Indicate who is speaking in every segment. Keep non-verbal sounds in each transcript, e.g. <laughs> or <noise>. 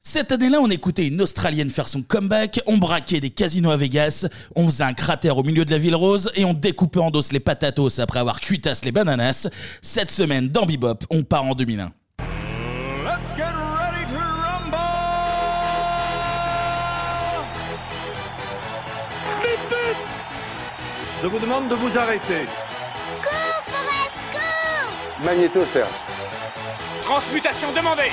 Speaker 1: Cette année-là, on écoutait une Australienne faire son comeback, on braquait des casinos à Vegas, on faisait un cratère au milieu de la ville rose et on découpait en dos les patatos après avoir cuitasse les bananas. Cette semaine, dans Bebop, on part en 2001.
Speaker 2: Let's get ready to rumble!
Speaker 3: Je vous demande de vous arrêter.
Speaker 4: Magnéto, Serge.
Speaker 5: Transmutation demandée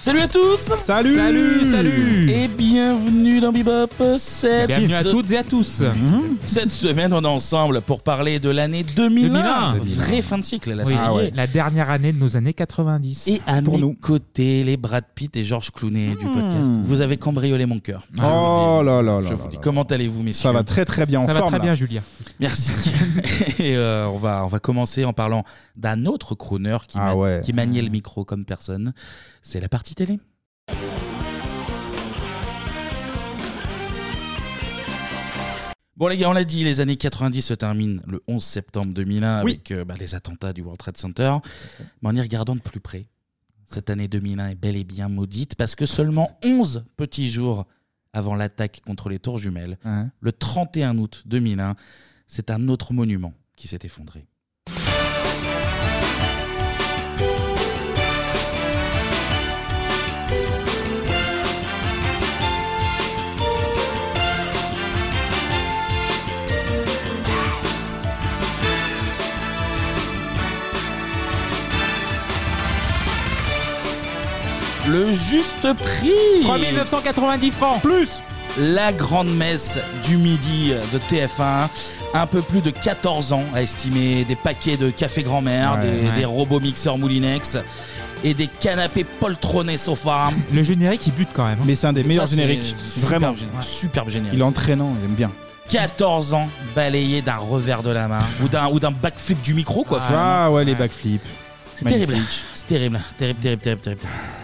Speaker 1: Salut à tous
Speaker 6: Salut Salut, salut
Speaker 1: Et bienvenue dans Bebop cette
Speaker 6: Bienvenue à toutes et à tous.
Speaker 1: Cette semaine, on est ensemble pour parler de l'année
Speaker 6: 2001.
Speaker 1: 2001. Vraie fin de cycle, là,
Speaker 6: Oui,
Speaker 1: ça y est.
Speaker 6: La dernière année de nos années 90.
Speaker 1: Et à
Speaker 6: pour
Speaker 1: mes
Speaker 6: nous. Hmm.
Speaker 1: côtés, les Brad Pitt et Georges Clooney du podcast. Vous avez cambriolé mon cœur.
Speaker 6: Oh
Speaker 1: Je vous le dis.
Speaker 6: là là là
Speaker 1: Je vous
Speaker 6: là
Speaker 1: dis,
Speaker 6: là.
Speaker 1: comment allez-vous, messieurs
Speaker 6: va très, très bien, en Ça va forme, très là. bien,
Speaker 1: Julien. Merci. <laughs> et euh, on, va, on va commencer en parlant d'un autre crooner qui,
Speaker 6: Ah
Speaker 1: ma-
Speaker 6: ouais.
Speaker 1: qui maniait le micro comme personne. C'est la partie télé. Bon les gars, on l'a dit, les années 90 se terminent le 11 septembre 2001
Speaker 6: Oui.
Speaker 1: avec euh, bah, les attentats du World Trade Center. Mais en y regardant de plus près, cette année 2001 est bel et bien maudite parce que seulement 11 petits jours avant l'attaque contre les tours jumelles,
Speaker 6: Ouais.
Speaker 1: le 31 août 2001, c'est un autre monument qui s'est effondré. Le juste prix 3990 francs Plus La grande messe du midi de TF1. Un peu plus de 14 ans à estimer. Des paquets de café grand-mère,
Speaker 6: Ouais,
Speaker 1: des,
Speaker 6: ouais.
Speaker 1: des robots mixeurs Moulinex et des canapés poltronnés sofa.
Speaker 6: Le générique, il bute quand même. hein. Mais c'est un des meilleurs
Speaker 1: Ça, c'est
Speaker 6: génériques.
Speaker 1: superbe
Speaker 6: Vraiment.
Speaker 1: générique. Superbe générique.
Speaker 6: Il est entraînant, j'aime bien.
Speaker 1: 14 ans balayés d'un revers de la main ou d'un ou d'un backflip du micro quoi. finalement.
Speaker 6: Ah ouais, les backflips.
Speaker 1: C'est terrible.
Speaker 6: Magnifique.
Speaker 1: C'est terrible. Terrible, terrible, terrible, terrible.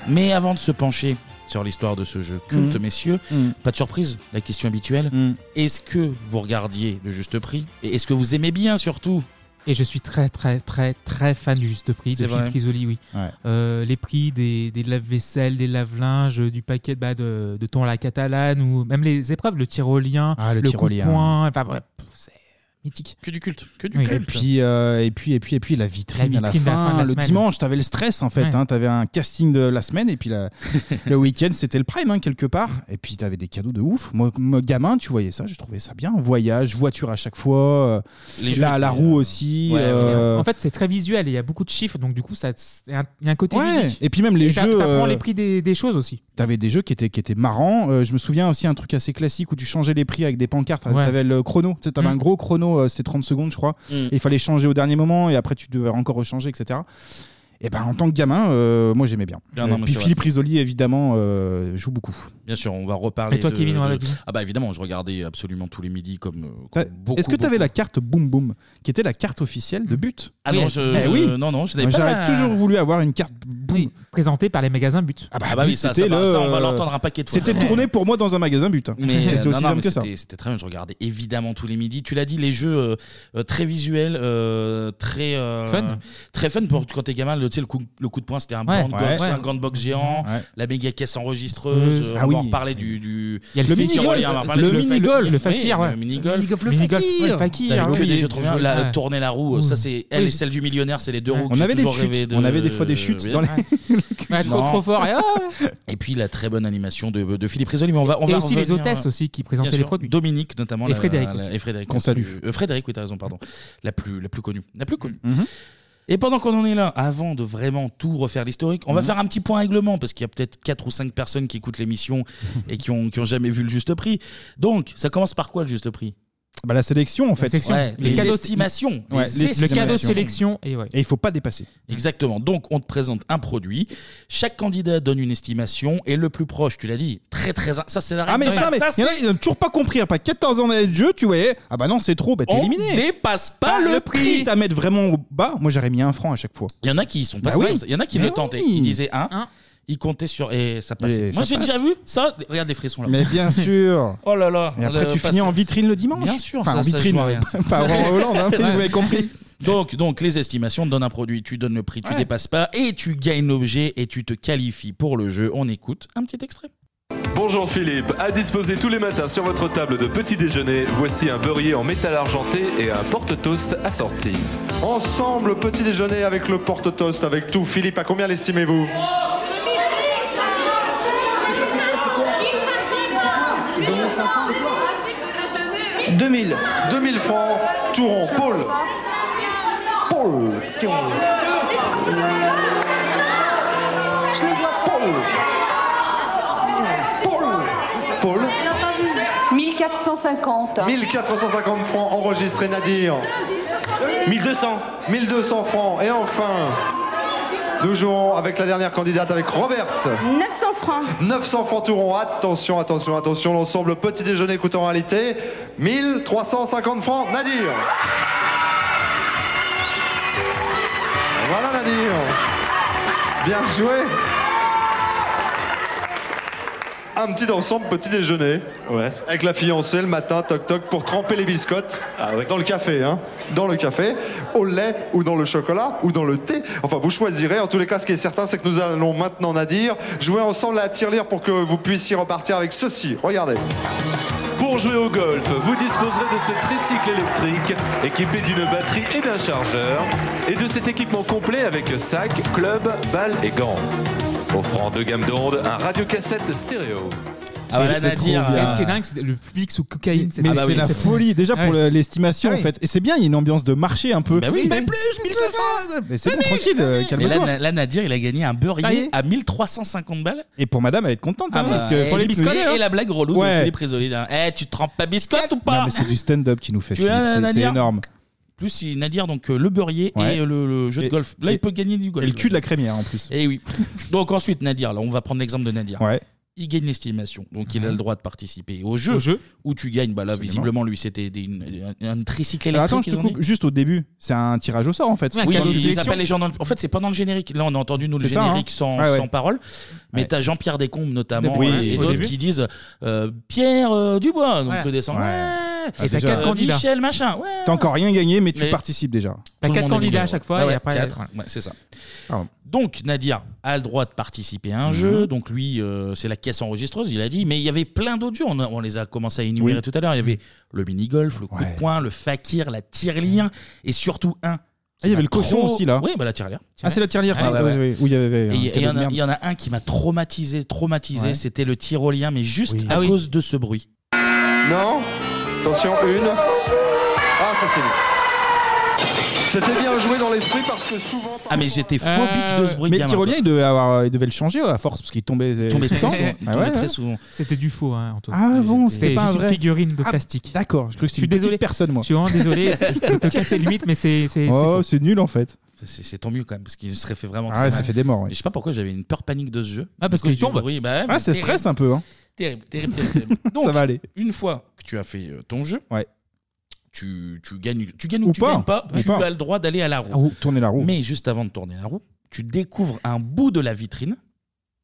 Speaker 1: Mais avant de se pencher sur l'histoire de ce jeu culte,
Speaker 6: Mhm.
Speaker 1: messieurs,
Speaker 6: Mhm.
Speaker 1: pas de surprise, la question habituelle.
Speaker 6: Mm.
Speaker 1: Est-ce que vous regardiez le juste prix Et est-ce que vous aimez bien surtout
Speaker 7: Et je suis très très très très fan du juste prix
Speaker 1: C'est
Speaker 7: de Philippe
Speaker 1: vrai.
Speaker 7: Risoli, oui.
Speaker 1: Ouais.
Speaker 7: Euh, les prix des, des lave-vaisselle, des lave-linges, du paquet bah, de, de thon à la catalane, ou même les épreuves, le tyrolien,
Speaker 6: Ah, le
Speaker 7: le, coup de
Speaker 6: tyrolien.
Speaker 7: poing, enfin voilà, pff, c'est mythique.
Speaker 1: Que du culte, que
Speaker 6: Oui. Et puis, euh, et puis, et puis, et puis la vitrine,
Speaker 7: La vitrine
Speaker 6: à la fin,
Speaker 7: de la
Speaker 6: le
Speaker 7: semaine.
Speaker 6: dimanche, t'avais le stress en fait.
Speaker 7: Ouais.
Speaker 6: hein. t'avais un casting de la semaine et puis
Speaker 1: <laughs>
Speaker 6: la- le week-end, c'était le prime hein, quelque part. Et puis t'avais des cadeaux de ouf. Moi, moi, gamin, tu voyais ça, je trouvais ça bien. Voyage, voiture à chaque fois. euh,
Speaker 1: Les jeux
Speaker 6: la, la
Speaker 1: étaient,
Speaker 6: roue
Speaker 1: euh,
Speaker 6: aussi.
Speaker 1: ouais, ouais.
Speaker 6: euh,
Speaker 7: En fait, c'est très visuel et il y a beaucoup de chiffres, donc du coup, ça- c'est un- il y a un côté
Speaker 6: Ouais,
Speaker 7: ludique.
Speaker 6: et puis même les
Speaker 7: t'a-
Speaker 6: jeux,
Speaker 7: T'apprends
Speaker 6: euh,
Speaker 7: les prix des, des choses aussi.
Speaker 6: T'avais des jeux qui étaient, qui étaient marrants. Euh, je me souviens aussi un truc assez classique où tu changeais les prix avec des pancartes.
Speaker 7: Ouais.
Speaker 6: T'avais le chrono. Tu sais, t'avais
Speaker 7: Mm.
Speaker 6: un gros chrono, euh, c'était 30 secondes, je crois.
Speaker 7: Mm.
Speaker 6: Et il fallait changer au dernier moment et après tu devais encore rechanger, etc. Et ben en tant que gamin, euh, moi j'aimais bien.
Speaker 1: Ah non, mais
Speaker 6: et puis
Speaker 1: c'est
Speaker 6: Philippe Risoli, évidemment, euh, joue beaucoup.
Speaker 1: Bien sûr, on va reparler.
Speaker 6: Et toi,
Speaker 1: de-
Speaker 6: Kevin, on va
Speaker 1: de-
Speaker 6: avec vous.
Speaker 1: Ah bah évidemment, je regardais absolument tous les midis comme. euh,
Speaker 6: T'as-
Speaker 1: comme beaucoup,
Speaker 6: Est-ce que t'avais
Speaker 1: beaucoup.
Speaker 6: la carte Boom Boom, qui était la carte officielle de but
Speaker 1: Ah non, je-
Speaker 6: Eh
Speaker 1: je-
Speaker 6: oui.
Speaker 1: non, non, je n'avais
Speaker 6: Moi,
Speaker 1: pas Eh.
Speaker 6: J'aurais
Speaker 1: la-
Speaker 6: toujours voulu avoir une carte Boom.
Speaker 7: Présentée par les magasins but.
Speaker 6: Ah bah,
Speaker 1: Ah bah oui,
Speaker 6: but,
Speaker 1: ça,
Speaker 6: c'était
Speaker 1: ça va-
Speaker 6: le-
Speaker 1: ça, on va l'entendre un paquet de fois.
Speaker 6: C'était tourné pour moi dans un magasin but. hein.
Speaker 7: <laughs>
Speaker 1: Mais euh,
Speaker 6: C'était
Speaker 1: non,
Speaker 6: aussi
Speaker 1: non,
Speaker 6: simple
Speaker 1: mais
Speaker 6: que ça.
Speaker 1: c'était- c'était très bien. Je regardais évidemment tous les midis. Tu l'as dit, les jeux euh, euh, très visuels, euh, très euh,
Speaker 7: Fun.
Speaker 1: très fun pour quand t'es gamin. Le, tu sais, le coup, le coup de poing, c'était un
Speaker 7: Ouais.
Speaker 1: grand box,
Speaker 7: Ouais.
Speaker 1: un grand box géant,
Speaker 7: Ouais.
Speaker 1: la méga caisse enregistreuse.
Speaker 7: Euh,
Speaker 1: euh,
Speaker 7: ah
Speaker 1: on
Speaker 7: oui.
Speaker 1: va en reparler du, du
Speaker 7: Il y a le
Speaker 1: du
Speaker 7: mini-golf,
Speaker 1: tyrolien, on va en parler
Speaker 7: le
Speaker 1: du-
Speaker 7: mini-golf, le
Speaker 1: Oui,
Speaker 7: fakir, ouais.
Speaker 1: le mini-golf,
Speaker 7: Mini-golf, le Le mini-golf, fakir. ouais, le fakir,
Speaker 1: T'avais que
Speaker 7: oui.
Speaker 1: des jeux trop bien.
Speaker 7: Ouais.
Speaker 1: La- tourner la roue, ça c'est elle
Speaker 7: Oui.
Speaker 1: et celle du millionnaire, c'est les deux roues.
Speaker 6: Ah,
Speaker 1: que
Speaker 6: On
Speaker 1: j'ai
Speaker 6: avait des
Speaker 1: toujours
Speaker 6: chutes.
Speaker 1: rêvé de-
Speaker 6: On avait des fois des chutes
Speaker 1: bien.
Speaker 6: dans les- <laughs>
Speaker 7: Ouais, trop,
Speaker 1: Non.
Speaker 7: trop fort. Et, ah,
Speaker 1: Et puis la très bonne animation de, de Philippe Risoli. Mais on va, on
Speaker 7: Et
Speaker 1: va
Speaker 7: aussi les
Speaker 1: revenir,
Speaker 7: hôtesses
Speaker 1: euh,
Speaker 7: aussi qui présentaient
Speaker 1: bien
Speaker 7: les
Speaker 1: sûr.
Speaker 7: produits.
Speaker 1: Dominique notamment.
Speaker 7: Et
Speaker 1: la-
Speaker 7: Frédéric
Speaker 1: la-
Speaker 7: aussi.
Speaker 1: et Frédéric.
Speaker 7: Qu'on
Speaker 1: la
Speaker 7: salue.
Speaker 1: plus- euh, Frédéric, oui, t'as raison, pardon. La plus, la plus connue. La plus connue.
Speaker 6: Mhm.
Speaker 1: Et pendant qu'on en est là, avant de vraiment tout refaire l'historique, on va
Speaker 6: Mhm.
Speaker 1: faire un petit point règlement parce qu'il y a peut-être 4 ou 5 personnes qui écoutent l'émission et qui ont, qui ont jamais vu le juste prix. Donc, ça commence par quoi le juste prix
Speaker 6: Bah, la sélection en fait.
Speaker 1: sélection. Ouais, Les les cadeaux- estimations.
Speaker 6: Ouais,
Speaker 1: Les
Speaker 6: les
Speaker 1: estimations.
Speaker 6: estimations.
Speaker 1: Le cadeau de sélection,
Speaker 7: et
Speaker 6: il faut pas dépasser.
Speaker 1: Exactement. Donc, on te présente un produit. Chaque candidat donne une estimation et le plus proche, tu l'as dit, très très. Ça, c'est la
Speaker 6: Ah mais
Speaker 1: règle.
Speaker 6: ça, mais il y en a,
Speaker 1: c'est-
Speaker 6: ils n'ont toujours pas compris. Après 14 ans d'année de jeu, tu voyais, ah bah non, c'est trop, bah t'es
Speaker 1: On
Speaker 6: éliminé.
Speaker 1: dépasse pas le prix.
Speaker 6: Quitte à mettre vraiment au bas, moi j'aurais mis un franc à chaque fois.
Speaker 1: Il y en a qui sont
Speaker 6: Bah
Speaker 1: pas
Speaker 6: oui.
Speaker 1: Il y en a qui
Speaker 6: Mais
Speaker 1: le
Speaker 6: oui.
Speaker 1: tentaient. Ils disaient un. Ils comptaient sur. Et ça passait.
Speaker 6: Et
Speaker 1: Moi,
Speaker 6: ça
Speaker 1: j'ai
Speaker 6: passe.
Speaker 1: déjà vu ça. Regarde les frissons là.
Speaker 6: <laughs> Mais
Speaker 1: <laughs>
Speaker 6: bien sûr.
Speaker 1: Oh là là.
Speaker 6: Et après,
Speaker 1: Le
Speaker 6: tu
Speaker 1: passé.
Speaker 6: finis en vitrine le dimanche.
Speaker 1: Bien sûr,
Speaker 6: Enfin,
Speaker 1: ça,
Speaker 6: en
Speaker 1: ça,
Speaker 6: <laughs>
Speaker 1: je
Speaker 6: vitrine, euh,
Speaker 1: vois rien. <laughs>
Speaker 6: pas en Hollande, hein, mais
Speaker 1: Ouais.
Speaker 6: vous avez compris.
Speaker 1: Donc, donc, les estimations, donne un produit, tu donnes le prix, tu dépasses pas, et tu gagnes l'objet, et tu te qualifies pour le jeu. On écoute un petit extrait.
Speaker 4: Bonjour Philippe, à disposer tous les matins sur votre table de petit déjeuner, voici un beurrier en métal argenté et un porte-toast assorti.
Speaker 8: Ensemble, petit déjeuner avec le porte-toast, avec tout. Philippe, à combien l'estimez-vous
Speaker 9: Merci.
Speaker 8: 2000. 2000 francs, tout rond. Paul. Paul. Paul. Paul. Paul.
Speaker 9: 1450.
Speaker 8: 1450 francs enregistrés, Nadir. 1200. 1200 francs. Et enfin, nous jouons avec la dernière candidate, avec Roberte.
Speaker 9: 900 francs.
Speaker 8: 900 francs tout rond. Attention, attention, attention. L'ensemble petit déjeuner coûte en réalité 1350 francs. Nadir. Voilà Nadir. Bien joué. Un petit ensemble petit déjeuner. Avec la fiancée le matin, toc toc, pour tremper les biscottes. Dans le café, hein. Dans le café, au lait ou dans le chocolat ou dans le thé. Enfin, vous choisirez. En tous les cas, ce qui est certain, c'est que nous allons maintenant, Nadir, jouer ensemble à la tirelire pour que vous puissiez repartir avec ceci. Regardez.
Speaker 4: Pour jouer au golf, vous disposerez de ce tricycle électrique équipé d'une batterie et d'un chargeur et de cet équipement complet avec sac, club, balle et gants. Offrant deux gammes d'ondes, un radiocassette stéréo.
Speaker 1: Ah bah
Speaker 6: Et
Speaker 1: là,
Speaker 6: c'est
Speaker 1: Nadir,
Speaker 6: trop bien.
Speaker 1: euh,
Speaker 7: Ce qui est dingue, c'est le public sous cocaïne.
Speaker 1: Ah
Speaker 6: Mais
Speaker 1: bah
Speaker 6: c'est la folie, déjà pour le- l'estimation
Speaker 7: Ah
Speaker 6: en
Speaker 7: oui.
Speaker 6: fait. Et c'est bien, il y a une ambiance de marché un peu.
Speaker 1: Bah oui.
Speaker 6: Eh
Speaker 1: Bah
Speaker 6: mais plus, 1500 Mais c'est bon, tranquille, euh,
Speaker 1: Mais là,
Speaker 6: calme-toi.
Speaker 1: Na- là, Nadir, il a gagné un beurrier
Speaker 6: Ah, oui.
Speaker 1: à 1350 balles.
Speaker 6: Et pour madame, elle est contente. hein,
Speaker 1: Ah bah,
Speaker 6: parce que
Speaker 1: et les
Speaker 6: Philippe
Speaker 1: biscottes
Speaker 6: Moulier-
Speaker 1: et la blague relou de
Speaker 6: hein. Ouais.
Speaker 1: Philippe Risoli. là. Eh, tu trempes pas biscotte ou
Speaker 6: Non,
Speaker 1: pas
Speaker 6: mais c'est du stand-up qui nous fait
Speaker 1: Tu
Speaker 6: Philippe,
Speaker 1: vois,
Speaker 6: c'est- c'est
Speaker 1: Nadia
Speaker 6: énorme.
Speaker 1: Plus, si Nadir, donc euh, le beurrier
Speaker 6: Ouais.
Speaker 1: et euh, le, le jeu de
Speaker 6: Et-
Speaker 1: golf. Là,
Speaker 6: et-
Speaker 1: il peut gagner du golf.
Speaker 6: Et le cul de la crémière en plus.
Speaker 1: Eh oui. <laughs> Donc ensuite, Nadir, là, on va prendre l'exemple de Nadir.
Speaker 6: Ouais.
Speaker 1: Il gagne l'estimation, donc il a le droit de participer au jeu,
Speaker 7: Au jeu.
Speaker 1: où tu gagnes. Bah là,
Speaker 6: Absolument.
Speaker 1: visiblement, lui, c'était des- une- un, un tricycle
Speaker 6: Alors
Speaker 1: électrique.
Speaker 6: attends, je te
Speaker 1: ils ont dit.
Speaker 6: coupe juste au début. C'est un tirage au sort en fait.
Speaker 7: Ouais,
Speaker 1: Oui,
Speaker 7: cadeau de
Speaker 1: ils
Speaker 7: sélection.
Speaker 1: appellent les gens dans le... En fait, c'est pendant le générique. Là, on a entendu, nous, le
Speaker 6: C'est ça,
Speaker 1: générique
Speaker 6: hein.
Speaker 1: sans,
Speaker 6: Ouais, ouais.
Speaker 1: sans parole. Mais
Speaker 6: Ouais.
Speaker 1: t'as Jean-Pierre Descombes, notamment,
Speaker 6: Oui,
Speaker 1: hein, et
Speaker 6: au
Speaker 1: d'autres
Speaker 6: début.
Speaker 1: qui disent euh, Pierre euh, Dubois. Donc,
Speaker 7: Voilà.
Speaker 1: le descend.
Speaker 6: Ouais.
Speaker 1: Ouais.
Speaker 6: Ah,
Speaker 7: Et t'as
Speaker 6: déjà.
Speaker 7: quatre
Speaker 1: Euh,
Speaker 7: candidats.
Speaker 1: Michel, machin. Ouais.
Speaker 6: T'as encore rien gagné, mais tu
Speaker 1: Mais-
Speaker 6: participes déjà.
Speaker 7: T'as
Speaker 1: Tout le
Speaker 7: quatre
Speaker 1: monde est
Speaker 7: candidats
Speaker 1: numéro.
Speaker 7: à chaque fois
Speaker 1: Ah
Speaker 7: et
Speaker 1: ouais,
Speaker 7: après.
Speaker 1: quatre. Ouais, c'est ça.
Speaker 6: Pardon.
Speaker 1: Donc Nadir a le droit de participer
Speaker 6: Mhm.
Speaker 1: à un jeu. Donc lui, euh, c'est la caisse enregistreuse, il a dit. Mais il y avait plein d'autres jeux. On, a- on les a commencé à énumérer
Speaker 6: Oui.
Speaker 1: tout à l'heure. Il y avait le mini-golf, le coup
Speaker 6: Ouais.
Speaker 1: de poing, le fakir, la tirelire et surtout
Speaker 6: Ah, il
Speaker 1: un.
Speaker 6: y
Speaker 1: qui
Speaker 6: avait
Speaker 1: m'a
Speaker 6: le cochon aussi, là.
Speaker 1: Oui, bah, la tirelire.
Speaker 6: Ah, c'est la tirelire.
Speaker 1: Ah, ouais,
Speaker 6: oui,
Speaker 1: ouais.
Speaker 6: oui, oui, où il y avait. un
Speaker 1: Et il y-
Speaker 6: cadeau
Speaker 1: il y, en
Speaker 6: de
Speaker 1: a-
Speaker 6: merde.
Speaker 1: il y en a un qui m'a traumatisé, traumatisé.
Speaker 6: Ouais.
Speaker 1: C'était le tyrolien, mais juste
Speaker 6: Oui.
Speaker 1: à
Speaker 7: Ah oui.
Speaker 1: cause de ce bruit.
Speaker 8: Non Attention, une. Ah, ça finit. C'était bien joué dans l'esprit parce que souvent.
Speaker 1: Ah, mais j'étais phobique
Speaker 7: Ah,
Speaker 1: de
Speaker 7: ouais.
Speaker 1: ce bruit.
Speaker 6: Euh, Mais le
Speaker 1: gamin,
Speaker 6: tyrolien, il devait, avoir, euh, il devait le changer à force parce qu'il tombait,
Speaker 1: quoi. Il tombait
Speaker 6: tout le
Speaker 1: très
Speaker 6: temps.
Speaker 1: souvent. Il
Speaker 6: Ah
Speaker 1: tombait
Speaker 6: ouais,
Speaker 1: très
Speaker 6: ouais.
Speaker 1: souvent.
Speaker 7: C'était du faux, hein, Antoine.
Speaker 6: Ah bon, c'était
Speaker 7: C'était
Speaker 6: pas un
Speaker 7: juste une
Speaker 6: vrai.
Speaker 7: figurine de
Speaker 6: Ah,
Speaker 7: plastique.
Speaker 6: D'accord, je crois que
Speaker 7: Je
Speaker 6: c'était
Speaker 7: suis
Speaker 6: une petite
Speaker 7: désolé.
Speaker 6: personne, moi.
Speaker 7: Je suis vraiment
Speaker 6: <laughs>
Speaker 7: désolé je te casser les limites, mais c'est. c'est- c'est
Speaker 6: Oh,
Speaker 7: faux.
Speaker 6: c'est nul en fait.
Speaker 1: C'est c'est tant mieux quand même, parce qu'il se serait fait vraiment
Speaker 6: Ah,
Speaker 1: très
Speaker 6: ouais,
Speaker 1: mal.
Speaker 6: ça fait des morts.
Speaker 1: Mais
Speaker 6: ouais.
Speaker 1: Je sais pas pourquoi j'avais une peur panique de ce jeu.
Speaker 7: Ah, parce
Speaker 1: À cause
Speaker 7: qu'il
Speaker 1: du
Speaker 7: tombe.
Speaker 1: bruit, bah ouais,
Speaker 6: Ah,
Speaker 1: mais
Speaker 6: ça stresse un peu. Hein.
Speaker 1: Terrible, terrible, terrible. terrible. Donc,
Speaker 6: <laughs> Ça va aller.
Speaker 1: une fois que tu as fait euh, ton jeu,
Speaker 6: Ouais.
Speaker 1: tu, tu gagnes, tu gagnes ou,
Speaker 6: Ou
Speaker 1: tu
Speaker 6: pas.
Speaker 1: gagnes pas,
Speaker 6: Ou
Speaker 1: tu
Speaker 6: pas.
Speaker 1: as le droit d'aller à la roue.
Speaker 6: Tourner la roue.
Speaker 1: Mais juste avant de tourner la roue, tu découvres un bout de la vitrine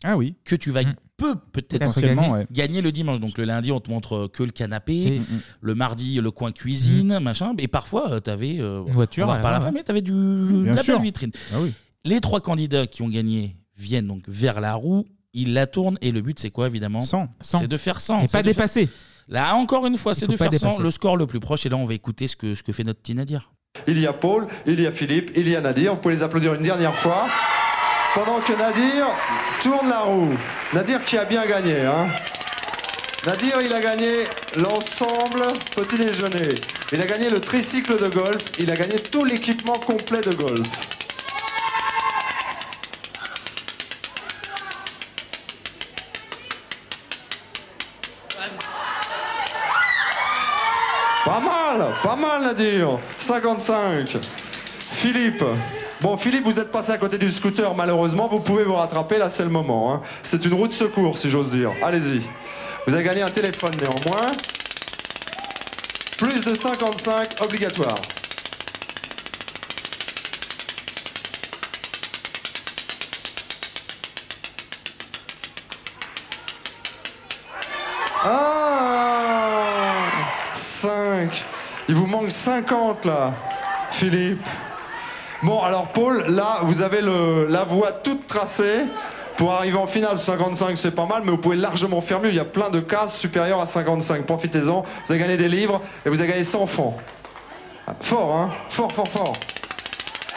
Speaker 6: Ah oui,
Speaker 1: que tu vas
Speaker 7: Mm.
Speaker 1: peu peut-être
Speaker 6: potentiellement,
Speaker 7: gagné.
Speaker 6: ouais.
Speaker 1: gagner le dimanche. Donc le lundi, on te montre euh, que le canapé,
Speaker 7: Et- mm.
Speaker 1: le mardi, le coin cuisine, machin. Et parfois, tu avais,
Speaker 7: Une voiture,
Speaker 1: on va
Speaker 7: à la
Speaker 1: reparler
Speaker 7: fin,
Speaker 1: après, mais tu avais du,
Speaker 6: bien
Speaker 1: de la
Speaker 6: sûr.
Speaker 1: belle vitrine.
Speaker 6: Ah oui.
Speaker 1: Les trois candidats qui ont gagné viennent donc vers la roue, ils la tournent et le but c'est quoi évidemment
Speaker 6: Sans.
Speaker 7: Sans.
Speaker 1: C'est de faire 100.
Speaker 7: Et pas dépasser.
Speaker 1: Là encore une fois, c'est
Speaker 7: faut
Speaker 1: de
Speaker 7: pas
Speaker 1: faire 100,
Speaker 7: dépasser. Eh
Speaker 1: le score le plus proche et là on va écouter ce que, ce que fait notre petit Nadir.
Speaker 8: Il y a Paul, il y a Philippe, il y a Nadir. Vous pouvez les applaudir une dernière fois. Pendant que Nadir tourne la roue. Nadir qui a bien gagné. Hein. Nadir, il a gagné l'ensemble petit déjeuner. Il a gagné le tricycle de golf. Il a gagné tout l'équipement complet de golf. Pas mal, pas mal Nadir. 55. Philippe. Bon, Philippe, vous êtes passé à côté du scooter, malheureusement. Vous pouvez vous rattraper, là, c'est le moment. hein. C'est une roue de secours, si j'ose dire. Allez-y. Vous avez gagné un téléphone, néanmoins. Plus de 55 obligatoire. Ah 5. Il vous manque 50 là.
Speaker 10: Philippe. Bon, alors Paul, là, vous avez le- la voie toute tracée. Pour arriver en finale, 55 c'est pas mal, mais vous pouvez largement faire mieux. Il y a plein de cases supérieures à 55. Profitez-en. Vous avez gagné des livres et vous avez gagné 100 francs. Fort, hein Fort, fort, fort.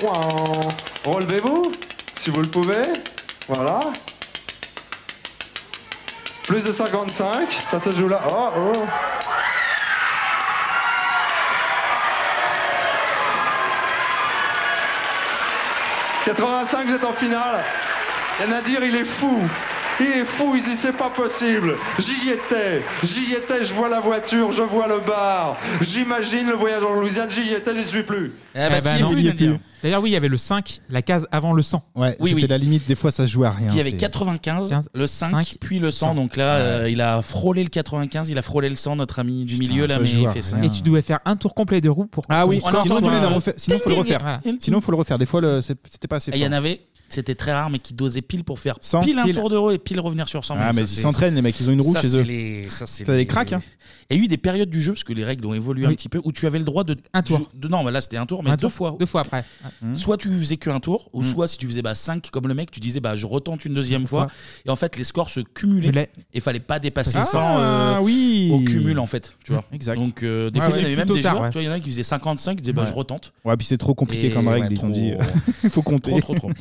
Speaker 10: Ouin. Relevez-vous, si vous le pouvez. Voilà. Plus de 55, ça se joue là. Oh, oh. « 85, vous êtes en finale. Et Nadir, il est fou. Il est fou, il se dit c'est pas possible. J'y étais, j'y étais, je vois la voiture, je vois le bar. J'imagine le voyage en Louisiane, j'y étais, j'y suis plus.
Speaker 1: Ah, bah,
Speaker 7: Eh ben non, il y est plus. D'ailleurs, oui, il y avait le 5, la case avant le 100.
Speaker 6: Ouais,
Speaker 1: Oui,
Speaker 6: c'était
Speaker 1: oui.
Speaker 6: la limite, des fois ça se joue à rien.
Speaker 1: Il y avait
Speaker 6: Hein, c'est-
Speaker 1: 95,
Speaker 7: Quinze,
Speaker 1: le 5,
Speaker 7: cinq,
Speaker 1: puis le 100.
Speaker 7: cent.
Speaker 1: Donc là, euh, il a frôlé le 95, il a frôlé le 100, notre ami du milieu, là,
Speaker 6: ça
Speaker 1: mais
Speaker 6: joue
Speaker 1: il
Speaker 6: à
Speaker 1: fait ça.
Speaker 6: rien.
Speaker 7: Et tu devais faire un tour complet de roue pour
Speaker 6: Ah oui,
Speaker 1: On en
Speaker 6: sinon il
Speaker 1: entend,
Speaker 6: faut, le
Speaker 1: euh,
Speaker 6: refaire. Sinon, faut le
Speaker 1: ting, ting.
Speaker 6: refaire.
Speaker 7: Voilà.
Speaker 6: Sinon, faut le refaire. Des fois, le- c'est- c'était pas assez
Speaker 1: Et Ah, il y en
Speaker 6: fort.
Speaker 1: avait, c'était très rare, mais qui dosait pile pour faire
Speaker 6: Cent.
Speaker 1: pile un
Speaker 7: Pile.
Speaker 1: tour d'euro et pile revenir sur 100.
Speaker 6: Ah,
Speaker 1: ça,
Speaker 6: mais ils
Speaker 1: c'est-
Speaker 6: s'entraînent, les mecs, ils ont une roue
Speaker 1: ça,
Speaker 6: chez
Speaker 1: c'est
Speaker 6: eux.
Speaker 1: les- ça, c'est
Speaker 6: T'as des cracks, hein.
Speaker 1: Et il y a eu des périodes du jeu, parce que les règles ont évolué un
Speaker 7: Oui.
Speaker 1: petit peu, où tu avais le droit de.
Speaker 7: Un tour.
Speaker 1: jou- de- non, mais là, c'était un tour, mais
Speaker 7: Un
Speaker 1: deux
Speaker 7: tour,
Speaker 1: fois.
Speaker 7: Deux fois après.
Speaker 6: Mmh.
Speaker 1: Soit tu faisais qu'un tour, ou soit si tu faisais bah, 5 comme le mec, tu disais bah, je retente une deuxième fois.
Speaker 7: Ouais.
Speaker 1: Et en fait, les scores se cumulaient.
Speaker 7: Cumulaient.
Speaker 1: Et fallait pas dépasser 100
Speaker 6: Ah
Speaker 1: euh,
Speaker 6: oui Mmh,
Speaker 1: au cumul, en fait. Tu vois.
Speaker 6: Exact. Ah
Speaker 1: Donc, euh, des
Speaker 7: Ouais,
Speaker 1: fois,
Speaker 7: ouais,
Speaker 1: il y en avait même
Speaker 7: plutôt
Speaker 1: des
Speaker 7: tard,
Speaker 1: joueurs,
Speaker 7: ouais.
Speaker 1: tu vois, il y en a qui faisaient 55, qui disaient bah,
Speaker 6: Ouais.
Speaker 1: je retente.
Speaker 6: Ouais, puis c'est trop compliqué
Speaker 1: Et
Speaker 6: comme
Speaker 1: ouais,
Speaker 6: règle, ils
Speaker 1: trop-
Speaker 6: t'ont dit. Il <laughs> faut compter.
Speaker 1: Trop, trop, trop. <laughs>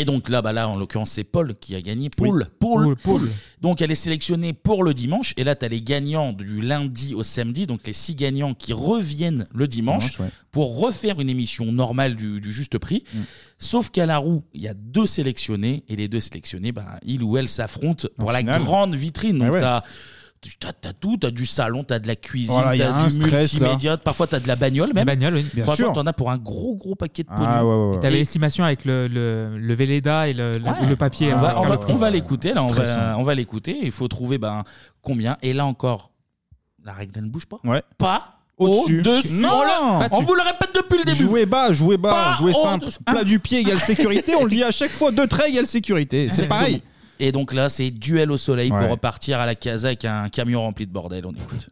Speaker 1: Et donc là, bah là, en l'occurrence, c'est Paul qui a gagné. Paul, Paul,
Speaker 7: Poule, poule.
Speaker 1: Donc elle est sélectionnée pour le dimanche. Et là, tu as les gagnants du lundi au samedi, donc les six gagnants qui reviennent le dimanche
Speaker 6: Dimanche, ouais. Mm.
Speaker 1: pour refaire une émission normale du, du juste prix. Sauf qu'à la roue, il y a deux sélectionnés. Et les deux sélectionnés, bah, ils ou elles s'affrontent pour la
Speaker 6: finale.
Speaker 1: grande vitrine. Donc
Speaker 6: Ah ouais.
Speaker 1: tu as. T'as t'as tout, t'as du salon, t'as de la cuisine,
Speaker 6: Voilà, y a
Speaker 1: t'as
Speaker 6: un
Speaker 1: du
Speaker 6: stress, là.
Speaker 1: multimédia, parfois t'as de la bagnole
Speaker 7: La
Speaker 1: même.
Speaker 7: bagnole, oui.
Speaker 6: Bien
Speaker 1: Franchement,
Speaker 6: sûr.
Speaker 1: t'en as pour un gros gros paquet de pognon.
Speaker 6: Ah ouais, ouais, ouais.
Speaker 7: T'avais
Speaker 1: Et-
Speaker 7: l'estimation avec le, le, le Véleda et le, le-
Speaker 1: Ouais.
Speaker 7: le papier.
Speaker 6: Ah,
Speaker 1: On
Speaker 7: hein,
Speaker 1: va,
Speaker 7: pour
Speaker 1: Ah, on
Speaker 7: faire
Speaker 1: va-
Speaker 7: le prix.
Speaker 1: on va l'écouter, là, on va,
Speaker 6: Stressant.
Speaker 1: on va l'écouter. Il faut trouver ben, combien. Et là encore, la règle elle ne bouge pas.
Speaker 6: Ouais.
Speaker 1: Pas
Speaker 6: Au-dessus.
Speaker 1: au-dessus.
Speaker 6: Non. Ah,
Speaker 1: on le-
Speaker 6: Pas
Speaker 1: on
Speaker 6: dessus.
Speaker 1: vous le répète depuis le début.
Speaker 6: Jouer bas, jouer bas,
Speaker 1: Pas
Speaker 6: jouer
Speaker 1: en
Speaker 6: simple.
Speaker 1: dessous.
Speaker 6: Plat du pied égale sécurité. On le dit à chaque fois. Deux traits égale sécurité. C'est
Speaker 1: Exactement.
Speaker 6: pareil.
Speaker 1: Et donc là, c'est duel au soleil
Speaker 6: Ouais.
Speaker 1: pour repartir à la casa avec un camion rempli de bordel. On écoute.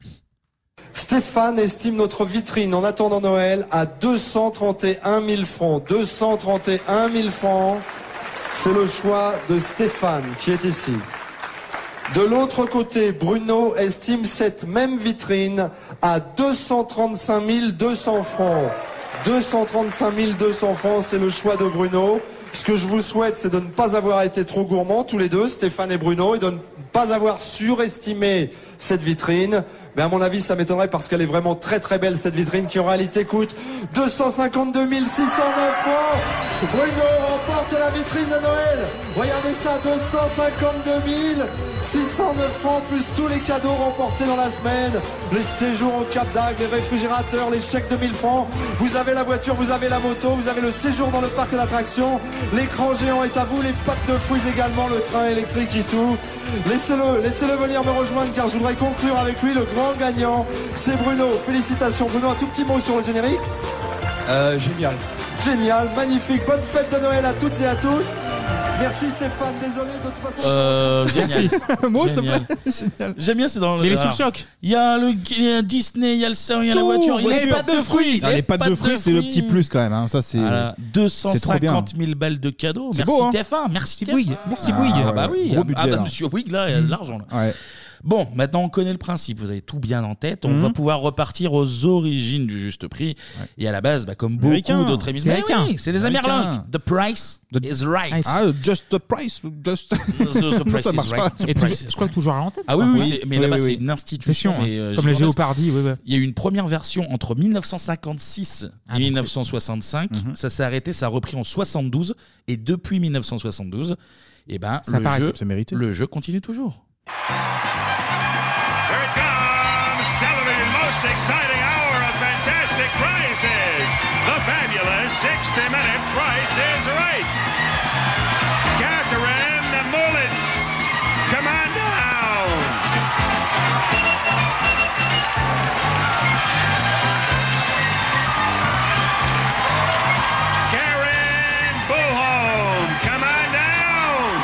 Speaker 8: Stéphane estime notre vitrine en attendant Noël à 231 000 francs. 231 000 francs, c'est le choix de Stéphane qui est ici. De l'autre côté, Bruno estime cette même vitrine à 235 200 francs. 235 200 francs, c'est le choix de Bruno. Ce que je vous souhaite, c'est de ne pas avoir été trop gourmand, tous les deux, Stéphane et Bruno, et de ne pas avoir surestimé cette vitrine. Mais à mon avis, ça m'étonnerait parce qu'elle est vraiment très très belle, cette vitrine, qui en réalité coûte 252 609 francs. Bruno remporte la vitrine de Noël. Regardez ça, 252 609 francs, plus tous les cadeaux remportés dans la semaine. Les séjours au Cap d'Agde, les réfrigérateurs, les chèques de 1000 francs. Vous avez la voiture, vous avez la moto, vous avez le séjour dans le parc d'attractions. L'écran géant est à vous, les pâtes de fruits également, le train électrique et tout. Laissez-le, laissez-le venir me rejoindre car je voudrais conclure avec lui le grand gagnant. C'est Bruno. Félicitations Bruno, un tout petit mot sur le générique.
Speaker 11: Euh, génial.
Speaker 8: Génial, magnifique, bonne fête de Noël à toutes et à tous. Merci Stéphane, désolé de toute façon.
Speaker 6: <laughs>
Speaker 1: Euh, génial.
Speaker 6: Mot, s'il te
Speaker 1: Génial.
Speaker 6: plaît. <laughs> Génial.
Speaker 1: J'aime bien, c'est dans le.
Speaker 7: Mais il est sous le
Speaker 1: alors,
Speaker 7: choc.
Speaker 1: Il y a le il y a Disney, il y a le salon, il y a la
Speaker 6: Tout,
Speaker 1: voiture, il y a les
Speaker 6: voiture.
Speaker 1: pâtes de fruits.
Speaker 6: Ah, Les pâtes de fruits, c'est le petit plus quand même. hein. Ça, c'est.
Speaker 1: Voilà,
Speaker 6: trop bien.
Speaker 1: 250 000 balles de cadeaux.
Speaker 6: C'est
Speaker 1: Oh, Merci
Speaker 6: beau, hein.
Speaker 7: Ah,
Speaker 1: TF1, merci
Speaker 7: Merci Bouygues,
Speaker 1: TF1.
Speaker 7: merci
Speaker 6: Ah,
Speaker 7: Bouygues.
Speaker 1: Ah
Speaker 6: ouais.
Speaker 1: bah oui,
Speaker 6: Gros
Speaker 1: ah,
Speaker 6: budget,
Speaker 1: ah bah,
Speaker 6: là. Mmh.
Speaker 1: monsieur Bouygues, là, il y a de l'argent. là.
Speaker 6: Ouais.
Speaker 1: Bon, maintenant on connaît le principe, vous avez tout bien en tête, on
Speaker 6: Mhm.
Speaker 1: va pouvoir repartir aux origines du juste prix. Et à la base, bah, comme beaucoup
Speaker 6: Américain.
Speaker 1: d'autres émissions,
Speaker 7: C'est
Speaker 1: Mais
Speaker 7: américain.
Speaker 1: oui, c'est les
Speaker 6: Américain.
Speaker 1: Amerlingues. The price
Speaker 6: The-
Speaker 1: is right.
Speaker 7: Nice.
Speaker 6: Ah, just the price. <laughs> Just.
Speaker 1: The, the
Speaker 6: Non,
Speaker 1: price
Speaker 6: ça
Speaker 1: is
Speaker 6: marche
Speaker 1: right.
Speaker 6: pas.
Speaker 1: The
Speaker 7: Et
Speaker 1: price
Speaker 7: toujours-
Speaker 1: is
Speaker 7: je crois
Speaker 1: right.
Speaker 7: toujours à l'antenne.
Speaker 1: Ah oui, oui,
Speaker 7: Ouais.
Speaker 1: c'est- mais
Speaker 6: Oui,
Speaker 1: là-bas
Speaker 6: oui,
Speaker 1: c'est
Speaker 6: oui. hein.
Speaker 1: une institution.
Speaker 7: Attention,
Speaker 1: mais, euh,
Speaker 7: comme le
Speaker 1: j'y pense.
Speaker 7: Géopardi. Oui, oui.
Speaker 1: Il y a eu une première version
Speaker 6: Ah,
Speaker 1: entre 1956
Speaker 7: Ah,
Speaker 1: et
Speaker 7: donc
Speaker 1: 1965.
Speaker 6: Mmh.
Speaker 1: Ça s'est arrêté, ça a repris en 72. Et depuis 1972, eh ben,
Speaker 7: Ça
Speaker 1: le,
Speaker 7: paraît.
Speaker 1: jeu,
Speaker 6: C'est mérité.
Speaker 1: le jeu continue toujours.
Speaker 12: Here it comes, television's most exciting hour of fantastic prices. The fabulous 60-minute price is right. Catherine Mullis, come on down. Karen Buholm, come on down.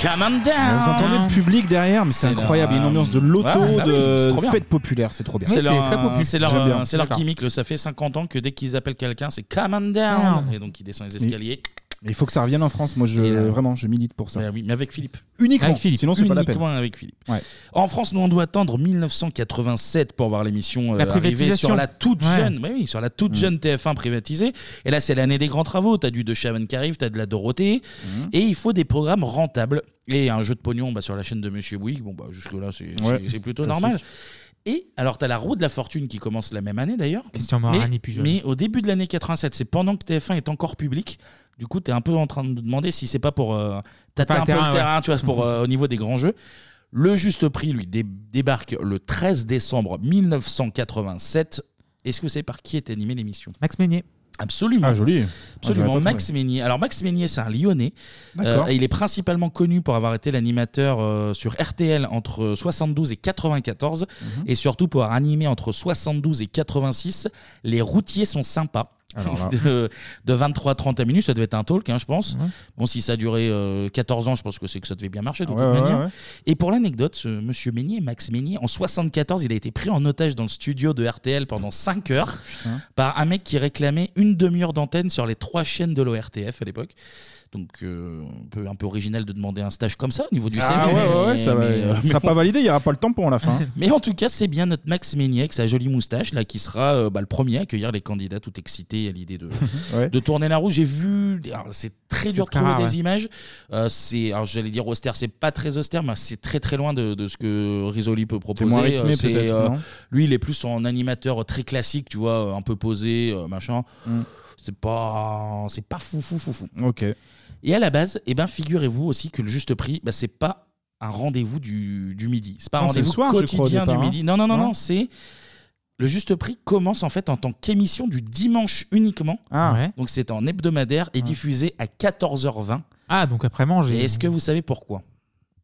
Speaker 1: Come on down.
Speaker 6: Vous entendez le public derrière, mais c'est incroyable. Il y a une ambiance de loto,
Speaker 1: Ouais, bah oui, c'est
Speaker 6: de
Speaker 1: trop bien.
Speaker 6: fête populaire, c'est trop bien.
Speaker 1: C'est leur, c'est leur,
Speaker 6: J'aime bien.
Speaker 1: euh, c'est leur gimmick. le- ça fait 50 ans que dès qu'ils appellent quelqu'un, c'est come on
Speaker 6: Ah.
Speaker 1: down. Et donc ils descendent les escaliers.
Speaker 6: Il faut que ça revienne en France. Moi, je, vraiment, je milite pour ça.
Speaker 1: Mais, oui, mais avec Philippe.
Speaker 6: Uniquement. Sinon, c'est pas la peine.
Speaker 1: Uniquement avec Philippe.
Speaker 6: Ouais.
Speaker 1: En France, nous, on doit attendre 1987 pour voir l'émission euh,
Speaker 6: La
Speaker 1: arriver
Speaker 6: privatisation.
Speaker 1: sur la toute
Speaker 6: Ouais. Mm.
Speaker 1: jeune, oui, oui, sur la toute jeune TF1 privatisée. Et là, c'est l'année des grands travaux. T'as du De Chavannes qui arrive, t'as de la Dorothée.
Speaker 6: Mm.
Speaker 1: Et il faut des programmes rentables. Et un jeu de pognon bah, sur la chaîne de Monsieur Bouygues, bon, bah, jusque-là, c'est
Speaker 6: Ouais.
Speaker 1: c'est- c'est plutôt
Speaker 6: Classique.
Speaker 1: normal. Et alors, t'as la roue de la fortune qui commence la même année d'ailleurs.
Speaker 7: Christian
Speaker 1: mais,
Speaker 7: Morani, plus jeune.
Speaker 1: mais au début de l'année 87, c'est pendant que TF1 est encore public. Du coup, t'es un peu en train de demander si c'est pas pour euh, tâter
Speaker 7: Pas
Speaker 1: un
Speaker 7: le
Speaker 1: peu
Speaker 7: terrain,
Speaker 1: le terrain,
Speaker 7: ouais. Mhm.
Speaker 1: tu vois, c'est pour, euh, au niveau des grands jeux. Le juste prix, lui, dé- débarque le 13 décembre 1987. Est-ce que vous savez par qui est animée l'émission
Speaker 7: Max Meignier.
Speaker 1: Absolument.
Speaker 6: Ah, joli.
Speaker 1: Absolument, Max Meignier. Alors, Max Meignier, c'est un Lyonnais.
Speaker 6: D'accord.
Speaker 1: Euh, et il est principalement connu pour avoir été l'animateur euh, sur RTL entre 72 et 94,
Speaker 6: Mhm.
Speaker 1: et surtout pour avoir animé entre 72 et 86 Les routiers sont sympas.
Speaker 6: Alors là.
Speaker 1: <laughs> de, de 23 à 30 minutes, ça devait être un talk, hein, je pense.
Speaker 6: Mhm.
Speaker 1: Bon, si ça a duré euh, 14 ans, je pense que c'est que ça devait bien marcher de
Speaker 6: Ouais,
Speaker 1: toute
Speaker 6: ouais,
Speaker 1: manière.
Speaker 6: ouais.
Speaker 1: Et pour l'anecdote, ce monsieur Meignier, Max Meignier, en 74, il a été pris en otage dans le studio de RTL pendant 5 heures par un mec qui réclamait une demi-heure d'antenne sur les trois chaînes de l'ORTF à l'époque. Donc, euh, un, peu, un peu original de demander un stage comme ça au niveau du
Speaker 6: Ah
Speaker 1: CV,
Speaker 6: ouais, ouais, ouais,
Speaker 1: mais-
Speaker 6: ça va-
Speaker 1: mais, euh,
Speaker 6: il sera
Speaker 1: mais
Speaker 6: pas validé, il n'y aura pas le tampon à la fin.
Speaker 1: <laughs> mais en tout cas, c'est bien notre Max Meignier avec sa jolie moustache là, qui sera euh, bah, le premier à accueillir les candidats tout excités à
Speaker 6: <laughs>
Speaker 1: l'idée de, de tourner la roue. J'ai vu, alors, c'est très
Speaker 7: C'est
Speaker 1: dur de
Speaker 7: très
Speaker 1: trouver
Speaker 7: rare,
Speaker 1: des
Speaker 7: ouais.
Speaker 1: images. Euh, c'est, alors j'allais dire austère, c'est pas très austère, mais c'est très très loin de, de ce que Risoli peut proposer.
Speaker 6: moins rythmé,
Speaker 1: Euh, c'est,
Speaker 6: peut-être,
Speaker 1: euh,
Speaker 6: non
Speaker 1: lui, il est plus en animateur très classique, tu vois, un peu posé, euh, machin. C'est pas, c'est pas fou fou fou fou.
Speaker 6: Mm. Ok.
Speaker 1: Et à la base, eh ben, figurez-vous aussi que le juste prix, bah, c'est pas un rendez-vous du, du midi. C'est pas un
Speaker 6: Non, c'est le
Speaker 1: rendez-vous
Speaker 6: soir, je crois, au
Speaker 1: quotidien
Speaker 6: départ,
Speaker 1: du
Speaker 6: hein.
Speaker 1: midi. Non, non, non,
Speaker 6: Non
Speaker 1: non, c'est. Le juste prix commence en fait en tant qu'émission du dimanche uniquement.
Speaker 7: Ah. Ouais.
Speaker 1: Donc c'est en hebdomadaire et diffusé à 14h20.
Speaker 7: Ah, donc après manger.
Speaker 1: Et est-ce que vous savez pourquoi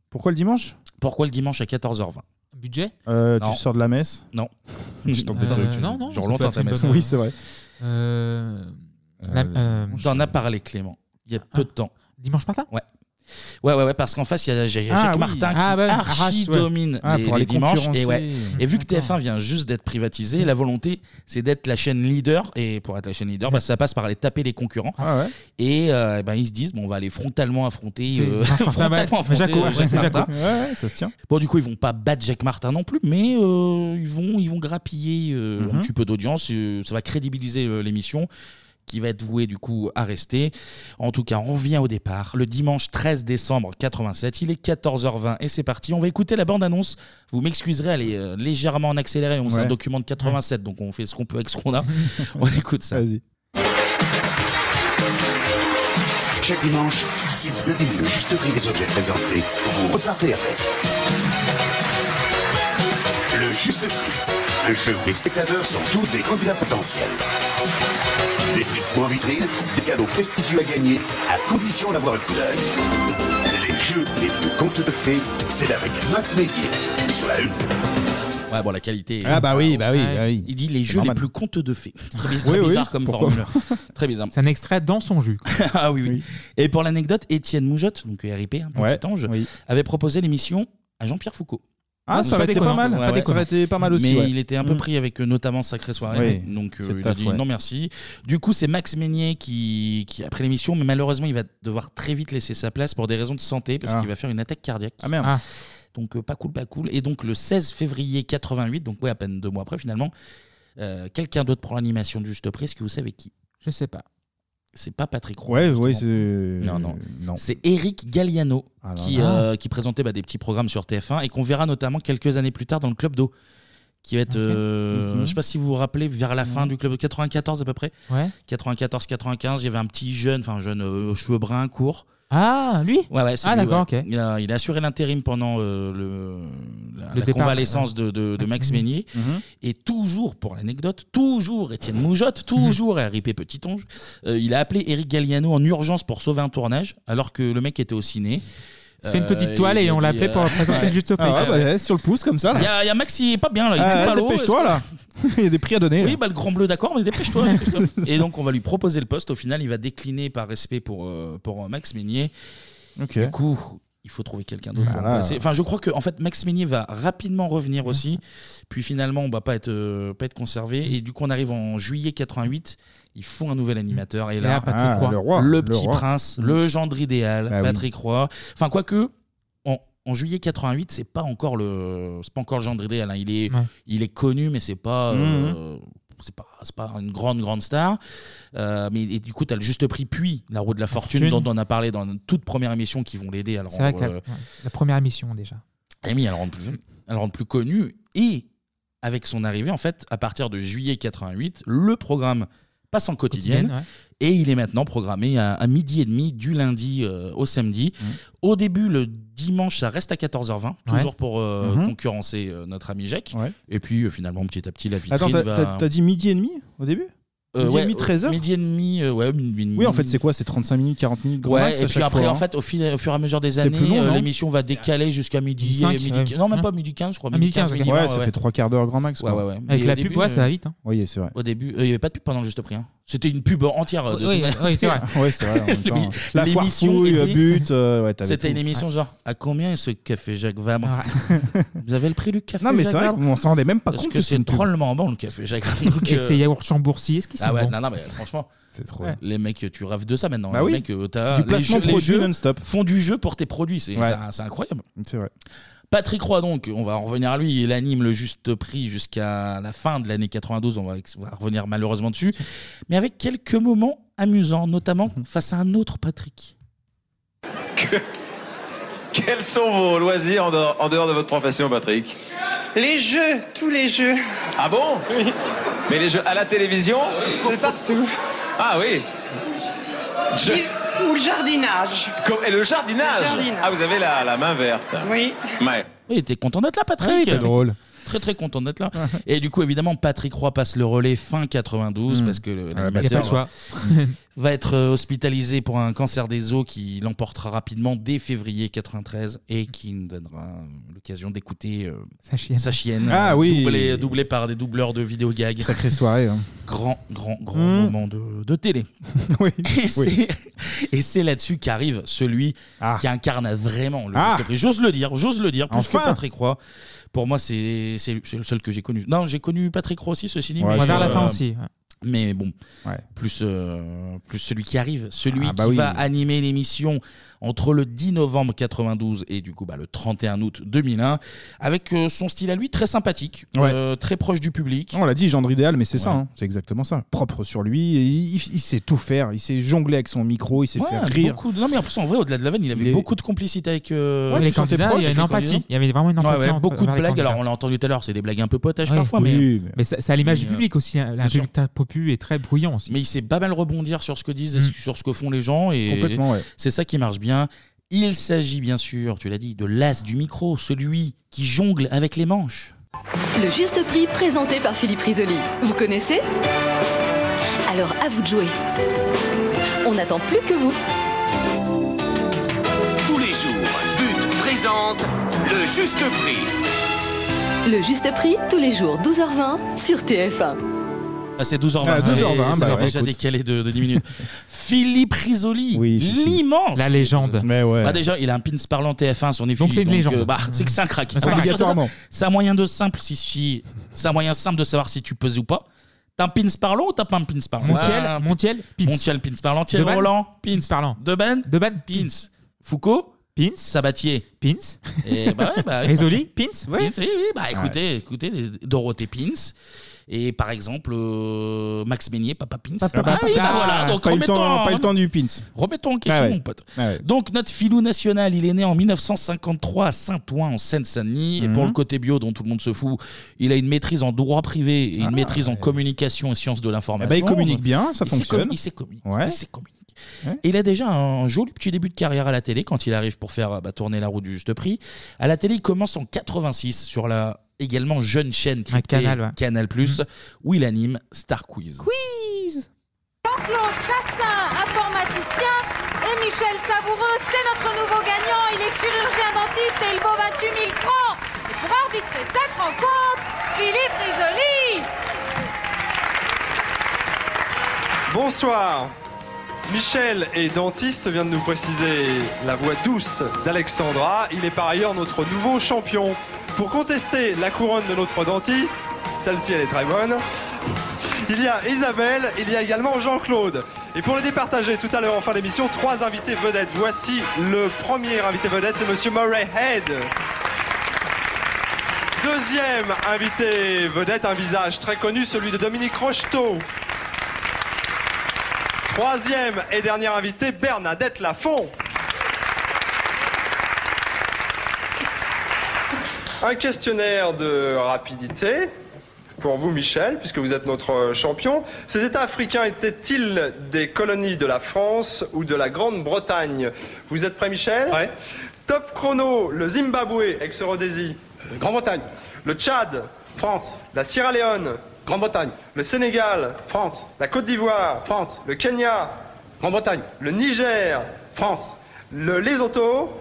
Speaker 6: Pourquoi le dimanche
Speaker 1: Pourquoi le dimanche à 14h20
Speaker 7: Budget
Speaker 6: Euh,
Speaker 1: Non.
Speaker 6: tu sors de la messe
Speaker 1: Non.
Speaker 6: <laughs>
Speaker 1: <laughs>
Speaker 6: Tu t'en
Speaker 7: Euh,
Speaker 6: truc.
Speaker 7: non, non,
Speaker 1: Genre
Speaker 7: ça peut
Speaker 1: longtemps
Speaker 7: être une
Speaker 1: ta messe.
Speaker 7: bonne-
Speaker 1: Oui, c'est vrai.
Speaker 7: Euh, la- euh,
Speaker 1: T'en as parlé, Clément, il y a peu de temps.
Speaker 7: Dimanche matin
Speaker 1: Ouais. Ouais, ouais, ouais, parce qu'en face, il y a Jacques
Speaker 7: Ah oui.
Speaker 1: Martin
Speaker 7: Ah bah
Speaker 1: qui
Speaker 7: oui, arrache, ouais.
Speaker 1: archi-domine
Speaker 7: Ah,
Speaker 1: les,
Speaker 7: pour
Speaker 1: les
Speaker 7: aller
Speaker 1: dimanches. Et,
Speaker 7: concurrencer.
Speaker 1: ouais. et vu que TF1 vient juste d'être privatisé, la volonté, c'est d'être la chaîne leader. Et pour être la chaîne leader, bah, ça passe par aller taper les concurrents.
Speaker 7: Ah
Speaker 1: Et euh, ben, ils se disent, bon, on va aller frontalement affronter. euh, <laughs>
Speaker 7: Dimanche matin,
Speaker 1: frontalement
Speaker 7: ouais.
Speaker 1: affronter euh,
Speaker 7: Jaco,
Speaker 1: Jacques
Speaker 7: c'est Jaco.
Speaker 1: Martin.
Speaker 6: Ouais, ouais, ça se tient.
Speaker 1: Bon, du coup, ils vont pas battre Jacques Martin non plus, mais euh, ils, vont, ils vont grappiller euh,
Speaker 6: Mhm.
Speaker 1: un petit peu d'audience. euh, ça va crédibiliser euh, l'émission qui va être vouée du coup à rester. En tout cas, on revient au départ. Le dimanche 13 décembre 87, il est 14h20 et c'est parti. On va écouter la bande-annonce. Vous m'excuserez, elle est euh, légèrement en accéléré. On C'est
Speaker 6: Ouais.
Speaker 1: un document de 87, donc on fait ce qu'on peut avec
Speaker 6: <laughs>
Speaker 1: ce qu'on a. on écoute ça.
Speaker 13: Chaque dimanche, si vous devinez le juste prix des objets présentés, vous repartez avec. Le juste prix. Le jeu où les spectateurs sont tous des candidats potentiels. Des prix fous en vitrine, des cadeaux prestigieux à gagner, à condition d'avoir un coup d'œil. Les jeux les plus contes de fées, c'est avec Max Meyer sur la une.
Speaker 1: Ouais, bon, la qualité.
Speaker 6: Ah bah oui, bah oui, bah oui.
Speaker 1: Il dit les
Speaker 6: C'est
Speaker 1: jeux
Speaker 6: normal.
Speaker 1: les plus contes de fées. C'est
Speaker 6: <laughs>
Speaker 1: Très, bi- très
Speaker 6: Oui, oui,
Speaker 1: bizarre comme
Speaker 6: pourquoi <laughs>
Speaker 1: formule. Très bizarre.
Speaker 7: C'est un extrait dans son jus. quoi.
Speaker 1: <laughs> ah oui, oui. Et pour l'anecdote, Étienne Moujotte, donc euh, RIP, un hein, petit
Speaker 7: Ouais,
Speaker 1: ange, avait proposé l'émission à Jean-Pierre Foucault.
Speaker 6: Ah,
Speaker 1: Donc,
Speaker 6: ça aurait été
Speaker 1: déconnant.
Speaker 6: pas mal, pas déconnant. Ça aurait été pas mal aussi,
Speaker 1: Mais
Speaker 6: ouais.
Speaker 1: il était un peu
Speaker 6: Mm.
Speaker 1: pris avec euh, notamment Sacré Soirée.
Speaker 6: Oui,
Speaker 1: Donc euh,
Speaker 6: c'est
Speaker 1: il a
Speaker 6: taf,
Speaker 1: dit
Speaker 6: ouais.
Speaker 1: non merci. Du coup, c'est Max Meignier qui, qui a pris l'émission, mais malheureusement, il va devoir très vite laisser sa place pour des raisons de santé parce
Speaker 6: Ah.
Speaker 1: qu'il va faire une attaque cardiaque.
Speaker 6: Ah, merde. Ah.
Speaker 1: Donc euh, pas cool, pas cool. Et donc le 16 février 88, donc ouais, à peine deux mois après finalement, euh, quelqu'un d'autre prend l'animation du Juste Prix. Est-ce que vous savez qui
Speaker 7: Je sais pas.
Speaker 1: C'est pas Patrick Roy.
Speaker 6: Ouais, ouais,
Speaker 1: justement.
Speaker 6: c'est. euh,
Speaker 1: Non, non.
Speaker 6: non.
Speaker 1: C'est Eric Galliano
Speaker 6: Ah là
Speaker 1: qui,
Speaker 6: là.
Speaker 1: euh, qui présentait bah, des petits programmes sur TF1 et qu'on verra notamment quelques années plus tard dans le Club d'eau. Qui va être, euh,
Speaker 7: Mhm.
Speaker 1: je sais pas si vous vous rappelez, vers la fin du club d'eau, 94 à peu près.
Speaker 7: Ouais.
Speaker 1: 94-95, il y avait un petit jeune, enfin un jeune euh, aux cheveux bruns, court.
Speaker 7: Ah, lui
Speaker 1: Ouais, ouais, c'est
Speaker 7: Ah,
Speaker 1: lui,
Speaker 7: d'accord,
Speaker 1: ouais. il, a, il a assuré l'intérim pendant euh, le, la,
Speaker 7: Le
Speaker 1: la
Speaker 7: départ,
Speaker 1: convalescence
Speaker 7: euh,
Speaker 1: de, de- de
Speaker 7: Max
Speaker 1: Max
Speaker 7: Meignier.
Speaker 1: Meignier.
Speaker 14: Mm-hmm.
Speaker 7: Mhm.
Speaker 1: Et toujours, pour l'anecdote, toujours Étienne Moujotte, toujours RIP Petit Onge, euh, il a appelé Eric Galliano en urgence pour sauver un tournage, alors que le mec était au ciné. Euh,
Speaker 7: Il se fait une petite toile
Speaker 1: il
Speaker 7: et on
Speaker 1: a
Speaker 7: l'a
Speaker 1: dit,
Speaker 7: appelé pour présenter le juste prix.
Speaker 1: Ah ouais, bah,
Speaker 6: Ouais, sur le pouce comme ça.
Speaker 1: Il y,
Speaker 6: là.
Speaker 1: a- il y a Max, il est pas bien là. Il coupe
Speaker 6: Ah,
Speaker 1: pas l'eau,
Speaker 6: Dépêche-toi
Speaker 1: est-ce que-
Speaker 6: là. <laughs> Il y a des prix à donner.
Speaker 1: Oui,
Speaker 7: hein.
Speaker 6: là.
Speaker 1: bah, le grand bleu, d'accord, mais dépêche-toi.
Speaker 7: <laughs>
Speaker 1: dépêche-toi. et donc, on va lui proposer le poste. Au final, il va décliner par respect pour, euh, pour euh, Max Meignier.
Speaker 6: Ok.
Speaker 1: Du coup, il faut trouver quelqu'un d'autre pour
Speaker 6: Voilà.
Speaker 1: le passer. Enfin, je crois que en fait, Max Meignier va rapidement revenir aussi. Puis finalement, on va pas être, euh, pas être conservé. Et du coup, on arrive en juillet 88. Ils font un nouvel animateur. Et
Speaker 7: Et
Speaker 1: là,
Speaker 7: là, Patrick Ah, Roy. le roi, le
Speaker 1: petit
Speaker 7: roi.
Speaker 1: prince, le gendre idéal,
Speaker 7: Ah oui.
Speaker 1: Patrick Roy. Enfin, quoique. En, en juillet 88, c'est pas encore le, c'est pas encore le gendre idéal. hein. Il est,
Speaker 7: Ouais. Mmh,
Speaker 1: il est connu, mais c'est pas, euh, c'est pas, c'est pas une grande grande star. Euh, mais et du coup, tu as le juste prix puis la roue de la fortune,
Speaker 7: Fortune.
Speaker 1: dont on a parlé dans notre toute première émission, qui vont l'aider à le
Speaker 7: C'est vrai
Speaker 1: rendre.
Speaker 7: que la,
Speaker 1: euh,
Speaker 7: ouais, la première émission déjà.
Speaker 1: Amy, elle rend plus, elle rend plus connue. Et avec son arrivée, en fait, à partir de juillet 88, le programme passe en quotidienne.
Speaker 7: Quotidienne,
Speaker 1: Et il est maintenant programmé à, à midi et demi, du lundi euh, au samedi. Au début, le dimanche, ça reste à 14h20, toujours
Speaker 6: Ouais.
Speaker 1: pour euh,
Speaker 6: Mhm.
Speaker 1: concurrencer euh, notre ami Jacques. Et puis, euh, finalement, petit à petit, la vitrine
Speaker 6: Attends, t'as-
Speaker 1: va...
Speaker 6: t'as t'as dit midi et demi au début
Speaker 1: Euh,
Speaker 6: Midi
Speaker 1: ouais,
Speaker 6: et demi,
Speaker 1: euh,
Speaker 6: 13h
Speaker 1: Midi et demi, euh, ouais, midi et demi.
Speaker 6: Oui, en fait, c'est quoi C'est 35 minutes, 40 minutes grand
Speaker 1: Ouais,
Speaker 6: max à
Speaker 1: et puis
Speaker 6: chaque
Speaker 1: après,
Speaker 6: fois,
Speaker 1: en
Speaker 6: hein.
Speaker 1: fait, au, fil, au fur et à mesure des
Speaker 6: C'est
Speaker 1: années,
Speaker 6: plus long,
Speaker 1: euh,
Speaker 6: non
Speaker 1: l'émission va décaler jusqu'à midi, euh,
Speaker 6: Cinq,
Speaker 1: midi
Speaker 6: ouais.
Speaker 1: quinze- Non, même pas midi 15, je crois.
Speaker 6: Ah,
Speaker 1: midi 15
Speaker 6: ouais,
Speaker 1: minimum,
Speaker 6: ça fait trois quarts d'heure grand max. quoi.
Speaker 1: Ouais, ouais, ouais.
Speaker 7: Avec
Speaker 1: Et au
Speaker 7: la
Speaker 1: début,
Speaker 7: pub, ouais, ça
Speaker 1: euh,
Speaker 7: va vite. hein.
Speaker 6: Oui, c'est vrai.
Speaker 1: Au début, euh, il n'y avait pas de pub pendant le Juste Prix. hein. C'était une pub entière. euh, de
Speaker 7: Oui,
Speaker 1: toute manière.
Speaker 7: oui, c'est
Speaker 6: <laughs>
Speaker 7: vrai.
Speaker 6: Ouais, c'est
Speaker 1: <laughs>
Speaker 6: vrai, en même temps.
Speaker 1: L'émi-
Speaker 6: La foire
Speaker 1: l'émission
Speaker 6: fouille,
Speaker 1: était-
Speaker 6: but, euh, ouais, t'avais
Speaker 1: C'était
Speaker 6: tout.
Speaker 1: une émission genre à combien est ce café Jacques Vabre Vous avez le prix du café
Speaker 6: Non, mais c'est
Speaker 1: Jacques
Speaker 6: vrai
Speaker 1: Vabre
Speaker 6: qu'on s'en rendait même pas
Speaker 1: Parce
Speaker 6: compte
Speaker 1: que
Speaker 6: que c'est
Speaker 1: c'est
Speaker 6: une pub.
Speaker 1: drôlement bon le café Jacques Vabre. Donc,
Speaker 7: Et
Speaker 1: euh,
Speaker 7: c'est yaourt chamboursier, ce qui
Speaker 1: Ah
Speaker 7: sont
Speaker 1: ouais,
Speaker 7: bons.
Speaker 1: non, non, mais franchement,
Speaker 6: c'est
Speaker 7: trop Ouais.
Speaker 1: Les mecs, tu rêves de ça maintenant.
Speaker 7: Bah
Speaker 1: les
Speaker 7: oui.
Speaker 1: mecs, euh, t'as-
Speaker 7: C'est du
Speaker 1: les
Speaker 7: placement
Speaker 1: jeux- les
Speaker 7: produit
Speaker 1: jeux
Speaker 6: non-stop.
Speaker 1: Font du jeu pour tes produits, c'est
Speaker 6: Ouais.
Speaker 1: c'est- c'est incroyable.
Speaker 6: C'est vrai.
Speaker 1: Patrick Roy, donc, on va en revenir à lui. Il anime le juste prix jusqu'à la fin de l'année 92. On va, on va revenir malheureusement dessus. Mais avec quelques moments amusants, notamment
Speaker 7: Mhm.
Speaker 1: face à un autre Patrick.
Speaker 15: Quels sont vos loisirs en dehors, en dehors de votre profession, Patrick
Speaker 16: Les jeux, tous les jeux.
Speaker 15: Ah bon Oui. Mais les jeux à la télévision
Speaker 16: De partout.
Speaker 15: Ah oui. Je-
Speaker 16: Et- Ou le jardinage.
Speaker 15: Com- Et le jardinage.
Speaker 16: Le jardinage.
Speaker 15: Ah, vous avez la, la main verte.
Speaker 16: Oui.
Speaker 15: Ouais.
Speaker 1: Oui, il était content d'être là, Patrick.
Speaker 15: Oui, c'est drôle.
Speaker 1: Très très content d'être là. Et du coup, évidemment, Patrick Roy passe le relais fin 92
Speaker 7: Mmh.
Speaker 1: parce que le-
Speaker 7: Ah,
Speaker 1: l'animateur
Speaker 7: bah, il y a pas le choix.
Speaker 1: va- <laughs> va être euh, hospitalisé pour un cancer des os qui l'emportera rapidement dès février 93 et qui nous donnera euh, l'occasion d'écouter euh,
Speaker 7: Sa chienne.
Speaker 6: Ah oui.
Speaker 1: doublé, doublé par des doubleurs de vidéo gag.
Speaker 6: Sacrée soirée. hein.
Speaker 1: Grand, grand, grand
Speaker 6: Mmh.
Speaker 1: moment
Speaker 6: <laughs>
Speaker 1: Euh, de, de télé. Et <laughs> c'est- et c'est là-dessus qu'arrive celui qui incarne vraiment le
Speaker 6: Ah.
Speaker 1: Juste Prix. J'ose le dire, j'ose le dire, plus
Speaker 6: Enfin.
Speaker 1: que Patrick Roy. Pour moi, c'est c'est- c'est le seul que j'ai connu. Non, j'ai connu Patrick Roy aussi, ceci dit.
Speaker 6: Ouais,
Speaker 1: mais
Speaker 6: Ouais, vers
Speaker 1: euh,
Speaker 6: la fin aussi, ouais.
Speaker 1: Mais bon, plus, euh, plus celui qui arrive, celui
Speaker 6: Ah, bah
Speaker 1: qui
Speaker 6: oui.
Speaker 1: va animer l'émission entre le 10 novembre 92 et du coup bah, le 31 août 2001, avec euh, son style à lui très sympathique,
Speaker 6: Ouais.
Speaker 1: euh, très proche du public.
Speaker 6: On l'a dit, gendre idéal, mais c'est ça,
Speaker 1: Ouais.
Speaker 6: hein. c'est exactement ça. Propre sur lui, et il, il- il sait tout faire, il sait jongler avec son micro, il sait
Speaker 1: Ouais,
Speaker 6: faire rire.
Speaker 1: beaucoup de- Non, mais en plus, en vrai, au-delà de la veine, il avait
Speaker 6: Les-
Speaker 1: beaucoup de complicité avec euh,
Speaker 6: Ouais, Les tu sentais candidats, proche, il y a une
Speaker 1: les
Speaker 6: empathie.
Speaker 1: candidats.
Speaker 6: Il y avait vraiment une
Speaker 1: Ouais,
Speaker 6: empathie
Speaker 1: ouais,
Speaker 6: entre-
Speaker 1: beaucoup de
Speaker 6: envers les
Speaker 1: blagues. Alors,
Speaker 6: candidats.
Speaker 1: on l'a entendu tout à l'heure, c'est des blagues un peu potaches
Speaker 7: Ouais.
Speaker 1: parfois.
Speaker 7: Oui,
Speaker 1: mais
Speaker 7: mais c'est c'est à l'image du
Speaker 1: Mais, euh,
Speaker 7: public aussi. hein. Un
Speaker 1: bien sûr.
Speaker 7: public très popu et très bruyant aussi.
Speaker 1: Mais il sait pas mal rebondir sur ce que disent, et
Speaker 6: Mm.
Speaker 1: sur ce que font les gens. Et
Speaker 7: Complètement, ouais.
Speaker 1: c'est ça qui marche bien. Il s'agit bien sûr, tu l'as dit, de l'as du micro, celui qui jongle avec les manches.
Speaker 17: Le juste prix présenté par Philippe Risoli. Vous connaissez Alors à vous de jouer. On n'attend plus que vous.
Speaker 18: Tous les jours, But présente le juste prix.
Speaker 17: Le juste prix tous les jours 12h20 sur TF1.
Speaker 1: Ah, c'est 12h20.
Speaker 6: Ah, 12h20,
Speaker 1: ça
Speaker 6: bah
Speaker 1: va
Speaker 6: ouais,
Speaker 1: déjà
Speaker 6: écoute.
Speaker 1: décalé de, de 10 minutes. <laughs> Philippe Risoli, l'immense.
Speaker 7: La légende.
Speaker 6: Mais ouais.
Speaker 1: Bah, déjà, il a un pins parlant TF1 son effigie.
Speaker 7: Donc, c'est une légende.
Speaker 1: euh, bah, c'est que c'est un crack.
Speaker 7: C'est
Speaker 1: À partir de là,
Speaker 7: obligatoirement.
Speaker 1: C'est un moyen de simple si, si c'est un moyen simple de savoir si tu peses ou pas. T'as un pins parlant ou t'as pas un pins parlant
Speaker 7: Montiel,
Speaker 1: Ah,
Speaker 7: Montiel, Pins.
Speaker 1: Montiel, Pins parlant. Thierry
Speaker 7: Deban,
Speaker 1: Roland, Pins parlant. Deban,
Speaker 7: Deban,
Speaker 1: Pins. Foucault,
Speaker 7: Pins.
Speaker 1: Sabatier,
Speaker 7: Pins.
Speaker 1: Et bah ouais, bah,
Speaker 7: Risoli,
Speaker 1: Pins,
Speaker 7: ouais.
Speaker 1: oui, oui, bah
Speaker 7: Ouais.
Speaker 1: écoutez, écoutez, les- Dorothée Pins. Et par exemple, euh, Max Meignier, Papa Pins.
Speaker 6: Papa Pins.
Speaker 1: ah, oui, bah,
Speaker 6: Ah,
Speaker 1: voilà, donc
Speaker 6: pas eu le
Speaker 1: remettons
Speaker 6: temps-
Speaker 1: en-
Speaker 6: pas eu le temps du Pins.
Speaker 1: Remettons en question,
Speaker 6: Ah ouais.
Speaker 1: mon pote.
Speaker 6: Ah ouais.
Speaker 1: Donc, notre filou national, il est né en 1953 à Saint-Ouen, en Seine-Saint-Denis. Et pour
Speaker 6: Mhm.
Speaker 1: le côté bio, dont tout le monde se fout, il a une maîtrise en droit privé et une maîtrise en communication et sciences de
Speaker 6: Ah Eh
Speaker 1: l'information.
Speaker 6: ben, il communique bien, ça
Speaker 1: Il sait
Speaker 6: fonctionne.
Speaker 1: commu- Il s'est communiqué.
Speaker 6: Ouais.
Speaker 1: Il sait communiquer. Et il a déjà un joli petit début de carrière à la télé quand il arrive pour faire bah, tourner la roue du juste prix. À la télé, il commence en 86 sur la également jeune chaîne cryptée,
Speaker 7: Canal, ouais.
Speaker 6: Mhm.
Speaker 1: Plus, où il anime Star Quiz.
Speaker 19: Quiz Jean-Claude Chassin, informaticien, et Michel Savoureux, c'est notre nouveau gagnant. Il est chirurgien dentiste et il vaut 28 000 francs. Et pour arbitrer cette rencontre, Philippe Risoli.
Speaker 20: Bonsoir.
Speaker 8: Michel est dentiste, vient de nous préciser la voix douce d'Alexandra. Il est par ailleurs notre nouveau champion. Pour contester la couronne de notre dentiste, celle-ci elle est très bonne, il y a Isabelle, il y a également Jean-Claude. Et pour les départager tout à l'heure en fin d'émission, trois invités vedettes. Voici le premier invité vedette, c'est Monsieur Murray Head. Deuxième invité vedette, un visage très connu, celui de Dominique Rocheteau. Troisième et dernier invité, Bernadette Lafont. Un questionnaire de rapidité pour vous, Michel, puisque vous êtes notre euh, champion. Ces États africains étaient-ils des colonies de la France ou de la Grande-Bretagne Vous êtes prêt, Michel Ouais. Top chrono, le Zimbabwe, ex-Eurodésie. Grande-Bretagne. Le Tchad. France. La Sierra Leone. Grande-Bretagne. Le Sénégal. France. La Côte d'Ivoire. France. Le Kenya. Grande-Bretagne. Le Niger. France. Le Lesotho.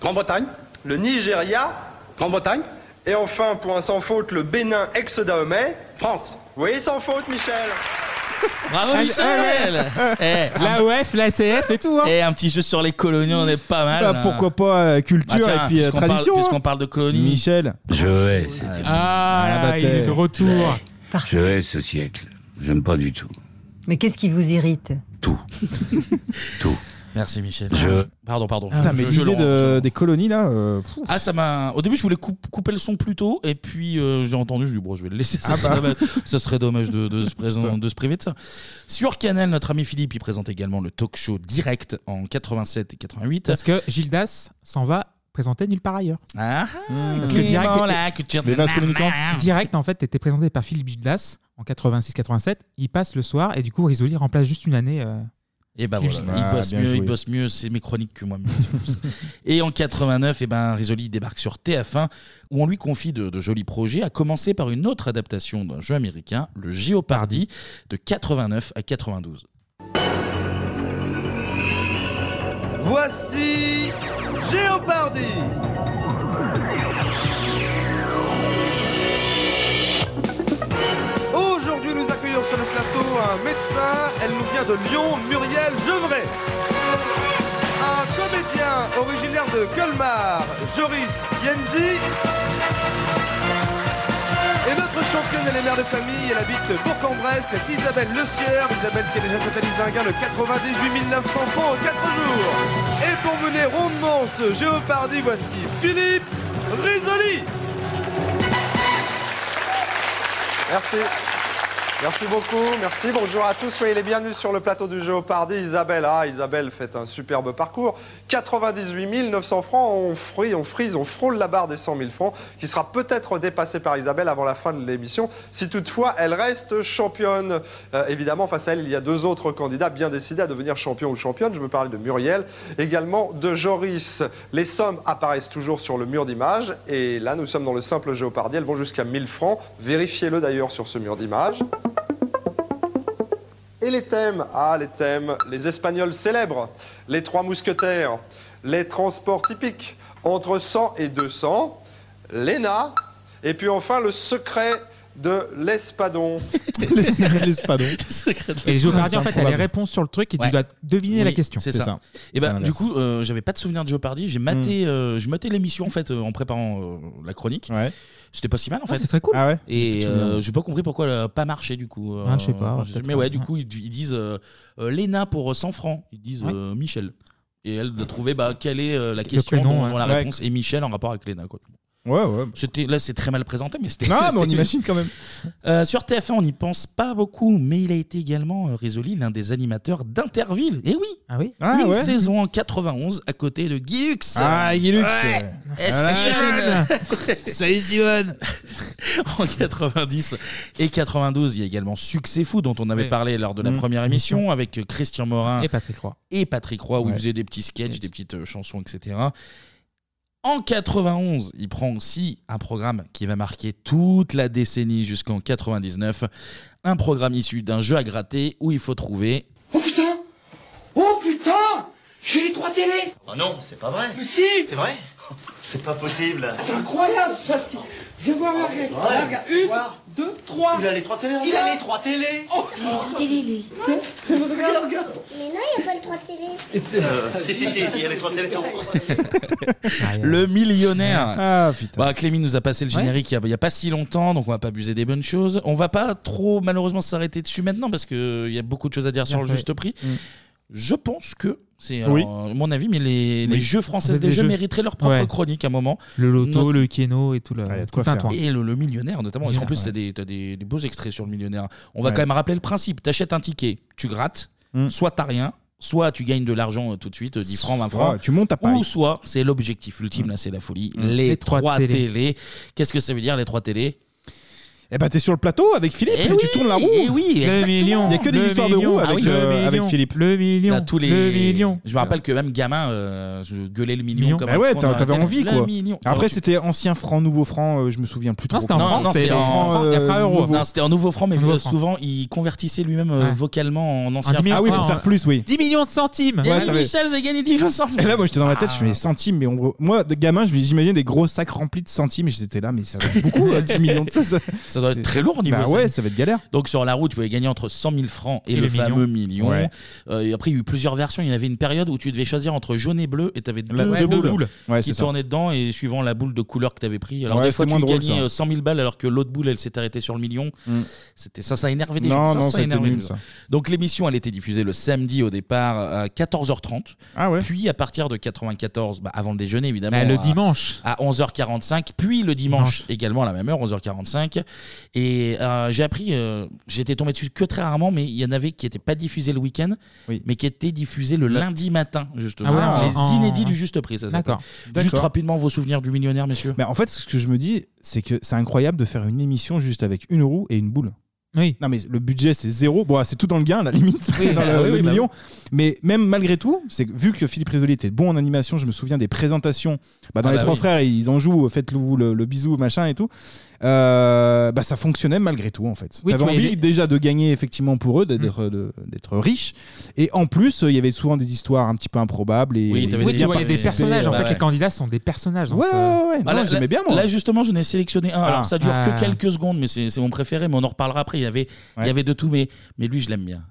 Speaker 8: Grande-Bretagne. Le Nigeria. Grande-Bretagne. Et enfin, pour un sans faute, le Bénin ex-Dahomey. France. Vous voyez sans faute, Michel
Speaker 1: Bravo
Speaker 7: Ah,
Speaker 1: Michel
Speaker 6: Eh,
Speaker 1: La
Speaker 7: OF, la CF et tout
Speaker 1: Et Eh, un petit jeu sur les colonies, on est pas mal.
Speaker 6: hein. Bah,
Speaker 1: hein.
Speaker 6: pourquoi pas euh, culture
Speaker 1: Bah, tiens,
Speaker 6: et puis euh,
Speaker 1: puisqu'on parle-
Speaker 6: tradition
Speaker 1: puisqu'on parle de colonies.
Speaker 6: Michel.
Speaker 21: Je hais ce siècle.
Speaker 7: Ah,
Speaker 6: la
Speaker 7: il est
Speaker 6: bataille.
Speaker 7: de retour.
Speaker 21: Je hais ce siècle. J'aime pas du tout.
Speaker 22: Mais qu'est-ce qui vous irrite
Speaker 1: Merci Michel.
Speaker 21: Je-
Speaker 1: Pardon, pardon.
Speaker 6: Putain,
Speaker 1: Je-
Speaker 6: mais
Speaker 1: je- je le
Speaker 6: l'idée
Speaker 1: rends, je le
Speaker 6: de,
Speaker 1: rends.
Speaker 6: des colonies là. euh, pff.
Speaker 1: Ah, ça m'a. Au début, je voulais coupe- couper le son plus tôt, et puis euh, j'ai entendu, je me dis, bon, je vais le laisser. Ça,
Speaker 6: Ah
Speaker 1: serait,
Speaker 6: bah.
Speaker 1: dommage, ça serait dommage de,
Speaker 6: <laughs>
Speaker 1: de se présent- de se priver de ça. Sur Canal, notre ami Philippe, il présente également le talk show direct en 87 et 88.
Speaker 7: Parce que Gildas s'en va présenter nulle part ailleurs.
Speaker 1: Ah,
Speaker 7: Parce que direct,
Speaker 1: Clément, la culture de
Speaker 7: Les vases
Speaker 1: la
Speaker 7: communicants.
Speaker 1: main.
Speaker 7: direct en fait, était présenté par Philippe Gildas en 86-87. Il passe le soir et du coup, Risoli remplace juste une année. euh,
Speaker 1: Et bah
Speaker 7: Philippe
Speaker 1: voilà,
Speaker 7: Gildas.
Speaker 6: Ah,
Speaker 1: il bosse mieux, il
Speaker 6: <laughs>
Speaker 1: bosse mieux, c'est mes chroniques que moi. mais c'est fou, ça. et en 89, et ben Risoli débarque sur TF1 où on lui confie de, de jolis projets, à commencer par une autre adaptation d'un jeu américain, le Géopardy, de 89 à 92.
Speaker 23: Voici Géopardy. Aujourd'hui, nous accueillons sur le plateau un médecin. Elle nous vient de Lyon, Muriel Gevray. Un comédien originaire de Colmar, Joris Yenzi. Et notre championne, elle est mère de famille, elle habite Bourg-en-Bresse, c'est Isabelle Le Sieur. Isabelle qui a déjà totalisé un gain de 98 900 francs en 4 jours. Et pour mener rondement ce Géopardy, voici Philippe Risoli.
Speaker 8: Merci. Merci beaucoup, merci, bonjour à tous, soyez les bienvenus sur le plateau du Géopardy. Isabelle, ah Isabelle fait un superbe parcours. 98 900 francs, on frise, on frise, on frôle la barre des 100 000 francs, qui sera peut-être dépassée par Isabelle avant la fin de l'émission, si toutefois elle reste championne. Euh, évidemment, face à elle, il y a deux autres candidats bien décidés à devenir champion ou championne. Je veux parler de Muriel, également de Joris. Les sommes apparaissent toujours sur le mur d'image, et là nous sommes dans le simple Géopardy, elles vont jusqu'à 1000 francs. Vérifiez-le d'ailleurs sur ce mur d'image. Et les thèmes Ah, les thèmes. Les Espagnols célèbres, les Trois Mousquetaires, les transports typiques, entre 100 et 200, l'ENA, et puis enfin le secret de l'Espadon.
Speaker 6: L'espadon.
Speaker 1: <laughs>
Speaker 7: Et Géopardy,
Speaker 1: C'est
Speaker 7: en fait, elle a les
Speaker 1: improbable.
Speaker 7: réponses sur le truc et
Speaker 1: Ouais.
Speaker 7: tu dois deviner
Speaker 1: Oui,
Speaker 7: la question.
Speaker 1: C'est ça. Et ben du coup, euh, j'avais pas de souvenir de Jeopardy. J'ai
Speaker 7: Hmm.
Speaker 1: maté, euh, j'ai maté l'émission en fait euh, en préparant euh, la chronique. C'était pas si mal en
Speaker 7: Ah,
Speaker 1: fait.
Speaker 7: c'est très cool. Ah ouais
Speaker 1: Et
Speaker 7: J'ai plus de
Speaker 1: euh,
Speaker 7: souvenirs.
Speaker 1: j'ai pas compris pourquoi elle a pas marché du coup. euh,
Speaker 7: Ah, je sais pas, ouais,
Speaker 1: mais
Speaker 7: peut-être,
Speaker 1: ouais,
Speaker 7: ouais.
Speaker 1: du coup ils, ils disent euh, euh, Léna pour 100 francs. Ils disent
Speaker 7: Ouais.
Speaker 1: euh, Michel. Et elle doit trouver bah, quelle est euh, la question
Speaker 7: prénom,
Speaker 1: dont,
Speaker 7: ouais.
Speaker 1: dont la
Speaker 7: Ouais.
Speaker 1: réponse est Michel en rapport avec Léna quoi.
Speaker 6: Ouais, ouais.
Speaker 1: C'était, là, c'est très mal présenté, mais <laughs> c'était.
Speaker 6: Non, mais on
Speaker 1: c'était-
Speaker 6: imagine quand même.
Speaker 1: Euh, sur TF1, on n'y pense pas beaucoup, mais il a été également, euh, Risoli, l'un des animateurs d'Interville. Et oui
Speaker 7: Ah oui
Speaker 6: Ah
Speaker 1: Une
Speaker 6: ouais.
Speaker 1: saison en 91 à côté de Guy Lux.
Speaker 6: Ah, Guy Lux.
Speaker 1: Ouais.
Speaker 6: Ah,
Speaker 1: Eh,
Speaker 6: la
Speaker 1: Simone. <laughs>
Speaker 6: Salut Simone
Speaker 1: En 90 et 92, il y a également Succès Fou, dont on avait
Speaker 7: Oui.
Speaker 1: parlé lors de la
Speaker 7: Mm.
Speaker 1: première émission, avec Christian Morin
Speaker 7: Et Patrick Roy.
Speaker 1: et Patrick Roy, où
Speaker 7: Ouais.
Speaker 1: il faisait des petits sketchs, des petites euh, chansons, etc. En 91, il prend aussi un programme qui va marquer toute la décennie jusqu'en 99. Un programme issu d'un jeu à gratter où il faut trouver
Speaker 18: Oh putain Oh putain
Speaker 5: J'ai <laughs> les trois télés
Speaker 14: Oh non, c'est pas vrai.
Speaker 5: Mais si
Speaker 14: C'est vrai C'est pas possible.
Speaker 5: C'est incroyable ça ce qui- Viens voir la règle.
Speaker 14: ouais.
Speaker 5: La règle. Une, deux, trois.
Speaker 14: Il a les trois télés.
Speaker 5: Il a les
Speaker 14: trois télés
Speaker 5: Oh Regarde, regarde
Speaker 24: Mais non, il n'y a pas le droit de télé.
Speaker 14: Euh, si, si, si, il y a les trois télés.
Speaker 5: <laughs>
Speaker 1: Le millionnaire.
Speaker 6: Ah
Speaker 1: putain. Clémy nous a passé le générique il y a- il n'y a, pas si longtemps, donc on va pas abuser des bonnes choses. On va pas trop malheureusement s'arrêter dessus maintenant parce que euh, il y a beaucoup de choses à dire sur
Speaker 6: Bien
Speaker 1: le
Speaker 6: fait.
Speaker 1: juste prix. Je pense que c'est
Speaker 6: Oui.
Speaker 1: alors, euh, mon avis, mais les, les
Speaker 7: Oui.
Speaker 1: jeux français
Speaker 7: C'est
Speaker 1: des,
Speaker 7: des
Speaker 1: jeux,
Speaker 7: jeux.
Speaker 1: mériteraient leur propre
Speaker 7: Ouais.
Speaker 1: chronique à un moment.
Speaker 7: Le loto,
Speaker 1: Not-
Speaker 7: le keno et tout
Speaker 6: Ah,
Speaker 7: le tout le tintouin.
Speaker 1: et le, le millionnaire notamment. Parce
Speaker 7: Millionnaire,
Speaker 1: qu'en plus,
Speaker 7: ouais.
Speaker 1: t'as des, t'as des, des beaux extraits sur le millionnaire. On va
Speaker 7: Ouais.
Speaker 1: quand même rappeler le principe. T'achètes un ticket, tu grattes, soit t'as rien. Soit tu gagnes de l'argent euh, tout de suite, euh, 10 francs, 20 francs.
Speaker 6: Ouais, oh, tu montes à Paris.
Speaker 1: Ou soit, c'est l'objectif ultime, là, c'est la folie.
Speaker 6: Mm.
Speaker 1: Les,
Speaker 6: Les
Speaker 1: trois,
Speaker 6: trois
Speaker 1: télés.
Speaker 6: télés.
Speaker 1: Qu'est-ce que ça veut dire, les trois télés
Speaker 6: Eh ben, t'es sur le plateau avec Philippe
Speaker 1: Eh
Speaker 6: et, tu
Speaker 1: oui,
Speaker 6: tournes la roue.
Speaker 1: eh oui, exactement. Ah
Speaker 6: Il n'y a que des histoires de roues avec, euh, avec Philippe.
Speaker 7: Le million.
Speaker 1: Là, tous les...
Speaker 7: Le million.
Speaker 1: Je me rappelle que même gamin, euh, je gueulais le million.
Speaker 7: Million.
Speaker 1: comme
Speaker 6: Bah
Speaker 1: un
Speaker 6: ouais,
Speaker 1: con dans
Speaker 6: t'as-
Speaker 1: la
Speaker 6: t'avais
Speaker 1: tête.
Speaker 6: envie
Speaker 1: Le
Speaker 6: quoi.
Speaker 1: million.
Speaker 6: Après,
Speaker 1: Alors,
Speaker 6: c'était ancien franc, nouveau franc, euh, je me souviens plus trop.
Speaker 1: Non, non,
Speaker 6: c'était en franc, euh, nouveau.
Speaker 1: Non, c'était en nouveau franc, mais
Speaker 6: Nouveau
Speaker 1: euh,
Speaker 6: franc.
Speaker 1: souvent il convertissait lui-même euh,
Speaker 6: Ouais.
Speaker 1: vocalement en ancien.
Speaker 6: Ah oui, pour faire plus, oui.
Speaker 7: 10 millions de centimes.
Speaker 6: Ouais, t'avais-
Speaker 1: Michel, j'ai gagné 10 centimes.
Speaker 6: Et là, moi, j'étais dans ma tête,
Speaker 7: Ah.
Speaker 6: je fais centimes, mais on... moi, de gamin, je- j'imagine des gros sacs remplis de centimes, et j'étais là, mais ça va
Speaker 7: <laughs>
Speaker 6: être beaucoup, hein, 10 millions. <laughs> Ça, ça...
Speaker 1: Ça doit être très lourd au niveau.
Speaker 6: Bah ouais, ça va être galère.
Speaker 1: Donc sur la route, tu pouvais gagner entre 100 000 francs et,
Speaker 6: Et
Speaker 1: le,
Speaker 6: le
Speaker 1: fameux million.
Speaker 6: million. Ouais.
Speaker 1: Euh, et après, il y a eu plusieurs versions. Il y avait une période où tu devais choisir entre jaune et bleu et tu avais deux,
Speaker 6: La- ouais,
Speaker 1: deux
Speaker 6: deux
Speaker 1: boules,
Speaker 6: boules. Ouais,
Speaker 1: qui
Speaker 6: c'est ça.
Speaker 1: tournaient dedans et suivant la boule de couleur que tu avais pris. Alors
Speaker 6: Ouais,
Speaker 1: des fois, tu
Speaker 6: c'était moins drôle,
Speaker 1: gagnais
Speaker 6: ça. Mm.
Speaker 1: euh, 100 000 balles alors que l'autre boule, elle s'est arrêtée sur le million. C'était ça, ça énervait des
Speaker 6: Non,
Speaker 1: gens. Ça,
Speaker 6: non,
Speaker 1: ça,
Speaker 6: c'était
Speaker 1: énervait
Speaker 6: nul,
Speaker 1: les gens.
Speaker 6: ça.
Speaker 1: Donc l'émission, elle était diffusée le samedi au départ à 14h30.
Speaker 6: Ah
Speaker 1: Puis à partir de 94, bah, avant le déjeuner évidemment.
Speaker 7: Bah, le
Speaker 1: à-
Speaker 7: dimanche.
Speaker 1: À 11h45, puis le dimanche également à la même heure, 11h45. Et euh, j'ai appris, euh, j'étais tombé dessus que très rarement, mais il y en avait qui n'étaient pas diffusés le week-end, mais qui étaient diffusés le lundi matin, justement.
Speaker 6: Ah ouais,
Speaker 1: Les
Speaker 6: en-
Speaker 1: inédits
Speaker 6: en-
Speaker 1: du juste prix, ça s'appelle.
Speaker 6: D'accord.
Speaker 1: Juste
Speaker 6: D'accord.
Speaker 1: rapidement vos souvenirs du millionnaire, messieurs.
Speaker 6: Bah, en fait, ce que je me dis, c'est que c'est incroyable de faire une émission juste avec une roue et une boule.
Speaker 7: Oui.
Speaker 6: Non, mais le budget, c'est zéro. Bon, ah, c'est tout dans le gain, à la limite. c'est <laughs> dans
Speaker 7: bah
Speaker 6: le,
Speaker 7: oui,
Speaker 6: le
Speaker 7: oui, bah
Speaker 6: million. Mais même malgré tout, c'est que vu que Philippe Risoli était bon en animation, je me souviens des présentations bah, dans
Speaker 7: Ah
Speaker 6: Les
Speaker 7: bah
Speaker 6: Trois
Speaker 7: oui.
Speaker 6: Frères, ils en jouent, faites-le vous le, le bisou, machin et tout.
Speaker 1: Ah.
Speaker 6: Euh, bah, ça fonctionnait malgré tout, en fait.
Speaker 7: Oui,
Speaker 6: T'avais
Speaker 7: tu vois, il y
Speaker 6: envie
Speaker 7: avait-
Speaker 6: déjà de gagner, effectivement, pour eux,
Speaker 1: Mm.
Speaker 6: d'être euh, de- d'être riche. Et en plus, euh, il y avait souvent des histoires un petit peu improbables. Et,
Speaker 7: Oui,
Speaker 6: et
Speaker 7: t'avais des-
Speaker 6: bien
Speaker 7: tu voyais des
Speaker 6: participer.
Speaker 7: personnages. En
Speaker 6: Bah
Speaker 7: fait,
Speaker 6: ouais.
Speaker 7: les candidats sont des personnages. euh, dans
Speaker 6: Ouais,
Speaker 7: ce-
Speaker 6: ouais, ouais.
Speaker 1: Ah, là, là- Là, justement, je n'ai sélectionné un.
Speaker 7: Ah.
Speaker 1: Alors, ça dure
Speaker 7: Ah.
Speaker 6: Euh.
Speaker 1: que quelques secondes, mais c'est c'est mon préféré, mais on en reparlera après. Il y avait, il y avait de tout, mais, mais lui, je l'aime bien.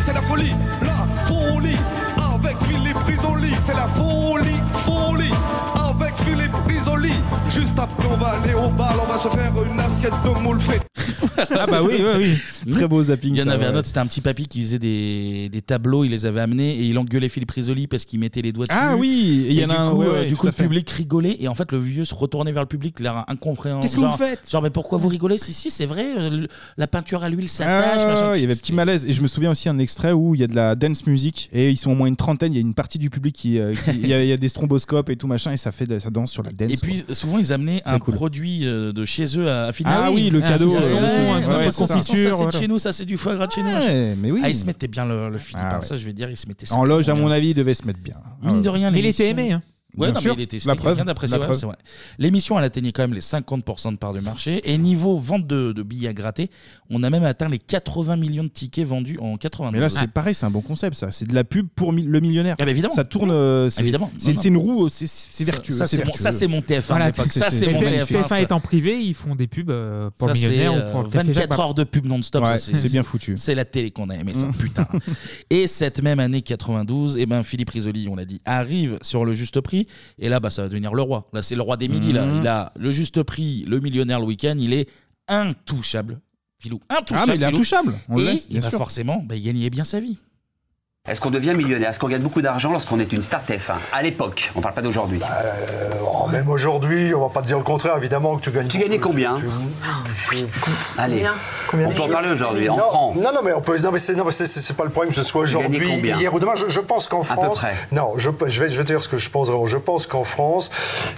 Speaker 23: C'est la folie, la folie, avec Philippe Risoli. C'est la folie, folie, avec Philippe Risoli. Juste après, on va aller au bal, on va se faire une assiette de moules frites.
Speaker 6: Ah bah oui, oui, oui. <laughs> Très beau zapping.
Speaker 1: Il y en
Speaker 6: ça,
Speaker 1: avait un
Speaker 6: ouais.
Speaker 1: autre, c'était un petit papy qui faisait des, des tableaux, il les avait amenés et il engueulait Philippe Risoli parce qu'il mettait les doigts dessus.
Speaker 6: Ah oui, et il y en a
Speaker 1: du
Speaker 6: un,
Speaker 1: coup,
Speaker 6: ouais,
Speaker 1: euh,
Speaker 6: ouais,
Speaker 1: du
Speaker 6: tout
Speaker 1: coup
Speaker 6: à
Speaker 1: le
Speaker 6: fait.
Speaker 1: public rigolait et en fait le vieux se retournait vers le public, l'air incompréhensible.
Speaker 6: Qu'est-ce que
Speaker 1: Genre-
Speaker 6: vous faites
Speaker 1: Genre mais pourquoi vous rigolez Si si, c'est vrai, euh, le- la peinture à l'huile ça
Speaker 6: Ah,
Speaker 1: tâche. machin.
Speaker 6: il y avait un petit malaise. Et je me souviens aussi un extrait où il y a de la dance music et ils sont au moins une trentaine. Il y a une partie du public qui. euh,
Speaker 1: <laughs>
Speaker 6: qui- Il y, a- il y a des stromboscopes et tout machin et ça fait de- ça danse sur la dance.
Speaker 1: Et puis euh, souvent ils amenaient un produit euh, de chez eux à à Philippe.
Speaker 6: Ah oui, le cadeau,
Speaker 1: c'est
Speaker 6: euh,
Speaker 1: ça.
Speaker 6: le son,
Speaker 1: Ouais,
Speaker 6: ouais,
Speaker 1: non,
Speaker 6: ouais,
Speaker 1: parce
Speaker 6: c'est
Speaker 1: qu'on
Speaker 6: ça. Confiture,
Speaker 1: s'en sort, ça, c'est de
Speaker 6: voilà.
Speaker 1: chez nous, ça c'est du foie gras de chez nous.
Speaker 6: Ouais,
Speaker 1: machin.
Speaker 6: mais oui.
Speaker 1: Ah, ils se mettaient bien le, le Philippe,
Speaker 6: Ah
Speaker 1: hein,
Speaker 6: ouais.
Speaker 1: ça je vais dire, ils se mettaient ça.
Speaker 6: en loge, à
Speaker 1: bien.
Speaker 6: mon avis, il devait se mettre bien.
Speaker 1: Mine de rien,
Speaker 7: Mais il
Speaker 1: l'émission-
Speaker 7: était aimé, hein.
Speaker 1: Ouais,
Speaker 6: Bien
Speaker 1: non,
Speaker 6: sûr.
Speaker 1: mais il était
Speaker 6: La
Speaker 1: c'était
Speaker 6: preuve,
Speaker 1: quelqu'un d'après,
Speaker 6: la
Speaker 1: c'est vrai,
Speaker 6: preuve.
Speaker 1: c'est vrai. L'émission, elle atteignait quand même les 50% de part de marché. Et niveau vente de, de billets à gratter, on a même atteint les 80 millions de tickets vendus en Ah. 92.
Speaker 6: Mais là, c'est pareil, c'est un bon concept, ça. C'est de la pub pour mi- le millionnaire.
Speaker 1: Ah bah évidemment.
Speaker 6: Ça tourne. euh, c'est-
Speaker 1: Évidemment.
Speaker 6: C'est
Speaker 1: Non, non.
Speaker 6: c'est une roue, euh, c'est- c'est
Speaker 1: Ça-
Speaker 6: vertueux.
Speaker 1: ça, c'est mon-
Speaker 6: vertueux.
Speaker 1: ça, c'est mon TF1 de l'époque. Ça, c'est mon
Speaker 7: TF1.
Speaker 1: TF1, ça.
Speaker 7: TF1 étant privé, ils font des pubs euh, pour
Speaker 1: Ça,
Speaker 7: le millionnaire
Speaker 1: c'est,
Speaker 7: ou pour
Speaker 1: euh,
Speaker 7: le café
Speaker 1: 24
Speaker 7: Jacques.
Speaker 1: heures de pub non-stop. ça,
Speaker 6: Ouais, c'est bien foutu. Mm.
Speaker 1: C'est la télé qu'on a aimé, ça,
Speaker 6: <laughs>
Speaker 1: putain. Et cette même année 92, eh ben, Philippe Risoli, on l'a dit, arrive sur le juste prix. Et là, bah, ça va devenir le roi. Là, c'est le roi des midis. Là.
Speaker 6: Mhm.
Speaker 1: Il a le juste prix, le millionnaire le week-end. Il est intouchable. Filou, intouchable.
Speaker 6: Ah, mais il est
Speaker 1: Filou.
Speaker 6: intouchable. On le
Speaker 1: Et
Speaker 6: laisse, bien
Speaker 1: bah,
Speaker 6: sûr.
Speaker 1: forcément, bah, il gagnait bien sa vie.
Speaker 11: Est-ce qu'on devient millionnaire Est-ce qu'on gagne beaucoup d'argent lorsqu'on est une star TF1 À l'époque, on parle pas d'aujourd'hui.
Speaker 25: Oh, même aujourd'hui, on va pas te dire le contraire, évidemment que tu gagnes.
Speaker 11: Tu gagnais combien Allez, on peut en parler aujourd'hui, en
Speaker 25: non,
Speaker 11: francs.
Speaker 25: Non, non, mais on peut. Non, mais c'est, non, mais c'est, c'est- c'est pas le problème que ce soit aujourd'hui,
Speaker 11: gagnez combien
Speaker 25: hier ou demain. Je, je pense qu'en
Speaker 11: peu
Speaker 25: France.
Speaker 11: près.
Speaker 25: Non, je, je vais, je vais te dire ce que je pense. vraiment. Je pense qu'en France,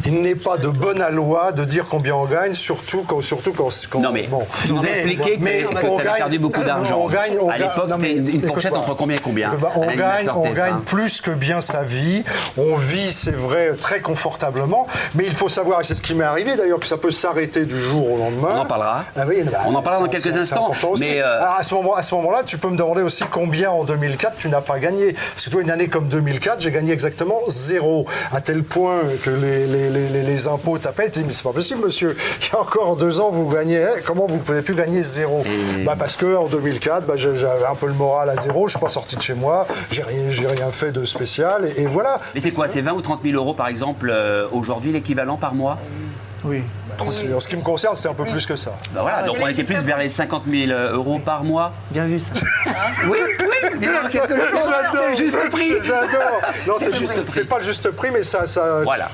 Speaker 25: il n'est pas de bonne loi de dire combien on gagne, surtout quand. Surtout quand, quand non, mais. Bon.
Speaker 11: Tu nous as
Speaker 25: Mais-
Speaker 11: expliqué que-
Speaker 25: mais
Speaker 11: que
Speaker 25: on
Speaker 11: t'avais
Speaker 25: gagne- euh,
Speaker 11: perdu beaucoup d'argent.
Speaker 25: On gagne. on
Speaker 11: À
Speaker 25: gagne-
Speaker 11: l'époque,
Speaker 25: non, mais
Speaker 11: c'était une- une
Speaker 25: écoute,
Speaker 11: fourchette
Speaker 25: bah,
Speaker 11: entre combien et combien
Speaker 25: bah, on on gagne,
Speaker 11: l'animateur
Speaker 25: on
Speaker 11: TF1.
Speaker 25: gagne plus que bien sa vie. On vit, c'est vrai, très confortablement. Mais il faut savoir, et c'est ce qui m'est arrivé d'ailleurs, que ça peut s'arrêter du jour au lendemain.
Speaker 11: On en parlera.
Speaker 25: Ah oui, bah,
Speaker 11: On en parlera
Speaker 25: c'est-
Speaker 11: dans quelques
Speaker 25: c'est- c'est
Speaker 11: instants,
Speaker 25: important aussi. Ah,
Speaker 11: mais, euh,
Speaker 25: Alors, à ce moment, à ce moment-là, tu peux me demander aussi combien en 2004 tu n'as pas gagné. Parce que toi, une année comme 2004, j'ai gagné exactement zéro. À tel point que les, les- les- les- les impôts t'appellent, ils disent mais c'est pas possible, monsieur. Il y a encore deux ans, vous gagnez. eh, Comment vous pouvez plus gagner zéro Bah, parce que en 2004, bah, j'ai- j'avais un peu le moral à zéro. Je suis pas sorti de chez moi. J'ai rien, j'ai rien fait de spécial. Et, et voilà.
Speaker 11: Mais c'est quoi C'est 20 ou 30 000 euros par exemple euh, aujourd'hui l'équivalent par mois
Speaker 25: Oui. Bah, en ce qui me concerne, c'était un peu plus que ça.
Speaker 11: Bah voilà, donc on était plus vers les 50 000 euros par mois.
Speaker 25: Bien vu ça.
Speaker 11: <laughs> oui, oui, déjà quelque chose.
Speaker 25: <laughs> J'adore,
Speaker 11: C'est le juste prix.
Speaker 25: J'adore. Non, c'est
Speaker 11: le
Speaker 25: juste-
Speaker 11: juste prix.
Speaker 25: c'est pas le juste prix, mais ça. ça
Speaker 11: Voilà.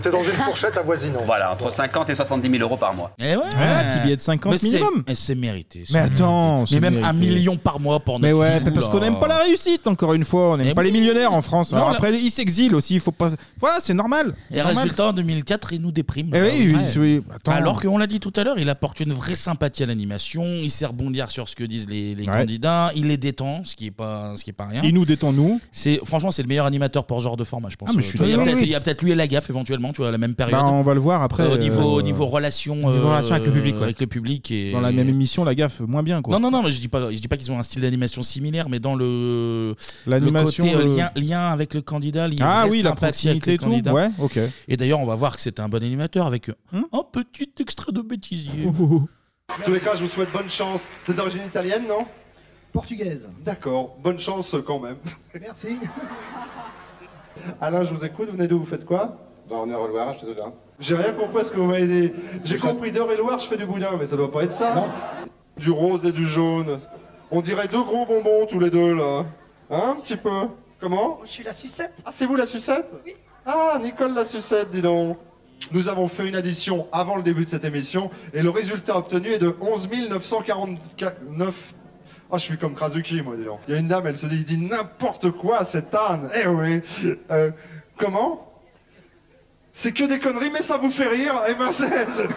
Speaker 25: T'es dans une fourchette avoisinante.
Speaker 11: Voilà, entre 50 et 70 000 euros par mois.
Speaker 1: Et ouais,
Speaker 6: Eh Ah, petit billet de 50
Speaker 1: Mais c'est-
Speaker 6: minimum.
Speaker 1: Mais c'est mérité.
Speaker 6: Mais attends,
Speaker 1: Mais
Speaker 6: c'est
Speaker 1: même
Speaker 6: mérité.
Speaker 1: un million par mois pour
Speaker 6: Mais
Speaker 1: notre
Speaker 6: ouais,
Speaker 1: film.
Speaker 6: mais parce qu'on n'aime pas la réussite, encore une fois. On n'aime pas les millionnaires en France.
Speaker 1: Non, Hein
Speaker 6: Alors
Speaker 1: là-
Speaker 6: après, ils s'exilent aussi. Il faut pas. Voilà, c'est normal.
Speaker 1: Et
Speaker 6: Normal.
Speaker 1: résultat, en 2004, il nous déprime.
Speaker 6: Eh
Speaker 1: Là,
Speaker 6: oui,
Speaker 1: ouais.
Speaker 6: oui, oui, attends.
Speaker 1: Alors qu'on l'a dit tout à l'heure, il apporte une vraie sympathie à l'animation, il sait rebondir sur ce que disent les, les
Speaker 6: Ouais.
Speaker 1: candidats, il les détend, ce qui est pas, ce qui est pas rien.
Speaker 6: Il nous détend, nous.
Speaker 1: C'est franchement c'est le meilleur animateur pour ce genre de format, je pense.
Speaker 6: Ah, mais
Speaker 1: Euh,
Speaker 6: je suis
Speaker 1: tu vois, il y a
Speaker 6: d'accord.
Speaker 1: peut-être
Speaker 6: Oui, oui.
Speaker 1: il y a peut-être lui et la gaffe éventuellement, tu vois, à la même période.
Speaker 6: Bah, on va le voir après.
Speaker 1: Euh, au niveau
Speaker 6: euh,
Speaker 1: au niveau relation,
Speaker 6: niveau
Speaker 1: euh,
Speaker 6: relation avec le public, ouais.
Speaker 1: avec le public et
Speaker 6: Dans la même émission, la gaffe, moins bien, quoi.
Speaker 1: non, non, non, mais je dis pas, je dis pas qu'ils ont un style d'animation similaire, mais dans le, le
Speaker 6: L'animation,
Speaker 1: côté euh,
Speaker 6: euh,
Speaker 1: lien, lien avec le candidat, lien
Speaker 6: Ah
Speaker 1: vraie
Speaker 6: oui, la
Speaker 1: sympathie avec
Speaker 6: proximité
Speaker 1: le
Speaker 6: et tout.
Speaker 1: candidat.
Speaker 6: Ouais, ok.
Speaker 1: Et d'ailleurs, on va voir que c'est un bon animateur avec euh, Hein un petit extrait de bêtisier.
Speaker 8: En tous les cas, je vous souhaite bonne chance. Vous êtes d'origine italienne, non
Speaker 3: Portugaise.
Speaker 8: D'accord, bonne chance euh, quand même. <laughs>
Speaker 3: Merci.
Speaker 8: Alain, je vous écoute, venez d'où, vous faites quoi
Speaker 26: Dans Honneur au Loire, je te donne.
Speaker 8: J'ai rien compris à ce que vous m'avez dit. J'ai compris d'heure et loire, je fais du boudin, mais ça doit pas être ça. Du rose et du jaune. On dirait deux gros bonbons tous les deux là. Hein, un petit peu. Comment
Speaker 3: Je suis la sucette.
Speaker 8: Ah, c'est vous la sucette Ah, Nicole la sucette, dis donc. Nous avons fait une addition avant le début de cette émission et le résultat obtenu est de 11 949. Ah, je suis comme Krasuki, moi, dis donc. Il y a une dame, elle se dit, il dit n'importe quoi, cette âne. Eh oui. Euh, comment c'est que des conneries, mais ça vous fait rire. Et ben, c'est,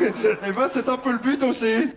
Speaker 8: <laughs> eh ben, c'est un peu le but aussi.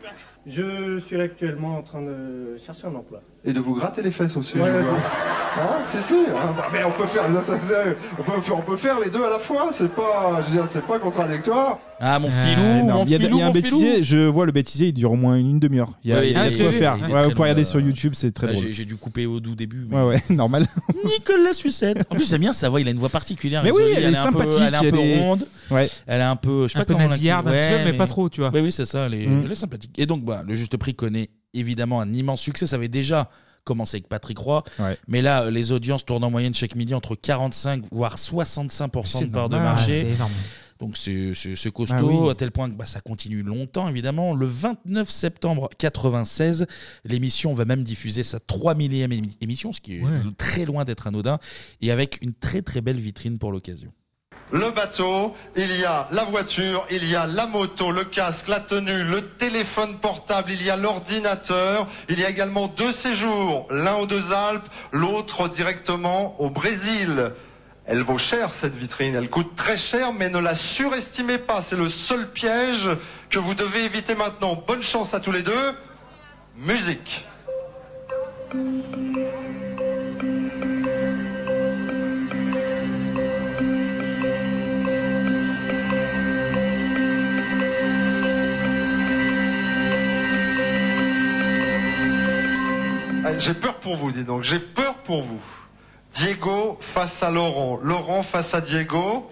Speaker 3: Je suis actuellement en train de chercher un emploi.
Speaker 8: Et de vous gratter les fesses aussi.
Speaker 3: Ouais,
Speaker 8: je
Speaker 3: ouais,
Speaker 8: vois.
Speaker 3: c'est-
Speaker 8: Hein, c'est sûr. hein. Bah, mais on peut faire, non, ça, c'est- on peut, faire- on peut faire les deux à la fois. C'est pas, je veux dire, c'est pas contradictoire.
Speaker 1: Ah, mon
Speaker 6: Ah,
Speaker 1: filou,
Speaker 6: énorme.
Speaker 1: mon
Speaker 6: Il y a,
Speaker 1: filou,
Speaker 6: il y a un
Speaker 1: mon filou.
Speaker 6: bêtisier, je vois le bêtisier, il dure au moins une, une demi-heure. Il y a,
Speaker 1: Ouais,
Speaker 6: il y a
Speaker 1: il est
Speaker 6: de quoi
Speaker 1: très-
Speaker 6: faire.
Speaker 1: il est
Speaker 6: Ouais,
Speaker 1: très
Speaker 6: vous pouvez regarder
Speaker 1: long,
Speaker 6: sur
Speaker 1: euh,
Speaker 6: YouTube, c'est très
Speaker 1: Là,
Speaker 6: drôle.
Speaker 1: j'ai- J'ai dû couper au doux début. mais-
Speaker 6: Ouais, ouais, <laughs> normal.
Speaker 1: <laughs> Nicolas Sucette. En plus, j'aime bien sa voix, il a une voix particulière.
Speaker 6: Mais oui,
Speaker 1: Zoli,
Speaker 6: elle est
Speaker 1: a un peu-
Speaker 6: sympathique,
Speaker 1: Elle est un
Speaker 6: elle
Speaker 1: peu
Speaker 6: est-
Speaker 1: ronde.
Speaker 6: Ouais.
Speaker 1: Elle est un peu, je sais
Speaker 6: Un
Speaker 1: pas
Speaker 6: peu
Speaker 1: comment on la-
Speaker 6: nasillarde un petit peu,
Speaker 1: Ouais,
Speaker 6: mais pas trop, tu vois.
Speaker 1: Oui, oui, c'est ça, elle est,
Speaker 6: Mm.
Speaker 1: elle est sympathique. Et donc, bah, le juste prix connaît évidemment un immense succès. Ça avait déjà commencé avec Patrick Roy.
Speaker 6: Ouais.
Speaker 1: Mais là, euh, les audiences tournent en moyenne chaque midi entre 45 voire 65% de
Speaker 6: C'est
Speaker 1: part de
Speaker 6: normal, Ah,
Speaker 1: marché.
Speaker 6: c'est énorme.
Speaker 1: Donc c'est c'est- c'est costaud,
Speaker 6: Ah oui.
Speaker 1: à tel point que bah, ça continue longtemps, évidemment. Le 29 septembre 96, l'émission va même diffuser sa 3 millième émi- émission, ce qui est
Speaker 8: Ouais.
Speaker 1: très loin d'être anodin, et avec une très très belle vitrine pour l'occasion.
Speaker 8: Le bateau, il y a la voiture, il y a la moto, le casque, la tenue, le téléphone portable, il y a l'ordinateur, il y a également deux séjours, l'un aux deux Alpes, l'autre directement au Brésil. Elle vaut cher cette vitrine, elle coûte très cher, mais ne la surestimez pas, c'est le seul piège que vous devez éviter maintenant. Bonne chance à tous les deux. Musique. Eh, J'ai peur pour vous, dis donc. J'ai peur pour vous. Diego face à Laurent. Laurent face à Diego.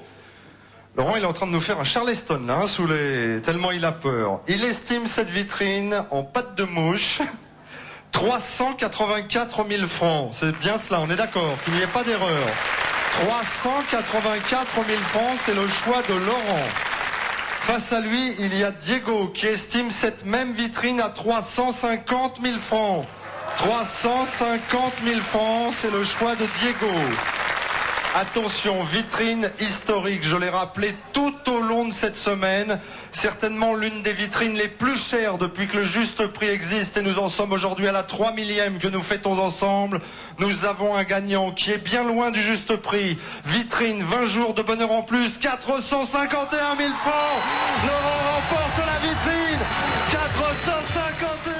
Speaker 8: Laurent, il est en train de nous faire un Charleston, là, hein, sous les... tellement il a peur. Il estime cette vitrine en pâte de mouche. <laughs> 384 000 francs. C'est bien cela, on est d'accord, qu'il n'y ait pas d'erreur. 384 000 francs, c'est le choix de Laurent. Face à lui, il y a Diego qui estime cette même vitrine à 350 000 francs. 350 000 francs, c'est le choix de Diego. Attention, vitrine historique, je l'ai rappelé tout au long de cette semaine, certainement l'une des vitrines les plus chères depuis que le juste prix existe et nous en sommes aujourd'hui à la 3 millième que nous fêtons ensemble. Nous avons un gagnant qui est bien loin du juste prix. Vitrine, 20 jours de bonheur en plus, 451 000 francs. Laurent remporte la vitrine, 451 000 francs.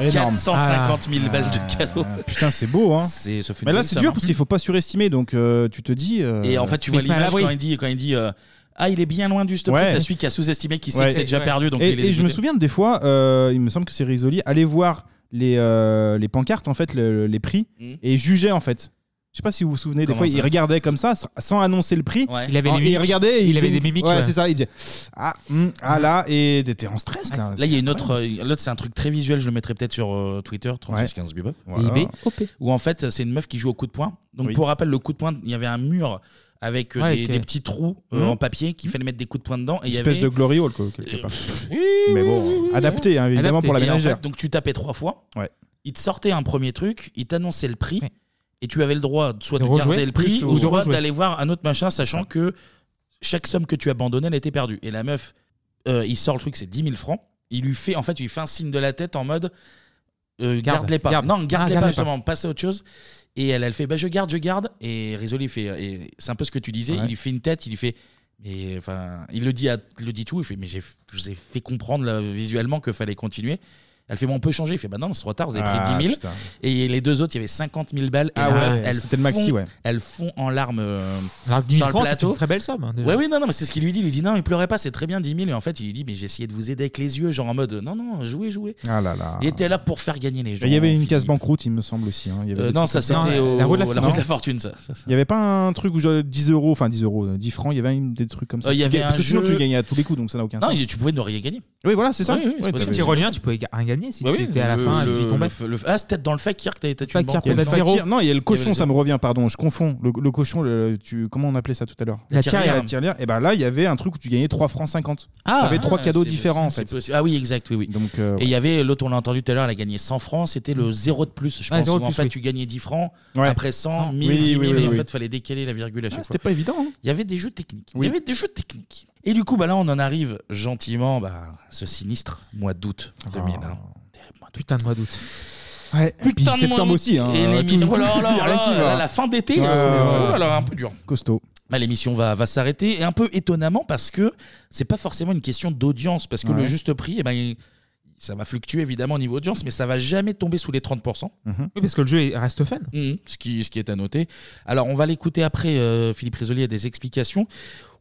Speaker 6: Énorme.
Speaker 1: 450 000
Speaker 6: Ah,
Speaker 1: balles de cadeaux.
Speaker 6: <laughs> Putain, c'est beau, hein.
Speaker 1: ça fait
Speaker 6: Mais
Speaker 1: une
Speaker 6: là,
Speaker 1: bonne
Speaker 6: c'est
Speaker 1: somme,
Speaker 6: dur
Speaker 1: hein.
Speaker 6: parce qu'il faut pas surestimer, donc euh, tu te dis. euh,
Speaker 1: Et en fait, tu vois l'image quand il dit, quand il dit euh, Ah, il est bien loin du stop.
Speaker 6: Ouais.
Speaker 1: T'as celui qui a sous-estimé, qui sait
Speaker 6: Ouais.
Speaker 1: que c'est déjà perdu. Donc
Speaker 6: et
Speaker 1: il
Speaker 6: et
Speaker 1: est
Speaker 6: je me
Speaker 1: dégoûté.
Speaker 6: souviens de des fois, euh, il me semble que c'est Risoli, allez voir les, euh, les pancartes, en fait, le- les prix,
Speaker 1: Mm.
Speaker 6: et jugeait en fait. Je sais pas si vous vous souvenez, des
Speaker 1: Comment
Speaker 6: fois,
Speaker 1: ça
Speaker 6: il regardait comme ça, sans- sans annoncer le prix.
Speaker 1: Ouais.
Speaker 7: Il avait
Speaker 6: Ah,
Speaker 7: les mimiques.
Speaker 6: Il regardait, et
Speaker 7: Il avait des
Speaker 6: faisait-
Speaker 7: mimiques,
Speaker 6: Ouais,
Speaker 7: ouais. Hmm.
Speaker 6: c'est ça. Il disait Ah, hum, ah là, et t'étais en stress,
Speaker 7: Ah,
Speaker 6: là.
Speaker 1: Là, il y a une autre. euh, L'autre, c'est un truc très visuel. Je le mettrai peut-être sur euh, Twitter, 3615 Bebop.
Speaker 6: Voilà. IB.
Speaker 1: Où en fait, c'est une meuf qui joue au coup de poing. Donc,
Speaker 6: Oui.
Speaker 1: pour rappel, le coup de poing, il y avait un mur avec euh,
Speaker 6: Ouais,
Speaker 1: des,
Speaker 6: ok.
Speaker 1: des petits trous euh,
Speaker 6: Mhm.
Speaker 1: en papier qu'il fallait mettre des coups de poing dedans. Et il
Speaker 6: Une
Speaker 1: y
Speaker 6: espèce
Speaker 1: avait- Euh,
Speaker 6: de glory hall, quoi, quelque part. Mais
Speaker 1: oui,
Speaker 6: bon,
Speaker 1: oui,
Speaker 6: adapté, hein, évidemment,
Speaker 1: Adapté.
Speaker 6: pour la
Speaker 1: Et en
Speaker 6: ménagère.
Speaker 1: fait, donc tu tapais trois fois.
Speaker 6: Ouais.
Speaker 1: Il te sortait un premier truc, il t'annonçait le prix, et tu avais le droit soit de,
Speaker 7: De rejouer,
Speaker 1: garder le prix,
Speaker 7: plus,
Speaker 1: ou,
Speaker 7: ou de
Speaker 1: soit
Speaker 7: rejouer.
Speaker 1: d'aller voir un autre machin, sachant que chaque somme que tu abandonnais, elle était perdue. Et la meuf, euh, il sort le truc, c'est 10 000 francs. Il lui fait, en fait, il lui fait un signe de la tête en mode euh,
Speaker 7: Garde,
Speaker 1: garde-les pas.
Speaker 7: garde.
Speaker 1: Non,
Speaker 7: Ah,
Speaker 1: garde-les pas,
Speaker 7: garde-les
Speaker 1: justement, passe à autre chose. Et elle, elle fait, bah, je garde, je garde. Et Risoli fait, euh, et c'est un peu ce que tu disais,
Speaker 7: Ouais.
Speaker 1: il lui fait une tête, il lui fait, mais enfin, il le dit, à, il le dit tout, il fait, mais j'ai, je vous ai fait comprendre là, visuellement qu'il fallait continuer. Elle fait, bon, on peut changer. Il fait, bah non, c'est trop tard, vous avez
Speaker 6: Ah,
Speaker 1: pris 10 000.
Speaker 6: putain.
Speaker 1: Et les deux autres, il y avait 50 000 balles. Et
Speaker 6: Ah
Speaker 1: la
Speaker 6: ouais,
Speaker 1: meuf, elles
Speaker 6: c'était le maxi,
Speaker 1: font-
Speaker 6: ouais.
Speaker 1: Elles font en larmes euh,
Speaker 7: Alors que 10 000
Speaker 1: sur le
Speaker 7: francs, c'est
Speaker 1: plateau.
Speaker 7: une très belle somme, hein, déjà.
Speaker 1: Ouais, oui, non, non, mais c'est ce qu'il lui dit. Il lui dit, non, il pleurait pas, c'est très bien 10 000. Et en fait, il lui dit, mais j'ai essayé de vous aider avec les yeux, genre en mode, non, non, jouez, jouez.
Speaker 6: Ah là là.
Speaker 1: Il était là pour faire gagner les gens.
Speaker 6: Et Il y avait une case banqueroute, il me semble aussi. hein. Il y avait
Speaker 1: Euh,
Speaker 6: des
Speaker 1: non,
Speaker 6: trucs
Speaker 1: ça
Speaker 6: comme
Speaker 1: c'était au- la roue de la, fortune, ça. ça, ça.
Speaker 6: Il n'y avait pas un truc où je, 10 euros, enfin 10 euros, euh, 10 francs, il y avait une- des trucs comme ça.
Speaker 1: Euh, il y
Speaker 6: Tu
Speaker 1: avait
Speaker 6: gagnes-
Speaker 1: un
Speaker 6: parce que sinon
Speaker 1: jeu-
Speaker 6: tu gagnais à tous les coups, donc ça n'a aucun
Speaker 1: Non,
Speaker 6: sens.
Speaker 1: il- tu pouvais ne rien gagner.
Speaker 6: Oui, voilà, c'est ça.
Speaker 1: Oui, oui, c'est
Speaker 6: Ouais,
Speaker 1: possible.
Speaker 6: t'avais-
Speaker 7: Tyrolien, tu pouvais ga- rien gagner si
Speaker 1: Ouais,
Speaker 7: tu
Speaker 1: oui,
Speaker 7: étais à la
Speaker 1: le-
Speaker 7: fin et
Speaker 1: le-
Speaker 7: tu tombais.
Speaker 1: le- le- ah, c'est peut-être dans le fakir que t'as t'as tué une
Speaker 7: Fakir,
Speaker 1: banque.
Speaker 6: Il y a le
Speaker 7: zéro.
Speaker 6: fakir- Non, il y a le
Speaker 1: Il y
Speaker 6: cochon,
Speaker 1: avait
Speaker 6: ça me revient, pardon, je confonds. Le, le cochon, le- tu, comment on appelait ça tout à l'heure
Speaker 1: La tirelire.
Speaker 6: La tirelire. Et ben là, il y avait un truc où tu gagnais 3 francs 50.
Speaker 1: Ah,
Speaker 6: tu avais trois
Speaker 1: ah,
Speaker 6: cadeaux
Speaker 1: c'est-
Speaker 6: différents en
Speaker 1: c'est
Speaker 6: fait.
Speaker 1: possible. Ah oui, exact, oui, oui.
Speaker 6: Donc, euh,
Speaker 1: Et il y avait l'autre, on l'a entendu tout à l'heure, elle a gagné 100 francs, c'était le zéro de plus, je
Speaker 6: Ah,
Speaker 1: pense.
Speaker 6: zéro
Speaker 1: où
Speaker 6: de
Speaker 1: en
Speaker 6: plus,
Speaker 1: fait,
Speaker 6: oui.
Speaker 1: tu gagnais 10 francs,
Speaker 6: Ouais.
Speaker 1: après 100,
Speaker 6: Cent.
Speaker 1: 1000,
Speaker 6: Oui,
Speaker 1: 10 000,
Speaker 6: oui, oui,
Speaker 1: et en
Speaker 6: oui. Ah,
Speaker 1: fait, fallait décaler la virgule à chaque fois.
Speaker 6: c'était pas évident. hein.
Speaker 1: Il y avait des jeux techniques.
Speaker 6: Oui.
Speaker 1: Il y avait des jeux techniques. Et du coup, bah là, on en arrive gentiment bah, à ce sinistre mois d'août hein. 2001.
Speaker 7: Putain de mois d'août.
Speaker 6: Ah. Ouais.
Speaker 1: Putain
Speaker 6: Puis
Speaker 1: de
Speaker 6: septembre
Speaker 1: mois
Speaker 6: aussi. Hein,
Speaker 1: d'août. Et
Speaker 6: euh,
Speaker 1: les misérables,
Speaker 6: tout-
Speaker 1: oh
Speaker 6: <laughs>
Speaker 1: là
Speaker 6: il y a
Speaker 1: là,
Speaker 6: rien qui
Speaker 1: là,
Speaker 6: va.
Speaker 1: là, la fin d'été,
Speaker 6: Ouais,
Speaker 1: euh,
Speaker 6: ouais,
Speaker 1: oh là là, un
Speaker 6: ouais.
Speaker 1: peu dur.
Speaker 6: Costaud.
Speaker 1: Bah, L'émission va, va s'arrêter et un peu étonnamment parce que c'est pas forcément une question d'audience parce que le
Speaker 6: Ouais.
Speaker 1: juste prix, eh ben, il- ça va fluctuer évidemment au niveau audience, mais ça va jamais tomber sous les 30%.
Speaker 6: Mhm.
Speaker 7: Oui, parce que le jeu est- reste fun.
Speaker 1: Mhm, ce, qui, ce qui est à noter. Alors, on va l'écouter après. euh, Philippe Risoli a des explications.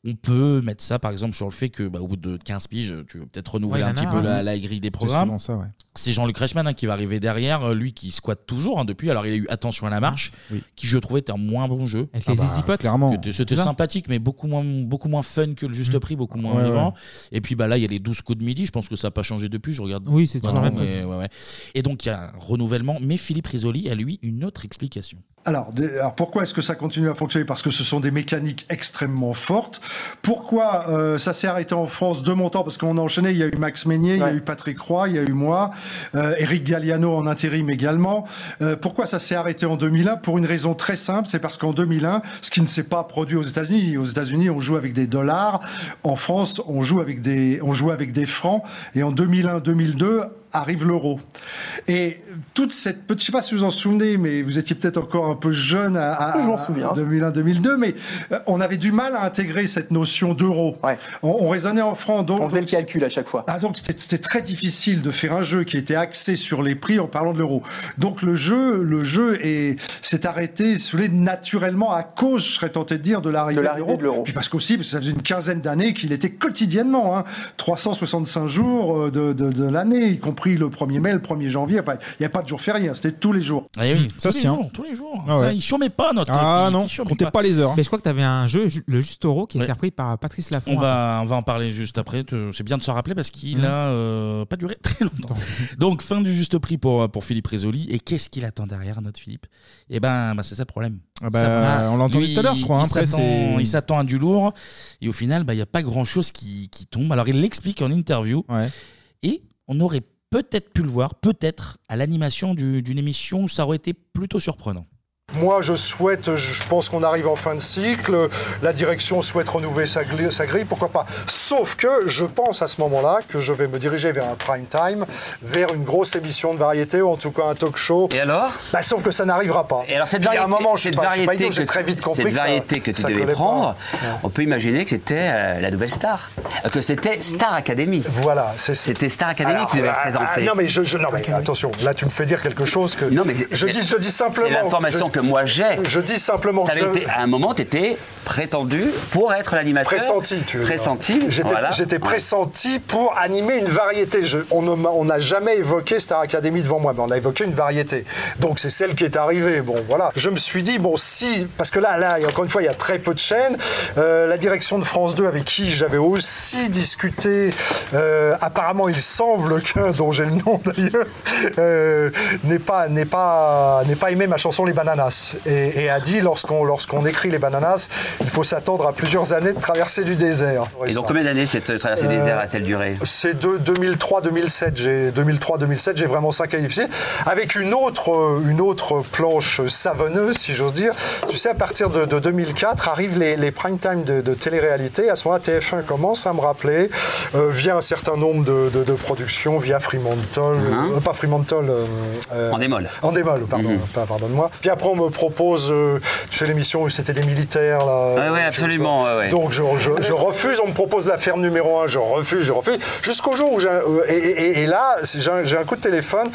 Speaker 1: On peut mettre ça, par exemple, sur le fait que, bah, au bout de 15 piges, tu veux peut-être renouveler
Speaker 6: Ouais, il
Speaker 1: un
Speaker 6: y en
Speaker 1: petit
Speaker 6: a,
Speaker 1: peu
Speaker 6: hein.
Speaker 1: la, la grille des
Speaker 6: C'est
Speaker 1: programmes.
Speaker 6: souvent ça, ouais.
Speaker 1: C'est Jean-Luc Reichmann hein, qui va arriver derrière, euh, lui qui squatte toujours hein, depuis. Alors, il a eu Attention à la marche, qui je trouvais était un moins bon jeu.
Speaker 7: Avec
Speaker 8: Ah bah,
Speaker 7: les Easy Pots.
Speaker 6: clairement.
Speaker 1: C'était- C'était
Speaker 7: Là.
Speaker 1: sympathique, mais beaucoup moins, beaucoup moins fun que le
Speaker 7: Mmh.
Speaker 1: juste prix, beaucoup moins
Speaker 7: Ouais,
Speaker 1: vivant. Et puis bah là, il y a les 12 coups de midi. Je pense que ça n'a pas changé depuis. Je regarde.
Speaker 7: Oui, c'est toujours
Speaker 1: Bah
Speaker 7: la
Speaker 1: non,
Speaker 7: même
Speaker 1: mais- ouais, ouais. Et donc, il y a un renouvellement. Mais Philippe Risoli a lui une autre explication.
Speaker 8: Alors, des- alors pourquoi est-ce que ça continue à fonctionner Parce que ce sont des mécaniques extrêmement fortes. Pourquoi euh, ça s'est arrêté en France de mon temps Parce qu'on a enchaîné, il y a eu Max Meignier, il y a eu Patrick Roy, il y a eu moi, euh, Eric Galliano en intérim également. Euh, pourquoi ça s'est arrêté en 2001 Pour une raison très simple, c'est parce qu'en 2001, ce qui ne s'est pas produit aux États-Unis, aux États-Unis on joue avec des dollars, en France on joue avec des, on joue avec des francs, et en 2001-2002 arrive l'euro. Et toute cette petite, je sais pas si vous en souvenez, mais vous étiez peut-être encore un peu jeune à, à- à 2001-2002, mais euh, on avait du mal à intégrer cette notion d'euro. On, on raisonnait en francs. Donc, on faisait le calcul à chaque fois. Ah, donc c'était c'était très difficile de faire un jeu qui était axé sur les prix en parlant de l'euro. Donc le jeu, le jeu est- s'est arrêté, si vous voulez, naturellement à cause, je serais tenté de dire, de l'arrivée de l'euro. Puis parce qu'aussi, parce que ça faisait une quinzaine d'années qu'il était quotidiennement, hein, 365 jours euh, de, de- de l'année, y compris le 1er mai, le 1er janvier. Enfin, il n'y a pas de jour férié, hein, c'était tous les jours.
Speaker 1: Ah oui,
Speaker 8: Ça,
Speaker 1: tous, les
Speaker 8: c'est un-
Speaker 1: jours, tous les jours.
Speaker 8: Ah
Speaker 1: Ça,
Speaker 8: ouais.
Speaker 1: il chômait pas notre.
Speaker 8: Ah
Speaker 1: Philippe,
Speaker 8: non,
Speaker 1: il chômait
Speaker 8: comptez pas les heures. hein.
Speaker 7: Mais je crois que t'avais un jeu, ju- le Juste Euro, qui a
Speaker 1: Ouais.
Speaker 7: été repris par Patrice Lafont.
Speaker 1: On va, on va en parler juste après. Te- C'est bien de se rappeler parce qu'il
Speaker 6: Mmh.
Speaker 7: Mhm.
Speaker 1: a euh, pas duré <laughs> très longtemps. Donc, fin du juste prix pour, pour Philippe Risoli. Et qu'est-ce qu'il attend derrière, notre Philippe Eh ben, bah, c'est ça le problème.
Speaker 6: Ah bah,
Speaker 1: Ça-
Speaker 6: on l'a entendu
Speaker 1: lui,
Speaker 6: tout à l'heure, je crois, hein.
Speaker 1: il
Speaker 6: Après,
Speaker 1: s'attend-
Speaker 6: c'est-
Speaker 1: Il s'attend à du lourd. Et au final, bah, il n'y a pas grand-chose qui, qui tombe. Alors, il l'explique en interview. Et on aurait peut-être pu le voir, peut-être, à l'animation du- d'une émission où ça aurait été plutôt surprenant.
Speaker 8: Moi, je souhaite, je pense qu'on arrive en fin de cycle, la direction souhaite renouveler sa, gli- sa grille, pourquoi pas. Sauf que je pense à ce moment-là que je vais me diriger vers un prime time, vers une grosse émission de variété, ou en tout cas un talk show. Et
Speaker 11: alors
Speaker 8: Sauf que ça n'arrivera pas.
Speaker 11: Et alors cette
Speaker 8: Puis,
Speaker 11: variété,
Speaker 8: à un moment, je suis
Speaker 11: cette
Speaker 8: pas, je suis pas
Speaker 11: variété
Speaker 27: idiot,
Speaker 11: que
Speaker 27: j'ai très
Speaker 11: tu-
Speaker 27: vite compris
Speaker 11: cette
Speaker 27: que ça-
Speaker 11: variété que tu
Speaker 8: ça
Speaker 11: devais
Speaker 8: collait pas.
Speaker 11: prendre, on peut imaginer que c'était euh, la nouvelle star, Euh, que c'était Star Academy.
Speaker 8: Voilà,
Speaker 11: c'était Star Academy que tu devais
Speaker 8: Alors, ah,
Speaker 11: présenter.
Speaker 8: ah, non, mais, je, je- non, mais attention, là tu me fais dire quelque chose que.
Speaker 11: Non, mais
Speaker 8: je,
Speaker 11: mais
Speaker 8: dis, je dis simplement.
Speaker 11: C'est l'information
Speaker 8: je-
Speaker 11: que moi j'ai.
Speaker 8: Je dis simplement que
Speaker 11: T'avais
Speaker 8: je-
Speaker 11: été- à un moment, tu étais prétendu pour être l'animateur.
Speaker 8: Pressenti, tu veux dire.
Speaker 11: Pressenti.
Speaker 8: J'étais
Speaker 11: voilà.
Speaker 8: j'étais
Speaker 11: Ouais.
Speaker 8: pressenti pour animer une variété. Je- on ne m'a- on n'a jamais évoqué Star Academy devant moi, mais on a évoqué une variété. Donc c'est celle qui est arrivée. Bon, voilà. Je me suis dit, bon, si, parce que là, là, et encore une fois, il y a très peu de chaînes. Euh, la direction de France 2, avec qui j'avais aussi discuté, euh, apparemment, il semble qu'un <laughs> dont j'ai le nom d'ailleurs, euh, n'ait pas, n'est pas, n'est pas aimé ma chanson Les Bananas. Et, et a dit, lorsqu'on lorsqu'on écrit Les Bananas, il faut s'attendre à plusieurs années de traversée du désert.
Speaker 11: Et donc, combien d'années cette euh, traversée des airs a-t-elle duré
Speaker 8: C'est de 2003-2007. J'ai 2003-2007. J'ai vraiment ça qualifié. Avec une autre, euh, une autre planche savonneuse, si j'ose dire. Tu sais, à partir de, de 2004 arrivent les, les prime time de, de télé-réalité. À ce moment-là, TF1 commence à me rappeler euh, via un certain nombre de, de- de productions, via Fremantle,
Speaker 11: Uh-huh.
Speaker 8: euh, pas Fremantle. euh, euh,
Speaker 11: En démol.
Speaker 8: En démol, pardon,
Speaker 11: Mhm.
Speaker 8: pas- pardonne-moi. Puis après, on me propose, euh, tu sais, l'émission où c'était des militaires là.
Speaker 11: Ouais, ouais,
Speaker 8: tu-
Speaker 11: absolument, ouais, ouais.
Speaker 8: Donc je, je- je refuse, on me propose la ferme numéro un, je refuse, je refuse, jusqu'au jour où j'ai. euh, Et, et- et- et là, c'est- j'ai un, j'ai un coup de téléphone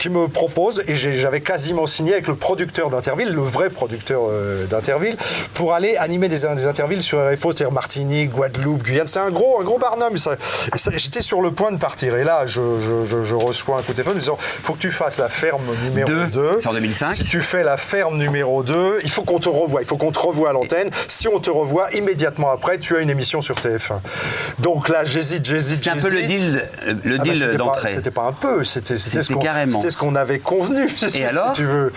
Speaker 8: qui me propose, et j'ai- j'avais quasiment signé avec le producteur d'Interville, le vrai producteur euh, d'Interville, pour aller animer des, des Intervilles sur RFO, c'est-à-dire Martinique, Guadeloupe, Guyane. C'est un gros, un gros barnum. ça. Et ça, J'étais sur le point de partir, et là, je, je- je- je reçois un coup de téléphone me disant faut que tu fasses la ferme numéro
Speaker 11: Deux.
Speaker 8: 2.
Speaker 11: C'est en 2005.
Speaker 8: Si tu fais la ferme numéro 2, il faut qu'on te revoie, il faut qu'on te revoie à l'antenne. Si on te revoit, immédiatement après, tu as une émission sur TF1. Donc là, j'hésite, j'hésite,
Speaker 11: C'était un peu le
Speaker 8: j'hésite.
Speaker 11: deal, euh, le
Speaker 8: Ah bah,
Speaker 11: deal
Speaker 8: c'était pas-
Speaker 11: d'entrée.
Speaker 8: C'était pas un peu, c'était c'était ce
Speaker 11: C'était
Speaker 8: qu'on
Speaker 11: carrément.
Speaker 8: c'était ce qu'on avait convenu, si tu veux.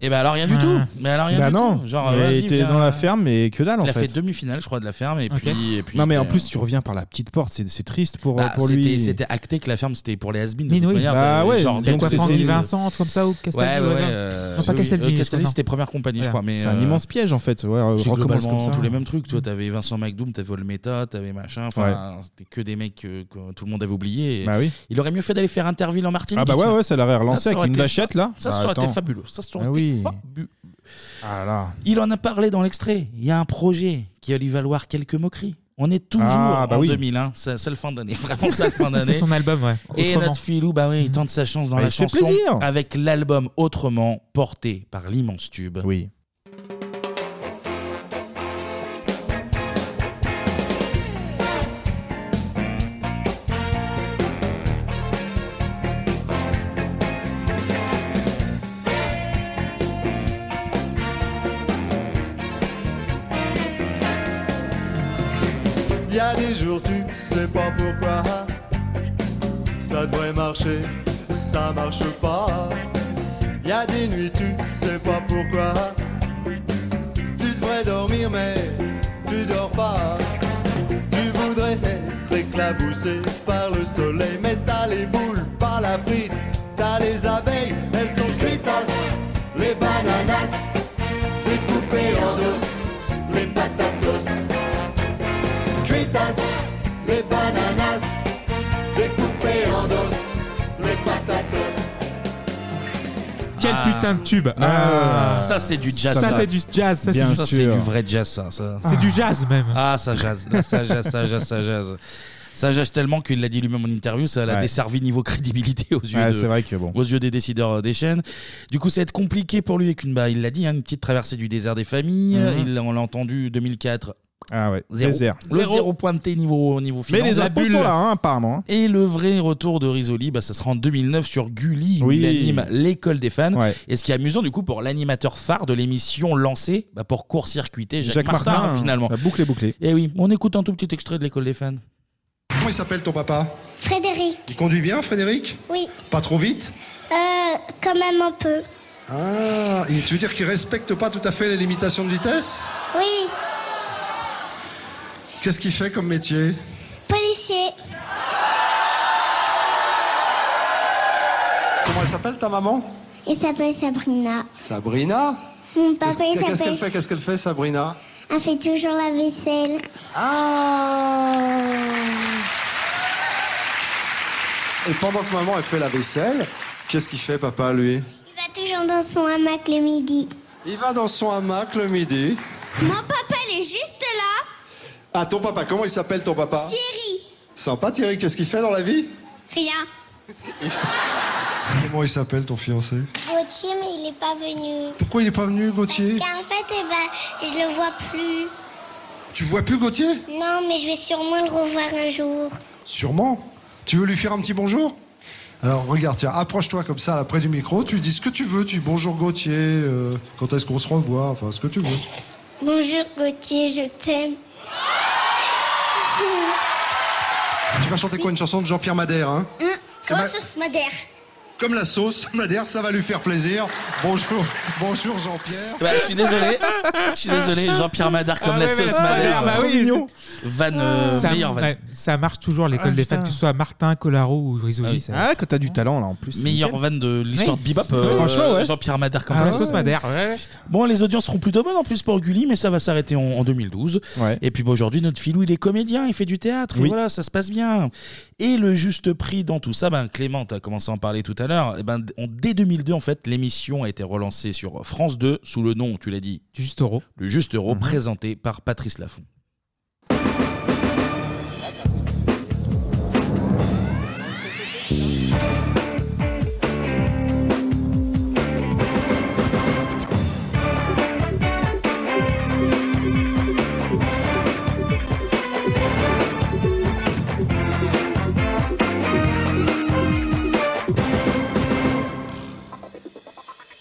Speaker 1: Et ben alors rien du tout. Mais alors rien
Speaker 6: bah
Speaker 1: du
Speaker 6: non,
Speaker 1: tout. Genre,
Speaker 6: il
Speaker 1: vas-y,
Speaker 6: était
Speaker 1: viens.
Speaker 6: dans la ferme, mais que dalle en
Speaker 1: Il a
Speaker 6: fait.
Speaker 1: fait demi-finale, je crois, de la ferme. Et puis, et puis,
Speaker 6: non mais en
Speaker 1: euh,
Speaker 6: plus tu reviens par la petite porte, c'est c'est triste pour,
Speaker 1: bah,
Speaker 6: pour
Speaker 1: c'était-
Speaker 6: lui.
Speaker 1: C'était acté que la ferme c'était pour les has-beens.
Speaker 6: Mais
Speaker 1: de toute
Speaker 6: oui.
Speaker 1: manière,
Speaker 6: Bah
Speaker 1: t'avais
Speaker 6: ouais,
Speaker 1: genre
Speaker 6: donc
Speaker 1: des
Speaker 6: c'est-
Speaker 1: trucs
Speaker 6: c'est-
Speaker 1: comme ça.
Speaker 7: Vincent, un truc comme ça, ou Castaldi,
Speaker 1: Ouais,
Speaker 7: ou
Speaker 1: ouais,
Speaker 7: hasard.
Speaker 1: euh,
Speaker 7: Non, pas
Speaker 1: oui,
Speaker 7: Castaldi,
Speaker 1: euh, Castaldi,
Speaker 7: non.
Speaker 1: c'était première compagnie, je
Speaker 6: Voilà.
Speaker 1: crois. mais,
Speaker 6: C'est un
Speaker 1: euh,
Speaker 6: immense piège en fait. Ouais,
Speaker 1: C'est
Speaker 6: recommence comme
Speaker 1: globalement
Speaker 6: ça.
Speaker 1: tous les mêmes trucs. Toi, t'avais Vincent McDoom, t'avais Olmeta, t'avais machin. Enfin, c'était que des mecs que, que tout le monde avait oublié.
Speaker 6: Bah oui.
Speaker 1: Il aurait mieux fait d'aller faire Interville en Martinique.
Speaker 6: Ah bah ouais, ouais, ça l'aurait relancé
Speaker 1: Ça, ça
Speaker 6: avec
Speaker 1: aurait
Speaker 6: une
Speaker 1: été-
Speaker 6: vachette, là.
Speaker 1: Ça, ça
Speaker 6: Ah,
Speaker 1: aurait été
Speaker 6: attends.
Speaker 1: fabuleux. Ça, ça aurait
Speaker 6: Ah
Speaker 1: été
Speaker 6: oui.
Speaker 1: fabuleux.
Speaker 6: Ah là.
Speaker 1: Il en a parlé dans l'extrait. Il y a un projet qui va lui valoir quelques moqueries. On est toujours
Speaker 6: Ah, bah
Speaker 1: en
Speaker 6: oui.
Speaker 1: 2001. C'est c'est le fin d'année. Vraiment,
Speaker 7: <laughs>
Speaker 1: c'est le fin d'année.
Speaker 7: C'est son album, ouais.
Speaker 1: Et
Speaker 7: Autrement.
Speaker 1: notre filou, bah oui, il tente sa chance dans
Speaker 7: Bah,
Speaker 1: la
Speaker 7: il se fait
Speaker 1: chanson
Speaker 7: plaisir.
Speaker 1: avec l'album Autrement, porté par l'immense tube.
Speaker 6: Oui.
Speaker 18: Il y a des jours, tu sais pas pourquoi. Ça devrait marcher, ça marche pas. Il y a des nuits, tu sais pas pourquoi. Tu devrais dormir, mais tu dors pas. Tu voudrais être éclaboussé par le soleil, mais t'as les boules, pas la frite. T'as les abeilles, elles sont cuitas. Les bananas, découpées en dos, les patatos cuitas, les bananas, découpées en dos, les patatos.
Speaker 7: Quel
Speaker 1: Ah.
Speaker 7: putain de tube
Speaker 1: Ah.
Speaker 7: Ah.
Speaker 1: Ça, c'est du jazz.
Speaker 7: Ça, c'est du jazz. Ça,
Speaker 1: Bien
Speaker 7: c'est-
Speaker 1: sûr. Ça, c'est du vrai jazz, ça. ça.
Speaker 7: C'est du jazz, même.
Speaker 1: Ah, ça jazz. Là, ça jazz, ça jazz, ça jazz. Ça jazz tellement qu'il l'a dit lui-même en interview, ça l'a
Speaker 6: Ouais.
Speaker 1: desservi niveau crédibilité aux yeux,
Speaker 6: Ouais,
Speaker 1: de-
Speaker 6: c'est vrai que bon.
Speaker 1: aux yeux des décideurs euh, des chaînes. Du coup, ça va être compliqué pour lui avec une, bah, il l'a dit, hein, une petite traversée du désert des familles.
Speaker 6: Mhm.
Speaker 1: Il, on l'a entendu 2004.
Speaker 6: Ah ouais.
Speaker 1: Zéro,
Speaker 6: Désert.
Speaker 1: Le zéro, pointé niveau, niveau
Speaker 6: Mais
Speaker 1: finance.
Speaker 6: les
Speaker 1: La
Speaker 6: impôts
Speaker 1: bulle.
Speaker 6: sont là hein, apparemment. hein.
Speaker 1: Et le vrai retour de Risoli, bah, ça sera en 2009 sur Gulli, où
Speaker 6: Oui.
Speaker 1: il anime l'école des fans. Et ce qui est amusant, du coup, pour l'animateur phare de l'émission lancée, bah, pour court-circuiter Jacques, Martin, finalement.
Speaker 6: La boucle est bouclée.
Speaker 1: Et oui, on écoute un tout petit extrait de l'école des fans.
Speaker 8: Comment il s'appelle ton papa
Speaker 14: Frédéric,
Speaker 8: Il conduit bien, Frédéric
Speaker 14: oui.
Speaker 8: Pas trop vite
Speaker 14: Euh, quand même un peu.
Speaker 8: Ah, il- tu veux dire qu'il respecte pas tout à fait les limitations de vitesse
Speaker 14: Oui,
Speaker 8: Qu'est-ce qu'il fait comme métier
Speaker 14: policier.
Speaker 8: Comment elle s'appelle ta maman
Speaker 14: Il s'appelle Sabrina.
Speaker 8: Sabrina
Speaker 14: Mon papa, il
Speaker 8: Qu'est-ce qu'elle
Speaker 14: s'appelle.
Speaker 8: fait Qu'est-ce qu'elle fait, Sabrina
Speaker 14: Elle fait toujours la vaisselle.
Speaker 8: Ah Et pendant que maman elle fait la vaisselle, qu'est-ce qu'il fait papa lui
Speaker 14: Il va toujours dans son hamac le midi.
Speaker 8: Il va dans son hamac le midi.
Speaker 14: Mon papa, il est juste là.
Speaker 8: Ah ton papa, comment il s'appelle ton papa
Speaker 14: Thierry.
Speaker 8: Sympa Thierry, qu'est-ce qu'il fait dans la vie
Speaker 14: Rien.
Speaker 8: Comment il s'appelle ton fiancé
Speaker 14: Gauthier, mais il n'est pas venu.
Speaker 8: Pourquoi il est pas venu Gauthier
Speaker 14: Car en fait, eh ben, je le vois plus.
Speaker 8: Tu vois plus Gauthier
Speaker 14: Non, mais je vais sûrement le revoir un jour.
Speaker 8: Sûrement. Tu veux lui faire un petit bonjour Alors regarde, tiens, approche-toi comme ça là, près du micro, tu dis ce que tu veux, tu dis bonjour Gauthier, euh, quand est-ce qu'on se revoit, enfin ce que tu veux.
Speaker 14: Bonjour Gauthier, je t'aime.
Speaker 8: Tu vas chanter quoi Une chanson de Jean-Pierre Madère, hein
Speaker 14: Hein,
Speaker 8: C'est
Speaker 14: Comment
Speaker 8: ma-
Speaker 14: ça se madère
Speaker 8: Comme la sauce, <laughs> Madère, ça va lui faire plaisir. Bonjour, bonjour Jean-Pierre.
Speaker 1: Bah, je suis désolé, je suis désolé, Jean-Pierre Madard comme
Speaker 7: Ah
Speaker 1: la
Speaker 7: ouais, mais la
Speaker 1: sauce
Speaker 7: sauce
Speaker 1: Madère.
Speaker 7: Madère, bah oui.
Speaker 1: mignon. Van, euh,
Speaker 7: ça,
Speaker 1: meilleur van.
Speaker 7: ouais, ça marche toujours l'école
Speaker 1: Ah,
Speaker 7: des
Speaker 1: putain.
Speaker 7: fans, que ce soit Martin, Colaro ou euh. Risoli.
Speaker 1: Ah,
Speaker 7: quand t'as du talent là en plus.
Speaker 1: Meilleur van de l'histoire
Speaker 7: Oui.
Speaker 1: de Bebop,
Speaker 7: Ouais,
Speaker 1: euh,
Speaker 7: franchement, ouais.
Speaker 1: Jean-Pierre Madère comme
Speaker 7: Ah,
Speaker 1: la
Speaker 7: ouais.
Speaker 1: sauce Madère. Bon, les audiences seront plutôt bonnes en plus pour Gulli, mais ça va s'arrêter en, en 2012. Et puis bah, aujourd'hui, notre filou, il est comédien, il fait du théâtre, et
Speaker 6: Oui.
Speaker 1: voilà, ça se passe bien. Et le juste prix dans tout ça, ben, Clément, a commencé à en parler tout à l'heure. Et ben, on- dès 2002, en fait, l'émission a été relancée sur France 2 sous le nom, tu l'as dit,
Speaker 7: du Juste Euro. Mhm.
Speaker 1: Le Juste Euro, présenté par Patrice Laffont.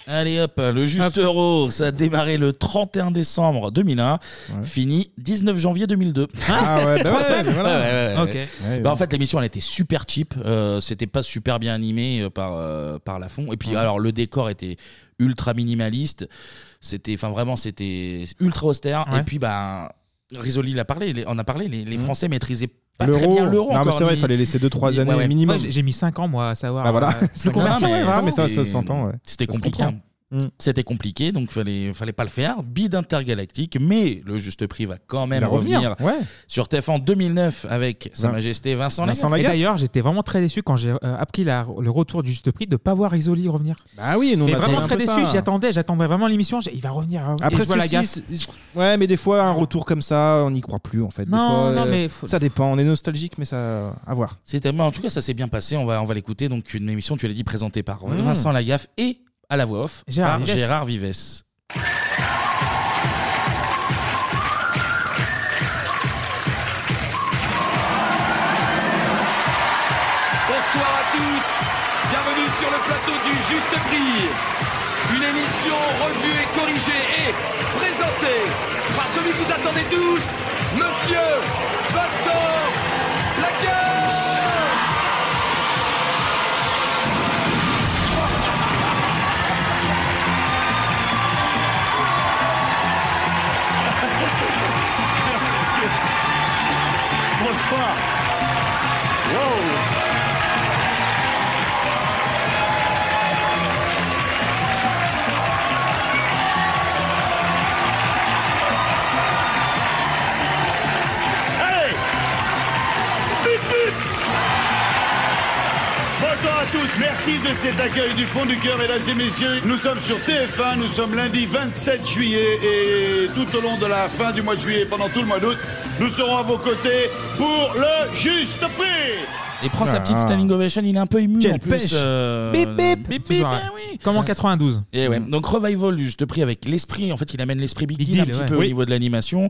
Speaker 1: Allez hop, le juste euro, ça a démarré le 31 décembre 2001, fini 19 janvier 2002.
Speaker 6: Ah ouais, bah
Speaker 1: Trois
Speaker 6: ouais,
Speaker 1: semaines.
Speaker 6: voilà.
Speaker 1: Ouais, ouais, ouais,
Speaker 6: Ok.
Speaker 1: ouais.
Speaker 6: Ouais,
Speaker 1: Bah,
Speaker 6: ouais.
Speaker 1: en fait, l'émission elle était super cheap, euh, c'était pas super bien animé euh, par euh, par la fond. Et puis alors le décor était ultra minimaliste, c'était, enfin vraiment c'était ultra austère.
Speaker 6: Ouais.
Speaker 1: Et puis bah Risoli l'a parlé, les- on a parlé, les, les
Speaker 7: Mhm.
Speaker 1: Français maîtrisaient pas
Speaker 6: L'euro.
Speaker 1: très bien l'euro.
Speaker 6: Non, mais
Speaker 1: encore,
Speaker 6: c'est vrai, il
Speaker 1: ni-
Speaker 6: fallait laisser deux, trois
Speaker 1: ni-
Speaker 6: années minimum.
Speaker 1: j'ai-
Speaker 7: J'ai mis 5 ans, moi, à savoir.
Speaker 6: Ah, voilà.
Speaker 7: euh,
Speaker 6: <laughs> C'est
Speaker 7: me convertir,
Speaker 1: Non,
Speaker 7: ouais,
Speaker 1: mais
Speaker 7: vraiment.
Speaker 6: ça-
Speaker 1: c'était-
Speaker 6: ça s'entend, ouais. Mm.
Speaker 1: C'était
Speaker 6: Ça se
Speaker 1: compliqué.
Speaker 6: comprend.
Speaker 1: hein. C'était compliqué, donc fallait fallait pas le faire. Bid intergalactique, mais le juste prix va quand
Speaker 7: Il
Speaker 1: même
Speaker 7: va
Speaker 1: revenir,
Speaker 7: revenir,
Speaker 1: sur TF1 en 2009 avec Sa
Speaker 7: Vin-
Speaker 1: Majesté Vincent,
Speaker 7: Et
Speaker 1: Lagaffe.
Speaker 7: d'ailleurs, j'étais vraiment très déçu quand j'ai euh, appris la- le retour du juste prix de pas voir Isoli revenir.
Speaker 6: Bah oui, nous, on
Speaker 7: Mais
Speaker 6: attendait
Speaker 7: vraiment
Speaker 6: un
Speaker 7: très
Speaker 6: peu
Speaker 7: déçu,
Speaker 6: ça.
Speaker 7: j'y attendais, j'attendais vraiment l'émission, j'ai- il va revenir. euh, et
Speaker 6: Après,
Speaker 7: je vois
Speaker 6: ce
Speaker 7: la
Speaker 6: que
Speaker 7: gaffe.
Speaker 6: si- si- ouais, mais des fois, un retour comme ça, on n'y croit plus en fait. Des
Speaker 7: Non,
Speaker 6: fois,
Speaker 7: non,
Speaker 6: euh,
Speaker 7: mais faut-
Speaker 6: ça dépend. On est nostalgique, mais ça, à voir.
Speaker 1: C'était, mais en tout cas, ça s'est bien passé. On va, on va l'écouter. Donc, une émission, tu l'as dit, présentée par
Speaker 6: Mmh.
Speaker 1: Vincent Lagaffe et à la voix off
Speaker 6: Gérard
Speaker 1: par
Speaker 6: Vives.
Speaker 1: Gérard Vives.
Speaker 4: Bonsoir à tous, bienvenue sur le plateau du Juste Prix. Une émission revue et corrigée et présentée par celui que vous attendez tous, Monsieur Vincent Lacœur
Speaker 18: Bonsoir. Wow.
Speaker 25: Allez But, but Bonsoir à tous, merci de cet accueil du fond du cœur, mesdames et messieurs. Nous sommes sur TF1, nous sommes lundi 27 juillet et tout au long de la fin du mois de juillet, pendant tout le mois d'août, nous serons à vos côtés pour le juste prix
Speaker 1: Il prend
Speaker 6: Oh
Speaker 7: Ah.
Speaker 1: sa petite standing ovation. Il est un peu ému
Speaker 7: Quelle
Speaker 1: en plus.
Speaker 7: pêche.
Speaker 1: euh,
Speaker 7: Bip, bip.
Speaker 1: bip,
Speaker 7: Toujours,
Speaker 1: eh
Speaker 7: ouais.
Speaker 1: oui.
Speaker 7: Comme en 92.
Speaker 1: Et Eh ouais. Donc revival du juste prix avec l'esprit. En fait, il amène l'esprit Big,
Speaker 7: Big
Speaker 1: Deal, un
Speaker 7: Deal,
Speaker 1: petit
Speaker 7: ouais.
Speaker 1: peu au
Speaker 7: Oui.
Speaker 1: niveau de l'animation.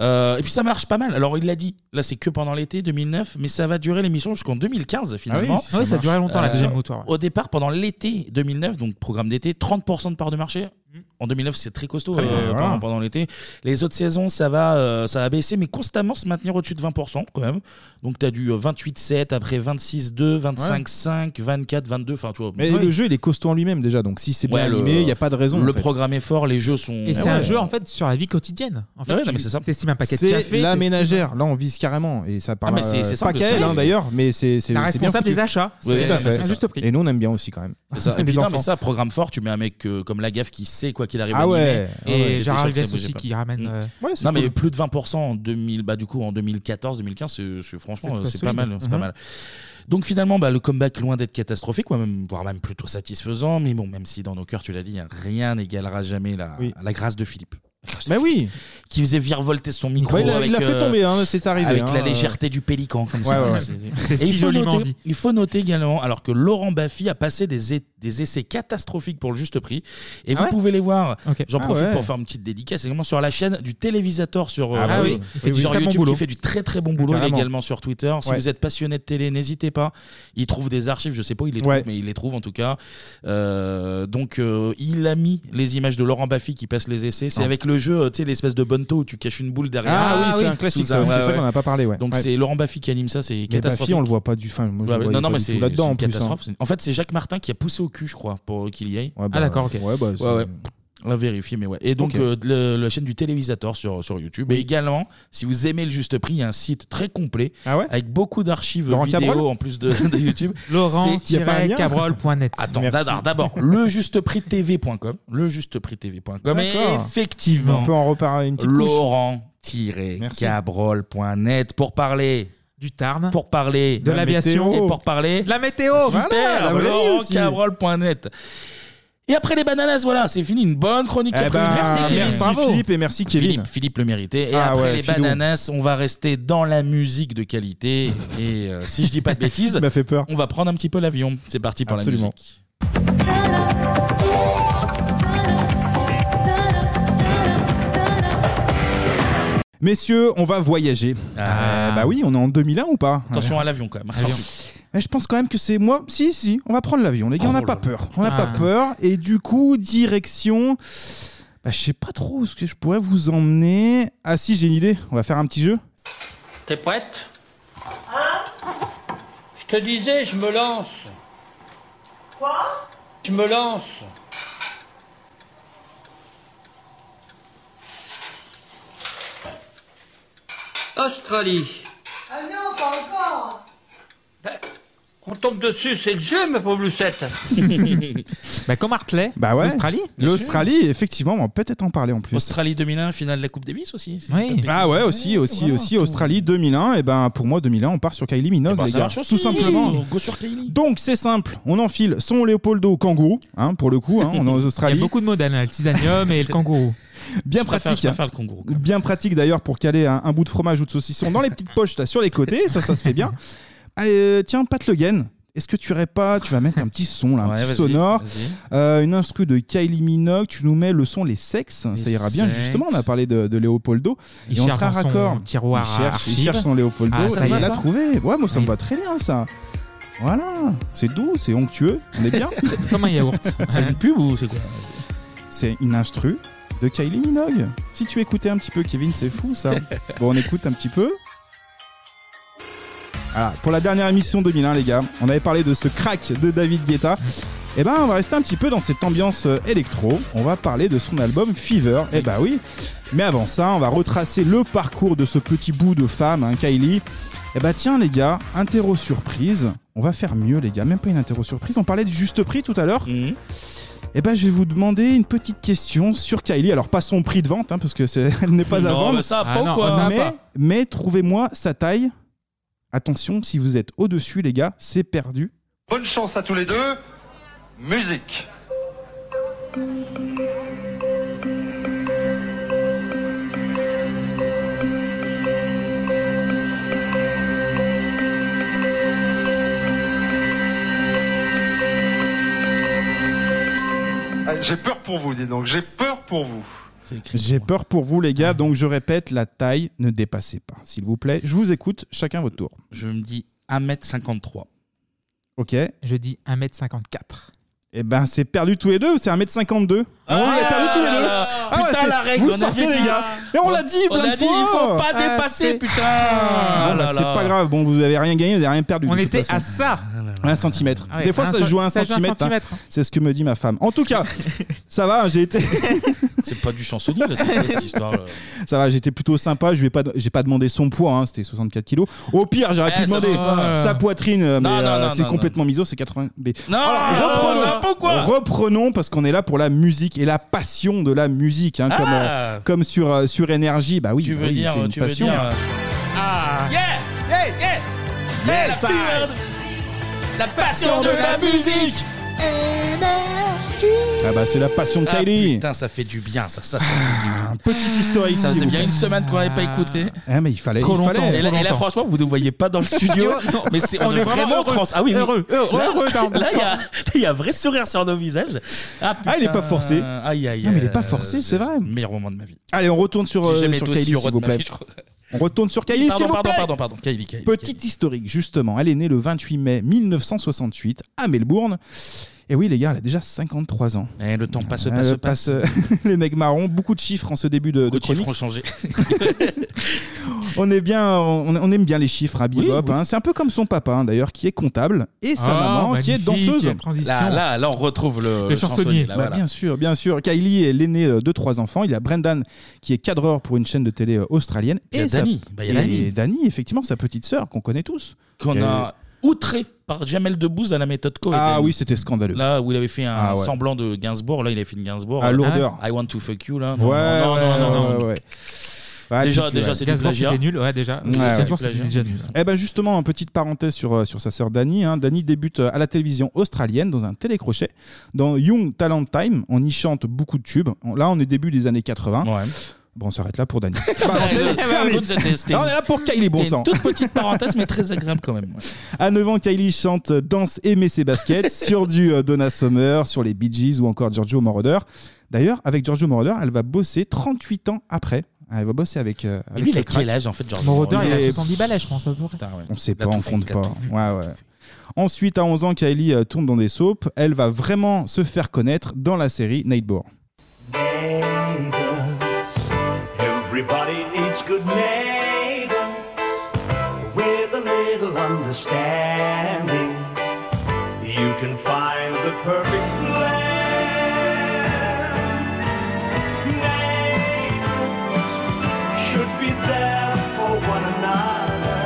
Speaker 1: Euh, et puis ça marche pas mal. Alors il l'a dit. Là, c'est que pendant l'été 2009, mais ça va durer l'émission jusqu'en 2015 finalement.
Speaker 7: Ah
Speaker 1: Euh,
Speaker 7: oui, si ça Ouais, ça a duré marche. longtemps, la deuxième moto, ouais.
Speaker 1: Au départ, pendant l'été 2009, donc programme d'été, 30% de part de marché.
Speaker 7: Mm.
Speaker 1: En 2009, c'est très costaud
Speaker 6: Très bien,
Speaker 1: euh,
Speaker 6: voilà.
Speaker 1: pendant, pendant l'été. Les autres saisons, ça va, euh, ça va baisser, mais constamment se maintenir au-dessus de 20% quand même. Donc tu as du euh, 28,7, après 26,2, 25,5, 24, 22. Enfin, tu vois.
Speaker 6: Mais
Speaker 1: Ouais.
Speaker 6: le jeu, il est costaud en lui-même déjà. Donc si c'est bien
Speaker 1: Ouais, le-
Speaker 6: animé, il n'y a pas de raison.
Speaker 1: Le
Speaker 6: en fait.
Speaker 1: programme est fort, les jeux sont.
Speaker 7: Et c'est un jeu en fait sur la vie quotidienne. En fait,
Speaker 1: Eh Ah ouais, non,
Speaker 7: tu-
Speaker 1: mais c'est ça.
Speaker 7: T'estimes un paquet de
Speaker 6: C'est
Speaker 7: café.
Speaker 6: la
Speaker 7: t'estimes-
Speaker 6: ménagère. Là, on vise carrément. Et
Speaker 1: Ah,
Speaker 6: ça parle
Speaker 7: mais c'est-
Speaker 6: euh,
Speaker 7: c'est simple,
Speaker 6: pas qu'à elle,
Speaker 7: ça.
Speaker 6: hein, d'ailleurs, mais c'est c'est-
Speaker 7: La
Speaker 6: c'est bien
Speaker 7: responsable
Speaker 6: foutu.
Speaker 7: des achats,
Speaker 6: Oui,
Speaker 7: c'est-
Speaker 6: tout à
Speaker 7: c'est
Speaker 6: fait.
Speaker 7: un juste prix.
Speaker 1: <laughs>
Speaker 6: <laughs> Et nous, on aime bien aussi quand même.
Speaker 1: C'est ça. Et
Speaker 6: Les
Speaker 1: puis, non,
Speaker 6: enfants.
Speaker 1: mais ça, programme fort, tu mets un mec euh, comme Lagaffe qui sait quoi qu'il arrive
Speaker 6: Ah
Speaker 1: à
Speaker 6: ouais,
Speaker 1: animer.
Speaker 6: ouais, ouais.
Speaker 1: j'étais
Speaker 6: Gérard
Speaker 1: sûr que ça
Speaker 6: Alves
Speaker 1: bougeait
Speaker 6: aussi
Speaker 1: pas.
Speaker 6: qui ramène,
Speaker 1: Mm.
Speaker 6: euh, Ouais, c'est
Speaker 1: non, mais
Speaker 6: cool.
Speaker 1: plus de 20% en 2000, bah, du coup, en 2014, 2015, c'est- c'est- franchement,
Speaker 6: C'est
Speaker 1: euh,
Speaker 6: très
Speaker 1: c'est pas
Speaker 6: solide.
Speaker 1: mal. c'est pas
Speaker 6: Mhm.
Speaker 1: mal. Donc finalement, bah, le comeback, loin d'être catastrophique, ouais, même- voire même plutôt satisfaisant, mais bon, même si dans nos cœurs, tu l'as dit, hein, rien n'égalera jamais la, la grâce de Philippe.
Speaker 6: Mais oui
Speaker 1: Qui faisait virevolter son micro.
Speaker 6: Ouais, il a-
Speaker 1: avec,
Speaker 6: il l'a fait
Speaker 1: euh,
Speaker 6: tomber, hein, c'est arrivé,
Speaker 1: Avec
Speaker 6: hein,
Speaker 1: la
Speaker 6: euh.
Speaker 1: légèreté du pélican, comme ça.
Speaker 6: Ouais, ouais, ouais.
Speaker 1: C'est-
Speaker 6: C'est
Speaker 1: Et il
Speaker 6: si
Speaker 1: faut
Speaker 6: joliment
Speaker 1: noter-
Speaker 6: dit.
Speaker 1: il faut noter également, alors que Laurent Baffy a passé des, é- des essais catastrophiques pour le juste prix, et
Speaker 6: Ah
Speaker 1: vous
Speaker 6: ouais
Speaker 1: pouvez les voir.
Speaker 6: Ok.
Speaker 1: J'en
Speaker 6: Ah
Speaker 1: profite
Speaker 6: ouais.
Speaker 1: pour faire une petite dédicace également sur la chaîne du télévisateur sur, euh,
Speaker 6: Ah bah oui, il fait du
Speaker 1: sur
Speaker 6: très bon
Speaker 1: YouTube
Speaker 6: boulot.
Speaker 1: qui fait du très très bon boulot. Il est
Speaker 6: Carrément.
Speaker 1: également sur Twitter. Si
Speaker 6: Ouais.
Speaker 1: vous êtes passionné de télé, n'hésitez pas. Il trouve des archives, je sais pas où il les trouve, mais il les trouve en tout cas. Euh, donc euh, il a mis les images de Laurent Baffy qui passe les essais. C'est
Speaker 6: Ah.
Speaker 1: avec le jeu, euh, tu sais, l'espèce de bonneto où tu caches une boule derrière.
Speaker 6: Ah oui, c'est un classique,
Speaker 1: Sous
Speaker 6: ça aussi,
Speaker 1: ouais,
Speaker 6: c'est vrai
Speaker 1: ouais.
Speaker 6: qu'on en a pas parlé, ouais.
Speaker 1: Donc
Speaker 6: Ouais.
Speaker 1: c'est Laurent Baffy qui anime ça, c'est
Speaker 6: Mais
Speaker 1: catastrophique.
Speaker 6: Baffy, on le voit pas du fin. Moi, je
Speaker 1: Ouais,
Speaker 6: le
Speaker 1: ouais.
Speaker 6: voyais
Speaker 1: non, non,
Speaker 6: pas
Speaker 1: mais
Speaker 6: du tout
Speaker 1: c'est
Speaker 6: là-dedans
Speaker 1: c'est
Speaker 6: en
Speaker 1: une
Speaker 6: plus. hein.
Speaker 1: catastrophe. En fait, c'est Jacques Martin qui a poussé au cul, je crois, pour qu'il y aille.
Speaker 6: Ouais, bah, d'accord, ok. ouais, bah, c'est- <laughs>
Speaker 1: ouais, ouais. À vérifier, mais ouais. Et donc,
Speaker 6: Ok.
Speaker 1: euh, le- la chaîne du télévisateur sur, sur YouTube. Et également, si vous aimez le juste prix, il y a un site très complet avec beaucoup d'archives
Speaker 6: Ah Laurent
Speaker 1: vidéo
Speaker 6: Cabrol
Speaker 1: en plus de, <laughs> de
Speaker 6: <laughs>
Speaker 1: YouTube.
Speaker 7: Laurent-cabrol.net.
Speaker 1: Attends,
Speaker 7: Merci.
Speaker 1: d'abord, d'abord, lejusteprix.tv.com. Lejusteprix.tv.com. Et
Speaker 6: D'accord.
Speaker 1: effectivement,
Speaker 6: On peut en reparler une petite couche.
Speaker 1: Laurent-cabrol.net pour parler.
Speaker 7: Du Tarn.
Speaker 1: Pour parler
Speaker 7: De l'aviation.
Speaker 1: Et pour parler.
Speaker 7: La météo. Voilà, la
Speaker 1: Super.
Speaker 7: vraie vie aussi.
Speaker 1: Laurent-cabrol.net. Et après les bananas, voilà, c'est fini. Une bonne chronique.
Speaker 6: Eh
Speaker 1: après-
Speaker 6: ben,
Speaker 1: merci Kevin.
Speaker 6: merci Philippe et merci Kevin.
Speaker 1: Philippe, Philippe le mérité. Et
Speaker 6: Ah
Speaker 1: après
Speaker 6: ouais,
Speaker 1: les
Speaker 6: Philou.
Speaker 1: bananas, on va rester dans la musique de qualité. Et euh, si je dis pas
Speaker 6: <laughs>
Speaker 1: de bêtises, on va prendre un petit peu l'avion. C'est parti pour la
Speaker 6: Absolument.
Speaker 1: musique.
Speaker 6: Messieurs, on va voyager. Euh, bah oui, on est en 2001 ou pas
Speaker 1: Ah. Attention
Speaker 6: Ouais.
Speaker 1: à l'avion quand même.
Speaker 6: Mais je pense quand même que c'est moi. Si, si, on va prendre l'avion, les gars, on n'a pas peur. On n'a
Speaker 1: Ah.
Speaker 6: pas peur. Et du coup, direction. Bah, je sais pas trop où ce que je pourrais vous emmener. Ah, si, j'ai une idée. On va faire un petit jeu.
Speaker 17: T'es prête Hein Je te disais, je me lance. Quoi Je me lance. Australie.
Speaker 19: Ah non, pas encore
Speaker 17: On tombe dessus, c'est le jeu, ma pauvre Lucette.
Speaker 6: bah, comme Hartley. Bah ouais.
Speaker 17: L'Australie, bien sûr.
Speaker 6: L'Australie, effectivement, on va peut-être en parler en plus.
Speaker 1: Australie 2001, finale de la Coupe Davis aussi. si j'ai pas de bêtises.
Speaker 6: Ah ouais, aussi, aussi, aussi, Australie 2001. Et ben pour moi, 2001, on part sur Kylie Minogue,
Speaker 1: Bah,
Speaker 6: les
Speaker 1: ça
Speaker 6: gars.
Speaker 1: marche aussi.
Speaker 6: Tout simplement.
Speaker 1: Go sur Kylie.
Speaker 6: Donc c'est simple, on enfile son Leopoldo kangourou, hein, pour le coup, hein,
Speaker 1: <laughs>
Speaker 6: on est en Australie.
Speaker 7: Il y a beaucoup de modèles, hein, le titanium et le kangourou.
Speaker 6: Bien
Speaker 7: Je préfère-
Speaker 6: pratique.
Speaker 7: je
Speaker 6: hein.
Speaker 7: préfère le kangourou,
Speaker 6: Bien pratique d'ailleurs pour caler un, un bout de fromage ou de saucisson dans
Speaker 7: <laughs>
Speaker 6: les petites poches là sur les côtés, ça ça se fait bien. Allez, euh, tiens, Pat Le Guen, est-ce que tu irais pas Tu vas mettre un petit son là, un
Speaker 1: Ouais,
Speaker 6: petit
Speaker 1: vas-y,
Speaker 6: sonore,
Speaker 1: vas-y.
Speaker 6: Euh, une instru de Kylie Minogue. Tu nous mets le son les sexes, ça ira bien
Speaker 1: sexes.
Speaker 6: justement. On a parlé de, de Léopoldo
Speaker 7: Il
Speaker 6: et on
Speaker 7: cherche
Speaker 6: sera
Speaker 7: dans son
Speaker 6: raccord.
Speaker 7: tiroir
Speaker 6: il
Speaker 7: à
Speaker 6: cherche, il
Speaker 7: archives.
Speaker 6: cherche son Léopoldo.
Speaker 7: Ah, ça y
Speaker 6: il
Speaker 7: est.
Speaker 6: l'a trouvé. Ouais, moi ça me va très bien ça. Voilà, c'est doux, c'est onctueux, on est bien.
Speaker 7: Comme un
Speaker 6: <laughs>
Speaker 7: yaourt.
Speaker 6: C'est une
Speaker 1: pub ou c'est quoi
Speaker 6: C'est une instru de Kylie Minogue. Si tu écoutais un petit peu, Kevin, c'est fou ça. bon, on écoute un petit peu. Voilà, pour la dernière émission 2001, les gars, on avait parlé de ce crack de David Guetta. Et ben, on va rester un petit peu dans cette ambiance euh, électro. On va parler de son album Fever. Et bah oui. Mais avant ça, on va retracer le parcours de ce petit bout de femme, hein, Kylie. Et bah tiens, les gars, interro surprise. On va faire mieux, les gars. Même pas une interro surprise. On parlait du juste prix tout à l'heure.
Speaker 1: Mhm.
Speaker 6: Et ben, je vais vous demander une petite question sur Kylie. Alors, pas son prix de vente, hein, parce que c'est- <laughs> elle n'est pas
Speaker 1: Non,
Speaker 6: à vendre.
Speaker 1: mais ça, Ah pas ou non, quoi ça,
Speaker 6: Mais-
Speaker 1: pas.
Speaker 6: mais trouvez-moi sa taille. Attention, si vous êtes au-dessus, les gars, c'est perdu.
Speaker 8: Bonne chance à tous les deux. Musique. Ah, J'ai peur pour vous, dis donc. J'ai peur pour vous.
Speaker 6: J'ai peur pour vous, les
Speaker 1: Ah.
Speaker 6: gars, donc je répète, la taille ne dépassez pas, s'il vous plaît. Je vous écoute, chacun votre tour.
Speaker 1: Je me dis 1m53.
Speaker 6: Ok.
Speaker 7: Je dis 1m54.
Speaker 6: Eh ben, c'est perdu tous les deux ou c'est 1m52 Ah oui, il a perdu tous les deux Ah ouais,
Speaker 1: Putain,
Speaker 6: c'est-
Speaker 1: la règle,
Speaker 6: vous
Speaker 1: on
Speaker 6: le
Speaker 1: a
Speaker 6: sortez,
Speaker 1: dit,
Speaker 6: les gars
Speaker 1: hein.
Speaker 6: Mais on, l'a dit
Speaker 1: On
Speaker 6: plein
Speaker 1: l'a
Speaker 6: de
Speaker 1: dit,
Speaker 6: fois
Speaker 1: il faut pas
Speaker 6: Ah,
Speaker 1: dépasser,
Speaker 6: c'est-
Speaker 1: putain
Speaker 6: Bon,
Speaker 1: Oh
Speaker 6: bah,
Speaker 1: là
Speaker 6: c'est
Speaker 1: là.
Speaker 6: pas grave, bon, vous avez rien gagné, vous avez rien perdu.
Speaker 7: On
Speaker 6: de toute
Speaker 7: était
Speaker 6: façon.
Speaker 7: à ça.
Speaker 6: Un centimètre.
Speaker 7: Ah ouais,
Speaker 6: Des fois,
Speaker 7: un
Speaker 6: ça se joue à un
Speaker 7: cent- ça se joue à un
Speaker 6: centimètre. hein.
Speaker 7: <laughs> centimètre, hein.
Speaker 6: C'est ce que me dit ma femme. En tout cas, ça va, j'ai été.
Speaker 1: C'est pas du chansonnier, là, c'est quoi cette histoire là
Speaker 6: <laughs> Ça va, j'étais plutôt sympa. Je lui ai pas, j'ai pas demandé son poids. hein, c'était 64 kilos. Au pire, j'aurais
Speaker 1: Eh,
Speaker 6: pu
Speaker 1: ça
Speaker 6: demander
Speaker 1: se voit.
Speaker 6: sa poitrine, euh, mais
Speaker 1: Non, non,
Speaker 6: euh,
Speaker 1: non,
Speaker 6: c'est
Speaker 1: non,
Speaker 6: complètement miso. C'est 80. Mais...
Speaker 1: Non,
Speaker 6: reprenons,
Speaker 1: ça va pas ou quoi
Speaker 6: reprenons, parce qu'on est là pour la musique et la passion de la musique, hein,
Speaker 1: Ah.
Speaker 6: comme euh, comme sur euh, sur énergie. Bah oui,
Speaker 1: Tu
Speaker 6: bah
Speaker 1: veux
Speaker 6: oui,
Speaker 1: dire,
Speaker 6: c'est une
Speaker 1: tu veux
Speaker 6: passion.
Speaker 1: dire. euh,
Speaker 7: Ah
Speaker 1: Yeah Yeah Yeah Yeah,
Speaker 6: Yes,
Speaker 1: la
Speaker 6: I-
Speaker 1: fibre La passion de la musique
Speaker 6: Ah bah c'est la passion de
Speaker 1: Ah,
Speaker 6: Kylie.
Speaker 1: Putain, ça fait du bien, ça, ça, ça fait du bien.
Speaker 6: Ah, Un petit historique.
Speaker 1: Ça,
Speaker 6: s'il
Speaker 1: c'est
Speaker 6: vous
Speaker 1: bien
Speaker 6: plaît.
Speaker 1: une semaine qu'on n'avait pas écouté.
Speaker 6: Ah mais il fallait.
Speaker 1: Trop
Speaker 6: il
Speaker 1: longtemps.
Speaker 6: fallait.
Speaker 1: Et là, et là, franchement, vous ne voyez pas
Speaker 6: <laughs>
Speaker 1: dans le studio.
Speaker 6: Tu vois, non.
Speaker 1: mais c'est, on,
Speaker 6: On
Speaker 1: est
Speaker 6: est vraiment
Speaker 1: vraiment,
Speaker 6: heureux.
Speaker 1: trans. Ah oui, oui.
Speaker 6: Heureux, heureux,
Speaker 1: <laughs> Là-
Speaker 6: heureux, pardon.
Speaker 1: Là, il y a- il y, a un vrai sourire sur nos visages. Ah,
Speaker 6: Ah, il est
Speaker 1: putain.
Speaker 6: pas forcé.
Speaker 1: Aïe, aïe,
Speaker 6: Non, mais il est
Speaker 1: aïe.
Speaker 6: pas forcé, c'est vrai.
Speaker 1: Meilleur moment de ma vie.
Speaker 6: Allez, on retourne sur,
Speaker 1: J'ai
Speaker 6: euh,
Speaker 1: jamais
Speaker 6: sur
Speaker 1: été aussi
Speaker 6: Kylie, s'il
Speaker 1: heureux de
Speaker 6: vous
Speaker 1: ma
Speaker 6: plaît.
Speaker 1: vie, je crois.
Speaker 6: On retourne sur Kylie,
Speaker 1: Pardon,
Speaker 6: s'il vous
Speaker 1: pardon,
Speaker 6: plaît.
Speaker 1: pardon, pardon. Kylie, Kylie,
Speaker 6: Petite historique, justement. Elle est née le 28 mai 1968 à Melbourne. Et oui, les gars, elle a déjà 53 ans.
Speaker 1: Et Eh, le temps passe,
Speaker 6: Euh, <laughs>
Speaker 1: passe,
Speaker 6: le
Speaker 1: passe.
Speaker 6: passe- les mecs marrons, beaucoup de chiffres en ce début de, de
Speaker 1: Les chiffres
Speaker 6: chronique.
Speaker 7: <laughs>
Speaker 1: ont changé. Oh.
Speaker 6: On, est bien, on, on aime bien les chiffres à Bebop. hein. C'est un peu comme son papa, hein, d'ailleurs, qui est comptable, et sa
Speaker 1: Ah,
Speaker 6: maman, qui est
Speaker 1: magnifique,
Speaker 6: danseuse.
Speaker 1: la transition. Là, là, là, on retrouve le- le Euh, chansonnier, là,
Speaker 6: Bah,
Speaker 1: voilà.
Speaker 6: Bien sûr, bien sûr. Kylie est l'aînée euh, de trois enfants. Il y a Brendan, qui est cadreur pour une chaîne de télé euh, australienne.
Speaker 1: Il y a
Speaker 6: et sa-
Speaker 1: Dani. Bah, il y a
Speaker 6: et
Speaker 1: Dani.
Speaker 6: Dani, effectivement, sa petite sœur, qu'on connaît tous.
Speaker 1: Qu'on
Speaker 6: Et-
Speaker 1: a outré par Jamel Debbouze à la méthode Cohen.
Speaker 6: Ah oui, c'était scandaleux.
Speaker 1: Là où il avait fait un
Speaker 6: Ah ouais.
Speaker 1: semblant de Gainsbourg, là il a fait une Gainsbourg. Ah.
Speaker 6: À lourdeur.
Speaker 1: I want to fuck you là.
Speaker 6: Ouais,
Speaker 1: Non, non, non,
Speaker 6: ouais,
Speaker 1: non, non.
Speaker 6: ouais, ouais. Ouais,
Speaker 1: déjà,
Speaker 6: puis,
Speaker 1: déjà
Speaker 6: ouais.
Speaker 1: c'est du
Speaker 7: Gainsbourg,
Speaker 1: plagiat.
Speaker 7: c'était nul, ouais, déjà.
Speaker 6: Ouais, ouais.
Speaker 7: Gainsbourg, c'était déjà nul.
Speaker 6: Eh ben justement, une petite parenthèse sur, euh, sur sa sœur Dani. hein. Dani débute euh, à la télévision australienne dans un télécrochet. Dans Young Talent Time, on y chante beaucoup de tubes. On- Là, on est début des années 80. Bon, on s'arrête là pour
Speaker 7: <laughs>
Speaker 6: Dani. Parenthèse
Speaker 1: Ouais,
Speaker 6: fermée.
Speaker 1: écoute, c'était- c'était
Speaker 6: Là, on est là pour Kylie, bon
Speaker 1: c'était
Speaker 6: sang.
Speaker 1: Une toute petite parenthèse, mais très agréable quand même. ouais.
Speaker 6: À 9 ans, Kylie chante euh, Danse, aimer ses baskets
Speaker 1: <laughs>
Speaker 6: sur du euh, Donna Summer, sur les Bee Gees ou encore Giorgio Moroder. D'ailleurs, avec Giorgio Moroder, elle va bosser 38 ans après. Ah, Elle va bosser avec. euh,
Speaker 1: Et
Speaker 6: avec
Speaker 1: lui, il
Speaker 6: ce
Speaker 1: a
Speaker 6: crack.
Speaker 1: quel âge en fait, Georges
Speaker 7: Moroder, il a
Speaker 6: est-
Speaker 7: 70 balais, je pense, à peu près.
Speaker 6: On sait
Speaker 1: Il a
Speaker 6: pas,
Speaker 1: tout
Speaker 6: on
Speaker 1: fait,
Speaker 6: fonde
Speaker 1: il a
Speaker 6: pas.
Speaker 1: tout fait,
Speaker 6: Ouais, ouais. Ensuite, à 11 ans, Kylie euh, tourne dans des soaps. Elle va vraiment se faire connaître dans la série Nightbore.
Speaker 18: Everybody needs good neighbor with a little understanding. You can find the perfect blend. Neighbors should be there for one another.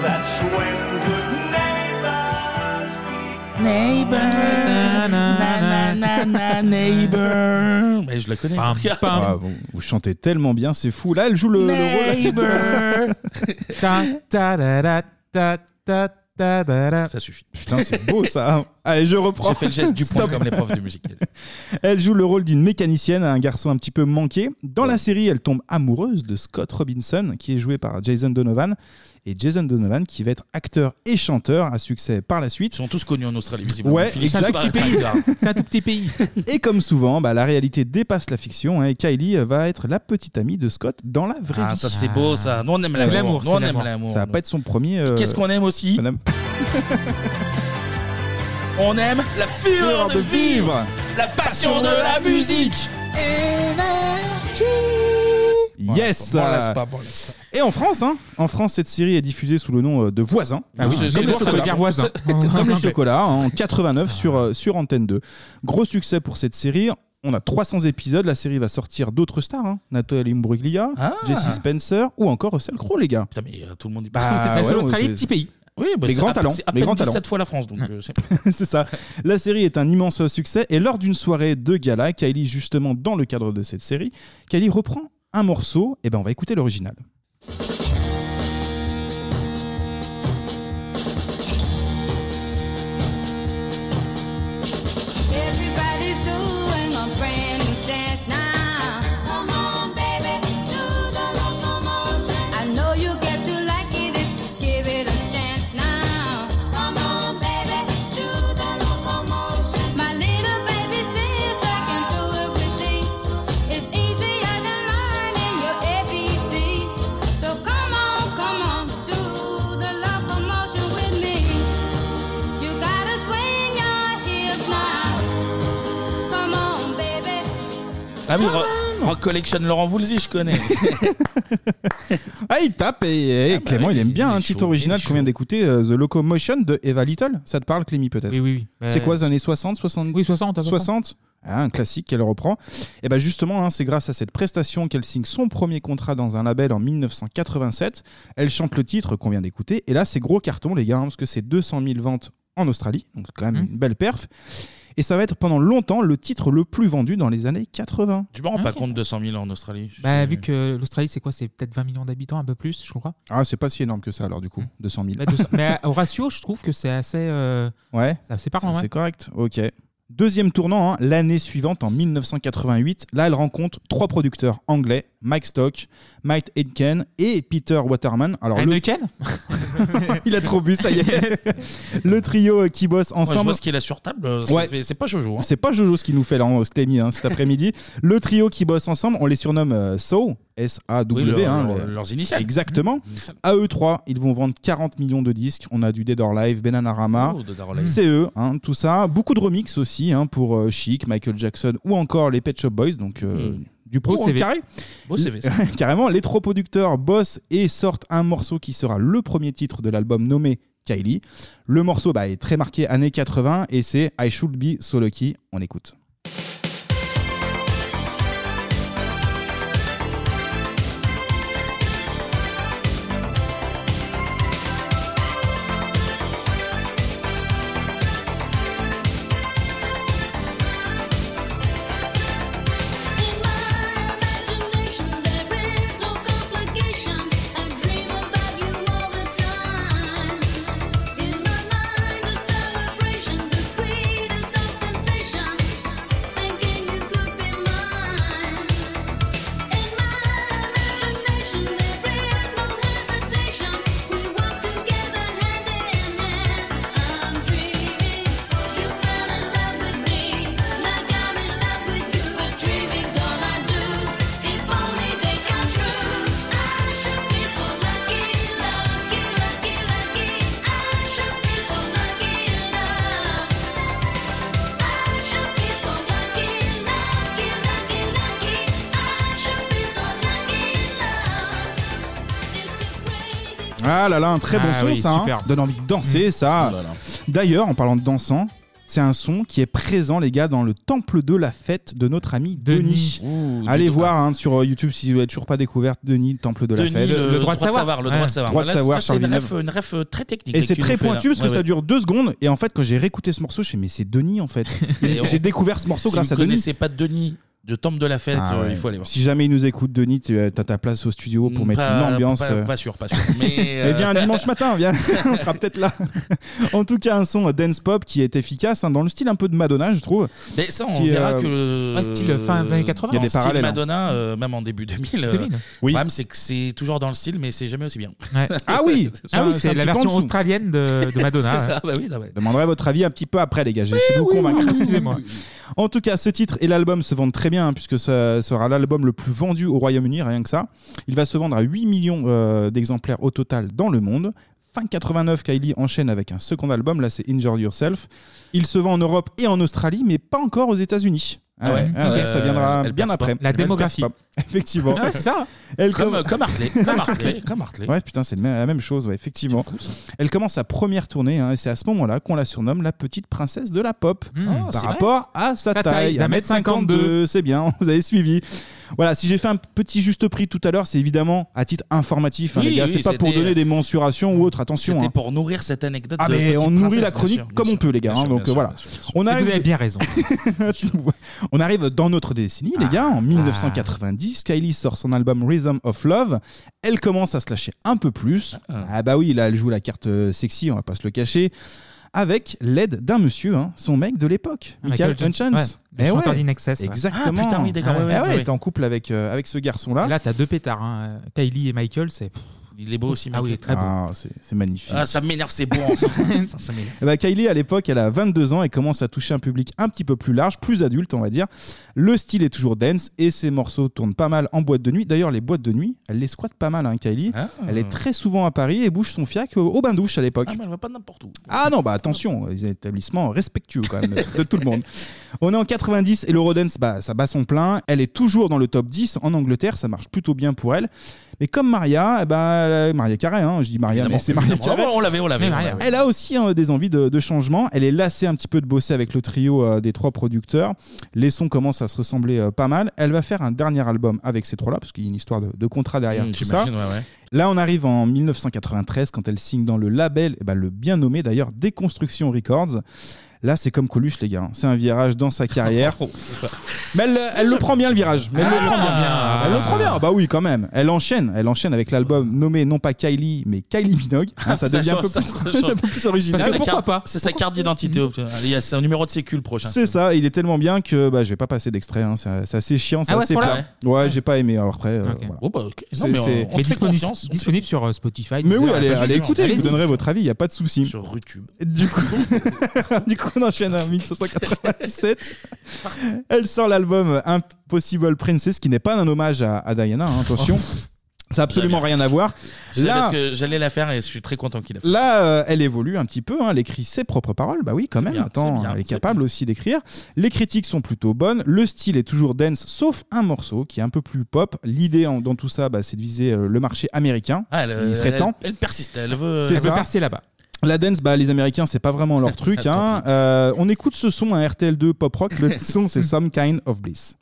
Speaker 18: That's when good neighbors.
Speaker 1: Neighbor, na na na na neighbor. Mais je la connais. par cœur.
Speaker 6: Ah, vous, vous chantez tellement bien, c'est fou. Là, elle joue le, le rôle.
Speaker 1: Neighbor.
Speaker 7: <laughs> Ta, ta, da, da, ta, ta, ta, da, da.
Speaker 1: Ça suffit.
Speaker 6: Putain, c'est beau ça. Allez, je reprends.
Speaker 1: J'ai fait le geste du point
Speaker 6: Stop.
Speaker 1: comme les profs de musique.
Speaker 6: Elle joue le rôle d'une mécanicienne à un garçon un petit peu manqué. Dans la série, elle tombe amoureuse de Scott Robinson, qui est joué par Jason Donovan. Et Jason Donovan, qui va être acteur et chanteur à succès par la suite. Ils
Speaker 1: sont tous connus en Australie, visiblement.
Speaker 6: Ouais,
Speaker 1: Ils finissent tous Ah,
Speaker 6: exact.
Speaker 1: par être acteurs. <laughs>
Speaker 7: C'est un tout petit pays.
Speaker 6: et comme souvent, bah, la réalité dépasse la fiction. hein, et Kylie va être la petite amie de Scott dans la vraie
Speaker 1: Ah,
Speaker 6: vie.
Speaker 1: ça c'est beau ça. Nous on aime
Speaker 6: C'est l'amour,
Speaker 1: l'amour. Nous
Speaker 6: c'est
Speaker 1: on aime
Speaker 6: l'amour.
Speaker 1: l'amour.
Speaker 6: Ça va pas être son premier. euh,
Speaker 1: Qu'est-ce qu'on aime aussi
Speaker 6: madame.
Speaker 1: On aime la
Speaker 6: Fureur
Speaker 1: fureur de
Speaker 6: de
Speaker 1: vivre,
Speaker 6: vivre.
Speaker 1: la passion de la musique.
Speaker 6: Yes euh,
Speaker 1: Bon, on laisse pas, bon, on laisse
Speaker 6: Et en France, hein En France, cette série est diffusée sous le nom euh, de Voisin.
Speaker 1: Ah oui, c'est- c'est
Speaker 6: comme les
Speaker 1: bon, ça veut
Speaker 6: chocolats.
Speaker 1: dire <laughs> voisin.
Speaker 6: Comme les chocolats, hein, en 89 sur, euh, sur Antenne 2. Gros succès pour cette série. On a 300 épisodes. La série va sortir d'autres stars. Hein. Nathalie Imbruglia, Jesse Spencer ou encore Russell Crowe, les gars.
Speaker 1: Ah. Putain, mais euh, tout le monde y
Speaker 6: Bah,
Speaker 1: <laughs> passe.
Speaker 6: ouais, c'est-
Speaker 1: Oui, bah,
Speaker 6: les
Speaker 1: c'est
Speaker 6: grands
Speaker 1: à-
Speaker 6: talents.
Speaker 1: C'est
Speaker 6: les
Speaker 1: à peine
Speaker 6: grands talents.
Speaker 1: 17 fois la France. Donc, euh, c'est-
Speaker 6: <laughs> c'est ça. La série est un immense succès et lors d'une soirée de gala, Kylie, justement dans le cadre de cette série, Kylie reprend un morceau. Et ben, on va écouter l'original.
Speaker 21: Everybody's doing a brand new dance now. Come on, baby, do the locomotion. I know you get to like it if you give it a chance now. Come on, baby, do the locomotion. My little baby sister can do everything. It's easier than learning your ABC. So come on, come on, do the locomotion with me. You gotta swing your hips now. Come on, baby.
Speaker 1: Ah oui, Re- Recollection Laurent Voulzy, je <laughs> connais.
Speaker 6: Ah, il tape et, et Clément, il aime bien un titre original qu'on vient d'écouter, euh, The Locomotion de Eva Little. Ça te parle, Clémy, peut-être
Speaker 7: Oui, oui, oui.
Speaker 6: C'est
Speaker 7: Euh,
Speaker 6: quoi, les années 60, 70
Speaker 7: Oui, 60.
Speaker 6: 60 hein, un classique qu'elle reprend. Et ben justement, hein, c'est grâce à cette prestation qu'elle signe son premier contrat dans un label en 1987. Elle chante le titre qu'on vient d'écouter. Et là, c'est gros carton, les gars, hein, parce que c'est 200 000 ventes en Australie, donc quand même une belle perf. Et ça va être pendant longtemps le titre le plus vendu dans les années 80.
Speaker 1: Je me rends pas compte de 100 000 en Australie. Je
Speaker 7: Bah,
Speaker 1: suis-
Speaker 7: vu que l'Australie, c'est quoi C'est peut-être 20 millions d'habitants, un peu plus, je crois.
Speaker 6: euh, Ah, c'est pas si énorme que ça, alors du coup, 200 000.
Speaker 7: Bah, 200 Mais au ratio, je trouve que c'est assez. euh,
Speaker 6: Ouais.
Speaker 7: C'est assez parlant,
Speaker 6: Ça, C'est
Speaker 7: ouais.
Speaker 6: correct. Ok. Deuxième tournant, hein, l'année suivante, en 1988, là elle rencontre trois producteurs anglais, Mike Stock, Mike Aitken et Peter Waterman. Alors, le... <laughs> Il a trop bu, ça
Speaker 7: <laughs>
Speaker 6: y est. le trio euh, qui bosse
Speaker 1: Moi, je
Speaker 6: ensemble.
Speaker 1: vois ce qu'il a sur table. euh, ça
Speaker 6: Ouais.
Speaker 1: fait- C'est pas Jojo. hein.
Speaker 6: C'est pas Jojo ce qui nous fait là, en Sclémy, hein, cet
Speaker 1: <laughs>
Speaker 6: après-midi. le trio qui bosse ensemble, on les surnomme euh, SAW, S-A-W.
Speaker 1: Oui, leur-
Speaker 6: hein,
Speaker 1: leur-
Speaker 6: les-
Speaker 1: leurs initiales.
Speaker 6: Exactement. À eux trois, ils vont vendre 40 millions de disques. On a du Dead or Live, Bananarama,
Speaker 1: Oh, Dead or Alive.
Speaker 6: c'est eux, hein, tout ça. Beaucoup de remix aussi hein, pour euh, Chic, Michael Jackson ou encore les Pet Shop Boys. Donc euh,
Speaker 1: Mm.
Speaker 6: du pro
Speaker 1: Beau
Speaker 6: en
Speaker 1: CV.
Speaker 6: carré.
Speaker 1: Beau CV, ça.
Speaker 6: <laughs> Carrément, les trois producteurs bossent et sortent un morceau qui sera le premier titre de l'album nommé Kylie. Le morceau bah, est très marqué années 80 et c'est I Should Be So Lucky. On écoute.
Speaker 18: Dreaming's all I do. If only they come true. I should be so lucky, lucky, lucky, lucky. I should be so lucky enough. I should be so lucky, lucky, lucky, lucky. I should be so lucky enough.
Speaker 6: Ah là là, un très bon
Speaker 7: Ah
Speaker 6: son
Speaker 7: oui,
Speaker 6: ça. hein.
Speaker 7: super.
Speaker 6: Donne envie de danser ça.
Speaker 1: Oh là là.
Speaker 6: D'ailleurs, en parlant de dansant, c'est un son qui est présent les gars dans le temple de la fête de notre ami Denis.
Speaker 1: Denis. Ouh,
Speaker 6: Allez
Speaker 1: Denis.
Speaker 6: voir hein, sur euh, YouTube si vous n'avez toujours pas découvert Denis, le temple de la
Speaker 1: Denis,
Speaker 6: fête.
Speaker 1: le, le droit de savoir. le droit de savoir.
Speaker 6: Droit de
Speaker 1: Là, c'est-
Speaker 6: savoir,
Speaker 1: là,
Speaker 6: Charles
Speaker 1: c'est une
Speaker 6: Villeneuve.
Speaker 1: ref, une ref, euh, très technique.
Speaker 6: Et
Speaker 1: là,
Speaker 6: c'est
Speaker 1: que tu
Speaker 6: très
Speaker 1: nous fais, là.
Speaker 6: pointu parce que
Speaker 1: Ouais,
Speaker 6: ça
Speaker 1: ouais.
Speaker 6: dure deux secondes. Et en fait, quand j'ai réécouté ce morceau, je fais mais c'est Denis en fait.
Speaker 1: <laughs> Et on-
Speaker 6: j'ai découvert ce morceau
Speaker 1: si
Speaker 6: grâce
Speaker 1: vous
Speaker 6: à Denis.
Speaker 1: connaissez pas Denis de Temple de la Fête,
Speaker 6: Ah
Speaker 1: euh,
Speaker 6: ouais.
Speaker 1: il faut aller voir. Mm,
Speaker 6: Si jamais il nous écoute, Denis, tu as ta place au studio pour mettre
Speaker 1: Pas-
Speaker 6: une ambiance.
Speaker 1: Pas,
Speaker 6: euh,
Speaker 1: pas sûr, pas sûr. Mais, euh,
Speaker 6: Eh bien, un dimanche matin, viens, <laughs> on sera peut-être là. <laughs> en tout cas, un son euh, dance pop qui est efficace, hein, dans le style un peu de Madonna, je trouve.
Speaker 1: Mais ça, on
Speaker 6: Qui,
Speaker 1: verra
Speaker 6: euh,
Speaker 1: que. le-
Speaker 6: Ouais, style
Speaker 1: euh,
Speaker 6: fin des années 80. Il y a des
Speaker 1: dans le style
Speaker 6: parallèles, hein.
Speaker 1: Madonna, euh, même en début 2000. euh,
Speaker 6: 2000.
Speaker 1: Le problème, c'est que c'est toujours dans le style, mais c'est jamais aussi bien. <laughs>
Speaker 6: Ah oui,
Speaker 1: Ah oui, c'est
Speaker 6: un petit peu
Speaker 1: la
Speaker 6: en
Speaker 1: version
Speaker 6: dessous.
Speaker 1: australienne de- de Madonna, <laughs> C'est ça, ouais. bah oui, bah ouais.
Speaker 6: Je Demanderai votre avis un petit peu après, les gars. J'ai essayé de vous convaincre.
Speaker 7: excusez-moi.
Speaker 6: En tout cas, ce titre et l'album se vendent très bien, hein, puisque ce sera l'album le plus vendu au Royaume-Uni, rien que ça. Il va se vendre à 8 millions euh, d'exemplaires au total dans le monde. Fin 89, Kylie enchaîne avec un second album, là c'est Injure Yourself. Il se vend en Europe et en Australie, mais pas encore aux États-Unis.
Speaker 1: Ah ouais.
Speaker 6: ça
Speaker 1: Euh,
Speaker 6: viendra
Speaker 1: elle
Speaker 6: bien
Speaker 1: perce
Speaker 6: après.
Speaker 1: pas. La
Speaker 6: Elle perce
Speaker 1: démographie.
Speaker 6: pas. <laughs> Effectivement.
Speaker 1: Ouais, c'est ça.
Speaker 6: <laughs> Elle
Speaker 1: Comme-
Speaker 6: commence-
Speaker 1: comme Hartley,
Speaker 6: <laughs>
Speaker 1: comme Hartley, comme Hartley.
Speaker 6: Ouais, putain, c'est le même- la même chose, ouais, effectivement. Elle commence sa première tournée, hein, et c'est à ce moment-là qu'on la surnomme la petite princesse de la pop.
Speaker 1: Hmm.
Speaker 7: Ah,
Speaker 6: par
Speaker 7: c'est
Speaker 6: rapport
Speaker 7: vrai.
Speaker 6: à sa
Speaker 7: Sa
Speaker 6: taille,
Speaker 7: taille,
Speaker 6: 1m52, c'est bien, <laughs> vous avez suivi. Voilà, si j'ai fait un petit juste prix tout à l'heure, c'est évidemment à titre informatif, hein,
Speaker 1: Oui,
Speaker 6: les gars,
Speaker 1: oui,
Speaker 6: c'est pas pour
Speaker 1: c'était- euh,
Speaker 6: donner des mensurations ou autre, attention.
Speaker 1: C'était
Speaker 6: hein.
Speaker 1: pour nourrir cette anecdote.
Speaker 6: Ah
Speaker 1: de
Speaker 6: mais
Speaker 1: Petite
Speaker 6: on nourrit
Speaker 1: Princesse,
Speaker 6: la
Speaker 1: bien
Speaker 6: chronique
Speaker 1: sûr, bien
Speaker 6: comme on
Speaker 1: sûr.
Speaker 6: peut les gars,
Speaker 1: Bien
Speaker 6: hein,
Speaker 1: sûr,
Speaker 6: donc
Speaker 1: bien sûr,
Speaker 6: voilà.
Speaker 1: bien sûr.
Speaker 6: On
Speaker 1: Et vous avez bien
Speaker 7: raison.
Speaker 6: <laughs> on arrive dans notre décennie les gars, en 1990, Kylie sort son album Rhythm of Love, elle commence à se lâcher un peu plus. Ah, bah oui, là elle joue la carte euh, sexy, on va pas se le cacher. Avec l'aide d'un monsieur, hein, son mec de l'époque,
Speaker 7: Ah, Michael
Speaker 6: Michael
Speaker 7: Johnson,
Speaker 6: Hunchance.
Speaker 7: ouais, le
Speaker 6: Eh
Speaker 7: chanteur d'Inexcess, ouais.
Speaker 6: Exactement.
Speaker 7: Ah, putain, oui, d'accord,
Speaker 6: Ah
Speaker 7: ouais, ouais,
Speaker 6: ouais,
Speaker 7: ouais.
Speaker 6: il était en couple avec, euh, avec ce garçon-là.
Speaker 7: Là, t'as deux pétards. hein. Kylie et Michael, c'est.
Speaker 1: Il est beau aussi,
Speaker 7: Ah oui,
Speaker 1: Michael.
Speaker 7: très beau.
Speaker 6: Ah, c'est c'est magnifique.
Speaker 1: Ah, ça m'énerve, c'est beau <laughs> ensemble. ça, ça m'énerve.
Speaker 6: Eh ben, Kylie, à l'époque, elle a 22 ans et commence à toucher un public un petit peu plus large, plus adulte, on va dire. Le style est toujours dance et ses morceaux tournent pas mal en boîte de nuit. D'ailleurs, les boîtes de nuit, elle les squatte pas mal, hein, Kylie.
Speaker 1: Ah.
Speaker 6: Elle est très souvent à Paris et bouge son fiac au, au bain douche à
Speaker 1: bah
Speaker 6: l'époque.
Speaker 1: Ah, mais elle va pas n'importe où.
Speaker 6: Ah non, bah attention, les établissements respectueux quand même de tout le monde. On est en 90 et l'Eurodance, bah, ça bat son plein. Elle est toujours dans le top 10 en Angleterre, ça marche plutôt bien pour elle. Mais comme Maria, eh ben, Maria Carré, hein, je dis Maria,
Speaker 1: Évidemment,
Speaker 6: mais c'est Maria
Speaker 1: évidemment.
Speaker 6: Carré.
Speaker 1: Oh, on l'avait, on l'avait,
Speaker 6: Mais
Speaker 1: on
Speaker 6: Maria.
Speaker 1: l'avait.
Speaker 6: Elle a aussi hein, des envies de, de changement. Elle est lassée un petit peu de bosser avec le trio euh, des trois producteurs. Les sons commencent à se ressembler euh, pas mal. Elle va faire un dernier album avec ces trois-là, parce qu'il y a une histoire de, de contrat derrière
Speaker 1: Mmh,
Speaker 6: tout ça.
Speaker 1: j'imagine, ouais, ouais.
Speaker 6: Là, on arrive en 1993 quand elle signe dans le label, eh ben, le bien nommé d'ailleurs Déconstruction Records. Là, c'est comme Coluche, les gars. hein. C'est un virage dans sa
Speaker 1: <laughs>
Speaker 6: carrière.
Speaker 1: Oh.
Speaker 6: Mais elle, elle le prend bien, le virage. Mais elle le prend bien. Elle le prend bien. Ah Bah oui, quand même. Elle enchaîne. Elle enchaîne avec l'album nommé non pas Kylie, mais Kylie
Speaker 1: <laughs>
Speaker 6: Minogue. Hein, ça devient un peu
Speaker 1: change,
Speaker 6: plus-
Speaker 1: ça-
Speaker 6: <laughs>
Speaker 1: ça
Speaker 6: un
Speaker 1: change.
Speaker 6: peu plus original.
Speaker 1: C'est sa carte- C'est sa carte d'identité. Il y a- C'est un numéro de sécu le prochain.
Speaker 6: C'est ça, il est tellement bien que bah, je vais pas passer d'extrait, hein. c'est c'est assez chiant, c'est
Speaker 1: Ah ouais, à
Speaker 6: assez
Speaker 1: ce point-là
Speaker 6: plat. Ouais, j'ai pas aimé, alors après. euh, voilà.
Speaker 1: Oh, bah, ok. Non,
Speaker 6: C'est-
Speaker 1: mais on-
Speaker 6: c'est-
Speaker 1: on te fait
Speaker 7: disponible,
Speaker 1: confiance, on te fait-
Speaker 7: disponible sur euh, Spotify.
Speaker 6: Mais oui,
Speaker 7: Deezer,
Speaker 6: allez,
Speaker 7: Apple
Speaker 6: allez
Speaker 7: Music.
Speaker 6: écoutez, vous
Speaker 7: Allez-y.
Speaker 6: donnerez votre avis, il n'y a pas de souci.
Speaker 1: Sur YouTube.
Speaker 6: Du coup, <laughs> du coup, on enchaîne en 1997. Elle sort l'album Impossible Princess, qui n'est pas un hommage à, à Diana, hein,
Speaker 1: <laughs>
Speaker 6: attention. Ça n'a absolument rien à voir.
Speaker 1: Je sais
Speaker 6: Là,
Speaker 1: Parce que j'allais la faire et je suis très content qu'il a fait.
Speaker 6: Là, euh, elle évolue un petit peu, hein, elle écrit ses propres paroles, bah oui, quand même,
Speaker 1: bien,
Speaker 6: attends,
Speaker 1: c'est bien,
Speaker 6: elle est
Speaker 1: c'est
Speaker 6: capable aussi d'écrire. Les critiques sont plutôt bonnes, le style est toujours dense, sauf un morceau qui est un peu plus pop. L'idée en- dans tout ça, bah, c'est de viser euh, le marché américain.
Speaker 1: Ah, elle,
Speaker 6: Il serait
Speaker 1: elle-
Speaker 6: temps.
Speaker 1: Elle persiste, elle veut.
Speaker 6: C'est ça. La dance, bah, les Américains, c'est pas vraiment
Speaker 1: <laughs>
Speaker 6: leur truc. hein. Euh, on écoute ce son, un RTL2 pop rock.
Speaker 1: <laughs>
Speaker 6: Le son, c'est Some Kind of Bliss.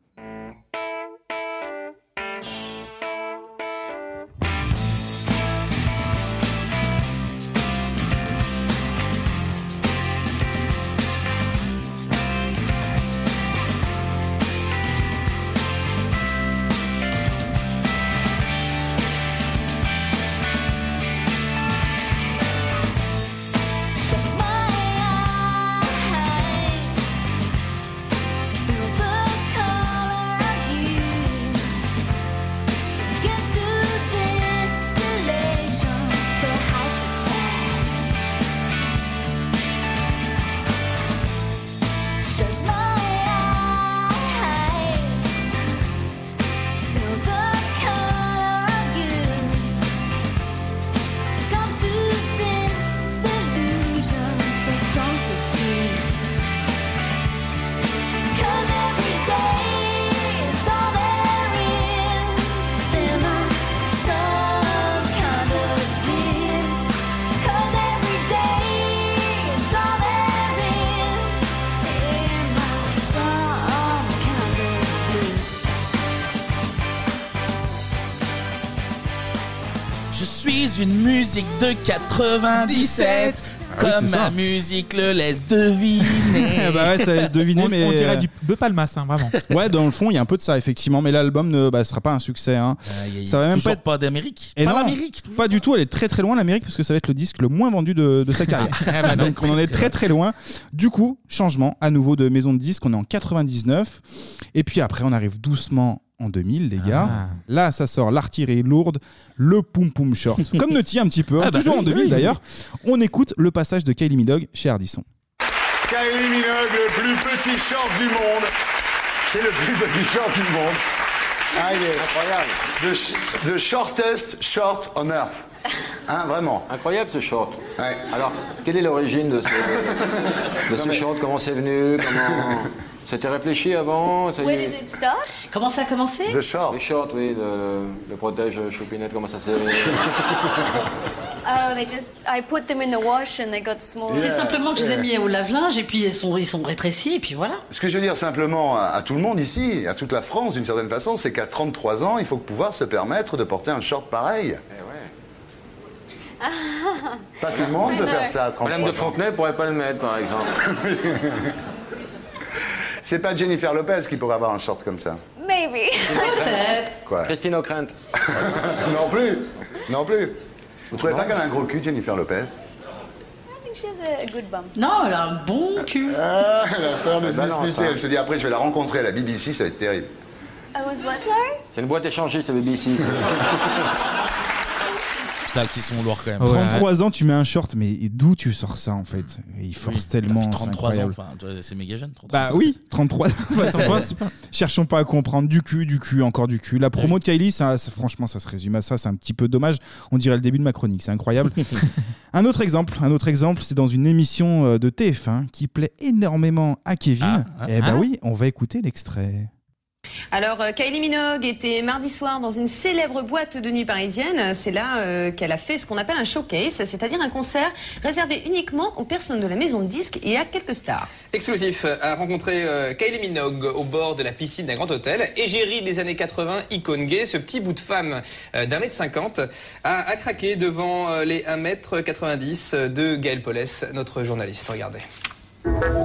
Speaker 18: Cause every day is all there is in my some kind of bliss. 'Cause every day is all there is in my some kind of bliss.
Speaker 1: Je suis une musique de 97.
Speaker 6: Ah oui,
Speaker 1: Comme
Speaker 6: c'est ça.
Speaker 1: ma musique le laisse deviner.
Speaker 6: <laughs> bah ouais, ça laisse deviner,
Speaker 1: On-
Speaker 6: mais. euh,
Speaker 1: on dirait
Speaker 7: du- de Palmas, hein, vraiment.
Speaker 6: <laughs> ouais, dans le fond, il y a un peu de ça, effectivement. Mais l'album ne bah, sera pas un succès. hein.
Speaker 1: Il Euh, y a
Speaker 6: ça va même pas
Speaker 1: toujours
Speaker 6: être
Speaker 1: pas d'Amérique.
Speaker 6: Et
Speaker 1: Pas
Speaker 6: non,
Speaker 1: l'Amérique.
Speaker 6: Pas du tout, elle est très très loin l'Amérique parce que ça va être le disque le moins vendu de, de sa carrière.
Speaker 1: Ah bah non,
Speaker 6: Donc on en est très très loin. Du coup, changement à nouveau de maison de disque, on est en 99. Et puis après, on arrive doucement en 2000, les gars.
Speaker 1: Ah.
Speaker 6: Là, ça sort l'artillerie lourde, le Poum Poum
Speaker 1: <laughs>
Speaker 6: Short. Comme Nutty un petit peu, hein,
Speaker 1: Ah bah
Speaker 6: toujours
Speaker 1: oui,
Speaker 6: en 2000
Speaker 1: oui.
Speaker 6: d'ailleurs. On écoute le passage de Kylie Minogue chez Hardisson.
Speaker 5: Kylie Minogue, le plus petit short du monde. C'est le plus petit short du monde. Ah, il est incroyable. The, sh- the shortest short on earth. Hein, vraiment.
Speaker 22: Incroyable ce short. Alors, quelle est l'origine de ce, de ce short Comment c'est venu
Speaker 5: <laughs>
Speaker 22: Comment C'était réfléchi avant ça y
Speaker 23: When
Speaker 22: est
Speaker 23: did it start Comment ça a commencé
Speaker 22: Le short. Le short, oui, le, le protège choupinette, comment ça s'est.
Speaker 23: Oh, they just, I put them in the wash and they got smaller.
Speaker 24: C'est simplement que je les ai mis au lave-linge et puis ils sont, ils sont rétrécis et puis voilà.
Speaker 5: Ce que je veux dire simplement à, à tout le monde ici, à toute la France d'une certaine façon, c'est qu'à 33 ans, il faut pouvoir se permettre de porter un short pareil. <laughs> Pas tout le monde peut faire ça à 33
Speaker 22: Madame de
Speaker 5: ans.
Speaker 22: Fontenay pourrait pas le mettre, par exemple.
Speaker 5: <laughs> C'est pas Jennifer Lopez qui pourrait avoir un short comme ça.
Speaker 23: Maybe.
Speaker 22: <laughs> Peut-être.
Speaker 5: Quoi
Speaker 22: Christine O'Krent.
Speaker 5: <laughs> Non plus. Non plus. Vous trouvez pas qu'elle a un gros cul, Jennifer Lopez
Speaker 23: I think she has a, a good bum.
Speaker 24: Non, Oh, elle a un bon cul.
Speaker 5: Ah, elle a peur de se
Speaker 22: Balance,
Speaker 5: disputer.
Speaker 22: hein.
Speaker 5: Elle se dit après, je vais la rencontrer à la BBC, ça va être terrible.
Speaker 23: I was what, sorry?
Speaker 22: C'est une boîte échangiste, ce bébé ici.
Speaker 1: stats qui sont lourds quand
Speaker 2: Ah
Speaker 1: même.
Speaker 6: 33 ans, tu mets un short, mais d'où tu sors ça en fait Il force tellement.
Speaker 1: Depuis
Speaker 6: c'est
Speaker 1: 33 Ah, ans,
Speaker 6: incroyable.
Speaker 1: enfin, tu vois, c'est méga jeune. 33
Speaker 6: Bah oui,
Speaker 2: <laughs>
Speaker 6: 33.
Speaker 1: <laughs>
Speaker 6: Enfin, 33, c'est pas- Cherchons pas à comprendre du cul, du cul, encore du cul. La
Speaker 2: Bah
Speaker 6: promo de Kylie, ça, ça- franchement, ça se résume à ça. C'est un petit peu dommage. On dirait le début de ma chronique.
Speaker 2: <laughs>
Speaker 6: C'est incroyable. un autre exemple, un autre exemple, c'est dans une émission euh, de TF1 qui plaît énormément à
Speaker 2: Ah,
Speaker 6: Kevin.
Speaker 2: ah,
Speaker 6: Eh bah
Speaker 2: ah.
Speaker 6: oui, on va écouter l'extrait.
Speaker 2: Alors, euh, Kylie Minogue était mardi soir dans une célèbre boîte de nuit parisienne. C'est là euh, qu'elle a fait ce qu'on appelle un showcase, c'est-à-dire un concert réservé uniquement aux personnes de la maison de disques et à quelques stars.
Speaker 3: Exclusif à rencontrer euh, Kylie Minogue au bord de la piscine d'un grand hôtel. Égérie des années 80, icône gay, ce petit bout de femme euh, d'un mètre cinquante a, a craqué devant euh, les 1 mètre 90 de Gaël Paulès, notre journaliste. Regardez.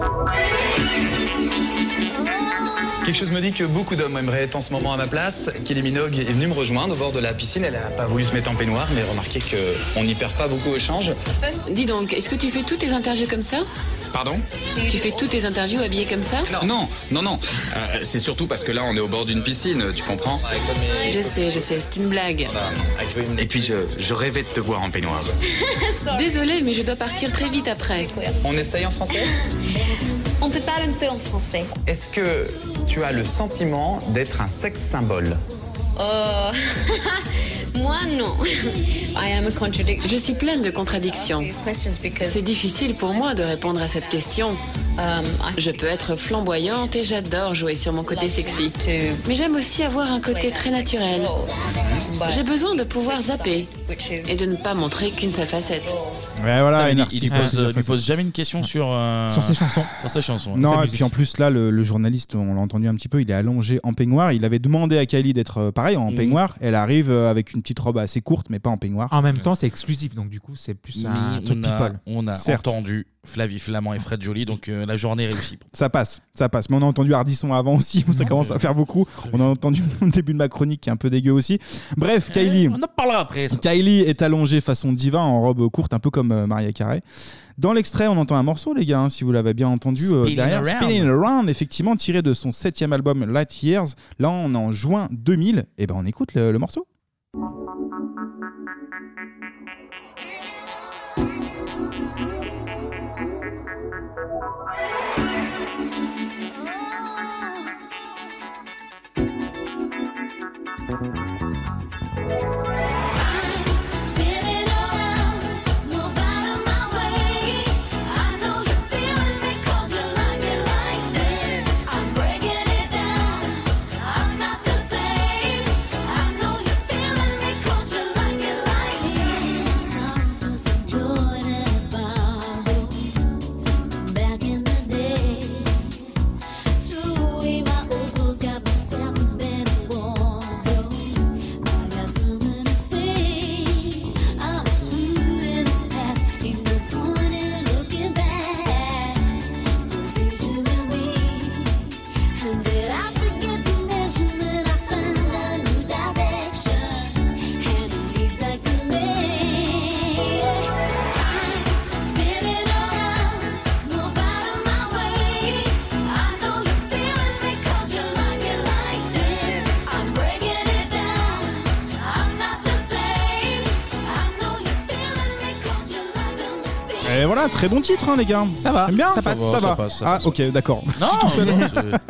Speaker 22: Ah.
Speaker 3: Quelque chose me dit que beaucoup d'hommes aimeraient être en ce moment à ma place. Kelly Minogue est venue me rejoindre au bord de la piscine. Elle n'a pas voulu se mettre en peignoir, mais remarquez qu'on n'y perd pas beaucoup au change.
Speaker 26: Dis donc, est-ce que tu fais toutes tes interviews comme ça
Speaker 3: Pardon
Speaker 26: Tu fais toutes tes interviews habillées comme ça
Speaker 3: <laughs> Non, non, non. Euh, c'est surtout parce que là, on est au bord d'une piscine, tu comprends
Speaker 26: Je sais, je sais, c'est une blague.
Speaker 3: <laughs> Et puis, je, je rêvais de te voir en peignoir.
Speaker 26: Désolée, mais je dois partir très vite après.
Speaker 3: On essaye en français
Speaker 26: On te parle un peu en français.
Speaker 3: Est-ce que tu as le sentiment d'être un sexe symbole
Speaker 26: Oh, <laughs> moi non. Je suis pleine de contradictions. C'est difficile pour moi de répondre à cette question. Je peux être flamboyante et j'adore jouer sur mon côté sexy. Mais j'aime aussi avoir un côté très naturel. J'ai besoin de pouvoir zapper et de ne pas montrer qu'une seule facette.
Speaker 6: Ouais, voilà,
Speaker 1: Putain,
Speaker 6: une
Speaker 1: mais il, il lui
Speaker 6: artiste.
Speaker 1: pose,
Speaker 6: Ouais.
Speaker 1: il lui pose jamais une question sur, euh,
Speaker 6: Sur ses chansons.
Speaker 1: Sur ses chansons.
Speaker 6: Non, et puis en plus, là, le, le journaliste, on l'a entendu un petit peu, il est allongé en peignoir. Il avait demandé à Kylie d'être euh, pareil, en
Speaker 7: Mhm.
Speaker 6: peignoir. Elle arrive euh, avec une petite robe assez courte, mais pas en peignoir.
Speaker 7: En même temps, c'est exclusif, donc du coup, c'est plus un
Speaker 1: Mais
Speaker 7: truc
Speaker 1: Bah, on a,
Speaker 7: people.
Speaker 1: on a
Speaker 6: Certes.
Speaker 1: entendu Flavie Flamand et Fred Joly, donc euh, la journée est réussie.
Speaker 6: Ça passe, ça passe. Mais on a entendu Hardisson avant aussi, <laughs> ça commence à faire beaucoup. On a entendu <laughs> le début de ma chronique qui est un peu dégueu aussi. Bref, Kylie.
Speaker 1: Eh, On en parlera après. ça.
Speaker 6: Kylie est allongée façon diva en robe courte, un peu comme euh, Maria Carey. Dans l'extrait, on entend un morceau, les gars, hein, si vous l'avez bien entendu euh,
Speaker 1: Spinning
Speaker 6: derrière.
Speaker 1: Around.
Speaker 6: Spinning Around, effectivement, tiré de son septième album Light Years. Là, on est en juin 2000. Et ben, on écoute le, le morceau.
Speaker 18: Spinning around, move out of my way. I know you're feeling me 'cause you like it like this. I'm breaking it down. I'm not the same. I know you're feeling me 'cause you like it like this. Something so Jordan about back in the day. True, my old clothes got myself a better one. I got something to say. I'm through in the past. Ain't no point in looking back. The future will be. And did I forget to mention that I found a new direction? And it leads back to me. I'm spinning around. Move out of my way. I know you're feeling me 'cause you like it like this. I'm breaking it down. I'm not the same. I know you're feeling me 'cause you like a mistake.
Speaker 6: Et voilà, très bon titre, hein, les gars. Ça va. bien,
Speaker 1: ça
Speaker 6: ça,
Speaker 1: passe.
Speaker 6: va,
Speaker 1: Ça
Speaker 6: ça va.
Speaker 1: passe, ça
Speaker 6: ah,
Speaker 1: passe.
Speaker 6: ok, d'accord.
Speaker 1: Non,
Speaker 6: Je suis tout
Speaker 1: non,
Speaker 6: seul. <laughs>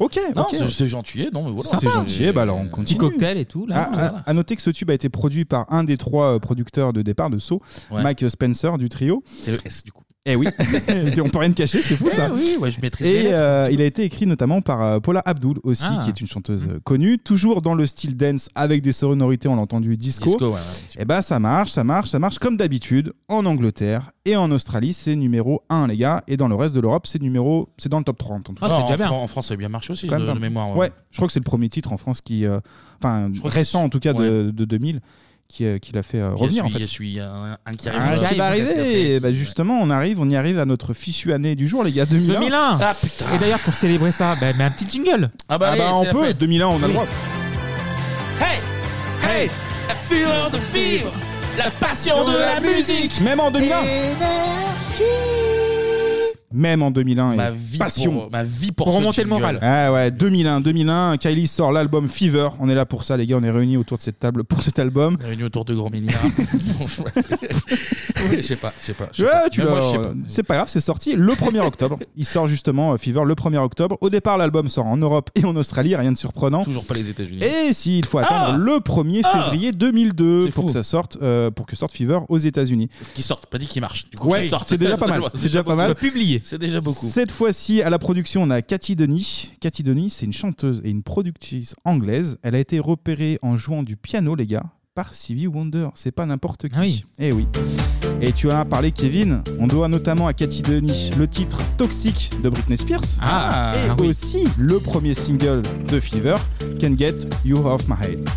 Speaker 6: Ok,
Speaker 1: Non,
Speaker 6: ok.
Speaker 1: c'est- c'est gentil, non, mais voilà.
Speaker 6: C'est gentil, bah alors on
Speaker 7: Petit
Speaker 6: continue.
Speaker 7: cocktail et tout, là.
Speaker 6: Ah, ah, à noter que ce tube a été produit par un des trois euh, producteurs de départ de Saw,
Speaker 1: Ouais.
Speaker 6: Mike Spencer du trio.
Speaker 1: C'est le E S du coup.
Speaker 6: Eh oui, <laughs> on peut rien te cacher, c'est fou
Speaker 1: Eh
Speaker 6: ça.
Speaker 1: oui, ouais, je maîtrise les
Speaker 6: Et
Speaker 1: lettres.
Speaker 6: euh, il a été écrit notamment par euh, Paula Abdul aussi,
Speaker 1: Ah.
Speaker 6: qui est une chanteuse euh, connue, toujours dans le style dance avec des sonorités, on l'a entendu disco.
Speaker 1: Disco, ouais, ouais, un
Speaker 6: Et bah ça marche, ça marche, ça marche comme d'habitude en Angleterre et en Australie, c'est numéro 1 les gars, et dans le reste de l'Europe, c'est numéro, Ah, c'est dans le top 30. en tout cas.
Speaker 1: Non, Ah, en, Fran- en France, ça a bien marché aussi,
Speaker 6: Quand
Speaker 1: de,
Speaker 6: même pas
Speaker 1: de
Speaker 6: mal.
Speaker 1: mémoire. hein.
Speaker 6: Ouais. je crois que c'est le premier titre en France qui, euh, enfin
Speaker 1: crois que
Speaker 6: récent
Speaker 1: c'est-
Speaker 6: en tout cas de,
Speaker 1: ouais.
Speaker 6: de 2000, qui, euh, qui l'a fait euh,
Speaker 1: Il y a
Speaker 6: revenir
Speaker 1: celui-
Speaker 6: en fait.
Speaker 1: Il y a celui, un, un qui arrive.
Speaker 6: Ah,
Speaker 1: euh,
Speaker 6: qui va
Speaker 1: presque
Speaker 6: arriver
Speaker 1: après.
Speaker 6: Et bah, Justement, on arrive, on y arrive à notre fichu année du jour, les gars, 2001.
Speaker 7: 2001
Speaker 6: Ah putain
Speaker 7: Et d'ailleurs, pour célébrer ça, bah, mets un petit jingle.
Speaker 6: Ah bah, on peut, 2001, on a le droit.
Speaker 1: Hey
Speaker 6: Hey
Speaker 1: La fureur de vivre <laughs> La passion de la musique
Speaker 6: Même en 2001 même en 2001.
Speaker 1: Ma
Speaker 6: et
Speaker 1: vie
Speaker 6: passion.
Speaker 1: pour- ma vie pour Pour ce remonter le jingle. moral.
Speaker 6: Ah ouais, 2001, 2001. Kylie sort l'album Fever. On est là pour ça, les gars. On est réunis autour de cette table pour cet album.
Speaker 1: Réunion autour de
Speaker 6: <laughs>
Speaker 1: Grand Milliard. je sais pas, je sais pas. je sais
Speaker 6: Ouais,
Speaker 1: pas.
Speaker 6: tu l'as-
Speaker 1: Même moi, je sais pas.
Speaker 6: c'est pas grave, c'est sorti le 1er octobre. Il sort justement euh, Fever le 1er octobre. Au départ, l'album sort en Europe et en Australie, rien de surprenant.
Speaker 1: Toujours pas les États-Unis.
Speaker 6: Et si il faut attendre
Speaker 1: Ah
Speaker 6: le 1er
Speaker 1: Ah
Speaker 6: février 2002
Speaker 1: C'est
Speaker 6: pour
Speaker 1: fou.
Speaker 6: que ça sorte, euh, pour que sorte Fever aux États-Unis.
Speaker 1: Qui sortent, pas dit qu'ils marchent. Du coup,
Speaker 6: Ouais,
Speaker 1: qu'ils sortent.
Speaker 6: c'est
Speaker 1: <laughs>
Speaker 6: déjà pas mal.
Speaker 1: C'est
Speaker 6: C'est déjà pas
Speaker 1: beaucoup.
Speaker 6: mal.
Speaker 1: Soit publié. C'est déjà beaucoup.
Speaker 6: Cette fois-ci, à la production, on a Cathy Denis. Cathy Denis, c'est une chanteuse et une productrice anglaise. Elle a été repérée en jouant du piano, les gars, par Stevie Wonder. C'est pas n'importe qui.
Speaker 1: Ah
Speaker 6: Oui. Eh oui. Et tu en as parlé, Kevin. On doit notamment à Cathy Denis le titre Toxique de Britney Spears.
Speaker 1: Ah,
Speaker 6: et
Speaker 1: ah oui.
Speaker 6: aussi le premier single de Fever, Can Get You Off My Head.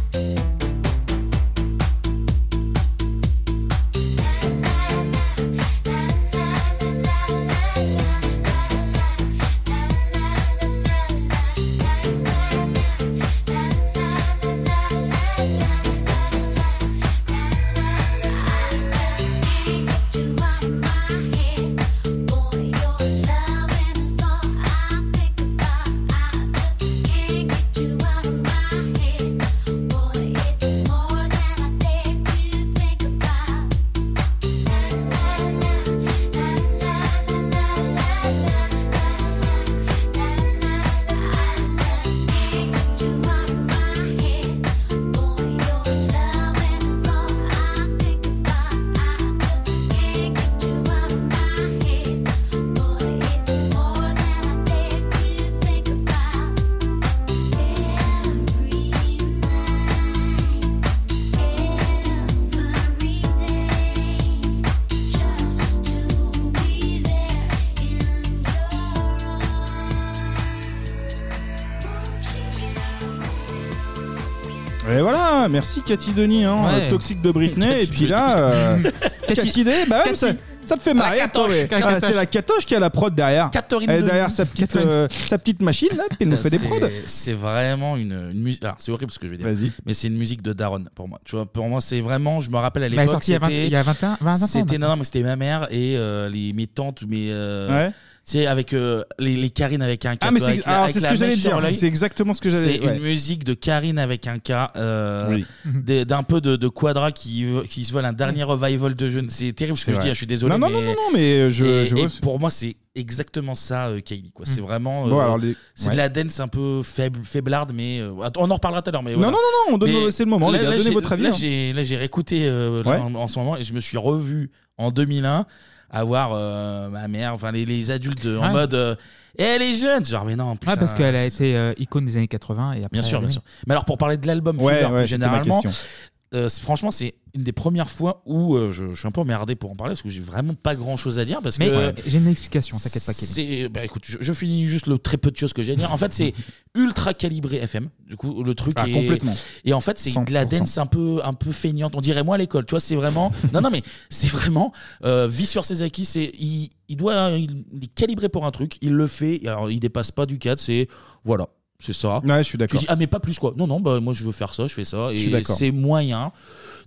Speaker 6: Et voilà, merci Cathy Denis, hein,
Speaker 7: Ouais.
Speaker 6: euh, Toxique de Britney.
Speaker 7: Cathy
Speaker 1: <laughs>
Speaker 6: et puis là, euh,
Speaker 7: Cathy-
Speaker 6: Cathy Denis, bah ouais,
Speaker 7: Cathy.
Speaker 6: ça, ça te fait marrer.
Speaker 7: catoche,
Speaker 6: toi, ouais.
Speaker 7: la
Speaker 6: Ah,
Speaker 7: catoche.
Speaker 6: c'est la catoche qui a la prod derrière.
Speaker 1: Catherine
Speaker 6: Elle est
Speaker 1: Denis.
Speaker 6: derrière sa petite, euh, sa petite machine, là, puis elle nous fait des
Speaker 1: C'est-
Speaker 6: prods.
Speaker 1: C'est vraiment une, musique. Alors, c'est horrible ce que je vais dire. Mais c'est une musique de Daronne pour moi. Tu vois, pour moi, c'est vraiment. Je me rappelle à
Speaker 7: Bah, elle est
Speaker 1: l'époque.
Speaker 7: sortie il y a vingt-
Speaker 1: c'était-
Speaker 7: il y a vingt et un- vingt- vingt ans
Speaker 1: C'était
Speaker 7: maintenant.
Speaker 1: non, non, mais c'était ma mère et euh, les, mes tantes ou mes. euh,
Speaker 6: Ouais.
Speaker 1: Tu sais, avec euh, les, les Karine avec un K.
Speaker 6: Ah, mais c'est-
Speaker 1: avec la-
Speaker 6: alors,
Speaker 1: avec
Speaker 6: c'est ce
Speaker 1: la
Speaker 6: que j'allais
Speaker 1: mèche sur
Speaker 6: dire.
Speaker 1: l'œil.
Speaker 6: C'est exactement ce que j'allais-
Speaker 1: C'est
Speaker 6: ouais.
Speaker 1: une musique de Karine avec un K. euh, des- D'un peu de, de Quadra qui, qui se vole un dernier revival de jeunes. C'est terrible ce
Speaker 6: C'est
Speaker 1: que je
Speaker 6: vrai.
Speaker 1: dis, hein, je suis désolé.
Speaker 6: Non, non,
Speaker 1: mais...
Speaker 6: non, non, non, mais je-
Speaker 1: et-
Speaker 6: je vois
Speaker 1: et
Speaker 6: ce-
Speaker 1: pour moi, c'est exactement ça, euh, Kylie. quoi. C'est
Speaker 6: Mm.
Speaker 1: vraiment.
Speaker 6: Bon,
Speaker 1: euh,
Speaker 6: alors, les-
Speaker 1: C'est
Speaker 6: ouais.
Speaker 1: de la dance un peu faible, faiblarde, mais. euh, attends, on en reparlera tout à l'heure. mais
Speaker 6: Non,
Speaker 1: voilà.
Speaker 6: non, non, non, on donne-
Speaker 1: Mais
Speaker 6: c'est le moment, les
Speaker 1: Là,
Speaker 6: gars,
Speaker 1: là,
Speaker 6: donnez
Speaker 1: j'ai-
Speaker 6: votre avis,
Speaker 1: Là,
Speaker 6: hein.
Speaker 1: j'ai là, j'ai réécouté euh, là,
Speaker 6: Ouais.
Speaker 1: en, en ce moment et je me suis revu en 2001 à voir euh, ma mère, enfin les, les adultes euh, en
Speaker 7: Ouais.
Speaker 1: mode. euh, Eh, elle est jeune! Genre, mais non, putain.
Speaker 7: Ouais, Ah. parce qu'elle a été euh, icône des années 80 et après. euh,
Speaker 1: Bien sûr, bien
Speaker 7: oui.
Speaker 1: sûr. Mais alors pour parler de l'album
Speaker 7: Ouais,
Speaker 1: Fever,
Speaker 7: ouais,
Speaker 1: hein, plus
Speaker 7: c'était ma
Speaker 1: généralement,
Speaker 7: question.
Speaker 1: euh, c'est- franchement, c'est une des premières fois où euh, je, je suis un peu emmerdé pour en parler parce que j'ai vraiment pas grand chose à dire parce
Speaker 7: Mais
Speaker 1: que
Speaker 7: euh, j'ai une explication, t'inquiète pas, Kevin.
Speaker 1: c'est bah écoute, je, je finis juste le très peu de choses que j'ai à dire. En fait,
Speaker 7: <laughs>
Speaker 1: c'est ultra calibré FM. Du coup, le truc
Speaker 6: Ah,
Speaker 1: est
Speaker 6: complètement.
Speaker 1: Et en fait, c'est de la
Speaker 6: 100%.
Speaker 1: dance un peu un peu feignante. On dirait moi à l'école, tu vois,
Speaker 6: <laughs>
Speaker 1: c'est vraiment Non non mais c'est vraiment euh, vie sur ses acquis, c'est il, il doit hein, il, il est calibré pour un truc, il le fait. Alors, il dépasse pas du cadre, c'est voilà. C'est ça.
Speaker 6: Ouais, je suis d'accord.
Speaker 1: Tu dis, ah, mais pas plus quoi. Non, non, bah, moi je veux faire ça, je fais ça.
Speaker 6: Je suis
Speaker 1: Et
Speaker 6: d'accord.
Speaker 1: c'est moyen.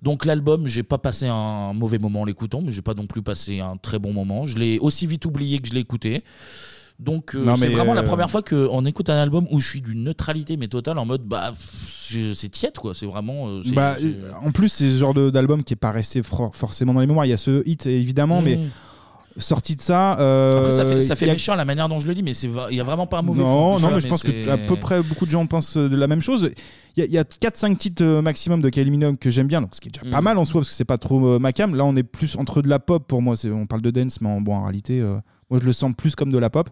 Speaker 1: Donc l'album, j'ai pas passé un mauvais moment en l'écoutant, mais j'ai pas non plus passé un très bon moment. Je l'ai aussi vite oublié que je l'ai écouté. Donc euh,
Speaker 6: Non,
Speaker 1: c'est
Speaker 6: mais,
Speaker 1: vraiment la
Speaker 6: euh,
Speaker 1: première fois qu'on écoute un album où je suis d'une neutralité mais totale en mode bah pff, c'est c'est tiède quoi. C'est vraiment. euh, c'est-
Speaker 6: Bah,
Speaker 1: c'est-
Speaker 6: euh, en plus, c'est ce genre de- d'album qui est pas resté for- forcément dans les mémoires. Il y a ce hit, évidemment, mais sorti de ça. euh,
Speaker 1: Mm. Après, ça fait, ça fait
Speaker 6: il y a-
Speaker 1: méchant la manière dont je le dis, mais c'est va- il y a vraiment pas un mauvais. fond,
Speaker 6: Non,
Speaker 1: tu
Speaker 6: non,
Speaker 1: vois,
Speaker 6: mais je pense
Speaker 1: c'est-
Speaker 6: que à peu près beaucoup de gens pensent euh, de la même chose. Il y a- il y a, 4-5 titres euh, maximum de Kylie Minogue que j'aime bien, donc ce qui est déjà pas mal en soi, parce que c'est pas trop euh, ma cam. Là, on est plus entre de la pop pour moi. C'est- On parle de dance, mais en, bon, en réalité, euh, moi je le sens plus comme de la pop,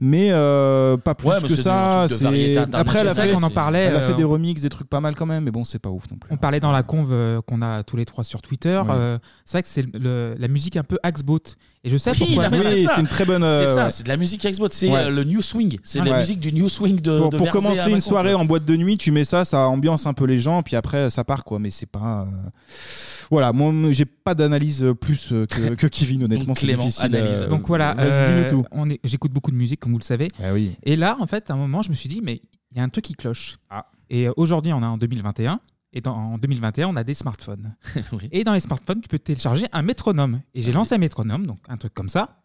Speaker 6: mais euh, pas plus
Speaker 7: Ouais, mais
Speaker 6: que
Speaker 7: c'est
Speaker 6: ça.
Speaker 7: du- un truc de
Speaker 6: c'est-
Speaker 7: variété
Speaker 6: Après, elle a
Speaker 7: internationale,
Speaker 6: fait,
Speaker 7: qu'on en parlait,
Speaker 6: elle a
Speaker 7: euh,
Speaker 6: fait des remixes, des trucs pas mal quand même, mais bon, c'est pas ouf non plus.
Speaker 7: On parlait dans la conve euh, qu'on a tous les trois sur Twitter.
Speaker 6: Ouais.
Speaker 7: euh, c'est vrai que c'est le- le- la musique un peu Axbot. Et je sais
Speaker 1: Oui,
Speaker 7: pourquoi.
Speaker 1: non, mais ça. C'est ça,
Speaker 7: euh, ouais.
Speaker 1: c'est de la musique Xbox, c'est
Speaker 6: euh, Ouais.
Speaker 1: euh, le New Swing, c'est
Speaker 6: Ouais.
Speaker 1: la musique du New Swing de
Speaker 6: pour,
Speaker 1: de
Speaker 6: pour
Speaker 1: Verzé à
Speaker 6: commencer une
Speaker 1: Macon,
Speaker 6: soirée
Speaker 1: quoi.
Speaker 6: en boîte de nuit, tu mets ça, ça ambiance un peu les gens, puis après ça part quoi. Mais c'est pas. euh, Voilà, moi j'ai pas d'analyse euh, plus euh,
Speaker 7: <laughs>
Speaker 6: que, que Kevin, honnêtement. c'est difficile. euh,
Speaker 7: Donc voilà,
Speaker 6: Vas-y,
Speaker 7: euh,
Speaker 6: dis-nous tout. Ah
Speaker 7: on est- J'écoute beaucoup de musique, comme vous le savez. Et là, en fait, à un moment, je me suis dit, mais il y a un truc qui cloche.
Speaker 6: Ah.
Speaker 7: Et euh, aujourd'hui, on est en 2021. Et dans- en 2021, on a des smartphones. Et dans les smartphones, tu peux télécharger un métronome. Et j'ai lancé un métronome, donc un truc comme ça.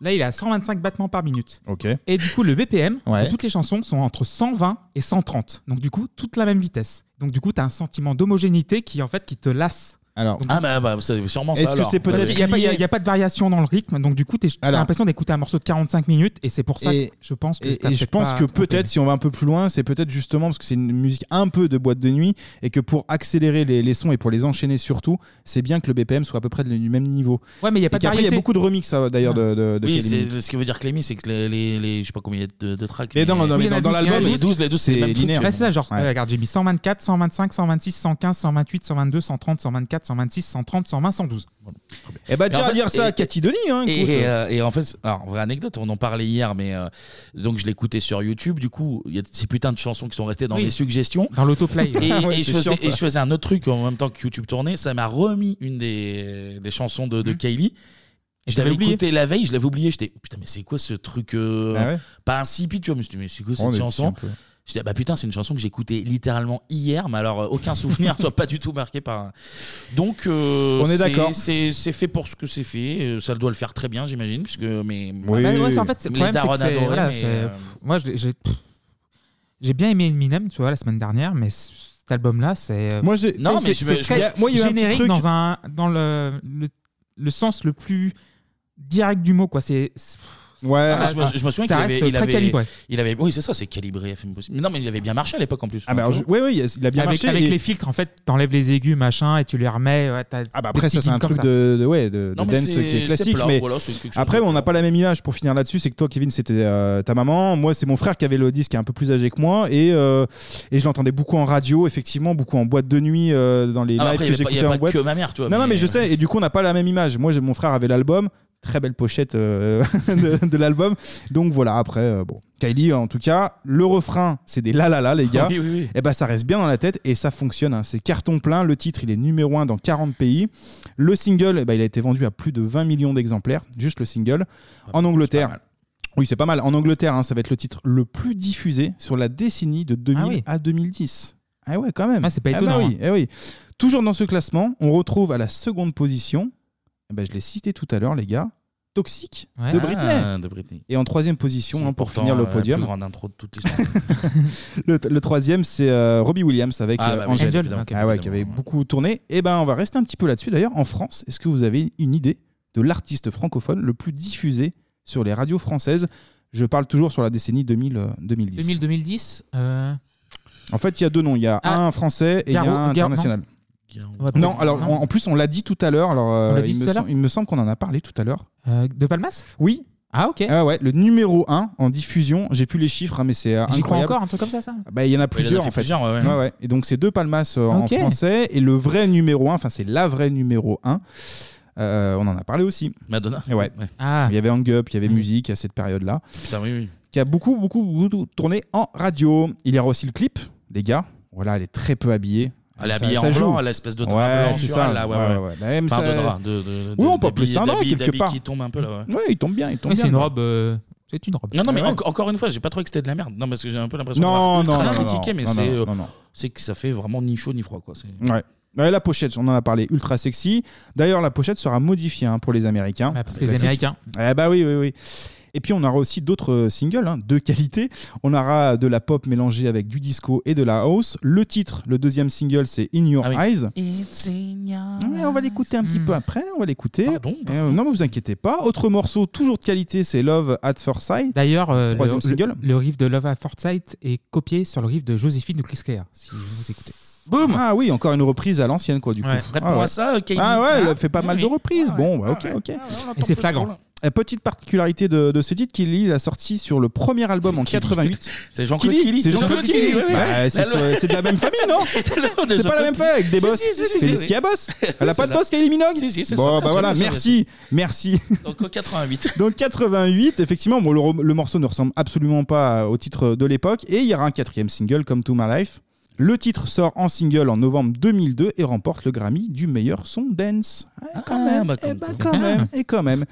Speaker 7: Là, il est à 125 battements par minute.
Speaker 6: Ok.
Speaker 7: Et du coup, le BPM
Speaker 6: Ouais.
Speaker 7: de toutes les chansons sont entre 120 et 130. Donc, du coup, toute la même vitesse. Donc, du coup, tu as un sentiment d'homogénéité qui, en fait, qui te lasse.
Speaker 6: Alors,
Speaker 1: ah bah, bah, c'est sûrement ça.
Speaker 7: Est-ce que
Speaker 1: alors.
Speaker 7: c'est peut-être
Speaker 1: Vas-y.
Speaker 7: Il n'y a, il y a pas de variation dans le rythme, donc du coup, tu as
Speaker 6: Alors.
Speaker 7: l'impression d'écouter un morceau de 45 minutes, et c'est pour ça
Speaker 6: Et-
Speaker 7: que je pense que.
Speaker 6: et,
Speaker 7: t'as
Speaker 6: et je
Speaker 7: peut-être
Speaker 6: pense
Speaker 7: pas
Speaker 6: que
Speaker 7: trompé.
Speaker 6: peut-être si on va un peu plus loin c'est peut-être justement parce que c'est une musique un peu de boîte de nuit et que pour accélérer les, les sons et pour les enchaîner surtout c'est bien que le BPM soit à peu près de- du même niveau
Speaker 7: Ouais, mais il y a
Speaker 6: Et
Speaker 7: pas de
Speaker 6: qu'après, il y a
Speaker 7: variété.
Speaker 6: beaucoup de remix ça, d'ailleurs de, de, de
Speaker 1: oui,
Speaker 6: Kelly.
Speaker 1: c'est, ce que veut dire Clémy, c'est que les, les, les- je sais pas combien il y a de, de tracks.
Speaker 6: Mais non, non, mais
Speaker 1: il y en a
Speaker 6: dans- dans
Speaker 1: 12,
Speaker 6: l'album,
Speaker 1: les 12, les 12, c'est, le même truc.
Speaker 7: Ouais, c'est ça, genre, euh, regarde, j'ai mis 124, 125, 126, 115, 128, 122, 130, 124, 126, 130, 120, 112.
Speaker 6: Eh bah,
Speaker 1: Mais en
Speaker 6: tiens à
Speaker 1: fait-
Speaker 6: dire ça
Speaker 1: et-
Speaker 6: à Cathy Denis. Hein,
Speaker 1: et,
Speaker 6: écoute.
Speaker 1: et, euh, et en fait, alors, vraie anecdote, on en parlait hier, mais euh, donc je l'écoutais sur YouTube. Du coup, il y a ces putains de chansons qui sont restées dans
Speaker 7: Oui.
Speaker 1: les suggestions.
Speaker 7: Dans l'autoplay. <laughs>
Speaker 1: Et,
Speaker 7: Ouais,
Speaker 1: et je
Speaker 7: c'est
Speaker 1: faisais,
Speaker 7: chiant, ça.
Speaker 1: et je faisais un autre truc en même temps que YouTube tournait. Ça m'a remis une des, des chansons de,
Speaker 6: Hum.
Speaker 1: de Kylie.
Speaker 7: Et
Speaker 1: Je l'avais
Speaker 7: t'avais oublié.
Speaker 1: écouté la veille, je l'avais oublié. J'étais putain, mais c'est quoi ce truc euh,
Speaker 7: Ah ouais
Speaker 1: Pas insipide, tu vois. Mais je me suis dit, mais c'est quoi
Speaker 7: Oh, on
Speaker 1: cette
Speaker 7: est
Speaker 1: chanson
Speaker 7: petit un peu.
Speaker 1: je dis, ah bah putain, c'est une chanson que j'écoutais littéralement hier, mais alors euh,
Speaker 6: <laughs>
Speaker 1: aucun souvenir, toi, pas du tout marqué par. un- Donc, euh,
Speaker 6: On est
Speaker 1: c'est-
Speaker 6: d'accord.
Speaker 1: C'est c'est fait pour ce que c'est fait. euh, Ça doit le faire très bien, j'imagine, puisque mais.
Speaker 7: Ah bah ouais, c'est- en fait, c'est- le
Speaker 1: les
Speaker 7: problème, c'est que
Speaker 1: darons
Speaker 7: c'est-
Speaker 1: adoraient,
Speaker 7: voilà,
Speaker 1: mais,
Speaker 7: c'est-
Speaker 1: euh,
Speaker 7: Moi, j'ai- j'ai pff, j'ai bien aimé Eminem, tu vois, la semaine dernière, mais c- cet album-là, c'est. euh,
Speaker 6: Moi, j'ai-
Speaker 7: Non,
Speaker 6: c'est-
Speaker 7: mais
Speaker 6: c'est-
Speaker 7: je me-
Speaker 6: c'est
Speaker 7: je me-
Speaker 6: très- moi, il y a eu un petit
Speaker 7: générique
Speaker 6: truc-
Speaker 7: dans un dans le, le le sens le plus direct du mot, quoi. C'est. c'est-
Speaker 6: Ouais.
Speaker 1: Ah, je, me, je me
Speaker 7: ça
Speaker 1: souviens qu'il
Speaker 7: reste
Speaker 1: avait, il
Speaker 7: très
Speaker 1: avait-
Speaker 7: calibré.
Speaker 1: il avait- oui c'est ça, c'est calibré FM possible. Mais non, mais il avait bien marché à l'époque en plus.
Speaker 6: Ah, bah, alors, je- oui, oui, il a bien
Speaker 7: avec,
Speaker 6: marché.
Speaker 7: avec
Speaker 6: et-
Speaker 7: les filtres, en fait, t'enlèves les aigus, machin, et tu les remets. ouais, t'as
Speaker 6: Ah bah
Speaker 7: des
Speaker 6: après ça
Speaker 7: petits
Speaker 6: c'est un
Speaker 7: hymnes comme
Speaker 6: truc
Speaker 7: ça.
Speaker 6: de, de- ouais de, de
Speaker 7: Non, mais
Speaker 6: dance euh,
Speaker 7: c'est-
Speaker 6: qui est
Speaker 7: c'est
Speaker 6: classique
Speaker 1: hein,
Speaker 7: plat,
Speaker 6: mais
Speaker 7: voilà, c'est quelque chose
Speaker 6: après on n'a pas la même image pour finir là-dessus c'est que toi Kevin c'était euh, ta maman moi c'est mon frère qui avait le disque qui est un peu plus âgé que moi et euh, et je l'entendais beaucoup en radio effectivement beaucoup en boîte de nuit euh, dans les
Speaker 1: Ah, mais
Speaker 6: lives
Speaker 1: après,
Speaker 6: que
Speaker 1: il y avait pas- il y
Speaker 6: j'écoutais
Speaker 1: avait
Speaker 6: en
Speaker 1: pas
Speaker 6: boîte
Speaker 1: que ma mère, tu vois,
Speaker 6: non non
Speaker 1: mais-
Speaker 6: mais je sais et du coup on n'a pas la même image moi j'ai- mon frère avait l'album très belle pochette euh, <laughs> de, de l'album donc voilà après euh, bon Kylie en tout cas le refrain c'est des la la la les gars
Speaker 1: Oui, oui, oui.
Speaker 6: et ben ça reste bien dans la tête et ça fonctionne. hein. C'est carton plein. Le titre, il est numéro 1 dans 40 pays. Le single, eh ben, il a été vendu à plus de 20 millions d'exemplaires, juste le single.
Speaker 1: Ah,
Speaker 6: En Angleterre. Oui, c'est pas mal. En Angleterre, hein, ça va être le titre le plus diffusé sur la décennie de 2000
Speaker 1: Ah
Speaker 7: oui.
Speaker 6: à 2010. Ah ouais, quand même.
Speaker 7: Ah, c'est pas
Speaker 6: Eh ben
Speaker 7: étonnant,
Speaker 1: hein.
Speaker 6: oui, eh oui. Toujours dans ce classement, on retrouve à la seconde position, eh ben, je l'ai cité tout à l'heure, les gars, Toxique
Speaker 1: Ouais.
Speaker 6: de,
Speaker 1: Ah,
Speaker 6: Britney.
Speaker 1: de Britney.
Speaker 6: Et en troisième position, hein, pour
Speaker 1: Pourtant, euh,
Speaker 6: finir le
Speaker 1: la
Speaker 6: podium.
Speaker 1: plus grande intro de toute l'histoire.
Speaker 6: <laughs> Le, le troisième, c'est euh, Robbie Williams avec
Speaker 1: Ah,
Speaker 6: euh,
Speaker 1: bah oui,
Speaker 6: Angel,
Speaker 1: évidemment,
Speaker 6: Ah ouais, qui avait beaucoup tourné. Et ben, on va rester un petit peu là-dessus. D'ailleurs, en France, est-ce que vous avez une idée de l'artiste francophone le plus diffusé sur les radios françaises Je parle toujours sur la décennie 2000, euh, 2010.
Speaker 7: 2000-2010. euh,
Speaker 6: En fait, il y a deux noms. Il y a
Speaker 7: Ah,
Speaker 6: un français et il y a
Speaker 7: Garou-
Speaker 6: un
Speaker 7: Gar-
Speaker 6: international.
Speaker 7: non.
Speaker 6: Non, alors
Speaker 7: Non.
Speaker 6: en- en plus, on l'a dit tout à l'heure. Alors, euh,
Speaker 7: l'a dit
Speaker 6: il,
Speaker 7: tout
Speaker 6: me
Speaker 7: à
Speaker 6: sem-
Speaker 7: l'heure Euh,
Speaker 6: il me semble qu'on en a parlé tout à l'heure.
Speaker 7: de Palmas
Speaker 6: Oui.
Speaker 7: Ah ok.
Speaker 6: Ah ouais, le numéro 1 en diffusion, j'ai plus les chiffres hein, mais c'est euh,
Speaker 7: J'y crois
Speaker 6: incroyable.
Speaker 7: encore, un truc comme ça, ça
Speaker 6: Bah, il y en a plusieurs
Speaker 1: fait
Speaker 6: en fait.
Speaker 1: plusieurs, ouais, ouais.
Speaker 6: Et donc c'est deux Palmas euh,
Speaker 7: Ok.
Speaker 6: en français et le vrai numéro 1, enfin c'est la vraie numéro 1. on en a parlé aussi.
Speaker 1: Madonna. Mm.
Speaker 6: Et ouais. Il y avait Hang Up, il y avait musique à cette période-là.
Speaker 1: Putain, oui, oui.
Speaker 6: Qui a beaucoup, beaucoup, beaucoup tourné en radio. Il y a aussi le clip, les gars. Voilà, elle est très peu habillée.
Speaker 1: Elle est
Speaker 6: Ça-
Speaker 1: habillée
Speaker 6: ça
Speaker 1: en
Speaker 6: joue.
Speaker 1: blanc, elle a l'espèce de drap
Speaker 6: ouais,
Speaker 1: blanc
Speaker 6: c'est
Speaker 1: sur
Speaker 6: ça.
Speaker 1: elle, là, ouais, ouais.
Speaker 6: Bah, même
Speaker 1: Enfin,
Speaker 6: ça-
Speaker 1: de drap, de- de- de-
Speaker 6: oui, on peut
Speaker 1: d'habillé-
Speaker 6: appeler ça un drap
Speaker 1: d'habillé-
Speaker 6: quelque
Speaker 1: d'habillé
Speaker 6: part.
Speaker 1: qui tombe un peu, là, ouais.
Speaker 6: Ouais, il tombe bien, il tombe
Speaker 7: Ouais,
Speaker 6: bien.
Speaker 7: c'est une robe. euh, C'est une robe.
Speaker 1: Non, non, mais
Speaker 7: Ah ouais.
Speaker 1: en- encore une fois, j'ai pas trouvé que c'était de la merde. Non, parce que j'ai un peu l'impression
Speaker 6: Non,
Speaker 1: qu'on l'a
Speaker 6: non,
Speaker 1: ultra
Speaker 6: non, non,
Speaker 1: critiqué, mais
Speaker 6: non,
Speaker 1: c'est,
Speaker 6: non,
Speaker 1: euh,
Speaker 6: non, non.
Speaker 1: c'est que ça fait vraiment ni chaud ni froid, quoi. C'est-
Speaker 6: Ouais. Ouais, la pochette, on en a parlé, ultra sexy. D'ailleurs, la pochette sera modifiée hein, pour les Américains.
Speaker 7: parce que les Américains.
Speaker 6: Eh bah oui, oui, oui. Et puis on aura aussi d'autres euh, singles hein, de qualité. On aura de la pop mélangée avec du disco et de la house. Le titre, le deuxième single, c'est In
Speaker 7: Ah
Speaker 6: Your Eyes. Ouais, on va l'écouter un petit peu après. On va l'écouter. Euh, non, mais vous inquiétez pas. Autre morceau, toujours de qualité, c'est Love at First Sight.
Speaker 7: D'ailleurs, euh, le,
Speaker 6: troisième single.
Speaker 7: le, le riff de Love at First Sight est copié sur le riff de Joséphine de Chris Rea, si vous écoutez.
Speaker 1: Boum
Speaker 6: Ah oui, encore une reprise à l'ancienne, quoi, du coup.
Speaker 7: Ouais.
Speaker 1: Réponds
Speaker 6: Ah ouais.
Speaker 1: à ça, euh, Kylie.
Speaker 6: Ah ouais, elle
Speaker 1: Ah,
Speaker 6: fait pas
Speaker 1: oui,
Speaker 6: mal de
Speaker 1: oui.
Speaker 6: reprises. bon, bah, ok,
Speaker 1: Ah,
Speaker 6: ok.
Speaker 7: Et c'est flagrant.
Speaker 6: La petite particularité de, de ce titre, qu'il a sorti sur le premier album en 88.
Speaker 1: <laughs> C'est Jean-Claude
Speaker 6: Killy.
Speaker 1: Killy.
Speaker 6: C'est Jean-Claude Killy.
Speaker 1: oui, oui.
Speaker 6: Bah, c'est
Speaker 1: <laughs> La loi-
Speaker 6: c'est de la même famille, non
Speaker 1: de
Speaker 6: C'est pas la
Speaker 1: Jean-Claude
Speaker 6: même famille avec des
Speaker 1: Si,
Speaker 6: boss.
Speaker 1: si, si,
Speaker 6: C'est
Speaker 1: si, si,
Speaker 6: ce
Speaker 1: oui.
Speaker 6: qui a
Speaker 1: <laughs>
Speaker 6: boss. Elle a
Speaker 1: C'est
Speaker 6: pas de
Speaker 1: ça.
Speaker 6: boss, Kylie Minogue
Speaker 1: Si, si, c'est ça.
Speaker 6: Bon,
Speaker 1: Bien
Speaker 6: bah
Speaker 1: sûr,
Speaker 6: voilà,
Speaker 1: bien sûr,
Speaker 6: merci. Merci.
Speaker 1: Donc, en 88.
Speaker 6: Donc 88, effectivement, bon, le, re- le morceau ne ressemble absolument pas au titre de l'époque. Et il y aura un quatrième single, comme To My Life. Le titre sort en single en novembre 2002 et remporte le Grammy du meilleur son bah, dance. Ah, quand même, eh ben, quand même, et quand même.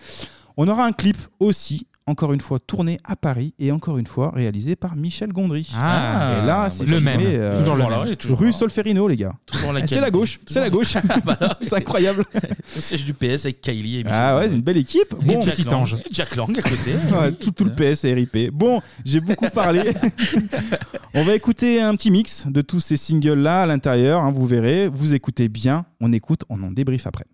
Speaker 6: On aura un clip aussi encore une fois tourné à Paris et encore une fois réalisé par Michel Gondry.
Speaker 7: Ah,
Speaker 6: et là, c'est
Speaker 7: le
Speaker 6: filmé,
Speaker 7: même. Toujours le
Speaker 6: rue
Speaker 7: même.
Speaker 6: Rue Solferino, les gars.
Speaker 1: Toujours la
Speaker 6: Eh, c'est la
Speaker 1: qualité.
Speaker 6: gauche, c'est la gauche. c'est incroyable.
Speaker 1: Le siège du PS avec Kylie et Michel.
Speaker 6: Ah ouais, c'est une belle équipe.
Speaker 1: Et
Speaker 6: Bon,
Speaker 1: Jack Lang. Et Jack Lang à côté.
Speaker 6: <laughs> Ouais, tout, tout le PS est RIP. Bon, j'ai beaucoup
Speaker 1: <laughs>
Speaker 6: parlé. on va écouter un petit mix de tous ces singles-là à l'intérieur. hein, vous verrez, vous écoutez bien. On écoute, on en débrief après.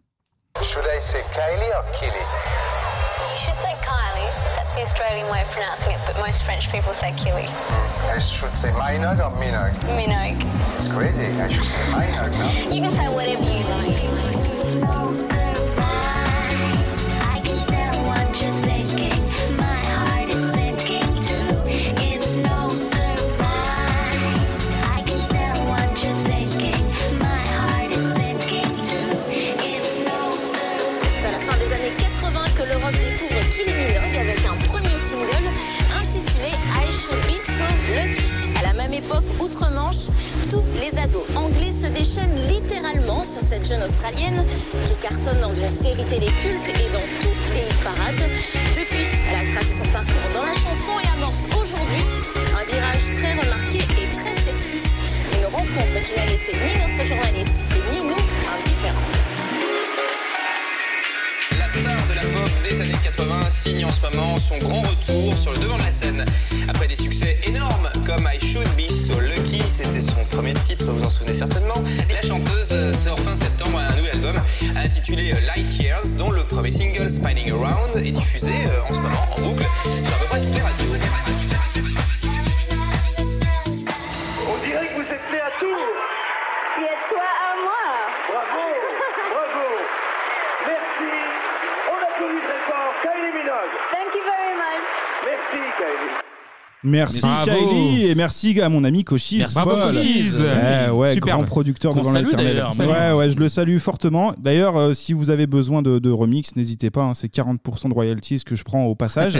Speaker 4: Should I say Kylie or Kili?
Speaker 16: You should say Kylie. That's the Australian way of pronouncing it, but most French people say Kiwi.
Speaker 4: I should say Minog or Minog?
Speaker 16: Minogue.
Speaker 4: It's crazy. I should say Minog, no?
Speaker 16: You can say whatever you like.
Speaker 11: C'est à la fin des années 80 que l'Europe découvre Kylie Minogue avec un premier single intitulé I Should Be So Lucky. À la même époque, outre-Manche, tous les ados anglais se déchaînent littéralement sur cette jeune Australienne qui cartonne dans une série télé culte et dans tous les parades. Depuis, elle a tracé son parcours dans la chanson et amorce aujourd'hui un virage très remarqué et très sexy. Une rencontre qui n'a laissé ni notre journaliste et ni nous indifférents.
Speaker 3: La star de la pop des années 80 signe en ce moment son grand retour sur le devant de la scène. Après des succès énormes comme I Should Be So Lucky, c'était son premier titre, vous en souvenez certainement. La chanteuse sort fin septembre un nouvel album intitulé Light Years, dont le premier single Spinning Around est diffusé euh, en ce moment en boucle sur à peu près toutes les radios.
Speaker 18: On dirait que vous êtes né à Tours. Et à toi, à moi. Bravo, bravo. Merci. On applaudit très fort Kylie Minogue. Thank you very much. Merci, Kylie.
Speaker 6: Merci
Speaker 7: Bravo.
Speaker 6: Kylie et merci à mon ami Cochise.
Speaker 7: Merci Bravo, Cochise.
Speaker 6: Ouais, ouais,
Speaker 7: Superbe.
Speaker 6: grand producteur
Speaker 7: Qu'on
Speaker 6: devant
Speaker 7: salue
Speaker 6: l'internet.
Speaker 7: d'ailleurs.
Speaker 6: Ouais,
Speaker 7: Salut.
Speaker 6: ouais, je le salue fortement. D'ailleurs, euh, si vous avez besoin de, de remix, n'hésitez pas. hein, c'est 40% de royalties que je prends au
Speaker 7: <laughs>
Speaker 6: passage.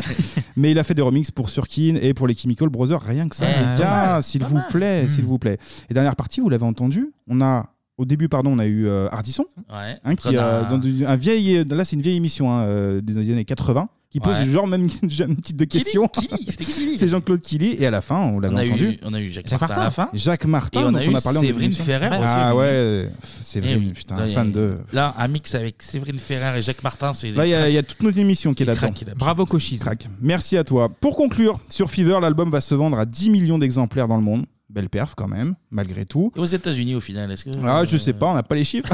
Speaker 6: Mais il a fait des remixes pour Surkin et pour les Chemical Brothers. Rien que ça,
Speaker 7: Eh,
Speaker 6: les
Speaker 7: pas
Speaker 6: gars,
Speaker 7: mal,
Speaker 6: s'il
Speaker 7: pas
Speaker 6: vous
Speaker 7: mal. Hmm.
Speaker 6: plaît, s'il vous plaît. Et dernière partie, vous l'avez entendu. On a au début, pardon, on a eu euh, Ardisson,
Speaker 1: Ouais.
Speaker 6: hein, qui, euh,
Speaker 1: Très
Speaker 6: dans du- un vieil. euh, Là, c'est une vieille émission hein, euh, des années 80 qui pose
Speaker 1: Ouais.
Speaker 6: le genre même <laughs> une petite de questions. <laughs> C'est Jean-Claude Killy et à la fin, on
Speaker 1: On a
Speaker 6: l'avait
Speaker 1: eu-
Speaker 6: entendu.
Speaker 1: on a eu Jacques Jacques Martin à la Martin. fin.
Speaker 6: Jacques Martin,
Speaker 1: Et on
Speaker 6: dont
Speaker 1: a
Speaker 6: on
Speaker 1: eu
Speaker 6: a parlé en
Speaker 1: Séverine
Speaker 6: émission.
Speaker 1: Ferrer
Speaker 6: Ah
Speaker 1: aussi.
Speaker 6: ouais, Séverine,
Speaker 1: Eh oui.
Speaker 6: putain,
Speaker 1: Là, il y a-
Speaker 6: fan de.
Speaker 1: Là, un mix avec Séverine Ferrer et Jacques Martin, c'est.
Speaker 6: Là, il y, a- il y a toute notre émission qui est là-dedans.
Speaker 1: crack, il a-
Speaker 6: Bravo Cochise. Merci à toi. Pour conclure, sur Fever, l'album va se vendre à 10 millions d'exemplaires dans le monde. Belle perf quand même, malgré tout.
Speaker 1: Et aux États-Unis au final, est-ce que.
Speaker 6: Ah, je sais pas, on n'a pas les
Speaker 1: <laughs>
Speaker 6: chiffres.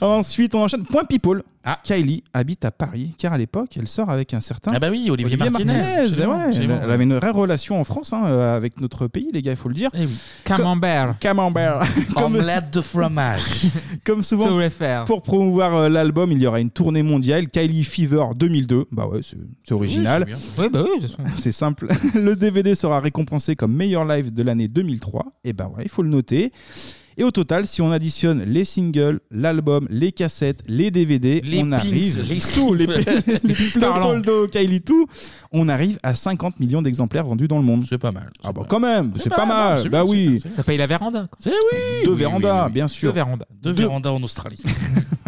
Speaker 6: Ensuite, on enchaîne. Point People. Kylie habite à Paris, car à l'époque, elle sort avec un certain.
Speaker 1: Ah bah oui, Olivier Martinez. Absolument,
Speaker 6: ouais.
Speaker 1: absolument.
Speaker 6: Elle avait une vraie relation en France, hein, euh, avec notre pays, les gars, il faut le dire.
Speaker 1: Eh
Speaker 7: Camembert.
Speaker 6: Camembert. <laughs>
Speaker 1: Omelette de fromage.
Speaker 6: Comme souvent,
Speaker 7: Tout réfère.
Speaker 6: pour promouvoir euh, l'album, il y aura une tournée mondiale, Kylie Fever 2002. Bah ouais, c'est c'est original.
Speaker 7: Oui, c'est bien. Ouais, bah oui, de toute façon.
Speaker 6: C'est simple. <laughs> Le DVD sera récompensé comme meilleur live de l'année 2003. Et ben voilà, il faut le noter. Et au total, si on additionne les singles, l'album, les cassettes, les DVD,
Speaker 1: Les
Speaker 6: on
Speaker 1: pins,
Speaker 6: arrive <laughs>
Speaker 1: les
Speaker 6: tout, les,
Speaker 1: slips.
Speaker 6: pins, les
Speaker 1: Les pins
Speaker 6: pins, le
Speaker 1: parlants.
Speaker 6: Poldo, Kylie tout, on arrive à 50 millions d'exemplaires vendus dans le monde.
Speaker 1: C'est pas mal.
Speaker 6: Ah bah quand même, c'est pas, mal.
Speaker 7: c'est
Speaker 6: bah
Speaker 7: bien,
Speaker 6: oui.
Speaker 7: Ça paye la véranda.
Speaker 1: C'est oui.
Speaker 6: Deux vérandas, bien sûr.
Speaker 7: Deux vérandas.
Speaker 1: Deux vérandas en Australie.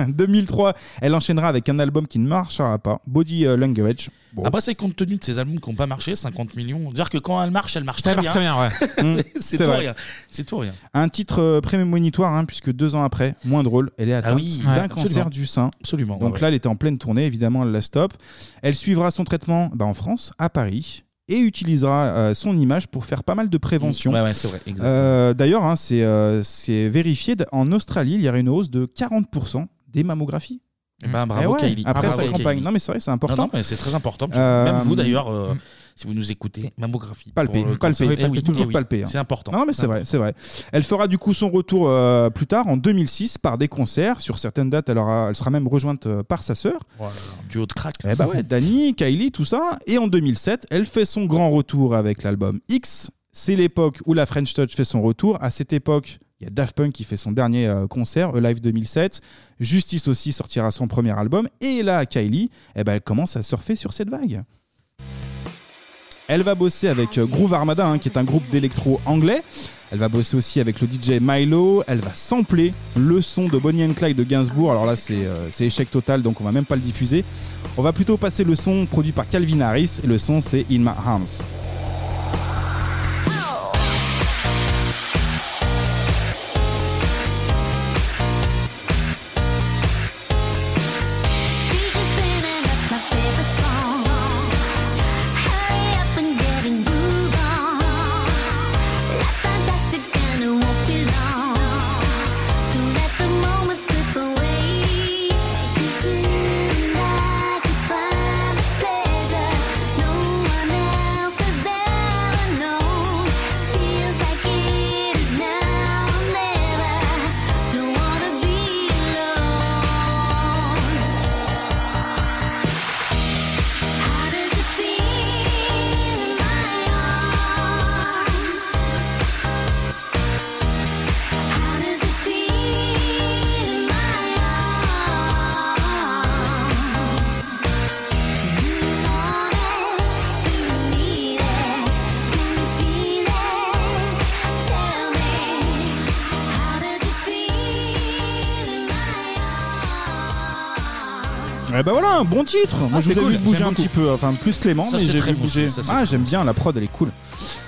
Speaker 6: 2003, elle enchaînera avec un album qui ne marchera pas, Body euh, Language. <laughs> Bon.
Speaker 1: Après, Ah, bah, c'est compte tenu de ces albums qui n'ont pas marché, 50 millions. C'est-à-dire que quand elle marche, elle marche
Speaker 6: Ça
Speaker 1: très
Speaker 6: marche
Speaker 1: bien.
Speaker 6: très bien,
Speaker 1: <laughs>
Speaker 6: ouais. Mm,
Speaker 1: c'est
Speaker 6: c'est
Speaker 1: tout
Speaker 6: vrai.
Speaker 1: rien. C'est tout rien.
Speaker 6: Un titre euh, prémonitoire, hein, puisque deux ans après, moins drôle, elle est atteinte
Speaker 1: Ah oui,
Speaker 6: d'un
Speaker 1: ouais,
Speaker 6: cancer
Speaker 1: absolument.
Speaker 6: du sein.
Speaker 1: Absolument,
Speaker 6: Donc là,
Speaker 1: ouais, ouais.
Speaker 6: elle était en pleine tournée, évidemment, elle la stoppe. Elle suivra son traitement bah, en France, à Paris, et utilisera euh, son image pour faire pas mal de prévention.
Speaker 1: Mmh, Ouais, ouais, c'est vrai, exactement.
Speaker 6: Euh, D'ailleurs, hein, c'est euh, c'est vérifié. En Australie, il y a une hausse de 40% des mammographies.
Speaker 1: Eh ben, bravo,
Speaker 6: ouais,
Speaker 1: Kylie.
Speaker 6: Après
Speaker 1: Bravo,
Speaker 6: sa
Speaker 1: Kylie.
Speaker 6: campagne. Non, mais c'est vrai, c'est important.
Speaker 1: Non, non, mais c'est très important.
Speaker 6: Euh,
Speaker 1: Même vous d'ailleurs, euh, si vous nous écoutez, mammographie.
Speaker 6: Palper,
Speaker 1: pour le
Speaker 6: palper,
Speaker 1: cancer. Eh
Speaker 6: palper,
Speaker 1: oui,
Speaker 6: toujours
Speaker 1: eh oui,
Speaker 6: palper. hein.
Speaker 1: C'est important. Ah.
Speaker 6: Non, mais c'est vrai, c'est vrai. Elle fera du coup son retour euh, plus tard, en 2006, par des concerts. Sur certaines dates, elle, aura- elle sera même rejointe euh, par sa sœur.
Speaker 1: Voilà, duo de crack.
Speaker 6: Eh bah ouais, Dani, Kylie, tout ça. Et en 2007, elle fait son grand retour avec l'album X. C'est l'époque où la French Touch fait son retour. À cette époque, il y a Daft Punk qui fait son dernier euh, concert, Live 2007. Justice aussi sortira son premier album. Et là, Kylie, eh ben, elle commence à surfer sur cette vague. Elle va bosser avec euh, Groove Armada, hein, qui est un groupe d'électro anglais. Elle va bosser aussi avec le DJ Milo. Elle va sampler le son de Bonnie and Clyde de Gainsbourg. Alors là, c'est euh, c'est échec total, donc on va même pas le diffuser. On va plutôt passer le son produit par Calvin Harris. Et le son, c'est In My Arms. Eh ben voilà, un bon titre. Moi, je
Speaker 7: Ah, c'est
Speaker 6: vous ai
Speaker 7: cool.
Speaker 6: vu bouger
Speaker 7: J'aime
Speaker 6: un petit
Speaker 7: beaucoup.
Speaker 6: peu, enfin plus Clément,
Speaker 7: Ça,
Speaker 6: mais
Speaker 7: c'est
Speaker 6: j'ai
Speaker 7: très
Speaker 6: vu
Speaker 7: bon
Speaker 6: bouger.
Speaker 7: titre, ça, c'est
Speaker 6: ah,
Speaker 7: très
Speaker 6: j'aime bien la prod, elle est cool.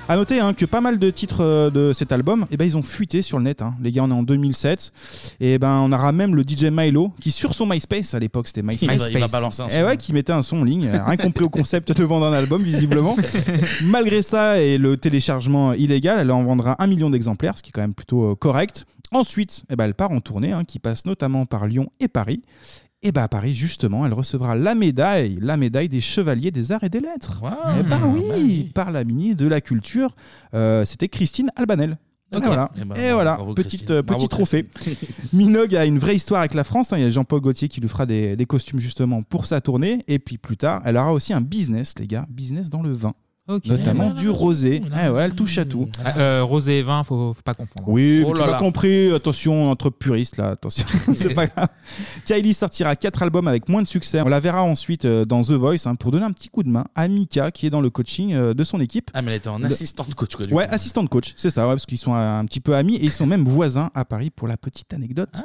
Speaker 6: À noter hein, que pas mal de titres euh, de cet album, eh ben ils ont fuité sur le net. hein. Les gars, on est en 2007, et ben on aura même le DJ Milo qui sur son MySpace à l'époque, c'était MySpace.
Speaker 1: Il va- il va balancer un
Speaker 6: Eh ouais, qui mettait un son en ligne, euh, rien compris au concept de vendre un album
Speaker 1: <laughs>
Speaker 6: visiblement. Malgré ça et le téléchargement illégal, elle en vendra un million d'exemplaires, ce qui est quand même plutôt euh, correct. Ensuite, eh ben, elle part en tournée, hein, qui passe notamment par Lyon et Paris. Et ben à Paris, justement, elle recevra la médaille, la médaille des chevaliers des arts et des lettres. Eh ben
Speaker 1: Ah, bah
Speaker 6: oui, par la ministre de la Culture, euh, c'était Christine Albanel.
Speaker 1: Ok.
Speaker 6: Et voilà,
Speaker 1: Eh ben,
Speaker 6: et voilà.
Speaker 1: bravo,
Speaker 6: petite,
Speaker 1: Christine.
Speaker 6: euh,
Speaker 1: Bravo,
Speaker 6: petit trophée.
Speaker 1: Christine.
Speaker 6: <laughs> Minogue a une vraie histoire avec la France. hein. Il y a Jean-Paul Gaultier qui lui fera des, des costumes justement pour sa tournée. Et puis plus tard, elle aura aussi un business, les gars, business dans le vin.
Speaker 7: Ok.
Speaker 6: Notamment
Speaker 7: Ah,
Speaker 6: du rosé. Eh ouais, elle touche à tout.
Speaker 7: Ah, euh, rosé et vin, faut, faut pas confondre.
Speaker 6: Oui,
Speaker 7: Oh
Speaker 6: mais tu
Speaker 7: là
Speaker 6: m'as
Speaker 7: là.
Speaker 6: compris. Attention, entre puristes là, attention. <laughs> c'est pas grave. Kylie sortira quatre albums avec moins de succès. On la verra ensuite euh, dans The Voice hein, pour donner un petit coup de main à Mika qui est dans le coaching euh, de son équipe.
Speaker 1: Ah, mais elle était en
Speaker 6: Le-
Speaker 1: assistante coach, quoi. du
Speaker 6: Ouais,
Speaker 1: coup.
Speaker 6: assistant de coach, c'est ça, ouais, parce qu'ils sont euh, un petit peu amis et ils sont même voisins à Paris pour la petite anecdote.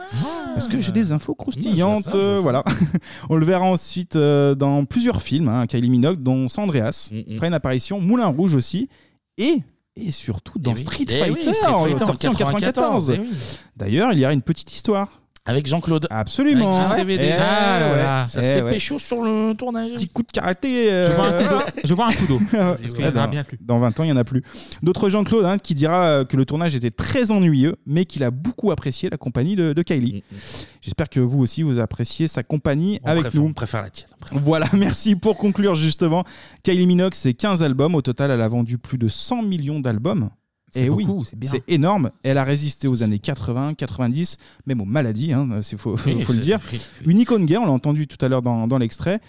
Speaker 6: parce que j'ai des infos croustillantes,
Speaker 1: Ouais, je vois Ah. ça, je vois
Speaker 6: euh,
Speaker 1: ça.
Speaker 6: voilà. <laughs> On le verra ensuite euh, dans plusieurs films, hein, Kylie Minogue, dont San Andreas,
Speaker 1: Mm,
Speaker 6: fera une apparition, Moulin Rouge aussi, et, et surtout dans
Speaker 1: oui.
Speaker 6: Street,
Speaker 1: Eh oui,
Speaker 6: Fighter,
Speaker 1: Street Fighter,
Speaker 6: sorti en
Speaker 1: 94.
Speaker 6: 94.
Speaker 1: Eh oui.
Speaker 6: D'ailleurs, il y aura une petite histoire.
Speaker 1: Avec Jean-Claude.
Speaker 6: Absolument.
Speaker 1: Avec JCVD.
Speaker 6: Eh
Speaker 1: Ah,
Speaker 6: ouais.
Speaker 1: voilà. Ça
Speaker 6: Eh
Speaker 1: s'est
Speaker 6: ouais.
Speaker 1: pécho sur le tournage. Petit
Speaker 6: coup de karaté. euh,
Speaker 7: Je vois un coup d'eau.
Speaker 6: voilà. <laughs>
Speaker 7: Je vois un coup d'eau. Parce
Speaker 6: Parce
Speaker 7: qu'il
Speaker 6: que
Speaker 7: y en aura
Speaker 6: dans-
Speaker 7: bien plus.
Speaker 6: Dans 20 ans, il n'y en a plus. D'autres Jean-Claude hein, qui dira euh, que le tournage était très ennuyeux, mais qu'il a beaucoup apprécié la compagnie de, de Kylie.
Speaker 7: Mm,
Speaker 6: J'espère que vous aussi, vous appréciez sa compagnie
Speaker 1: On
Speaker 6: avec
Speaker 1: préfère-
Speaker 6: nous.
Speaker 1: On préfère la tienne.
Speaker 6: Voilà, <laughs> merci pour conclure justement. Kylie Minogue, c'est 15 albums. Au total, elle a vendu plus de 100 millions d'albums.
Speaker 7: C'est
Speaker 6: Eh
Speaker 7: beaucoup, c'est bien.
Speaker 6: énorme. Elle a résisté aux années 80, 90, même aux maladies, hein, c'est faut, faut-
Speaker 1: Oui,
Speaker 6: faut le
Speaker 1: c'est-
Speaker 6: dire.
Speaker 1: oui,
Speaker 6: Une icône gay, on l'a entendu tout à l'heure dans, dans l'extrait.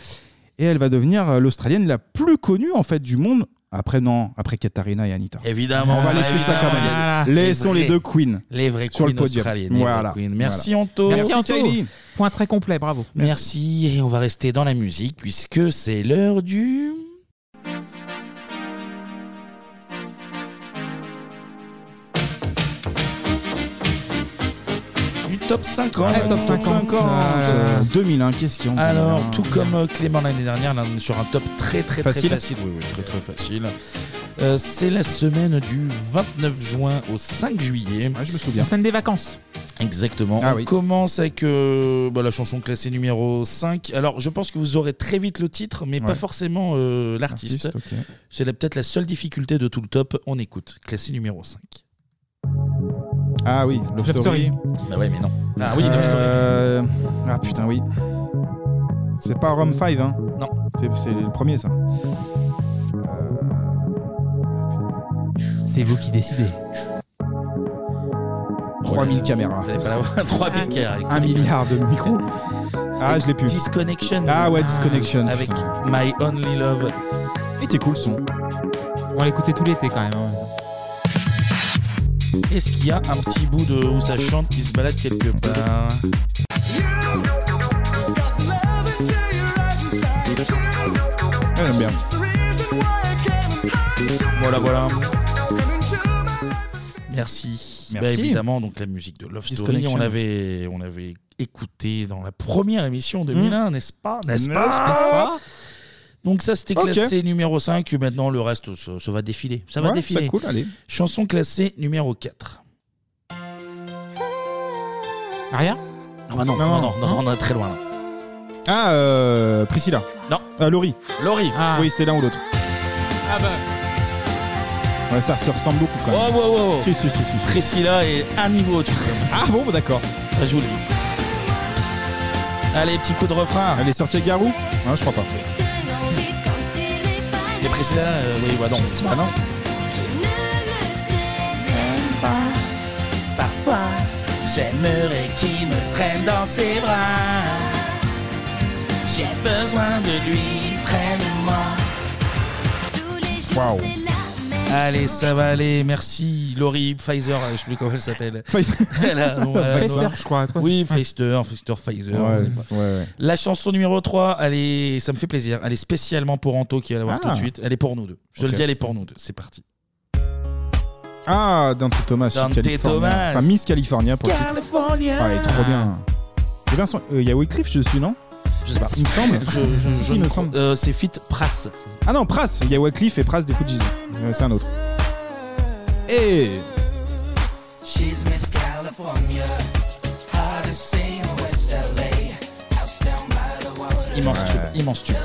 Speaker 6: Et elle va devenir euh, l'Australienne la plus connue en fait du monde. Après, non, après Katarina et Anita.
Speaker 1: Évidemment.
Speaker 6: On va laisser ça quand même.
Speaker 1: Ah,
Speaker 6: Laissons les deux queens
Speaker 1: Les vraies
Speaker 6: sur le
Speaker 1: queens
Speaker 6: podium.
Speaker 1: australiennes. les
Speaker 6: Voilà.
Speaker 1: vraies queens. Merci
Speaker 6: Voilà.
Speaker 1: Anto.
Speaker 6: Merci, Anto.
Speaker 7: Point très complet, bravo.
Speaker 1: Merci et on va rester dans la musique puisque c'est l'heure du... Du top 50.
Speaker 6: Ouais, top 50. Euh, 2001 question.
Speaker 1: Alors,
Speaker 6: 2001.
Speaker 1: tout comme euh, Clément l'année dernière, là, on est sur un top très très
Speaker 6: Facile.
Speaker 1: très facile. Oui, oui, très très facile. Euh, c'est la semaine du 29 juin au 5 juillet.
Speaker 6: je me souviens.
Speaker 7: La semaine des vacances.
Speaker 1: Exactement.
Speaker 7: Ah
Speaker 1: on
Speaker 7: oui.
Speaker 1: commence avec euh, bah, la chanson classée numéro 5. Alors, je pense que vous aurez très vite le titre, mais pas
Speaker 6: Ouais.
Speaker 1: forcément euh, l'artiste.
Speaker 6: Artiste, ok.
Speaker 1: C'est la- peut-être la seule difficulté de tout le top. On écoute. Classé numéro 5.
Speaker 6: Ah oui, Love
Speaker 1: Love
Speaker 6: Story.
Speaker 1: Story. Bah ouais, mais non. Ah oui, Love Story.
Speaker 6: Euh, Ah putain, oui. C'est pas Rome 5, hein
Speaker 1: Non.
Speaker 6: C'est, c'est le premier, ça. Euh, ah,
Speaker 7: C'est vous qui décidez.
Speaker 6: 3000 caméras.
Speaker 1: Vous allez pas l'avoir. 3000 caméras.
Speaker 6: Ah, Un milliard de micros. Ah, je l'ai plus.
Speaker 1: Disconnection.
Speaker 6: Ah ouais, Disconnection.
Speaker 1: Avec My Only Love.
Speaker 6: Il était cool le son.
Speaker 7: On l'écoutait tout l'été quand même. hein.
Speaker 1: Est-ce qu'il y a un petit bout de où ça chante qui se balade quelque part
Speaker 6: Ah, j'aime bien.
Speaker 1: Voilà, voilà. Merci.
Speaker 6: Merci.
Speaker 1: Bah, évidemment, donc la musique de Love Story,
Speaker 6: Disconnection.
Speaker 1: on avait, on avait écouté dans la première émission de 2001, n'est-ce pas N'est-ce
Speaker 6: Hmm. N'est-ce
Speaker 1: pas
Speaker 6: pas
Speaker 1: Donc ça, c'était
Speaker 6: Ok.
Speaker 1: classé numéro 5, et maintenant le reste, ça, ça va défiler. Ça va
Speaker 6: Ouais,
Speaker 1: défiler.
Speaker 6: c'est cool, allez.
Speaker 1: Chanson classée numéro 4.
Speaker 7: Rien
Speaker 1: Non, bah non,
Speaker 6: Non,
Speaker 1: non, non,
Speaker 6: non.
Speaker 1: non, on est très loin. là.
Speaker 6: Ah, euh, Priscilla.
Speaker 1: Non.
Speaker 6: Ah, Laurie.
Speaker 1: Laurie.
Speaker 6: Oui, c'est l'un ou l'autre.
Speaker 1: Ah bah.
Speaker 6: Ouais, ça se ressemble beaucoup quand même.
Speaker 1: Oh, oh, oh.
Speaker 6: Si, si, si, si, si.
Speaker 1: Priscilla est un niveau au-dessus.
Speaker 6: Ah bon, bah, d'accord.
Speaker 1: je vous le dis. Allez, petit coup de refrain.
Speaker 6: Elle est sortie avec Garou Non, je crois pas.
Speaker 1: Et Priscilla, euh, oui, bah non. Bah non. Parfois, j'aimerais qu'il me prenne dans ses bras. J'ai besoin de lui près de moi. Waouh. Allez, ça va aller. Merci, Laurie Pfizer. euh, Je sais plus comment elle s'appelle. <laughs> Voilà, bon, voilà,
Speaker 7: Pfizer,
Speaker 1: voilà.
Speaker 7: je crois, toi.
Speaker 1: Oui, Pfizer, Pfizer, Pfizer.
Speaker 6: Ouais,
Speaker 1: on est pas- La chanson numéro 3, elle est... ça me fait plaisir. Elle est spécialement pour Anto qui va la voir
Speaker 6: Ah.
Speaker 1: tout de suite. Elle est pour nous deux. Je te
Speaker 6: Ok.
Speaker 1: le dis, elle est pour nous deux. C'est parti.
Speaker 6: Ah, Dante Thomas.
Speaker 1: Dante
Speaker 6: California.
Speaker 1: Thomas.
Speaker 6: Enfin, Miss California pour le titre.
Speaker 1: California.
Speaker 6: Ah, elle est trop bien. C'est bien son- euh, Il y a Wycliffe, je suis, non
Speaker 1: Je sais pas.
Speaker 6: Il me semble.
Speaker 1: Je- je-
Speaker 6: Si,
Speaker 1: je
Speaker 6: il
Speaker 1: ne
Speaker 6: me
Speaker 1: crois-
Speaker 6: semble.
Speaker 1: euh, c'est Fit Prass.
Speaker 6: Ah non, Pras. Il y a Wycliffe et Pras des Fujis. Euh, c'est un autre. Eh. Et.
Speaker 18: She's Miss California, hard to see in West LA. House down by the water.
Speaker 1: Immense
Speaker 18: Immense
Speaker 1: tube, immense tube.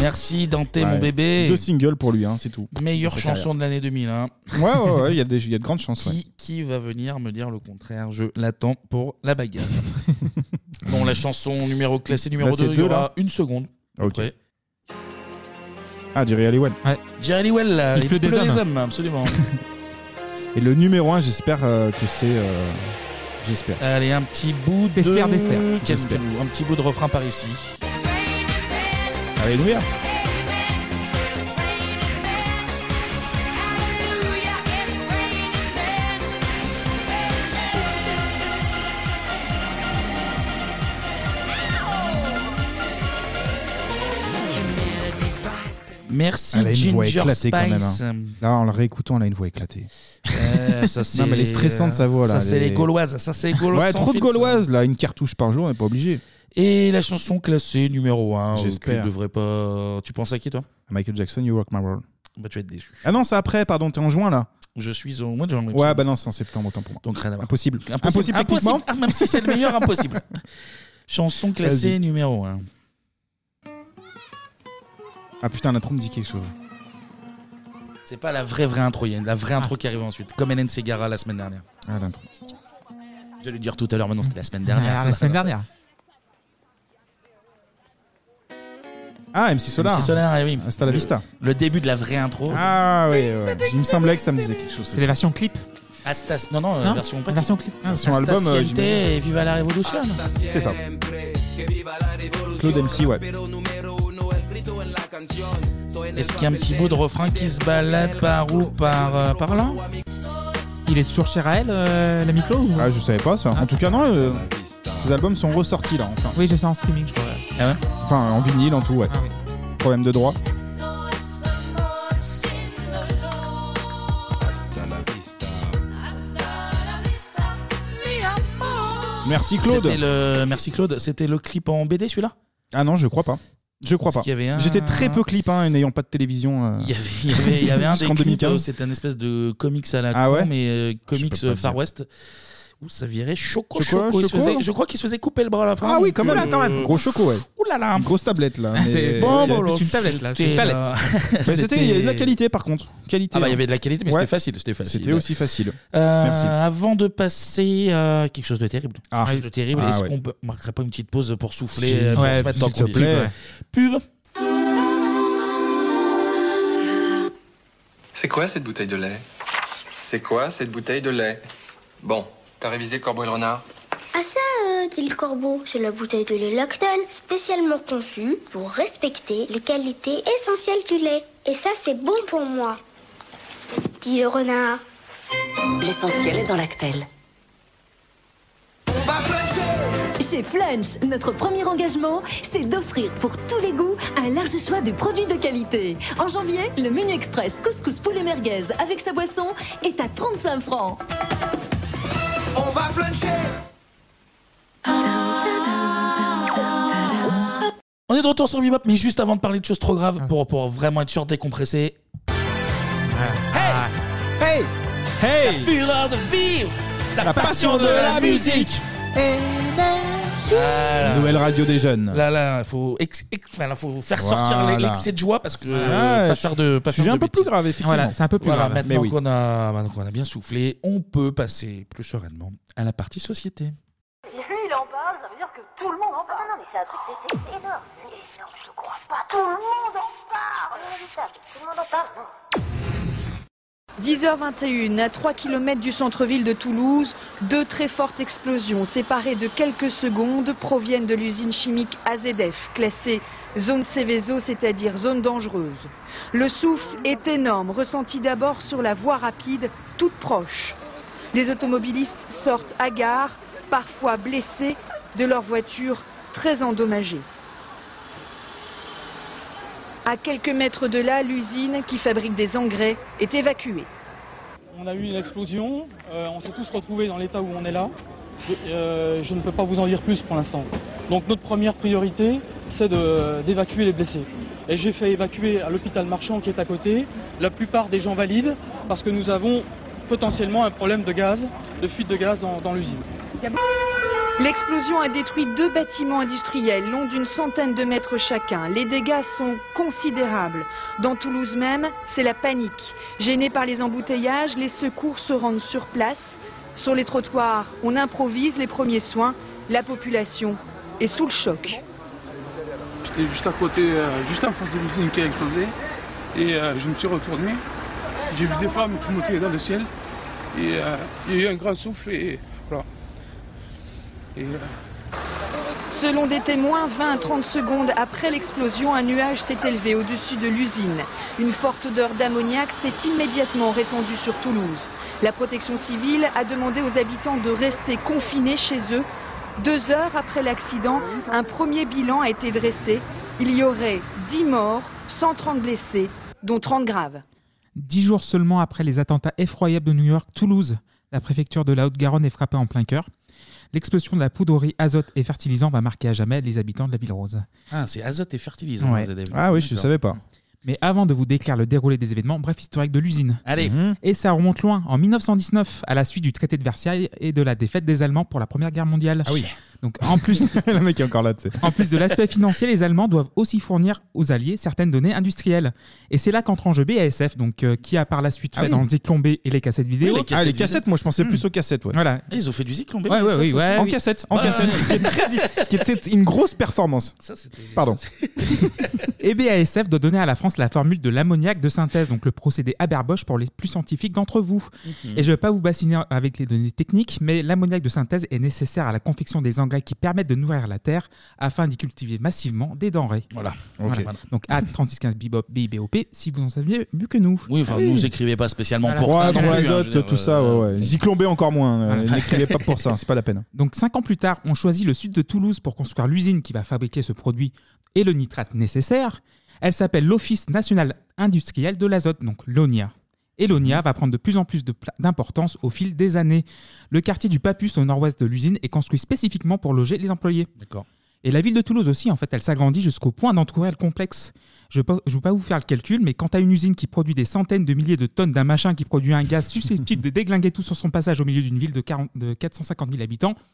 Speaker 1: Merci Dante, mon
Speaker 6: Ouais.
Speaker 1: bébé.
Speaker 6: Deux singles pour lui, hein, c'est tout.
Speaker 1: Meilleure
Speaker 6: Pour sa
Speaker 1: chanson de l'année 2001.
Speaker 6: carrière. Ouais, ouais, ouais, il y, a des- il y a de grandes chances. ouais.
Speaker 1: Qui, qui va venir me dire le contraire Je l'attends pour
Speaker 6: <laughs>
Speaker 1: la bagarre. bon, la chanson numéro classée numéro
Speaker 6: Là, c'est
Speaker 1: 2, il y
Speaker 6: deux,
Speaker 1: aura
Speaker 6: là.
Speaker 1: une seconde.
Speaker 6: Ok.
Speaker 1: Après.
Speaker 6: Ah, Jerry Halliwell.
Speaker 1: Jerry Well, là,
Speaker 6: Il
Speaker 1: il,
Speaker 6: pleut des
Speaker 1: pleut des
Speaker 6: hommes. <laughs>
Speaker 1: hommes, absolument.
Speaker 6: Et le numéro 1, j'espère euh, que c'est. euh, j'espère.
Speaker 1: Allez, un petit bout de.
Speaker 6: D'espère, d'espère. J'espère.
Speaker 1: Calme-nous, Un petit bout de refrain par ici.
Speaker 6: Alléluia.
Speaker 1: Merci
Speaker 6: Elle a une voix
Speaker 1: Ginger
Speaker 6: éclatée
Speaker 1: Spice.
Speaker 6: quand même. hein. Là, en le réécoutant, elle a une voix éclatée.
Speaker 1: Euh, ça,
Speaker 6: <laughs>
Speaker 1: c'est- euh,
Speaker 6: non, mais elle est stressante sa voix là.
Speaker 1: Ça, c'est
Speaker 6: Elle est-
Speaker 1: les Gauloises.
Speaker 6: <laughs>
Speaker 1: Ça, c'est les Gauloises.
Speaker 6: Ouais,
Speaker 1: sans
Speaker 6: trop de
Speaker 1: fil, ça.
Speaker 6: Gauloises là. Une cartouche par jour, on n'est pas obligé.
Speaker 1: Et la chanson classée numéro 1.
Speaker 6: J'espère.
Speaker 1: Tu devrais pas. Tu penses à qui, toi
Speaker 6: Michael Jackson, You Rock My World.
Speaker 1: Bah, tu vas être déçu.
Speaker 6: Ah non, c'est après, pardon, t'es en juin là.
Speaker 1: Je suis au mois de janvier.
Speaker 6: Ouais, bah non, c'est en septembre, autant pour moi.
Speaker 1: Donc rien à voir.
Speaker 6: Impossible.
Speaker 1: Impossible,
Speaker 6: techniquement.
Speaker 1: impossible. Ah, même si c'est le
Speaker 6: <laughs>
Speaker 1: meilleur, impossible. Chanson classée
Speaker 6: Vas-y.
Speaker 1: numéro 1.
Speaker 6: Ah putain, l'intro me dit quelque chose.
Speaker 1: C'est pas la vraie, vraie intro. Il y a la vraie intro qui arrive ensuite, comme Hélène Segara la semaine dernière.
Speaker 6: Ah, l'intro.
Speaker 1: J'allais le dire tout à l'heure, mais non, c'était la semaine dernière.
Speaker 7: Ah, la semaine dernière.
Speaker 6: Ah, MC Solar.
Speaker 1: MC Solar, eh oui.
Speaker 6: Hasta la
Speaker 1: Le-
Speaker 6: vista.
Speaker 1: Le début de la vraie intro.
Speaker 6: Ah oui, ouais. Il me semblait que ça me disait quelque chose.
Speaker 7: C'est les versions clip.
Speaker 1: Astas, non, non, euh,
Speaker 7: Non,
Speaker 1: version pas-
Speaker 7: version clip. Ah,
Speaker 6: version album,
Speaker 1: Astas,
Speaker 6: euh,
Speaker 1: Siente
Speaker 6: j'imagine.
Speaker 1: et Viva la Révolution.
Speaker 6: C'est ça. Claude MC, ouais.
Speaker 1: Est-ce qu'il y a un petit bout de refrain qui se balade par où Par, euh, par là
Speaker 7: Il est toujours chez Raël, euh, la micro ou...
Speaker 6: Ah, je savais pas ça. En tout cas, non, euh, ces albums sont ressortis là, enfin.
Speaker 7: Oui, j'ai ça en streaming, je crois.
Speaker 1: Ah ouais
Speaker 6: Enfin, en vinyle, en tout,
Speaker 7: Ah
Speaker 6: ouais. Problème de droit. Merci Claude.
Speaker 1: C'était le... Merci Claude. C'était le clip en BD celui-là
Speaker 6: Ah non, je crois pas. Je crois
Speaker 1: Parce
Speaker 6: pas.
Speaker 1: qu'il y avait un-
Speaker 6: J'étais très peu clip, hein, et n'ayant pas de télévision. euh,
Speaker 1: Il y avait, il y avait- il y avait un des
Speaker 6: <laughs> jusqu'en
Speaker 1: clips,
Speaker 6: 2015.
Speaker 1: euh, c'était un espèce de comics à la
Speaker 6: Ah
Speaker 1: con,
Speaker 6: ouais
Speaker 1: mais euh, comics
Speaker 6: pas
Speaker 1: euh, Far
Speaker 6: dire.
Speaker 1: West. Où ça virait choco
Speaker 6: Choco,
Speaker 1: choco. il se
Speaker 6: choco,
Speaker 1: faisait-
Speaker 6: non
Speaker 1: je crois qu'il se faisait couper le bras là.
Speaker 6: Ah oui, quand même, quand même. Gros choco, ouais.
Speaker 1: Ouh là là.
Speaker 6: Une grosse tablette là. Hein, mais-
Speaker 1: Ah, C'est- bon, bon,
Speaker 6: Mais
Speaker 1: alors,
Speaker 7: C'est une tablette là, c'est une
Speaker 1: c'était
Speaker 7: palette.
Speaker 1: <laughs> là.
Speaker 6: c'était, il y avait de la qualité par contre. Qualité.
Speaker 1: Ah bah il y
Speaker 6: hein.
Speaker 1: avait de la qualité, mais
Speaker 6: Ouais.
Speaker 1: c'était facile, c'était facile.
Speaker 6: C'était aussi facile.
Speaker 1: Euh,
Speaker 6: Merci.
Speaker 1: Avant de passer à quelque chose de terrible,
Speaker 6: Ah.
Speaker 1: Quelque chose de terrible.
Speaker 6: Ah
Speaker 1: Est-ce
Speaker 6: ouais.
Speaker 1: qu'on peut- marquerait pas une petite pause pour souffler
Speaker 6: Si.
Speaker 1: euh, pour
Speaker 6: Ouais,
Speaker 1: se mettre dans
Speaker 6: s'il te
Speaker 1: condition
Speaker 6: plaît.
Speaker 1: Ouais. Pub.
Speaker 9: C'est quoi cette bouteille de lait C'est quoi cette bouteille de lait Bon, t'as révisé le corbeau et le renard
Speaker 20: Ah ça, euh, dit le corbeau, c'est la bouteille de lait Lactel, spécialement conçue pour respecter les qualités essentielles du lait. Et ça, c'est bon pour moi, dit le renard.
Speaker 13: L'essentiel est dans l'actel. Chez Flunch, notre premier engagement, c'est d'offrir pour tous les goûts un large choix de produits de qualité. En janvier, le menu express couscous poulet merguez avec sa boisson est à 35 francs. On va fluncher
Speaker 1: On est de retour sur Bebop, mais juste avant de parler de choses trop
Speaker 6: Ah.
Speaker 1: graves, pour, pour vraiment être sûr de décompresser. Hey Hey La fureur Ah. de vivre La, passion, de, la musique Ah, là.
Speaker 6: Nouvelle radio des jeunes.
Speaker 1: Là, là, faut, ex- ex- enfin, là, faut faire sortir
Speaker 6: Voilà.
Speaker 1: l'excès de joie parce que
Speaker 6: Ah,
Speaker 1: euh, pas
Speaker 6: su-
Speaker 1: faire de pas
Speaker 6: sujet
Speaker 1: faire
Speaker 6: un
Speaker 1: de
Speaker 6: peu plus
Speaker 1: bêtises.
Speaker 6: grave, effectivement.
Speaker 1: Voilà, c'est un peu plus
Speaker 6: Voilà,
Speaker 1: grave.
Speaker 6: mais
Speaker 1: Maintenant
Speaker 6: oui.
Speaker 1: qu'on a, maintenant qu'on a bien soufflé, on peut passer plus sereinement à la partie société.
Speaker 13: Si lui il en parle, ça veut dire que tout le monde en parle. Non, non, mais c'est un truc, c'est c'est énorme, c'est énorme, je te crois pas. Tout le monde en parle Tout le monde en parle,
Speaker 15: 10h21, à 3 km du centre-ville de Toulouse, deux très fortes explosions séparées de quelques secondes proviennent de l'usine chimique AZF, classée zone Céveso, c'est-à-dire zone dangereuse. Le souffle est énorme, ressenti d'abord sur la voie rapide, toute proche. Les automobilistes sortent hagards, parfois blessés, de leur voiture très endommagée. À quelques mètres de là, l'usine qui fabrique des engrais est évacuée.
Speaker 14: On a eu une explosion, euh, on s'est tous retrouvés dans l'état où on est là. Je, euh, je ne peux pas vous en dire plus pour l'instant. Donc notre première priorité, c'est de- d'évacuer les blessés. Et j'ai fait évacuer à l'hôpital marchand qui est à côté la plupart des gens valides parce que nous avons potentiellement un problème de gaz, de fuite de gaz dans, dans l'usine.
Speaker 15: L'explosion a détruit deux bâtiments industriels longs d'une centaine de mètres chacun. Les dégâts sont considérables. Dans Toulouse même, c'est la panique. Gênés par les embouteillages, les secours se rendent sur place. Sur les trottoirs, on improvise les premiers soins. La population est sous le choc.
Speaker 25: J'étais juste à côté, euh, juste en face de l'usine qui a explosé. Et euh, je me suis retourné. J'ai vu des flammes qui montaient dans le ciel. Et euh, il y a eu un grand souffle et voilà. Et, euh,
Speaker 15: Selon des témoins, 20 à 30 secondes après l'explosion, un nuage s'est élevé au-dessus de l'usine. Une forte odeur d'ammoniac s'est immédiatement répandue sur Toulouse. La protection civile a demandé aux habitants de rester confinés chez eux. Deux heures après l'accident, un premier bilan a été dressé. Il y aurait 10 morts, 130 blessés, dont 30 graves.
Speaker 7: Dix jours seulement après les attentats effroyables de New York, Toulouse, la préfecture de la Haute-Garonne est frappée en plein cœur. L'explosion de la poudrerie azote et fertilisant va marquer à jamais les habitants de la ville rose.
Speaker 1: Ah, c'est azote et fertilisant.
Speaker 7: Ouais.
Speaker 1: ZDF.
Speaker 6: Ah
Speaker 1: D'accord.
Speaker 7: pas. Mais avant de vous déclarer le déroulé des événements, bref historique de l'usine.
Speaker 1: Allez.
Speaker 6: Mhm.
Speaker 7: Et ça remonte loin, en 1919, à la suite du traité de Versailles et de la défaite des Allemands pour la Première Guerre mondiale.
Speaker 6: Ah oui.
Speaker 7: Donc en plus,
Speaker 6: <laughs> le mec est encore là, tu sais.
Speaker 7: en plus de
Speaker 6: <laughs>
Speaker 7: l'aspect financier, les Allemands doivent aussi fournir aux Alliés certaines données industrielles. Et c'est là qu'entre en jeu BASF, donc euh, qui a par la suite
Speaker 6: Ah
Speaker 7: fait
Speaker 6: oui.
Speaker 7: dans le Déclombé et les cassettes vidéo. Hmm.
Speaker 6: Oui, les cassettes Ah, les cassettes, vidéo. moi, je pensais plus aux cassettes, ouais.
Speaker 7: Voilà.
Speaker 1: Ah, Ils ont fait du zik en
Speaker 7: Ouais,
Speaker 1: BDSF
Speaker 7: ouais, ouais,
Speaker 1: aussi.
Speaker 7: ouais,
Speaker 6: En
Speaker 7: oui.
Speaker 6: cassette, en
Speaker 7: Ouais,
Speaker 6: cassette.
Speaker 7: ouais, ouais.
Speaker 6: Ce, qui est très di- ce qui était une grosse performance.
Speaker 7: <laughs>
Speaker 6: Pardon.
Speaker 7: Et BASF doit donner à la France la formule de l'ammoniac de synthèse, donc le procédé Haber-Bosch pour les plus scientifiques d'entre vous.
Speaker 6: Mhm.
Speaker 7: Et je ne vais pas vous bassiner avec les données techniques, mais l'ammoniac de synthèse est nécessaire à la confection des engrais qui permettent de nourrir la terre afin d'y cultiver massivement des denrées.
Speaker 1: Voilà.
Speaker 7: Voilà.
Speaker 1: Ok.
Speaker 7: Donc à 3615 Bibop, BIBOP, si vous en saviez mieux que nous.
Speaker 1: Oui, enfin,
Speaker 7: Ah oui.
Speaker 1: nous écrivez pas spécialement
Speaker 7: Voilà.
Speaker 1: pour
Speaker 7: Ouais,
Speaker 1: ça.
Speaker 7: dans
Speaker 1: non plus, hein,
Speaker 7: l'azote,
Speaker 1: je veux dire,
Speaker 6: Tout ça, ouais, ouais. Zyclombé encore moins. euh,
Speaker 7: Voilà.
Speaker 6: N'écrivez pas pour ça, c'est pas la peine.
Speaker 7: <laughs> Donc cinq ans plus tard, on choisit le sud de Toulouse pour construire l'usine qui va fabriquer ce produit et le nitrate nécessaire. Elle s'appelle l'Office national industriel de l'azote, donc l'ONIA. Et l'ONIA va prendre de plus en plus de pla- d'importance au fil des années. Le quartier du Papus au nord-ouest de l'usine est construit spécifiquement pour loger les employés.
Speaker 1: D'accord.
Speaker 7: Et la ville de Toulouse aussi, en fait, elle s'agrandit jusqu'au point d'entourer le complexe. Je ne vais pas vous faire le calcul, mais quand tu as une usine qui produit des centaines de milliers de tonnes d'un machin qui produit un gaz susceptible de déglinguer tout sur son passage au milieu d'une ville de, 40 de 450 000 habitants,
Speaker 1: <laughs>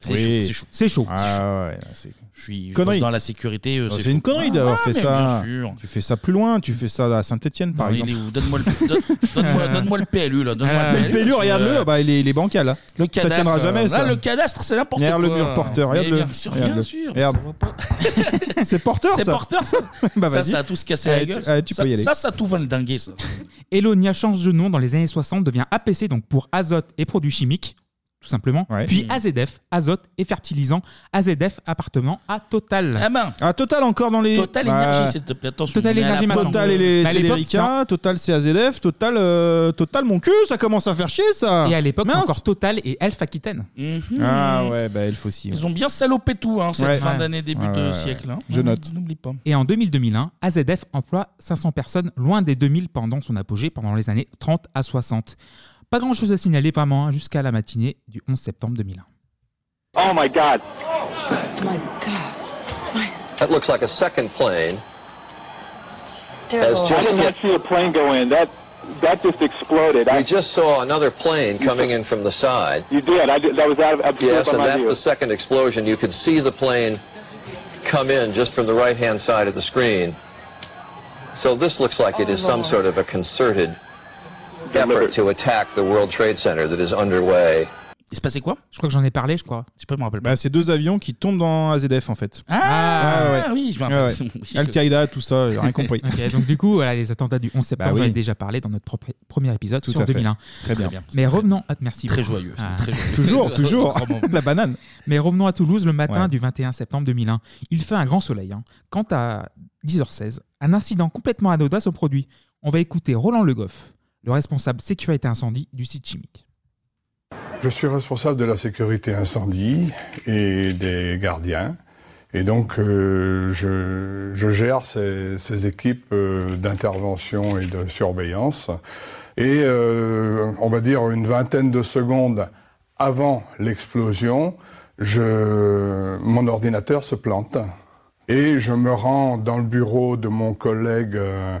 Speaker 1: C'est
Speaker 7: Oui.
Speaker 1: chaud, c'est chaud.
Speaker 7: C'est chaud.
Speaker 6: Ah ouais, c'est
Speaker 1: Je suis je
Speaker 6: Connerie.
Speaker 1: bosse dans la sécurité. euh,
Speaker 6: Oh, C'est
Speaker 1: chaud.
Speaker 6: une connerie d'avoir
Speaker 1: Ah,
Speaker 6: fait
Speaker 1: mais
Speaker 6: ça.
Speaker 1: bien sûr.
Speaker 6: Tu fais ça plus loin, tu fais ça à Saint-Etienne par
Speaker 1: Non, il
Speaker 6: exemple.
Speaker 1: est
Speaker 6: <laughs>
Speaker 1: où Donne-moi le, donne- donne-moi- donne-moi le PLU là. Donne-moi
Speaker 6: Ah, le PLU,
Speaker 1: parce que,
Speaker 6: regarde-le,
Speaker 1: euh,
Speaker 6: bah, il, est, il est bancal. hein.
Speaker 1: Le
Speaker 6: ça
Speaker 1: cadastre,
Speaker 6: tiendra
Speaker 1: euh,
Speaker 6: jamais
Speaker 1: là,
Speaker 6: ça.
Speaker 1: le cadastre, c'est n'importe quoi.
Speaker 6: Euh, Regarde le mur porteur,
Speaker 1: Mais
Speaker 6: regarde-le.
Speaker 1: Bien sûr, bien
Speaker 6: Regarde-le.
Speaker 1: sûr.
Speaker 6: Regarde. <laughs> c'est porteur
Speaker 1: C'est
Speaker 6: ça.
Speaker 1: porteur ça.
Speaker 6: <laughs> Bah,
Speaker 1: ça,
Speaker 6: vas-y.
Speaker 1: ça a tous cassé la
Speaker 6: Allez,
Speaker 1: gueule.
Speaker 6: tu- allez, tu
Speaker 1: ça,
Speaker 6: peux y aller.
Speaker 1: Ça, ça a tout va le
Speaker 7: <laughs>
Speaker 1: dinguer ça.
Speaker 7: Elonia change de nom dans les années 60, devient APC, donc pour azote et produits chimiques. tout simplement. Puis AZF, azote et fertilisant. AZF appartenant à Total.
Speaker 1: Ah ben.
Speaker 6: Ah, Total encore dans les. Bah.
Speaker 7: Total Énergie, s'il te plaît, attention, Total on est à Énergie la maintenant.
Speaker 6: Total et les
Speaker 7: Mais à l'époque,
Speaker 6: Célérica, Total CAZF, Total, euh, Total mon cul, ça commence à faire chier ça.
Speaker 7: Et à l'époque, c'est
Speaker 6: Mince.
Speaker 7: encore Total et Elf Aquitaine.
Speaker 1: Mhm.
Speaker 6: Ah ouais, bah elle faut aussi.
Speaker 1: Ils ont bien salopé tout, hein, cette
Speaker 7: Ouais.
Speaker 1: fin
Speaker 7: Ouais.
Speaker 1: d'année, début
Speaker 7: Ouais,
Speaker 1: de
Speaker 7: ouais, ouais.
Speaker 1: siècle. hein.
Speaker 7: Je
Speaker 1: Ouais,
Speaker 7: note.
Speaker 1: N'oublie pas.
Speaker 7: Et en 2000-2001, AZF emploie 500 personnes, loin des 2000 pendant son apogée, pendant les années 30 à 60. Pas grand chose à signaler, vraiment, hein, jusqu'à la matinée du 11 septembre 2001.
Speaker 8: Oh my God.
Speaker 18: My God.
Speaker 8: That looks like a second plane.
Speaker 18: Lord. I did not
Speaker 8: see a plane go in. That that just exploded. We just saw another plane coming in from the side. You did. I did. That was out of Yes,
Speaker 17: by
Speaker 8: and
Speaker 17: my
Speaker 8: that's
Speaker 17: view.
Speaker 8: the second explosion. You could see the plane come in just from the right-hand side of the screen. So this looks like
Speaker 18: Oh,
Speaker 8: it is some sort of a concerted effort to attack the World Trade Center that is underway.
Speaker 1: Il se passait quoi
Speaker 7: Je crois que j'en ai parlé, je crois.
Speaker 1: Je peux me rappeler.
Speaker 6: Bah, c'est deux avions qui tombent dans AZF en fait.
Speaker 1: Ah,
Speaker 6: Ouais, ouais.
Speaker 1: <laughs> oui, je me
Speaker 6: Ouais,
Speaker 7: <laughs>
Speaker 1: rappelle.
Speaker 6: ouais. Al-Qaïda, tout ça, j'ai rien compris.
Speaker 7: Ok, donc du coup, euh, voilà, les attentats du 11 septembre,
Speaker 6: Bah oui.
Speaker 7: j'en ai déjà parlé dans notre propre- premier épisode
Speaker 6: Tout
Speaker 7: sur
Speaker 6: à fait.
Speaker 7: 2001.
Speaker 6: Très bien. Très bien.
Speaker 7: Mais revenons à... Merci.
Speaker 6: Très
Speaker 7: beaucoup. Ah.
Speaker 6: joyeux, c'était très
Speaker 7: <laughs>
Speaker 6: joyeux. Toujours, toujours. Grand moment. <laughs> La banane.
Speaker 7: Mais revenons à Toulouse le matin
Speaker 6: Ouais.
Speaker 7: du 21 septembre 2001. Il fait un grand soleil. hein. Quant à 10h16, un incident complètement anodin se produit. On va écouter Roland Le Goff, le responsable sécurité incendie du site chimique.
Speaker 19: Je suis responsable de la sécurité incendie et des gardiens. Et donc, euh, je, je gère ces, ces équipes euh, d'intervention et de surveillance. Et euh, on va dire une vingtaine de secondes avant l'explosion, je, mon ordinateur se plante. Et je me rends dans le bureau de mon collègue euh,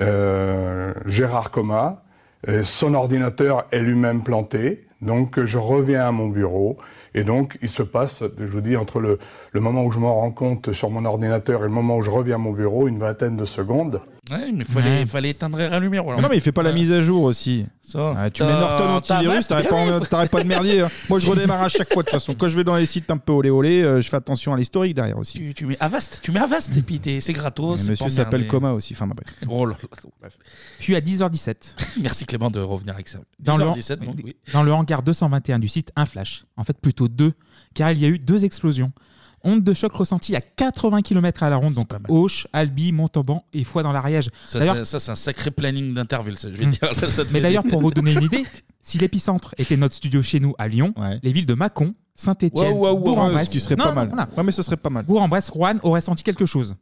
Speaker 19: euh, Gérard Coma. Et Son ordinateur est lui-même planté. Donc euh, je reviens à mon bureau. Et donc il se passe, je vous dis, entre le, le moment où je m'en rends compte sur mon ordinateur et le moment où je reviens à mon bureau, une vingtaine de secondes.
Speaker 1: Ouais, mais fallait, fallait éteindre et rallumer. Roland.
Speaker 6: non, mais il fait pas la mise à jour aussi. Ah, tu mets
Speaker 1: T'as-
Speaker 6: Norton
Speaker 1: t'as
Speaker 6: antivirus,
Speaker 1: vaste-
Speaker 6: t'arrêtes pas,
Speaker 1: Oui,
Speaker 6: en-
Speaker 1: faut-
Speaker 6: t'arrêtes pas de merdier. hein. Moi, je redémarre à chaque fois de toute façon. Quand je vais dans les sites un peu olé olé, euh, je fais attention à l'historique derrière aussi.
Speaker 1: Tu, tu mets Avast, tu mets Avast et puis t'es- c'est gratos.
Speaker 6: Et
Speaker 1: c'est
Speaker 6: monsieur
Speaker 1: pas
Speaker 6: s'appelle
Speaker 1: emmerdé.
Speaker 6: Coma aussi. Enfin, bah, bref.
Speaker 1: Oh là là, bref.
Speaker 7: Puis à 10h17.
Speaker 1: <laughs> Merci Clément de revenir avec ça.
Speaker 7: Dans le,
Speaker 1: 10h17, donc, oui.
Speaker 7: dans le hangar 221 du site, un flash. En fait, plutôt deux, car il y a eu deux explosions. Onde de choc ressentie à 80 km à la ronde, donc Auch, Albi, Montauban et Foix dans l'Ariège.
Speaker 1: Ça,
Speaker 7: D'ailleurs,
Speaker 1: ça- ça, c'est un sacré planning d'intervalle, ça, je vais dire. <laughs> Là, ça
Speaker 7: Mais
Speaker 1: devait-
Speaker 7: d'ailleurs, pour vous donner
Speaker 1: <laughs>
Speaker 7: une idée, si l'épicentre était notre studio chez nous à Lyon, les villes de Mâcon, Saint-Etienne,
Speaker 6: Waouh, waouh, waouh,
Speaker 7: Bourg-en-Bresse,
Speaker 6: ce qui serait pas mal. Ouais, mais ce serait pas mal.
Speaker 7: Bourg-en-Bresse, Rouen aurait senti quelque chose.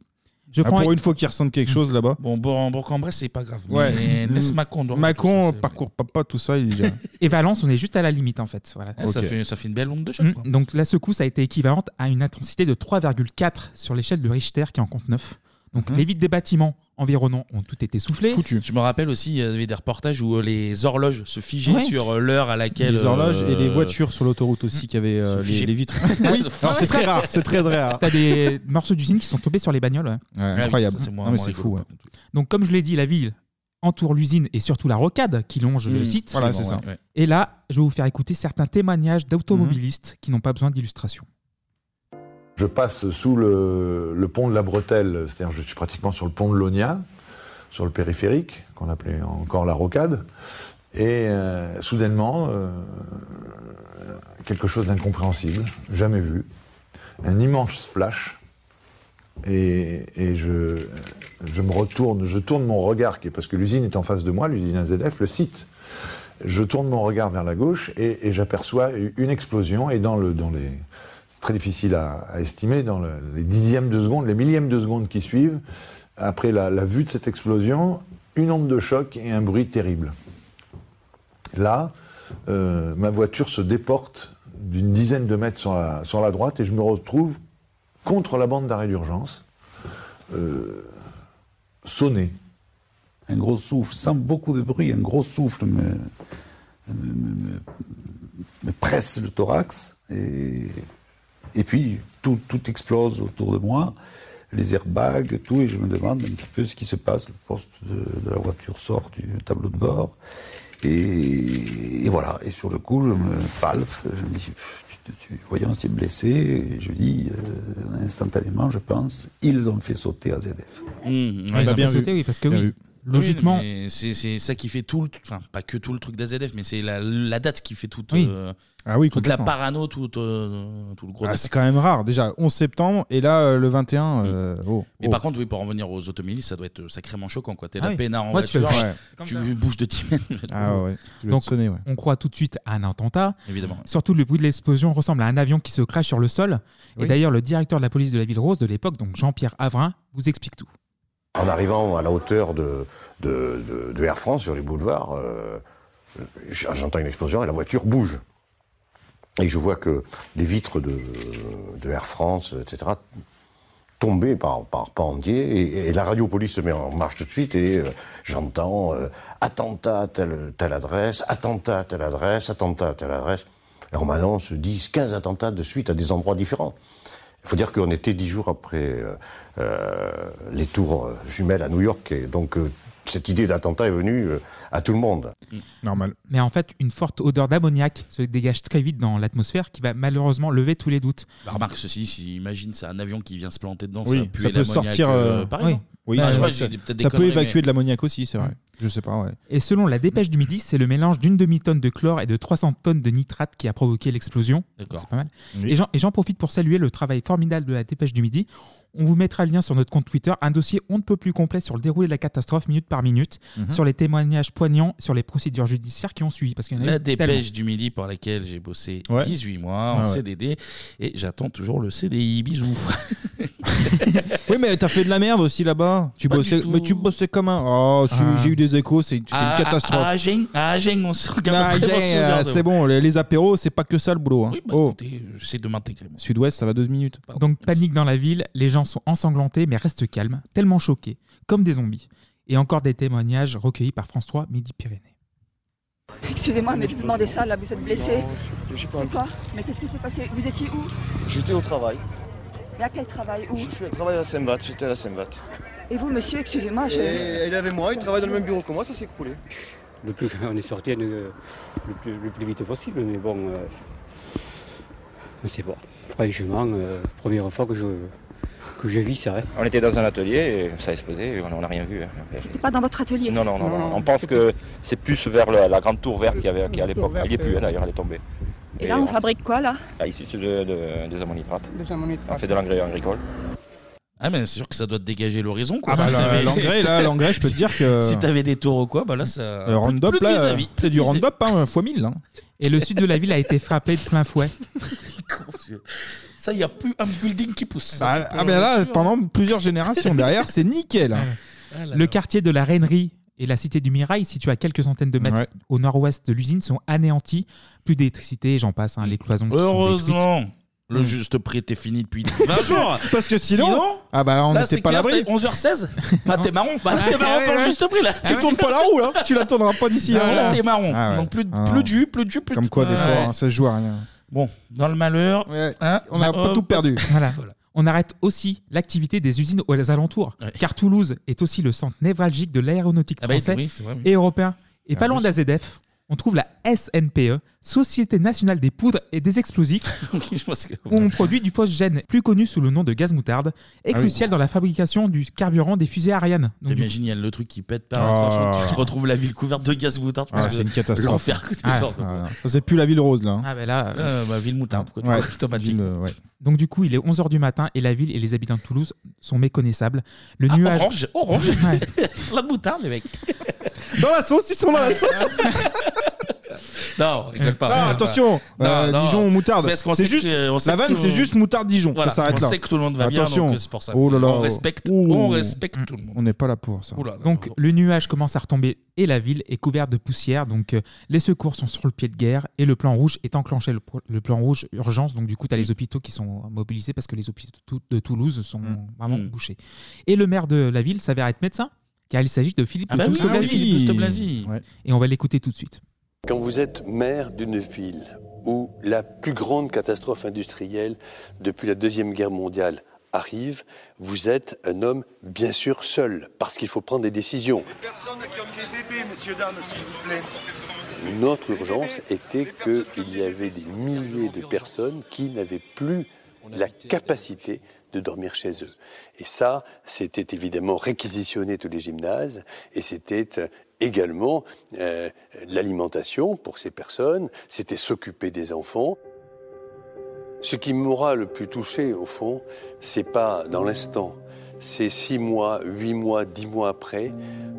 Speaker 7: Je
Speaker 6: Ah,
Speaker 7: prends Mm.
Speaker 6: pour une fois qu'ils ressentent quelque chose là-bas.
Speaker 1: Bon, bon, Bourg-en-Bresse, c'est pas grave.
Speaker 6: Ouais.
Speaker 1: Mais laisse Macron dormir.
Speaker 6: Macron, parcours papa, tout ça, il est
Speaker 1: <laughs>
Speaker 6: déjà.
Speaker 7: <laughs> Et Valence, on est juste à la limite en fait. Voilà.
Speaker 1: Ah, ça, fait, ça fait une belle onde de choc.
Speaker 7: Mm. Donc la secousse a été équivalente à une intensité de 3,4 sur l'échelle de Richter qui en compte 9.
Speaker 6: Hein
Speaker 7: Donc les vitres des bâtiments environnants ont tout été soufflées.
Speaker 1: Je me rappelle aussi, il y avait des reportages où euh, les horloges se figeaient
Speaker 7: Ouais.
Speaker 1: sur euh, l'heure à laquelle.
Speaker 6: Les horloges
Speaker 1: euh,
Speaker 6: et les voitures sur l'autoroute aussi qui avaient euh, les,
Speaker 1: figer.
Speaker 6: les
Speaker 1: <laughs>
Speaker 6: vitres.
Speaker 1: Oui.
Speaker 6: Alors, c'est très rare, c'est très très rare.
Speaker 7: T'as
Speaker 6: <laughs>
Speaker 7: des morceaux d'usine qui sont tombés sur les bagnoles. ouais.
Speaker 1: Ah
Speaker 6: Ouais, Ouais, incroyable. ça, c'est moins- Non, mais moins c'est rigolo, fou, ouais. par
Speaker 7: Donc, comme je l'ai dit, la ville entoure l'usine et surtout la rocade qui longe
Speaker 1: Mm.
Speaker 6: Mmh,
Speaker 7: le site.
Speaker 6: voilà, c'est ça. Ouais.
Speaker 7: Et là, je vais vous faire écouter certains témoignages
Speaker 6: Mm.
Speaker 7: d'automobilistes qui n'ont pas besoin d'illustration.
Speaker 21: Je passe sous le, le pont de la Bretelle, c'est-à-dire je suis pratiquement sur le pont de Lonia, sur le périphérique, qu'on appelait encore la rocade, et euh, soudainement, euh, quelque chose d'incompréhensible, jamais vu, un immense flash, et, et je, je me retourne, je tourne mon regard, qui est- parce que l'usine est en face de moi, l'usine AZF, le site. Je tourne mon regard vers la gauche et, et j'aperçois une explosion, et dans, le, dans les. C'est très difficile à, à estimer, dans le- les dixièmes de seconde, les millièmes de seconde qui suivent, après la, la vue de cette explosion, une onde de choc et un bruit terrible. Là, euh, ma voiture se déporte d'une dizaine de mètres sur la, sur la droite et je me retrouve contre la bande d'arrêt d'urgence, euh, sonné.
Speaker 28: Un gros souffle, sans beaucoup de bruit, un gros souffle me, me- me- me presse le thorax. Et, et puis, tout, tout explose autour de moi, les airbags, tout. Et je me demande un petit peu ce qui se passe. Le poste de, de la voiture sort du tableau de bord. Et, et voilà. Et sur le coup, je me palpe. Je me dis, Pff, tu- tu- tu- voyons, c'est blessé. Et je dis, euh, instantanément, je pense, ils ont fait sauter AZF.
Speaker 1: Mmh,
Speaker 7: Ah,
Speaker 1: ouais,
Speaker 7: ils ont fait
Speaker 1: bien vu.
Speaker 7: sauter, oui, parce que
Speaker 1: Bien
Speaker 7: oui,
Speaker 1: vu.
Speaker 7: Logiquement.
Speaker 1: Oui, mais c'est c'est ça qui fait tout le. Enfin, pas que tout le truc d'AZF, mais c'est la, la date qui fait toute,
Speaker 6: Oui.
Speaker 1: euh,
Speaker 6: Ah oui,
Speaker 1: toute la
Speaker 6: complètement.
Speaker 1: parano, tout, euh, tout le gros.
Speaker 6: Ah,
Speaker 1: délire.
Speaker 6: c'est quand même rare, déjà 11 septembre et là euh, le 21. euh, oh,
Speaker 1: Mm. Mais
Speaker 6: oh.
Speaker 1: par contre, oui, pour en venir aux automobilistes, ça doit être euh, sacrément choquant. quoi. T'es
Speaker 7: Ah
Speaker 1: la
Speaker 7: oui.
Speaker 1: peinard en
Speaker 7: Ouais, tu fais le
Speaker 1: voiture,
Speaker 7: pfff,
Speaker 1: tu,
Speaker 7: comme ça.
Speaker 1: bouges de <laughs> 10 mètres.
Speaker 7: Donc, on croit tout de suite à un attentat.
Speaker 1: Évidemment.
Speaker 7: Surtout, le bruit de l'explosion ressemble à un avion qui se crache sur le sol.
Speaker 5: Oui.
Speaker 7: Et d'ailleurs, le directeur de la police de la ville rose de l'époque, donc Jean-Pierre Avrin, vous explique tout.
Speaker 5: En arrivant à la hauteur de, de, de- de Air France sur les boulevards, euh, j'entends une explosion et la voiture bouge. Et je vois que des vitres de, de Air France, etc., tomber par, par, par entier. Et, et la radio police se met en marche tout de suite et euh, j'entends euh, attentat à telle, telle adresse, attentat à telle adresse, attentat à telle adresse. Et on m'annonce 10, 15 attentats de suite à des endroits différents. Il faut dire qu'on était dix jours après euh, euh, les tours jumelles à New York. Et donc, euh, cette idée d'attentat est venue euh, à tout le monde.
Speaker 6: Normal.
Speaker 7: Mais en fait, une forte odeur d'ammoniac se dégage très vite dans l'atmosphère qui va malheureusement lever tous les doutes.
Speaker 1: Bah, remarque ceci, si, imagine, c'est un avion qui vient se planter dedans,
Speaker 7: Oui,
Speaker 1: ça pue
Speaker 7: ça peut
Speaker 6: sortir, euh,
Speaker 7: oui.
Speaker 6: Oui,
Speaker 1: Bah, je sais
Speaker 6: ça-
Speaker 1: pas, j'ai dit peut-être des
Speaker 6: ça peut
Speaker 1: conneries,
Speaker 6: évacuer
Speaker 1: mais-
Speaker 6: de l'ammoniaque aussi, c'est vrai. Je sais pas, ouais.
Speaker 7: Et selon la dépêche du midi, c'est le mélange d'une demi-tonne de chlore et de 300 tonnes de nitrate qui a provoqué l'explosion.
Speaker 1: D'accord.
Speaker 7: C'est pas mal.
Speaker 1: Oui.
Speaker 7: Et j'en- Et j'en profite pour saluer le travail formidable de la dépêche du midi. On vous mettra le lien sur notre compte Twitter, un dossier on ne peut plus complet sur le déroulé de la catastrophe minute par minute,
Speaker 1: Mhm.
Speaker 7: sur les témoignages poignants, sur les procédures judiciaires qui ont suivi. Parce qu'il y en a
Speaker 1: La
Speaker 7: eu tellement.
Speaker 1: dépêche du midi pour laquelle j'ai bossé
Speaker 7: Ouais. Ah
Speaker 1: 18 mois en
Speaker 7: Ouais, ouais.
Speaker 1: CDD et j'attends toujours le CDI. Bisous. <laughs>
Speaker 6: Oui, mais t'as fait de la merde aussi là-bas. Tu
Speaker 1: Pas du
Speaker 6: bossais,
Speaker 1: tout.
Speaker 6: mais tu bossais comme un. Oh, si,
Speaker 1: Ah.
Speaker 6: j'ai eu des échos, c'est c'était
Speaker 1: Ah,
Speaker 6: une catastrophe.
Speaker 1: À Agen, à Agen, on se regarde.
Speaker 6: Ah,
Speaker 1: un très bon
Speaker 6: j'ai-
Speaker 1: souvenir
Speaker 6: euh,
Speaker 1: de
Speaker 6: c'est
Speaker 1: vous.
Speaker 6: bon, les, les apéros, c'est pas que ça le boulot. hein. oh,
Speaker 1: Écoutez, J'essaie de m'intégrer. moi.
Speaker 6: Sud-Ouest, ça va deux minutes.
Speaker 7: Donc panique dans la ville, les gens sont ensanglantés mais restent calmes, tellement choqués, comme des zombies. Et encore des témoignages recueillis par France 3 Midi-Pyrénées.
Speaker 17: Excusez-moi, mais vous demandez ça, là, vous êtes blessé.
Speaker 22: je sais pas.
Speaker 17: C'est quoi Mais qu'est-ce qui s'est passé Vous étiez où
Speaker 22: J'étais au travail.
Speaker 17: Mais à quel travail Où
Speaker 22: Je suis au travail à la Sembat, j'étais à la Sembat.
Speaker 17: Et vous, monsieur, excusez-moi,
Speaker 22: Et
Speaker 17: je...
Speaker 22: elle est avec moi, il travaille dans le même bureau que moi, ça s'est écroulé.
Speaker 23: Le plus, <laughs> on est sorti le, le plus, le plus vite possible, mais bon, euh, c'est bon. Franchement, euh, première fois que je, que je vis ça. hein.
Speaker 24: On était dans un atelier, et ça a explosé, et on n'a rien vu. hein.
Speaker 17: C'est pas dans votre atelier
Speaker 24: Non, non, non, non, on pense que c'est plus vers la, la grande tour verte qu'il y avait qu'il y a à l'époque.
Speaker 17: verte,
Speaker 24: Elle n'y est plus,
Speaker 17: euh.
Speaker 24: hein, d'ailleurs, elle est tombée.
Speaker 17: Et là, on fabrique quoi, là
Speaker 24: Ah, ici, c'est de, de, des ammonitrates.
Speaker 17: Des ammonitrates.
Speaker 24: On fait de l'engrais agricole.
Speaker 1: Ah, mais c'est sûr que ça doit te dégager l'horizon. quoi.
Speaker 6: Ah, bah,
Speaker 1: Si
Speaker 6: la-
Speaker 1: t'avais-
Speaker 6: l'engrais,
Speaker 1: <laughs> si
Speaker 6: là,
Speaker 1: t'avais-
Speaker 6: l'engrais, je peux te dire que-
Speaker 1: Si t'avais des taureaux, quoi, bah là, ça.
Speaker 6: Le Euh, Roundup,
Speaker 1: Plus de
Speaker 6: là,
Speaker 1: vis-à-vis.
Speaker 6: c'est
Speaker 1: <laughs>
Speaker 6: du
Speaker 1: Plus de-
Speaker 6: Roundup, hein, fois 1000. hein.
Speaker 7: Et le sud de la ville a été frappé de plein fouet.
Speaker 1: Ça, il n'y a plus un building qui pousse.
Speaker 6: Ah, ah, ben là, pendant plusieurs générations derrière, c'est nickel. hein.
Speaker 1: Ah
Speaker 7: Le quartier de la Rainerie et la cité du Mirail, située à quelques centaines de mètres
Speaker 6: Ouais.
Speaker 7: au nord-ouest de l'usine, sont anéantis. Plus d'électricité, et j'en passe, hein, les cloisons. qui sont
Speaker 1: Heureusement,
Speaker 7: détruites.
Speaker 1: le
Speaker 7: Mm.
Speaker 1: juste prix était
Speaker 7: <laughs>
Speaker 1: fini depuis 20 jours.
Speaker 6: Parce que sinon- Ah bah là, on n'était
Speaker 1: c'est
Speaker 6: pas à
Speaker 1: clair,
Speaker 6: l'abri. <laughs>
Speaker 1: t'es 11h16 Bah t'es marron, bah là,
Speaker 6: Ah
Speaker 1: t'es
Speaker 6: ouais,
Speaker 1: marron pour
Speaker 6: ouais.
Speaker 1: le juste prix là.
Speaker 6: Tu tournes pas la roue, hein. Tu la tourneras pas d'ici.
Speaker 1: Ah,
Speaker 6: là,
Speaker 1: là, t'es marron.
Speaker 6: Ah ouais.
Speaker 1: Donc plus de,
Speaker 6: Ah non.
Speaker 1: plus de jus, plus de jus, plus de-
Speaker 6: Comme quoi, des
Speaker 1: Ouais.
Speaker 6: fois, hein, ça se joue à rien.
Speaker 1: Bon, dans le malheur, hein,
Speaker 6: on a
Speaker 1: bah,
Speaker 6: pas
Speaker 1: hop.
Speaker 6: tout
Speaker 1: <laughs>
Speaker 6: perdu.
Speaker 7: Voilà. On arrête aussi l'activité des usines aux alentours, car Toulouse est aussi le centre névralgique de l'aéronautique
Speaker 1: Ah bah,
Speaker 7: français
Speaker 1: oui, c'est vrai, oui.
Speaker 7: et européen. Et
Speaker 1: Ah,
Speaker 7: pas loin
Speaker 1: plus.
Speaker 7: d'AZF, on trouve la SNPE, E, Société Nationale des Poudres et des
Speaker 1: <laughs>
Speaker 7: Explosifs,
Speaker 1: Je pense que-
Speaker 7: où on produit du phosgène, plus connu sous le nom de gaz moutarde, et
Speaker 1: Ah oui.
Speaker 7: crucial dans la fabrication du carburant des fusées Ariane. Donc, du
Speaker 1: T'imagines, il y a le truc qui pète par
Speaker 6: Ah.
Speaker 1: extension, tu te retrouves la ville couverte de gaz moutarde. je pense
Speaker 6: Ah,
Speaker 1: que
Speaker 6: c'est une catastrophe.
Speaker 1: L'enfer. c'est
Speaker 6: Ah,
Speaker 1: genre-
Speaker 6: ah, ça, c'est plus la ville rose, là. hein.
Speaker 7: Ah ben là,
Speaker 1: Euh, bah, ville moutarde, quoi,
Speaker 7: <laughs>
Speaker 6: Ouais,
Speaker 1: automatique.
Speaker 6: ville, euh, ouais.
Speaker 7: Donc du coup, il est 11h du matin et la ville et les habitants de Toulouse sont méconnaissables.
Speaker 18: Ah,
Speaker 7: Le nuage
Speaker 1: Ah, Orange, orange.
Speaker 7: Ouais.
Speaker 1: La moutarde,
Speaker 18: <laughs>
Speaker 1: les mecs.
Speaker 6: Dans la sauce, ils sont dans la sauce.
Speaker 1: <laughs> Non, on rigole pas. bah,
Speaker 6: Ah,
Speaker 1: Non,
Speaker 6: attention, euh, Dijon moutarde.
Speaker 1: C'est parce qu'on
Speaker 6: C'est
Speaker 1: sait
Speaker 6: juste-
Speaker 1: que- on
Speaker 6: la
Speaker 1: sait que
Speaker 6: vanne,
Speaker 1: tout-
Speaker 6: c'est juste moutarde Dijon, ça
Speaker 1: Voilà,
Speaker 6: s'arrête
Speaker 1: On
Speaker 6: là.
Speaker 1: sait que tout le monde va
Speaker 6: Attention.
Speaker 1: bien, donc euh, c'est pour ça.
Speaker 6: Oh là là.
Speaker 1: On respecte,
Speaker 6: Ouh.
Speaker 1: on respecte tout le monde.
Speaker 6: On n'est pas là pour ça.
Speaker 1: Oula,
Speaker 7: donc le nuage commence à retomber et la ville est couverte de poussière. Donc euh, les secours sont sur le pied de guerre et le plan rouge est enclenché. Le, pro- le plan rouge urgence. Donc du coup, tu as les hôpitaux qui sont mobilisés parce que les hôpitaux tou- de Toulouse sont
Speaker 1: Mm.
Speaker 7: vraiment bouchés. Et le maire de la ville s'avère être médecin car il s'agit de Philippe
Speaker 1: Ah bah
Speaker 7: de
Speaker 1: oui,
Speaker 7: Toustoblasi.
Speaker 1: oui, Philippe de Toustoblasi. Ouais.
Speaker 7: Et on va l'écouter tout de suite.
Speaker 29: Quand vous êtes maire d'une ville où la plus grande catastrophe industrielle depuis la Deuxième Guerre mondiale arrive, vous êtes un homme bien sûr seul, parce qu'il faut prendre des décisions.
Speaker 30: Personnes qui ont des bébés, messieurs, dames, s'il vous plaît.
Speaker 29: Notre urgence était qu'il y avait des milliers de personnes qui n'avaient plus la capacité de dormir chez eux. Et ça, c'était évidemment réquisitionner tous les gymnases et c'était euh, également euh, l'alimentation pour ces personnes, c'était s'occuper des enfants. Ce qui m'aura le plus touché, au fond, c'est pas dans l'instant, c'est six mois, huit mois, dix mois après,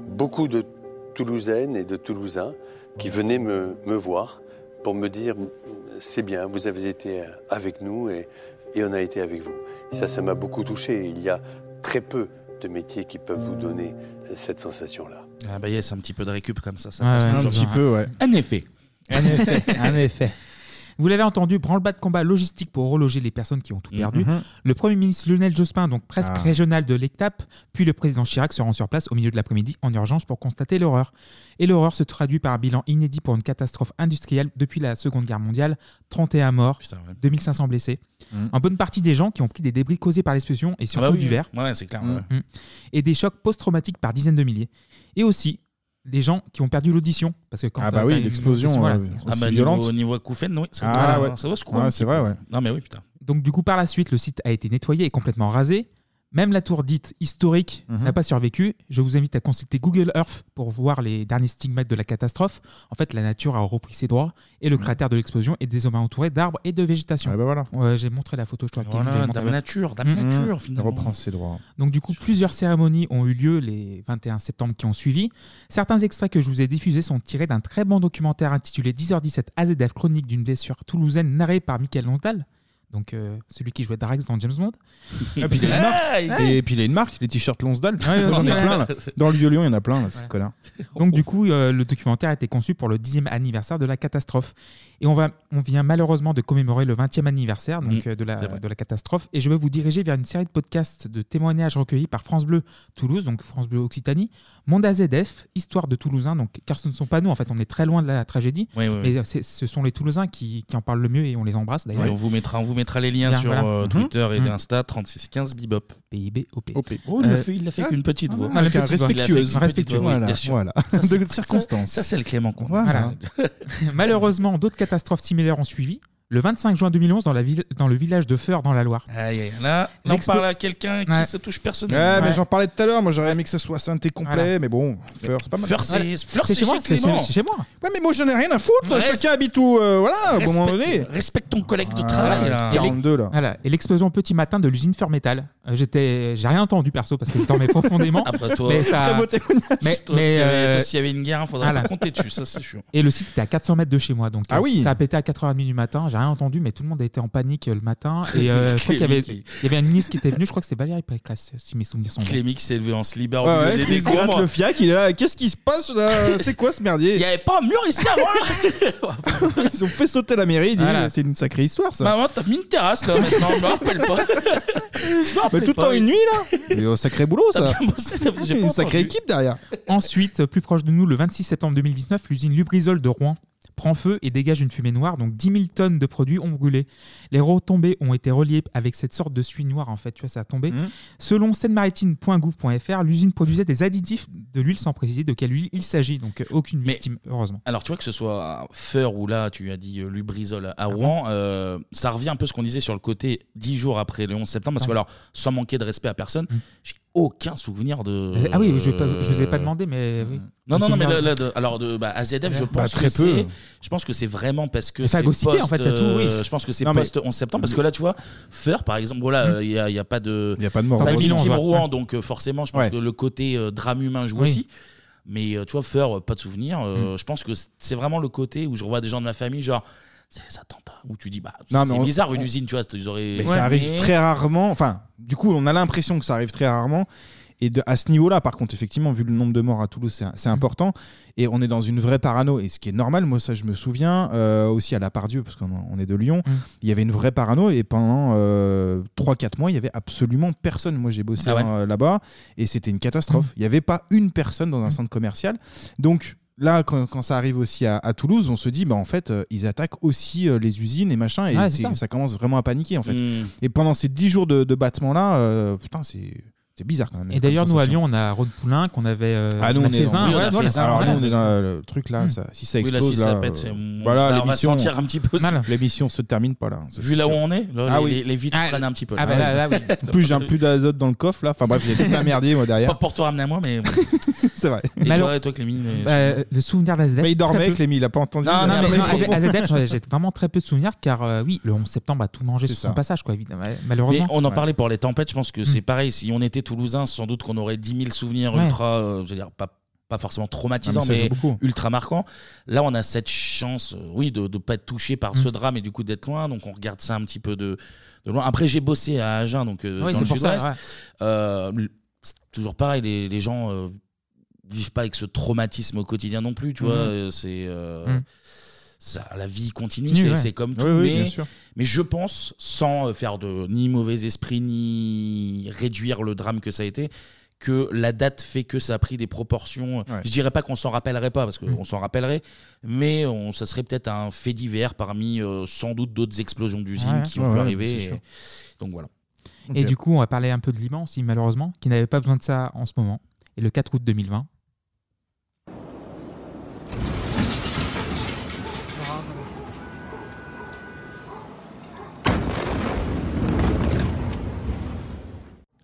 Speaker 29: beaucoup de Toulousaines et de Toulousains qui venaient me, me voir pour me dire c'est bien, vous avez été avec nous et, et on a été avec vous. Et ça, ça m'a beaucoup touché. Il y a très peu de métiers qui peuvent vous donner cette sensation-là.
Speaker 1: Ah bah yes, un petit peu de récup comme ça, ça
Speaker 7: Ouais,
Speaker 1: passe
Speaker 7: ouais,
Speaker 1: toujours
Speaker 7: un petit
Speaker 1: bien.
Speaker 7: peu, ouais.
Speaker 1: En effet.
Speaker 7: En effet, en effet. <laughs> Vous l'avez entendu, branle-bas de combat logistique pour reloger les personnes qui ont tout perdu.
Speaker 1: Mm-hmm.
Speaker 6: Mhm.
Speaker 7: Le Premier ministre Lionel Jospin, donc presque
Speaker 6: Ah.
Speaker 7: régional de l'étape, puis le président Chirac se rend sur place au milieu de l'après-midi en urgence pour constater l'horreur. Et l'horreur se traduit par un bilan inédit pour une catastrophe industrielle depuis la Seconde Guerre mondiale 31 morts, 2500 blessés.
Speaker 1: Mhm.
Speaker 7: En bonne partie des gens qui ont pris des débris causés par l'explosion et surtout
Speaker 1: Ah bah oui,
Speaker 7: du verre.
Speaker 1: ouais, c'est clair,
Speaker 7: Mhm.
Speaker 1: ouais.
Speaker 7: Et des chocs post-traumatiques par dizaines de milliers. Et aussi les gens qui ont perdu l'audition. Parce que quand
Speaker 6: Ah bah
Speaker 7: euh,
Speaker 6: oui,
Speaker 7: t'as une
Speaker 6: l'explosion,
Speaker 7: audition, voilà,
Speaker 6: euh,
Speaker 7: une
Speaker 6: aussi
Speaker 1: Ah bah,
Speaker 6: violente.
Speaker 1: niveau, niveau acouphène, oui. Ça,
Speaker 7: Ah
Speaker 1: voilà,
Speaker 7: ouais.
Speaker 1: ça doit se couper
Speaker 7: Ouais,
Speaker 1: un
Speaker 7: c'est
Speaker 1: petit
Speaker 7: vrai,
Speaker 1: peu.
Speaker 7: ouais.
Speaker 1: Non, mais oui, putain.
Speaker 7: Donc du coup, par la suite, le site a été nettoyé et complètement rasé. Même la tour dite historique
Speaker 6: Mhm.
Speaker 7: n'a pas survécu. Je vous invite à consulter Google Earth pour voir les derniers stigmates de la catastrophe. En fait, la nature a repris ses droits et le
Speaker 6: Mhm.
Speaker 7: cratère de l'explosion est désormais entouré d'arbres et de
Speaker 6: Ah
Speaker 7: végétation.
Speaker 6: bah
Speaker 7: Ouais, J'ai montré la photo, je crois. que
Speaker 1: Voilà,
Speaker 7: j'ai montré
Speaker 1: dame nature, dame
Speaker 7: Mhm.
Speaker 1: nature, Mhm. finalement.
Speaker 6: Reprend ses droits.
Speaker 7: Donc du coup, plusieurs cérémonies ont eu lieu les 21 septembre qui ont suivi. Certains extraits que je vous ai diffusés sont tirés d'un très bon documentaire intitulé 10h17 AZF chronique d'une blessure toulousaine narré par Michael Lonsdal. Donc euh, celui qui jouait Darax dans James Bond.
Speaker 6: Et Ah, puis il a une marque.
Speaker 7: Ouais.
Speaker 6: Et puis il a une marque, les t-shirts Lonsdal.
Speaker 7: Ouais, ouais,
Speaker 6: J'en ai
Speaker 7: ouais.
Speaker 6: plein là. Dans le vieux Lyon, il y en a plein là, c'est
Speaker 7: Ouais.
Speaker 6: connard.
Speaker 1: <laughs>
Speaker 7: Donc du coup, euh, le documentaire a été conçu pour le 10e anniversaire de la catastrophe. Et on, va, on vient malheureusement de commémorer le 20e anniversaire donc,
Speaker 1: Mm,
Speaker 7: euh, de, la,
Speaker 1: c'est vrai.
Speaker 7: de la catastrophe. Et je vais vous diriger vers une série de podcasts de témoignages recueillis par France Bleu Toulouse, donc France Bleu Occitanie, Monde AZF, Histoire de Toulousains, donc, car ce ne sont pas nous, en fait, on est très loin de la tragédie.
Speaker 1: Oui, oui, oui.
Speaker 7: Mais euh, c'est- ce sont les Toulousains qui, qui en parlent le mieux et on les embrasse d'ailleurs.
Speaker 1: Et on, vous mettra, on vous mettra les liens
Speaker 7: Bien,
Speaker 1: sur
Speaker 7: voilà.
Speaker 1: euh,
Speaker 7: Mhm.
Speaker 1: Twitter et
Speaker 7: Mhm.
Speaker 1: Insta 3615 Bibop.
Speaker 7: P-I-B-O-P.
Speaker 1: Oh, il l'a
Speaker 7: Euh,
Speaker 1: fait, il l'a fait
Speaker 7: ah,
Speaker 1: qu'une petite
Speaker 7: ah,
Speaker 1: voix.
Speaker 7: avec un respectueuse. Respectueux, voilà, voilà. De circonstances.
Speaker 1: circonstances. Ça, c'est le Clément qu'on
Speaker 7: Voilà. <laughs> Malheureusement, d'autres catastrophes similaires ont suivi. Le 25 juin 2011, dans, la ville, dans le village de Feur, dans la Loire.
Speaker 1: Aïe, aïe, Là, là, on
Speaker 7: L'expo-
Speaker 1: parle à quelqu'un qui
Speaker 7: Ouais.
Speaker 1: se touche
Speaker 6: Ouais,
Speaker 1: personnellement.
Speaker 6: mais j'en parlais tout à l'heure. Moi, j'aurais aimé que ça soit synthé complet,
Speaker 1: Voilà.
Speaker 6: mais bon, Fleur, c'est pas mal.
Speaker 1: Fleur, c'est- Voilà. Fleur, C'est c'est chez moi, chez c'est- Clément. c'est chez moi.
Speaker 6: Ouais, mais moi, j'en ai rien à foutre. Chacun habite où, euh, voilà, au
Speaker 1: Respecte-
Speaker 6: moment donné.
Speaker 1: Respecte ton collègue de
Speaker 6: Ah,
Speaker 1: travail. là.
Speaker 6: 42 là.
Speaker 7: Voilà. Et l'explosion au petit matin de l'usine Fermetal. Euh, J'étais, j'ai rien entendu perso parce que je dormais profondément.
Speaker 1: <laughs> Ah bah toi,
Speaker 7: mais ça-
Speaker 1: Très beau témoignage.
Speaker 7: Mais,
Speaker 1: Toi, s'il y
Speaker 7: mais,
Speaker 1: avait-
Speaker 7: euh,
Speaker 1: toi, s'il y avait une guerre, faudrait pas compter dessus, ça, c'est sûr.
Speaker 7: Et le site était à 400 mètres de chez moi, donc
Speaker 1: Ah
Speaker 7: euh,
Speaker 1: oui.
Speaker 7: ça a pété à 4h30 du matin. J'ai rien entendu, mais tout le monde était en panique euh, le
Speaker 1: <laughs>
Speaker 7: matin. Et euh, je crois qu'il y avait,
Speaker 1: Clémy
Speaker 7: il y avait un ministre qui était venu. Je crois que c'était Valérie Pécresse, si mes souvenirs sont bons.
Speaker 1: Clémy qui s'est levé en slibard
Speaker 7: Ouais,
Speaker 1: au milieu
Speaker 7: ouais,
Speaker 1: des
Speaker 7: qui se
Speaker 1: décombres.
Speaker 7: gratte
Speaker 6: Le fiac, il est là. Qu'est-ce qui se passe là C'est quoi ce merdier Il
Speaker 1: n'y avait pas un mur ici avant là
Speaker 6: <laughs> Ils ont fait sauter la mairie. ils disent,
Speaker 1: Voilà. Bah,
Speaker 6: C'est une sacrée histoire ça.
Speaker 1: Maman, t'as mis une terrasse là maintenant, je me rappelle pas. Je me rappelais
Speaker 6: mais tout
Speaker 1: pas,
Speaker 6: en une
Speaker 1: oui.
Speaker 6: nuit là. Mais, oh, sacré boulot
Speaker 1: T'as
Speaker 6: ça.
Speaker 1: bien bossé, ça,
Speaker 6: <laughs>
Speaker 1: j'ai pas
Speaker 6: Une sacrée
Speaker 1: entendu.
Speaker 6: équipe derrière.
Speaker 7: Ensuite, euh, plus proche de nous, le 26 septembre 2019, l'usine Lubrizol de Rouen prend feu et dégage une fumée noire, donc 10 000 tonnes de produits ont brûlé. Les retombées ont été reliées avec cette sorte de suie noire, en fait, tu vois, ça a tombé.
Speaker 6: Mmh.
Speaker 7: Selon seine-maritime.gouv.fr, l'usine produisait des additifs de l'huile sans préciser de quelle huile il s'agit, donc euh, aucune victime, heureusement.
Speaker 1: Alors tu vois que ce soit à Feur ou là, tu as dit euh, Lubrizol à Rouen,
Speaker 7: Ah
Speaker 1: euh, ça revient un peu à ce qu'on disait sur le côté 10 jours après le 11 septembre, parce que
Speaker 7: Ouais. Mm.
Speaker 1: alors, sans manquer de respect à personne, j'ai aucun souvenir de... euh,
Speaker 7: Ah oui, je ne vous ai pas demandé, mais oui.
Speaker 1: Non, non, non, mais
Speaker 7: Souvenir-
Speaker 1: là, là, de- alors de, bah, AZF, je
Speaker 7: Ouais.
Speaker 1: pense
Speaker 7: Bah, très
Speaker 1: que
Speaker 7: peu.
Speaker 1: c'est, je pense que c'est vraiment parce que
Speaker 7: Mais ça a
Speaker 1: c'est
Speaker 7: gossipé,
Speaker 1: post,
Speaker 7: en fait, ça tout, oui.
Speaker 1: euh, Je pense que c'est
Speaker 7: Non, mais-
Speaker 1: post 11 septembre parce que là, tu vois, Feur, par exemple, voilà,
Speaker 7: Mm.
Speaker 1: euh, il y a, il y a pas de, il y a pas de
Speaker 7: mort, heureusement.
Speaker 1: victime
Speaker 7: Ouais.
Speaker 1: Rouen, donc euh, forcément, je pense
Speaker 7: Ouais.
Speaker 1: que le côté euh, drame humain joue
Speaker 7: Oui.
Speaker 1: aussi. Mais euh, tu vois, Feur, euh, pas de souvenir. euh, Je pense que c'est vraiment le côté où je revois des gens de ma famille, genre. C'est les attentats où tu dis bah
Speaker 6: Non, mais
Speaker 1: c'est
Speaker 6: on-
Speaker 1: bizarre une
Speaker 6: on-
Speaker 1: usine tu vois ils auraient
Speaker 6: Mais ça arrive très rarement. Enfin, du coup, on a l'impression que ça arrive très rarement. Et de- à ce niveau-là, par contre, effectivement, vu le nombre de morts à Toulouse, c'est- c'est important. Et on est dans une vraie parano. Et ce qui est normal, moi, ça, je me souviens euh, aussi à la Pardieu, parce qu'on on est de Lyon, il y avait une vraie parano. Et pendant euh, 3-4 mois, il y avait absolument personne. Moi, j'ai bossé
Speaker 1: Ah ouais.
Speaker 6: hein, là-bas. Et c'était une catastrophe. Il n'y avait pas une personne dans un centre commercial. Donc. Là, quand, quand ça arrive aussi à, à Toulouse, on se dit, bah, en fait, euh, ils attaquent aussi euh, les usines et machin, et
Speaker 7: Ouais, c'est
Speaker 6: c'est-
Speaker 7: ça.
Speaker 6: ça commence vraiment à paniquer en fait.
Speaker 1: Mm.
Speaker 6: Et pendant ces 10 jours de, de battement là, euh, putain, c'est C'est bizarre quand même.
Speaker 7: Et d'ailleurs,
Speaker 6: comme
Speaker 7: nous à
Speaker 6: sensation.
Speaker 7: Lyon, on a Road Poulain qu'on avait. euh,
Speaker 6: Ah nous on,
Speaker 7: a
Speaker 6: est
Speaker 7: fait un,
Speaker 6: dans, oui, on
Speaker 7: ouais,
Speaker 6: a
Speaker 7: voilà, Mmh.
Speaker 6: fait un. Alors,
Speaker 7: voilà.
Speaker 6: nous, on est dans le truc là, ça- si ça
Speaker 1: Oui, là,
Speaker 6: explose
Speaker 1: si ça
Speaker 6: là,
Speaker 1: pète, c'est-
Speaker 6: euh,
Speaker 1: on-
Speaker 6: voilà
Speaker 1: ça va
Speaker 6: l'émission.
Speaker 1: sentir un petit peu.
Speaker 6: Voilà. <laughs> L'émission se termine pas là. ça,
Speaker 1: Vu
Speaker 6: c'est
Speaker 1: là où
Speaker 6: sûr.
Speaker 1: on est, là, les- les- les vitres prennent un petit peu, là.
Speaker 6: Ah bah là,
Speaker 1: <laughs>
Speaker 6: là, oui. En plus j'ai un plus d'azote dans le coffre là. Enfin bref, j'ai tout merdier moi derrière.
Speaker 1: Pas pour toi ramener à moi, mais.
Speaker 6: <laughs> C'est vrai.
Speaker 1: Et
Speaker 7: Mais
Speaker 1: toi,
Speaker 7: alors-
Speaker 1: et toi, Clémy euh,
Speaker 7: Bah, le souvenir d'AZF.
Speaker 6: Mais il dormait, Clémy, il a pas entendu.
Speaker 7: Non,
Speaker 6: Il
Speaker 7: non,
Speaker 6: a
Speaker 7: mais
Speaker 6: fermé
Speaker 7: non,
Speaker 6: le micro.
Speaker 7: AZF,
Speaker 1: <laughs>
Speaker 7: j'en ai- j'ai vraiment très peu de souvenirs car, euh, oui, le 11 septembre a tout mangé
Speaker 1: C'est
Speaker 7: sur son
Speaker 1: ça.
Speaker 7: passage, quoi, évidemment, malheureusement.
Speaker 1: Mais on en
Speaker 7: Ouais.
Speaker 1: parlait pour les tempêtes, je pense que c'est pareil. Si on était toulousain, sans doute qu'on aurait 10 000 souvenirs
Speaker 7: Ouais.
Speaker 1: ultra, euh, je veux dire, pas, pas forcément traumatisants,
Speaker 7: Ah, mais ça
Speaker 1: mais,
Speaker 7: joue beaucoup.
Speaker 1: ultra marquants. Là, on a cette chance, euh, oui, de ne pas être touché par
Speaker 7: Mm.
Speaker 1: ce drame et du coup d'être loin. Donc, on regarde ça un petit peu de, de loin. Après, j'ai bossé à Agen, donc euh,
Speaker 7: Oui,
Speaker 1: dans
Speaker 7: c'est
Speaker 1: le
Speaker 7: pour ça,
Speaker 1: sud-ouest.
Speaker 7: ouais.
Speaker 1: Euh, c'est toujours pareil, les, les gens euh, vivent pas avec ce traumatisme au quotidien non plus, tu vois.
Speaker 7: Mhm.
Speaker 1: euh, C'est. euh,
Speaker 7: Mhm.
Speaker 1: Ça, la vie continue,
Speaker 7: Continue,
Speaker 1: c'est
Speaker 7: ouais.
Speaker 1: c'est comme tout.
Speaker 7: Oui, oui, bien
Speaker 1: mais,
Speaker 7: sûr.
Speaker 1: mais je pense, sans euh, faire de ni mauvais esprit, ni réduire le drame que ça a été, que la date fait que ça a pris des proportions. euh, Je dirais pas qu'on s'en rappellerait pas, parce qu'on
Speaker 7: Mm.
Speaker 1: s'en rappellerait, mais on, ça serait peut-être un fait divers parmi euh, sans doute d'autres explosions d'usines
Speaker 7: Ouais.
Speaker 1: qui
Speaker 7: Ouais,
Speaker 1: ont pu
Speaker 7: ouais,
Speaker 1: arriver.
Speaker 7: c'est sûr.
Speaker 1: et- donc voilà.
Speaker 7: Et du coup, on va parler un peu de Liban aussi, malheureusement, qui n'avait pas besoin de ça en ce moment. Et le 4 août 2020,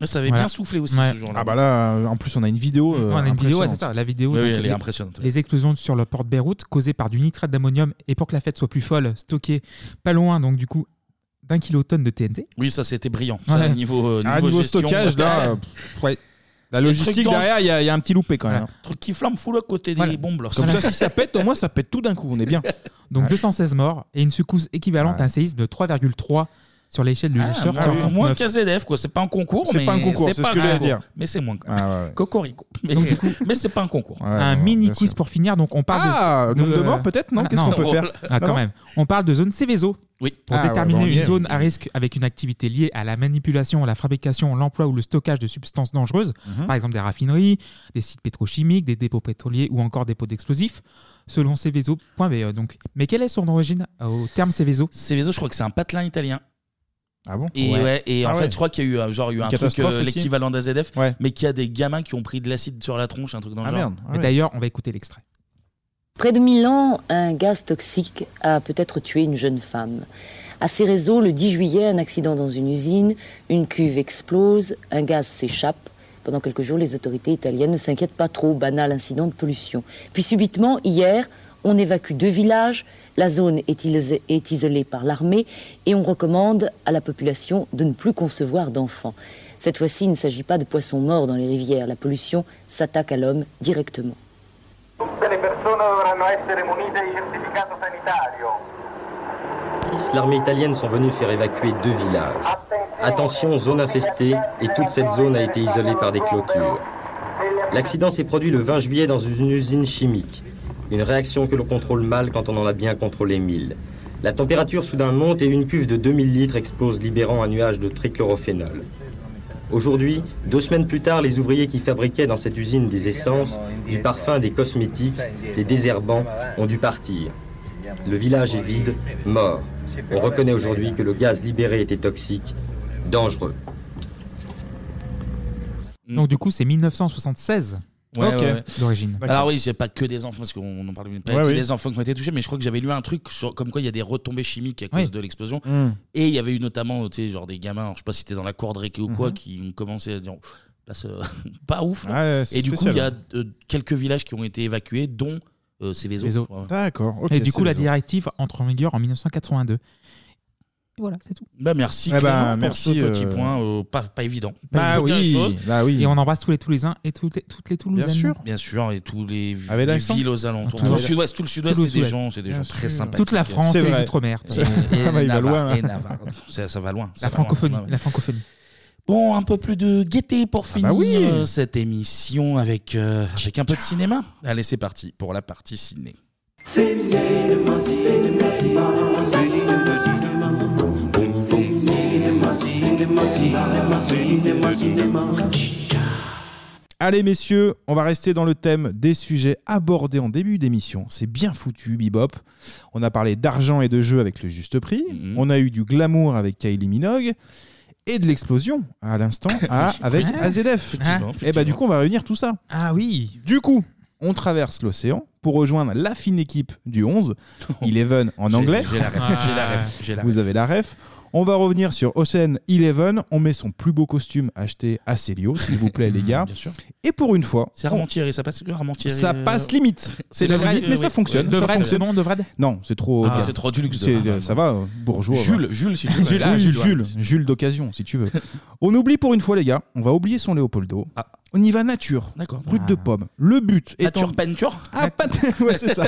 Speaker 1: Ah, Ça avait bien soufflé aussi ce jour-là.
Speaker 6: Ah bah là, euh, en plus on a une vidéo. euh,
Speaker 7: Ouais, on a une vidéo, ouais,
Speaker 6: impressionnante.
Speaker 7: c'est ça, la vidéo.
Speaker 1: Oui,
Speaker 7: donc,
Speaker 1: oui, elle est
Speaker 7: les-
Speaker 1: impressionnante, ouais.
Speaker 7: Les explosions sur le port de Beyrouth causées par du nitrate d'ammonium et pour que la fête soit plus folle, stockée pas loin, donc du coup, d'un kilotonne de TNT.
Speaker 1: Oui, ça c'était brillant. Ça,
Speaker 7: Ouais.
Speaker 1: niveau, euh,
Speaker 6: Ah, niveau
Speaker 1: gestion, bah,
Speaker 6: stockage, là,
Speaker 1: <laughs>
Speaker 6: euh, pff, ouais. La logistique derrière, il y, a- il y a un petit loupé quand même. hein.
Speaker 1: truc qui flamme fou à côté des bombes. là.
Speaker 6: Comme ça, si ça pète, au moins ça pète tout d'un coup, on est bien.
Speaker 7: Donc 216 morts et une secousse équivalente à un séisme de 3,3 sur l'échelle du
Speaker 1: Ah,
Speaker 7: Richter.
Speaker 1: moins- moins qu'un ZDF, quoi. C'est pas un concours,
Speaker 7: C'est
Speaker 1: mais
Speaker 7: pas un concours, c'est
Speaker 1: pas
Speaker 7: ce que
Speaker 1: un
Speaker 7: j'allais
Speaker 1: concours.
Speaker 7: dire. Ah,
Speaker 1: Mais c'est moins. Cocorico.
Speaker 7: <laughs>
Speaker 1: Mais,
Speaker 7: Donc, du coup-
Speaker 1: <laughs> mais c'est pas un concours.
Speaker 7: un mini quiz pour finir. Donc on parle
Speaker 1: Ah,
Speaker 7: de,
Speaker 1: nombre de morts, peut-être, non
Speaker 7: voilà,
Speaker 1: Qu'est-ce qu'on peut faire
Speaker 7: Ah, quand
Speaker 1: Non
Speaker 7: même. On parle de zone Céveso.
Speaker 1: Oui.
Speaker 7: Pour
Speaker 1: Ah, ouais,
Speaker 7: déterminer
Speaker 1: bon, on y
Speaker 7: une
Speaker 1: est.
Speaker 7: zone à risque avec une activité liée à la manipulation, la fabrication, l'emploi ou le stockage de substances dangereuses,
Speaker 6: Mhm.
Speaker 7: par exemple des raffineries, des sites pétrochimiques, des dépôts pétroliers ou encore des pots d'explosifs, selon Céveso.be. Donc, mais quelle est son origine euh, au terme Céveso
Speaker 1: Céveso, je crois que c'est un patelin italien.
Speaker 6: Ah bon
Speaker 1: Et, ouais, et en
Speaker 7: Ah
Speaker 1: fait,
Speaker 7: ouais.
Speaker 1: je crois qu'il y a eu, euh, genre, il y a eu
Speaker 7: Une
Speaker 1: un truc,
Speaker 7: catastrophe
Speaker 1: euh,
Speaker 7: aussi.
Speaker 1: l'équivalent d'AZF, mais qu'il y a des gamins qui ont pris de l'acide sur la tronche, un truc dans le
Speaker 7: Ah
Speaker 1: genre.
Speaker 7: merde, ah Et ouais. d'ailleurs, on va écouter l'extrait.
Speaker 2: Près de Milan, un gaz toxique a peut-être tué une jeune femme. À ces réseaux, le 10 juillet, un accident dans une usine, une cuve explose, un gaz s'échappe. Pendant quelques jours, les autorités italiennes ne s'inquiètent pas trop, banal incident de pollution. Puis subitement, hier, on évacue deux villages, la zone est, ilis- est isolée par l'armée et on recommande à la population de ne plus concevoir d'enfants. Cette fois-ci, il ne s'agit pas de poissons morts dans les rivières, la pollution s'attaque à l'homme directement.
Speaker 3: L'armée italienne sont venue faire évacuer deux villages. Attention, zone infestée, et toute cette zone a été isolée par des clôtures. L'accident s'est produit le 20 juillet dans une usine chimique. Une réaction que l'on contrôle mal quand on en a bien contrôlé 1000. La température soudain monte et une cuve de 2000 litres explose libérant un nuage de trichlorophénol. Aujourd'hui, deux semaines plus tard, les ouvriers qui fabriquaient dans cette usine des essences, du parfum, des cosmétiques, des désherbants ont dû partir. Le village est vide, mort. On reconnaît aujourd'hui que le gaz libéré était toxique, dangereux.
Speaker 7: Donc du coup, c'est 1976
Speaker 1: Ouais, ouais, ouais.
Speaker 7: d'origine.
Speaker 1: Alors oui, c'est pas que des enfants, parce qu'on en parle pas
Speaker 7: Ouais,
Speaker 1: que
Speaker 7: oui.
Speaker 1: des enfants qui ont été touchés, mais je crois que j'avais lu un truc sur, comme quoi il y a des retombées chimiques à cause
Speaker 7: Oui.
Speaker 1: de l'explosion.
Speaker 6: Hmm.
Speaker 7: Mm.
Speaker 1: Et il y avait eu notamment, tu sais, genre des gamins, alors, je sais pas si c'était dans la cour de récré ou quoi,
Speaker 6: Mhm.
Speaker 1: qui ont commencé à dire Ouf, là, c'est <laughs> pas ouf. là.
Speaker 6: Ah ouais, c'est
Speaker 1: et du coup,
Speaker 6: spécial.
Speaker 1: il y a euh, quelques villages qui ont été évacués, dont euh, Céveso.
Speaker 7: Céveso.
Speaker 1: je crois.
Speaker 7: et du coup, la directive entre en vigueur en 1982. Voilà, c'est tout.
Speaker 1: Bah merci,
Speaker 6: Eh ben,
Speaker 1: Clément, pour
Speaker 6: merci,
Speaker 1: ce petit
Speaker 6: euh,
Speaker 1: point, euh, pas, pas évident.
Speaker 6: Bah
Speaker 1: Je veux dire
Speaker 6: oui,
Speaker 1: une chose.
Speaker 6: bah oui.
Speaker 7: Et on embrasse tous les Toulousains et toutes les, toutes les Toulousaines.
Speaker 1: Bien sûr, et tous les, vi-
Speaker 6: Avec
Speaker 1: les
Speaker 6: l'accent
Speaker 1: villes aux alentours.
Speaker 6: Tout
Speaker 1: Tout le
Speaker 6: le-
Speaker 1: sud-ouest, tout le sud-ouest,
Speaker 6: tout le
Speaker 1: c'est des
Speaker 6: sud-ouest.
Speaker 1: gens, c'est des
Speaker 6: Bien
Speaker 1: gens
Speaker 6: sûr.
Speaker 1: très sympathiques.
Speaker 7: Toute la France
Speaker 1: C'est
Speaker 7: et les
Speaker 1: vrai.
Speaker 7: Outre-mer.
Speaker 6: <laughs>
Speaker 1: Et, et
Speaker 7: Ah bah, il va
Speaker 1: Navarre,
Speaker 7: loin,
Speaker 6: hein.
Speaker 7: là.
Speaker 1: et Navarre. Ça, ça va loin. ça
Speaker 7: La
Speaker 1: va loin.
Speaker 7: francophonie,
Speaker 1: Ouais, ouais.
Speaker 7: la francophonie.
Speaker 1: Bon, un peu plus de gaieté pour
Speaker 6: Ah,
Speaker 7: bah
Speaker 1: finir
Speaker 7: oui.
Speaker 1: euh, cette émission avec, euh, avec un peu de cinéma. Allez, c'est parti pour la partie ciné.
Speaker 6: Allez messieurs, on va rester dans le thème des sujets abordés en début d'émission. C'est bien foutu, Bebop.
Speaker 1: Mhm.
Speaker 6: On a parlé d'argent et de jeu avec le juste prix. On a eu du glamour avec Kylie Minogue. et de l'explosion à
Speaker 1: <laughs>
Speaker 6: l'instant à- avec
Speaker 7: Ah,
Speaker 6: AZF.
Speaker 7: effectivement,
Speaker 6: Et bah du coup on va réunir tout ça.
Speaker 7: Ah oui.
Speaker 6: Du coup, on traverse l'océan pour rejoindre la fine équipe du
Speaker 1: <laughs>
Speaker 6: 11, Eleven en
Speaker 1: J'ai-
Speaker 6: anglais.
Speaker 1: j'ai la ref, j'ai la ref, j'ai la
Speaker 6: Vous
Speaker 1: ref.
Speaker 6: avez la ref. On va revenir sur Ocean Eleven. On met son plus beau costume acheté à Célio, s'il vous plaît, les gars. Et pour une fois,
Speaker 1: C'est
Speaker 6: on-
Speaker 1: rarement tiré, ça passe rarement tiré.
Speaker 6: ça
Speaker 1: euh,
Speaker 6: passe limite. C'est la
Speaker 1: vrai,
Speaker 6: limite, mais
Speaker 1: oui.
Speaker 6: ça fonctionne.
Speaker 1: Ouais,
Speaker 6: ça
Speaker 1: vrai,
Speaker 6: fonctionne.
Speaker 1: c'est bon.
Speaker 6: Non, c'est trop.
Speaker 1: Ah, c'est trop du luxe.
Speaker 6: C'est-
Speaker 1: Ah,
Speaker 6: euh, ça va, euh, bourgeois.
Speaker 1: Jules,
Speaker 6: va.
Speaker 1: Jules, si tu veux.
Speaker 6: Jules,
Speaker 1: Ah,
Speaker 6: oui,
Speaker 1: Jules,
Speaker 6: Jules,
Speaker 1: ouais.
Speaker 6: Jules, d'occasion, si
Speaker 1: <laughs>
Speaker 6: tu veux. on oublie pour une fois, les gars. On va oublier son Léopoldo. On y va nature.
Speaker 1: Ah. D'accord. Ah.
Speaker 6: Brut de pomme. Le but étant.
Speaker 1: Nature peinture
Speaker 6: Ah, pas de- <laughs> ouais,
Speaker 1: <laughs>
Speaker 6: c'est ça.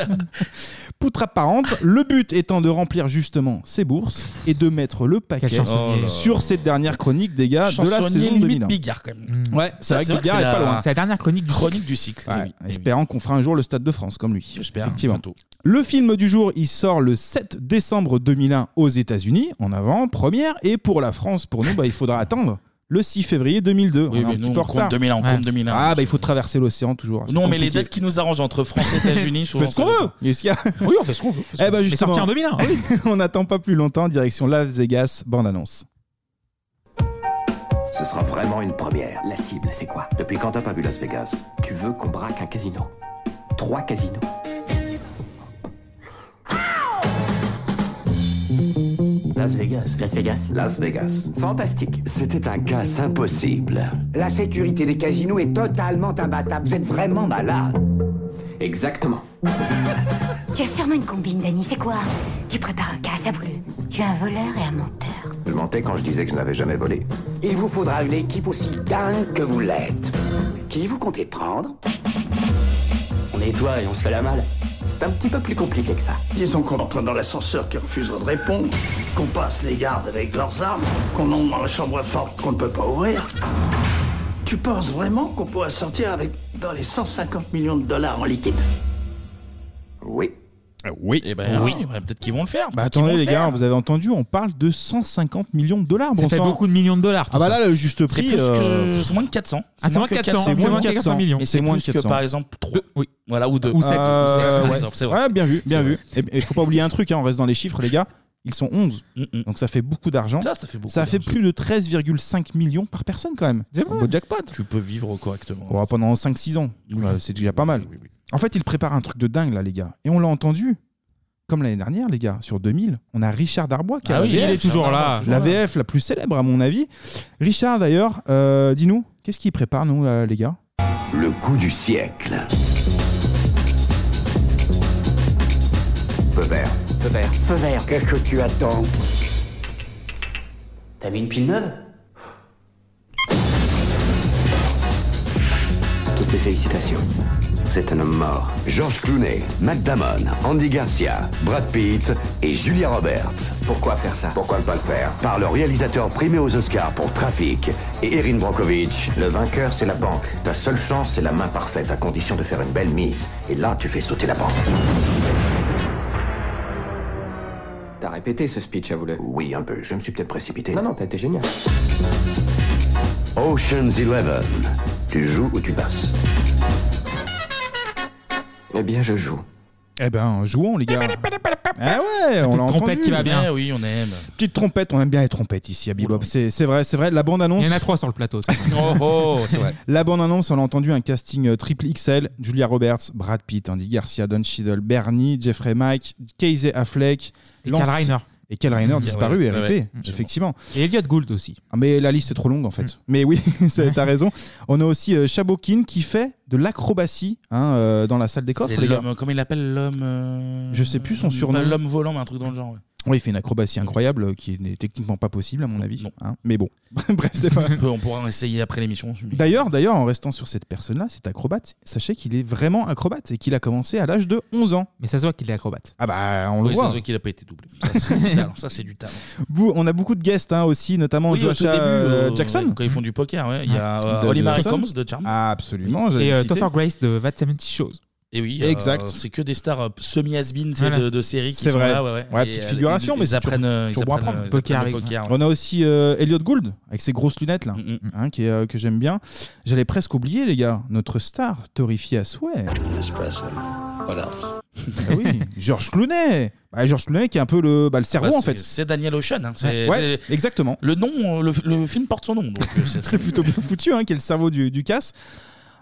Speaker 6: Poutre apparente. Le but étant de remplir justement ses bourses et de mettre le paquet
Speaker 1: chansonnier. Oh là.
Speaker 6: sur cette dernière chronique, des gars, de la
Speaker 1: Chansonnier
Speaker 6: saison
Speaker 1: limite
Speaker 6: 2001.
Speaker 1: Bigard, quand même. Mm.
Speaker 6: Ouais,
Speaker 1: Ça,
Speaker 6: c'est vrai
Speaker 1: c'est
Speaker 6: que
Speaker 1: vrai que
Speaker 6: Bigard est
Speaker 1: c'est
Speaker 6: pas
Speaker 1: la-
Speaker 6: loin.
Speaker 1: C'est la
Speaker 7: dernière chronique
Speaker 1: du chronique cycle. du cycle.
Speaker 6: Ouais, espérant qu'on fera un jour le Stade de France comme lui. J'espère. Effectivement. Le film du jour, il sort le 7 décembre 2001 aux États-Unis, en avant, première, et pour la France, pour nous, bah, il faudra attendre le 6 février 2002.
Speaker 1: Oui,
Speaker 6: est un
Speaker 1: mais
Speaker 6: petit
Speaker 1: nous,
Speaker 6: peu
Speaker 1: on
Speaker 6: en
Speaker 1: compte
Speaker 6: retard.
Speaker 1: 2001, on compte 2001.
Speaker 6: Ah, bah il faut traverser l'océan toujours. hein,
Speaker 1: Non, mais les
Speaker 6: compliqué.
Speaker 1: dates qui nous arrangent entre France
Speaker 7: <laughs>
Speaker 1: et États-Unis,
Speaker 6: On fait
Speaker 1: souvent.
Speaker 6: ce qu'on veut. Qu'est-ce qu'il y a
Speaker 1: Oui, on fait ce qu'on veut. on fait ce
Speaker 6: Eh
Speaker 1: qu'on
Speaker 6: ben
Speaker 1: veut.
Speaker 6: justement, Oui, <laughs> on n'attend pas plus longtemps, direction Las Vegas, bande annonce.
Speaker 4: Ce sera vraiment une première. La cible, c'est quoi Depuis quand t'as pas vu Las Vegas Tu veux qu'on braque un casino Trois casinos Las Vegas. Las Vegas. Las Vegas. Fantastique. C'était un casse impossible.
Speaker 26: La sécurité des casinos est totalement imbattable. Vous êtes vraiment malade.
Speaker 4: Exactement.
Speaker 9: Tu as sûrement une combine, Danny, c'est quoi Tu prépares un casse à voulu. Tu es un voleur et un menteur.
Speaker 4: Je mentais quand je disais que je n'avais jamais volé.
Speaker 26: <laughs> Il vous faudra une équipe aussi dingue que vous l'êtes. Qui vous comptez prendre
Speaker 4: On nettoie et on se fait la malle. C'est un petit peu plus compliqué que ça.
Speaker 26: Disons qu'on entre dans l'ascenseur qui refusera de répondre, qu'on passe les gardes avec leurs armes, qu'on entre dans la chambre forte qu'on ne peut pas ouvrir. Tu penses vraiment qu'on pourra sortir avec dans les 150 millions de dollars en liquide
Speaker 4: Oui.
Speaker 6: Euh, Oui.
Speaker 1: Eh ben oui, ouais, peut-être qu'ils vont le faire.
Speaker 6: Bah
Speaker 1: peut-être qu'ils vont
Speaker 6: attendez
Speaker 1: le
Speaker 6: les
Speaker 1: faire.
Speaker 6: gars, vous avez entendu, on parle de 150 millions de dollars.
Speaker 1: Ça
Speaker 6: bon
Speaker 1: fait
Speaker 6: sang.
Speaker 1: beaucoup de millions de dollars, tout
Speaker 6: Ah bah
Speaker 1: ça.
Speaker 6: là, le juste
Speaker 1: C'est
Speaker 6: prix.
Speaker 1: plus que-
Speaker 6: euh,
Speaker 1: c'est moins de 400.
Speaker 6: Ah, c'est moins de 400, c'est moins de 400 millions.
Speaker 1: Et
Speaker 6: C'est
Speaker 1: c'est
Speaker 6: moins
Speaker 1: moins
Speaker 6: de
Speaker 1: que
Speaker 6: 400.
Speaker 1: par exemple 3.
Speaker 7: Oui.
Speaker 1: Voilà, ou 2.
Speaker 6: Euh,
Speaker 1: par
Speaker 6: ouais.
Speaker 1: exemple, c'est vrai.
Speaker 6: Ouais, bien vu, bien
Speaker 1: C'est
Speaker 6: vu.
Speaker 1: vrai. Mm,
Speaker 6: Et il faut pas oublier un truc, hein, on reste dans les chiffres, les gars. Ils sont 11. Donc ça fait beaucoup d'argent.
Speaker 1: Ça, ça fait beaucoup
Speaker 6: plus de 13,5 millions par personne quand même. C'est beau jackpot.
Speaker 1: Tu peux vivre correctement.
Speaker 6: Ouais, pendant 5-6 ans. Ouais, c'est déjà pas mal. En fait, ils préparent un truc de dingue là, les gars. Et on l'a entendu. Comme l'année dernière, les gars, sur 2000, on a Richard Darbois qui a
Speaker 7: Ah
Speaker 6: la
Speaker 7: oui, il
Speaker 6: VF,
Speaker 7: est toujours là.
Speaker 6: La VF la plus célèbre, à mon avis. Richard, d'ailleurs, euh, dis-nous, qu'est-ce qu'il prépare, nous, là, les gars
Speaker 4: Le coup du siècle. Feu vert. Feu vert.
Speaker 26: Feu vert. Qu'est-ce que tu attends
Speaker 4: T'as mis une pile neuve Toutes mes félicitations. Vous êtes un homme mort. George Clooney, Matt Damon, Andy Garcia, Brad Pitt et Julia Roberts. Pourquoi faire ça Pourquoi ne pas le faire Par le réalisateur primé aux Oscars pour Trafic et Erin Brockovich. Le vainqueur, c'est la banque. Ta seule chance, c'est la main parfaite à condition de faire une belle mise. Et là, tu fais sauter la banque. T'as répété ce speech, avoue-le. Oui, un peu. Je me suis peut-être précipité. Non, non, t'as été génial. Ocean's Eleven. Tu joues ou tu passes Eh bien, je joue.
Speaker 6: Eh ben, jouons, les gars. Ah ouais, on
Speaker 7: Petite
Speaker 6: l'a entendu.
Speaker 7: trompette qui va bien.
Speaker 1: Eh oui, on aime.
Speaker 6: Petite trompette, on aime bien les trompettes ici à Bebop. C'est c'est vrai, c'est vrai. La bande-annonce.
Speaker 7: Il y en a trois sur le plateau.
Speaker 1: Oh, <laughs> oh, c'est vrai.
Speaker 6: La bande-annonce, on a entendu un casting euh, triple XL Julia Roberts, Brad Pitt, Andy Garcia, Don Cheadle, Bernie, Jeffrey Mike, Casey Affleck,
Speaker 7: Et
Speaker 6: Lance-
Speaker 7: Karl Reiner.
Speaker 6: Et Cal Reiner
Speaker 7: Mmh.
Speaker 6: disparu,
Speaker 7: Ouais, ouais,
Speaker 6: RIP,
Speaker 7: ouais,
Speaker 6: effectivement.
Speaker 7: Et Elliot Gould aussi.
Speaker 6: Ah, mais la liste est trop longue en fait.
Speaker 1: Mmh.
Speaker 6: Mais oui, <laughs>
Speaker 7: <laughs>
Speaker 6: c'est- t'as raison. On a aussi euh, Chabokin qui fait de l'acrobatie hein, euh, dans la salle des coffres.
Speaker 1: C'est
Speaker 6: les gars.
Speaker 1: l'homme, comment il l'appelle l'homme euh,
Speaker 6: Je sais plus son
Speaker 1: pas
Speaker 6: surnom.
Speaker 1: L'homme volant, mais un truc dans le genre. ouais.
Speaker 6: Oui, il fait une acrobatie incroyable euh, qui n'est techniquement pas possible à mon avis. hein. Mais bon, <laughs> bref, <laughs> c'est pas.
Speaker 1: On peut- On pourra en essayer après l'émission.
Speaker 6: D'ailleurs, d'ailleurs, en restant sur cette personne-là, cet acrobate, sachez qu'il est vraiment acrobate et qu'il a commencé à l'âge de 11 ans.
Speaker 7: Mais ça se voit qu'il est acrobate.
Speaker 6: Ah bah, on le
Speaker 1: oui,
Speaker 6: voit.
Speaker 1: ça se voit qu'il n'a pas été doublé. Ça, c'est du talent. Ça, c'est du talent.
Speaker 6: Vous- on a beaucoup de guests hein, aussi, notamment
Speaker 1: Oui, au tout
Speaker 6: Joshua
Speaker 1: début,
Speaker 6: euh,
Speaker 1: euh,
Speaker 6: Jackson.
Speaker 1: ouais, quand ils font du poker, ouais. Il y a
Speaker 6: De-
Speaker 1: euh,
Speaker 6: de
Speaker 1: Holly Marie
Speaker 6: Jackson.
Speaker 1: Combs de Charm.
Speaker 6: Ah, absolument, j'allais
Speaker 7: Et
Speaker 6: le
Speaker 7: euh,
Speaker 6: citer.
Speaker 7: Topher Grace de Vat 70 Shows.
Speaker 1: Et oui, euh,
Speaker 7: Exact.
Speaker 1: c'est que des stars, euh, semi-has-been tu sais,
Speaker 7: Voilà.
Speaker 1: de, de séries qui
Speaker 6: C'est
Speaker 1: sont
Speaker 6: vrai.
Speaker 1: là. Ouais, ouais.
Speaker 6: Ouais,
Speaker 1: Et,
Speaker 6: petite
Speaker 1: euh,
Speaker 6: figuration,
Speaker 1: ils,
Speaker 6: mais
Speaker 1: ils
Speaker 6: c'est
Speaker 1: apprennent,
Speaker 6: toujours-
Speaker 1: euh, ils
Speaker 6: toujours bon à
Speaker 1: apprennent,
Speaker 6: prendre.
Speaker 1: euh, ils apprennent le poker.
Speaker 6: On a aussi euh, Elliot Gould avec ses grosses lunettes là,
Speaker 1: Mm,
Speaker 6: hein, qui est, euh, que j'aime bien. J'allais presque oublier les gars, notre star terrifiée à souhait.
Speaker 29: Voilà.
Speaker 6: Ah oui, Georges Clooney. Bah, Georges Clooney qui est un peu le, bah, le cerveau
Speaker 1: Bah,
Speaker 6: en
Speaker 1: c'est-
Speaker 6: fait.
Speaker 1: C'est Daniel Ocean. hein. C'est-
Speaker 6: Ouais,
Speaker 1: c'est-
Speaker 6: exactement.
Speaker 1: Le nom, euh, le, le film porte son nom. donc,
Speaker 6: <laughs>
Speaker 1: euh, c'est-
Speaker 6: C'est plutôt bien foutu, hein, qui est le cerveau du, du casse.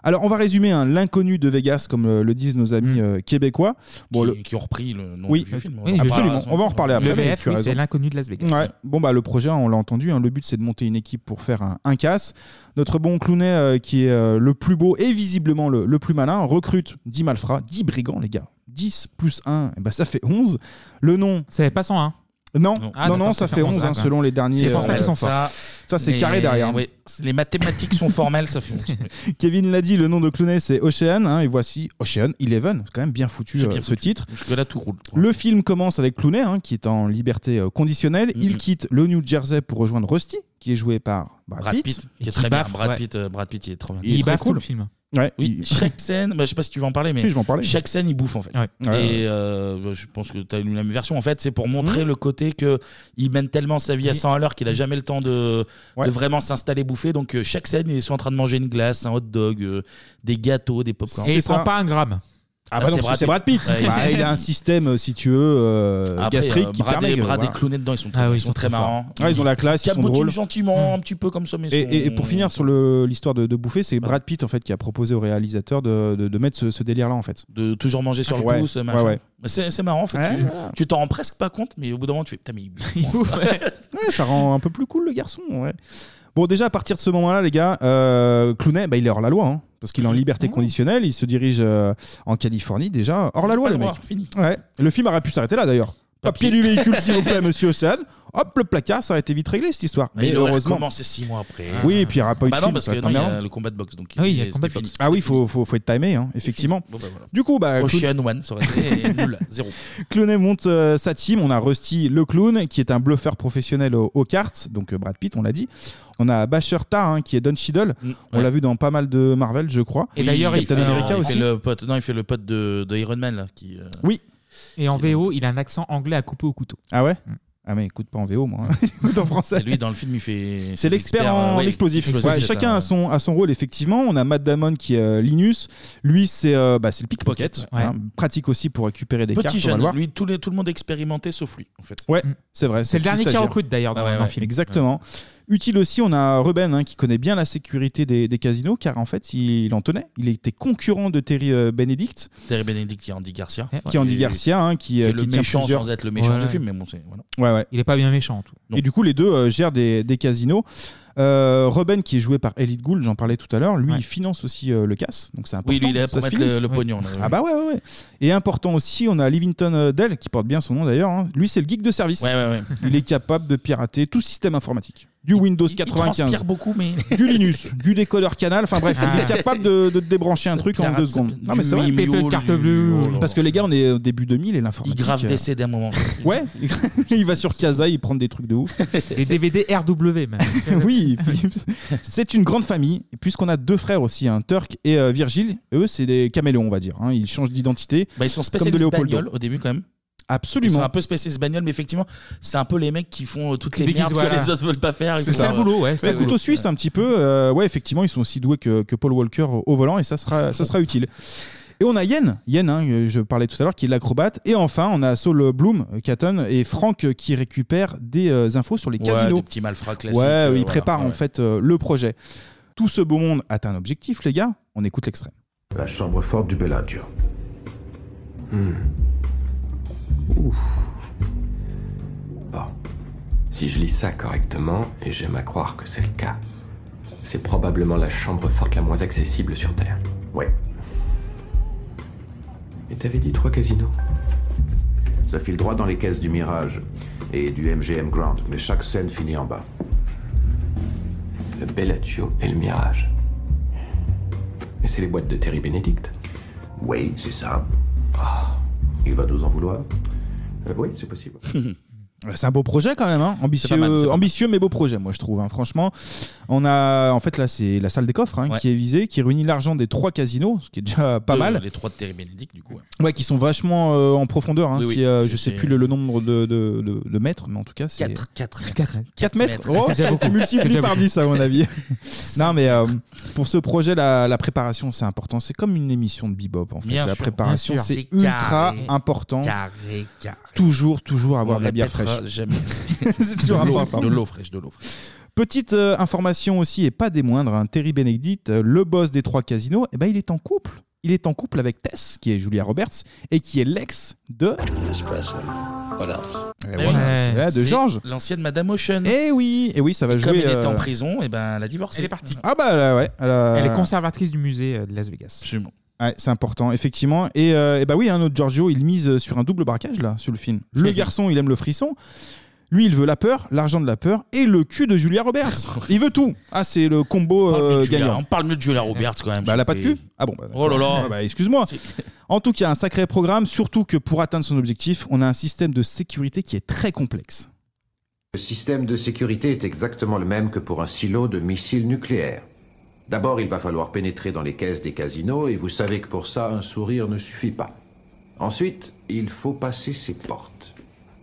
Speaker 6: Alors, on va résumer hein, l'inconnu de Vegas, comme euh, le disent nos amis euh, québécois. Bon,
Speaker 1: Mm. qui, qui ont repris le nom
Speaker 6: oui,
Speaker 1: du vieux film. hein.
Speaker 7: Ah,
Speaker 6: oui, absolument. On va en reparler après.
Speaker 7: Le
Speaker 6: mais
Speaker 7: VF,
Speaker 6: tu as
Speaker 7: oui,
Speaker 6: raison.
Speaker 7: c'est l'inconnu de Las Vegas.
Speaker 6: Ouais. Bon bah le projet, on l'a entendu. hein, le but c'est de monter une équipe pour faire un, un casse. Notre bon Clooney, euh, qui est euh, le plus beau et visiblement le, le plus malin, recrute 10 malfrats, 10 brigands les gars. 10 plus 1, et bah, ça fait 11. Le nom...
Speaker 7: C'est pas 101
Speaker 6: Non,
Speaker 7: Ah,
Speaker 6: non,
Speaker 7: d'accord,
Speaker 6: non, ça fait 11 hein,
Speaker 7: d'accord.
Speaker 6: selon les derniers...
Speaker 7: C'est pour ça
Speaker 6: euh,
Speaker 7: qu'ils sont forts.
Speaker 6: Ça, ça, c'est carré derrière.
Speaker 1: Oui, les mathématiques sont formelles, ça fait.
Speaker 6: <laughs> Kevin l'a dit, le nom de Clooney c'est Ocean, hein, et voici Ocean Eleven, c'est quand même bien foutu
Speaker 1: C'est
Speaker 6: euh,
Speaker 1: bien
Speaker 6: ce
Speaker 1: foutu.
Speaker 6: titre.
Speaker 1: Jusque-là, tout roule.
Speaker 6: Le film commence avec Clooney, hein, qui est en liberté euh, conditionnelle. Il quitte le New Jersey pour rejoindre Rusty, qui est joué par Brad,
Speaker 1: Brad Pitt, qui est très bien. Brad, Pitt, euh, Brad Pitt, il est trop bien.
Speaker 6: Il Il est très baffe cool. tout le film. Ouais,
Speaker 1: oui, chaque scène, bah, je sais pas si tu vas en parler, mais
Speaker 6: Si, je vais en parler.
Speaker 1: chaque scène, il bouffe en fait.
Speaker 6: Ouais. Ouais, Mmh.
Speaker 1: Et euh, je pense que tu as une la même version. En fait, c'est pour montrer le côté que il mène tellement sa vie à 100 à l'heure qu'il a jamais le temps de, de vraiment s'installer bouffer. Donc, euh, chaque scène, ils sont en train de manger une glace, un hot dog, euh, des gâteaux, des pop
Speaker 7: Et il prend pas un gramme.
Speaker 6: Ah bah non, parce que c'est Brad Pitt. Bah, il a un système, euh, si tu veux, euh,
Speaker 1: Après,
Speaker 6: gastrique
Speaker 1: euh,
Speaker 6: qui
Speaker 1: Brad
Speaker 6: permet.
Speaker 1: et-
Speaker 6: que-
Speaker 1: Brad et
Speaker 6: voilà.
Speaker 1: Clooney dedans, ils sont très- Ah oui, ils ils sont sont très très marrants. forts.
Speaker 6: Ah, ils ont la classe, ils sont
Speaker 1: Cabotine
Speaker 6: drôles. Mmh.
Speaker 1: gentiment, un petit peu comme ça, mais
Speaker 6: Et,
Speaker 1: sont-
Speaker 6: et- et pour finir sur le- l'histoire de, de bouffer, c'est Brad Pitt en fait qui a proposé au réalisateur de, de- de mettre ce, ce délire-là en fait.
Speaker 1: de toujours manger sur le
Speaker 6: Ouais,
Speaker 1: pouce,
Speaker 6: ouais,
Speaker 1: machin.
Speaker 6: ouais.
Speaker 1: Mais C'est c'est marrant, en fait.
Speaker 6: Ouais.
Speaker 1: Tu- Tu t'en rends presque pas compte, mais au bout d'un moment, tu fais putain, mais il
Speaker 6: Ouais, ça rend un peu plus cool le garçon. ouais. Bon, déjà à partir de ce moment-là, les gars, euh, Clooney, bah, il est hors la loi, hein, parce qu'il est en liberté conditionnelle. Il se dirige euh, en Californie déjà, hors la loi,
Speaker 1: Pas
Speaker 6: le
Speaker 1: le
Speaker 6: mec.
Speaker 1: voir, fini.
Speaker 6: Ouais. Le film aurait pu s'arrêter là d'ailleurs. Papier du véhicule, s'il vous plaît, monsieur Océane. Hop, le placard, ça aurait été vite réglé cette histoire.
Speaker 1: Mais
Speaker 6: Mais
Speaker 1: il aurait
Speaker 6: heureusement.
Speaker 1: commencé six mois après.
Speaker 6: Oui, et puis il n'y aura pas eu de
Speaker 1: Bah
Speaker 6: film,
Speaker 1: non, parce
Speaker 6: ça
Speaker 1: que
Speaker 6: va
Speaker 1: non,
Speaker 6: être
Speaker 1: il y
Speaker 6: emmerdant.
Speaker 1: a le combat de boxe. Donc euh, c'était fini.
Speaker 6: Ah oui, il faut, faut, faut être timé, hein, effectivement.
Speaker 1: Bon, bah, voilà.
Speaker 6: Du coup, bah,
Speaker 1: Ocean
Speaker 6: Clooney-
Speaker 1: One, ça
Speaker 6: <laughs>
Speaker 1: aurait été nul, zéro.
Speaker 6: Clooney monte euh, sa team. On a Rusty le clown, qui est un bluffeur professionnel au- aux cartes, donc euh, Brad Pitt, on l'a dit. On a Basher Ta, hein, qui est Don Cheadle.
Speaker 1: Mm,
Speaker 6: On l'a vu dans pas mal de Marvel, je crois.
Speaker 7: Et d'ailleurs, il
Speaker 6: Captain
Speaker 7: fait un-
Speaker 6: America
Speaker 7: il
Speaker 6: aussi.
Speaker 1: C'est le pote, non, il fait le pote de, de Iron Man là,
Speaker 6: <laughs>
Speaker 1: qui. euh,
Speaker 6: Oui.
Speaker 7: Et en VO, il a un accent anglais à couper au couteau. Mm.
Speaker 6: Ah ouais Ah, mais écoute pas en VO,
Speaker 1: <laughs>
Speaker 6: moi. Écoute en français.
Speaker 1: Et lui, dans le film, il fait.
Speaker 6: C'est l'expert en
Speaker 1: euh, ouais,
Speaker 6: explosif. Ouais,
Speaker 1: c'est ça,
Speaker 6: chacun
Speaker 1: ouais.
Speaker 6: a son, a son rôle, effectivement. On a Matt Damon qui est euh, Linus. Lui, c'est euh, bah, c'est le pickpocket.
Speaker 1: Ouais.
Speaker 6: hein, pratique aussi pour récupérer des cartes.
Speaker 1: Petit
Speaker 6: on va le
Speaker 1: jeune,
Speaker 6: voir.
Speaker 1: lui, tout, les- tout le monde expérimenté sauf lui, en fait.
Speaker 6: Ouais, c'est vrai.
Speaker 1: Mm. C'est le dernier qui
Speaker 6: stagiaire.
Speaker 1: recrute, d'ailleurs, dans- Ah ouais, dans le ouais. film.
Speaker 6: Exactement. Utile aussi, on a Ruben hein, qui connaît bien la sécurité des, des casinos car en fait il, il en tenait. Il était concurrent de Terry euh, Benedict,
Speaker 1: Terry Benedict qui est Andy Garcia.
Speaker 6: qui est Andy Garcia, hein, qui,
Speaker 1: est
Speaker 6: euh,
Speaker 1: le
Speaker 6: qui tient
Speaker 1: méchant
Speaker 6: plusieurs-
Speaker 1: sans être le méchant
Speaker 6: Ouais.
Speaker 1: du film, mais bon, c'est. Voilà.
Speaker 6: Ouais, ouais.
Speaker 7: Il est pas bien méchant en tout.
Speaker 6: Et du coup, les deux euh, gèrent des, des casinos. Euh, Ruben, qui est joué par Elite Gould, j'en parlais tout à l'heure, lui, il finance aussi euh, le casse. Donc c'est important.
Speaker 1: Oui, lui, il est là
Speaker 6: que
Speaker 1: pour
Speaker 6: ça se
Speaker 1: mettre le-
Speaker 6: finisse.
Speaker 1: le pognon, là, oui.
Speaker 6: Ah bah ouais, ouais, ouais. Et important aussi, on a Livington euh, Dell, qui porte bien son nom d'ailleurs. hein. Lui, c'est le geek de service.
Speaker 1: Ouais, ouais, ouais.
Speaker 6: Il est capable de pirater tout système informatique. Du Windows 95.
Speaker 1: transpire beaucoup, mais-
Speaker 6: Du Linux, du décodeur canal. Enfin bref, il est
Speaker 1: Ah.
Speaker 6: capable de, de te débrancher un truc en
Speaker 1: pirate,
Speaker 6: deux
Speaker 1: ça
Speaker 6: secondes.
Speaker 1: pirate.
Speaker 6: Non, mais
Speaker 1: Du
Speaker 6: c'est vrai.
Speaker 1: Mimio, PP, carte du- bleue. Oh là là.
Speaker 6: Parce que les gars, on est au début 2000 et l'informatique.
Speaker 1: Il grave
Speaker 6: euh,
Speaker 1: décédé à un moment.
Speaker 6: <laughs> Ouais, il va sur Casa, il prend des trucs de ouf.
Speaker 7: Les DVD RW même.
Speaker 6: <laughs> oui, Philips. C'est une grande famille, puisqu'on a deux frères aussi, un Turc et euh, Virgile. Eux, c'est des caméléons, on va dire. hein. Ils changent d'identité.
Speaker 1: Bah, ils sont
Speaker 6: comme de
Speaker 1: spécialistes
Speaker 6: Léopoldo.
Speaker 1: bagnoles au début quand même. Ils
Speaker 6: Absolument.
Speaker 1: sont un peu spécialistes bagnoles, mais effectivement, c'est un peu les mecs qui font euh, toutes les
Speaker 7: Déguisent,
Speaker 1: merdes que
Speaker 7: voilà.
Speaker 1: les autres veulent pas faire.
Speaker 7: C'est ça le boulot, ouais,
Speaker 6: C'est un couteau suisse un petit peu. Euh, ouais, effectivement, ils sont aussi doués que, que Paul Walker au au volant et ça sera, ça sera utile. Et on a Yen, Yen, hein, euh, je parlais tout à l'heure, qui est l'acrobate. Et enfin, on a Saul Bloom, euh, Catton et Frank euh, qui récupèrent des euh, infos sur les
Speaker 1: Ouais,
Speaker 6: casinos.
Speaker 1: des petits malfrats classiques,
Speaker 6: Ouais,
Speaker 1: euh,
Speaker 6: ils
Speaker 1: voilà,
Speaker 6: préparent
Speaker 1: ouais,
Speaker 6: en
Speaker 1: ouais.
Speaker 6: fait euh, le projet. Tout ce beau monde atteint un objectif, les gars. On écoute l'extrait.
Speaker 20: La chambre forte du Bellagio.
Speaker 13: Hmm. Bon. Si je lis ça correctement, et j'aime à croire que c'est le cas, c'est probablement la chambre forte la moins accessible sur Terre. Ouais. Et t'avais dit trois casinos
Speaker 20: Ça file droit dans les caisses du Mirage et du MGM Grand, mais chaque scène finit en bas.
Speaker 13: Le Bellagio et le Mirage. Et c'est les boîtes de Terry Benedict Oui, c'est ça.
Speaker 20: Ah, Il va nous en vouloir
Speaker 13: oui, c'est Euh, possible.
Speaker 6: <laughs> C'est un beau projet quand même, hein. ambitieux,
Speaker 8: C'est pas mal, c'est pas
Speaker 6: ambitieux mais beau projet, moi je trouve. hein. Franchement, on a en fait là c'est la salle des coffres hein,
Speaker 1: Ouais.
Speaker 6: qui est visée, qui réunit l'argent des trois casinos, ce qui est déjà pas
Speaker 1: Deux,
Speaker 6: mal.
Speaker 1: Les trois de Terry Benedict, du coup. ouais.
Speaker 6: Ouais, qui sont vachement euh, en profondeur. Hein,
Speaker 1: Oui,
Speaker 6: si,
Speaker 1: oui,
Speaker 6: euh,
Speaker 1: c'est-
Speaker 6: je sais
Speaker 1: c'est-
Speaker 6: plus le, le nombre de, de, de- de mètres, mais en tout cas, c'est.
Speaker 1: 4 4
Speaker 6: 4 mètres,
Speaker 1: mètres.
Speaker 6: Oh,
Speaker 1: C'est déjà beaucoup.
Speaker 6: tu
Speaker 1: C'est
Speaker 6: multiplies
Speaker 1: déjà
Speaker 6: par
Speaker 1: beaucoup.
Speaker 6: 10 à mon
Speaker 1: <laughs>
Speaker 6: avis. non, mais euh, pour ce projet, la, la préparation, c'est important. C'est comme une émission de bebop, en fait.
Speaker 1: Bien
Speaker 6: la
Speaker 1: sûr,
Speaker 6: préparation,
Speaker 1: bien sûr.
Speaker 6: c'est
Speaker 1: C'est
Speaker 6: ultra
Speaker 1: carré,
Speaker 6: important.
Speaker 1: carré, carré.
Speaker 6: Toujours, toujours avoir
Speaker 1: On
Speaker 6: de la bière
Speaker 1: répétera
Speaker 6: fraîche.
Speaker 1: jamais.
Speaker 6: <laughs> c'est toujours
Speaker 1: De l'eau-
Speaker 6: important.
Speaker 1: de l'eau fraîche, de l'eau fraîche.
Speaker 6: Petite euh, information aussi, et pas des moindres, hein, Terry Benedict, euh, le boss des trois casinos, eh ben, il est en couple. Il est en couple avec Tess, qui est Julia Roberts, et qui est l'ex de... Eh
Speaker 1: Mais
Speaker 6: voilà,
Speaker 7: Eh,
Speaker 1: oui.
Speaker 6: c'est là de
Speaker 1: Eh C'est
Speaker 6: Georges.
Speaker 1: L'ancienne Madame Ocean.
Speaker 6: Eh oui, et oui, ça va
Speaker 1: Comme
Speaker 6: jouer.
Speaker 1: elle est en
Speaker 6: euh,
Speaker 1: prison, et ben, elle a divorcé. Elle est
Speaker 7: partie.
Speaker 6: Ah bah là, ouais. a-
Speaker 7: Elle est conservatrice du musée euh, de Las Vegas.
Speaker 1: Absolument.
Speaker 6: Ouais, c'est important, effectivement. Et, euh, eh bah oui, un autre Giorgio, il mise sur un double braquage, là, sur le
Speaker 1: <laughs>
Speaker 6: film. Le garçon, il aime le frisson. Lui, il veut la peur, l'argent de la peur et le cul de Julia Roberts.
Speaker 1: <laughs>
Speaker 6: Il veut tout. Ah, c'est le combo euh, gagnant.
Speaker 1: on parle mieux de Oh, Julia Roberts quand même.
Speaker 6: Bah, elle a pas de
Speaker 1: Et-
Speaker 6: cul Ah bon. bah,
Speaker 1: Oh là là.
Speaker 6: Ah bah, excuse-moi. En tout cas, un sacré programme, surtout que pour atteindre son objectif, on a un système de sécurité qui est très complexe.
Speaker 20: Le système de sécurité est exactement le même que pour un silo de missiles nucléaires. D'abord, il va falloir pénétrer dans les caisses des casinos et vous savez que pour ça, un sourire ne suffit pas. Ensuite, il faut passer ces portes.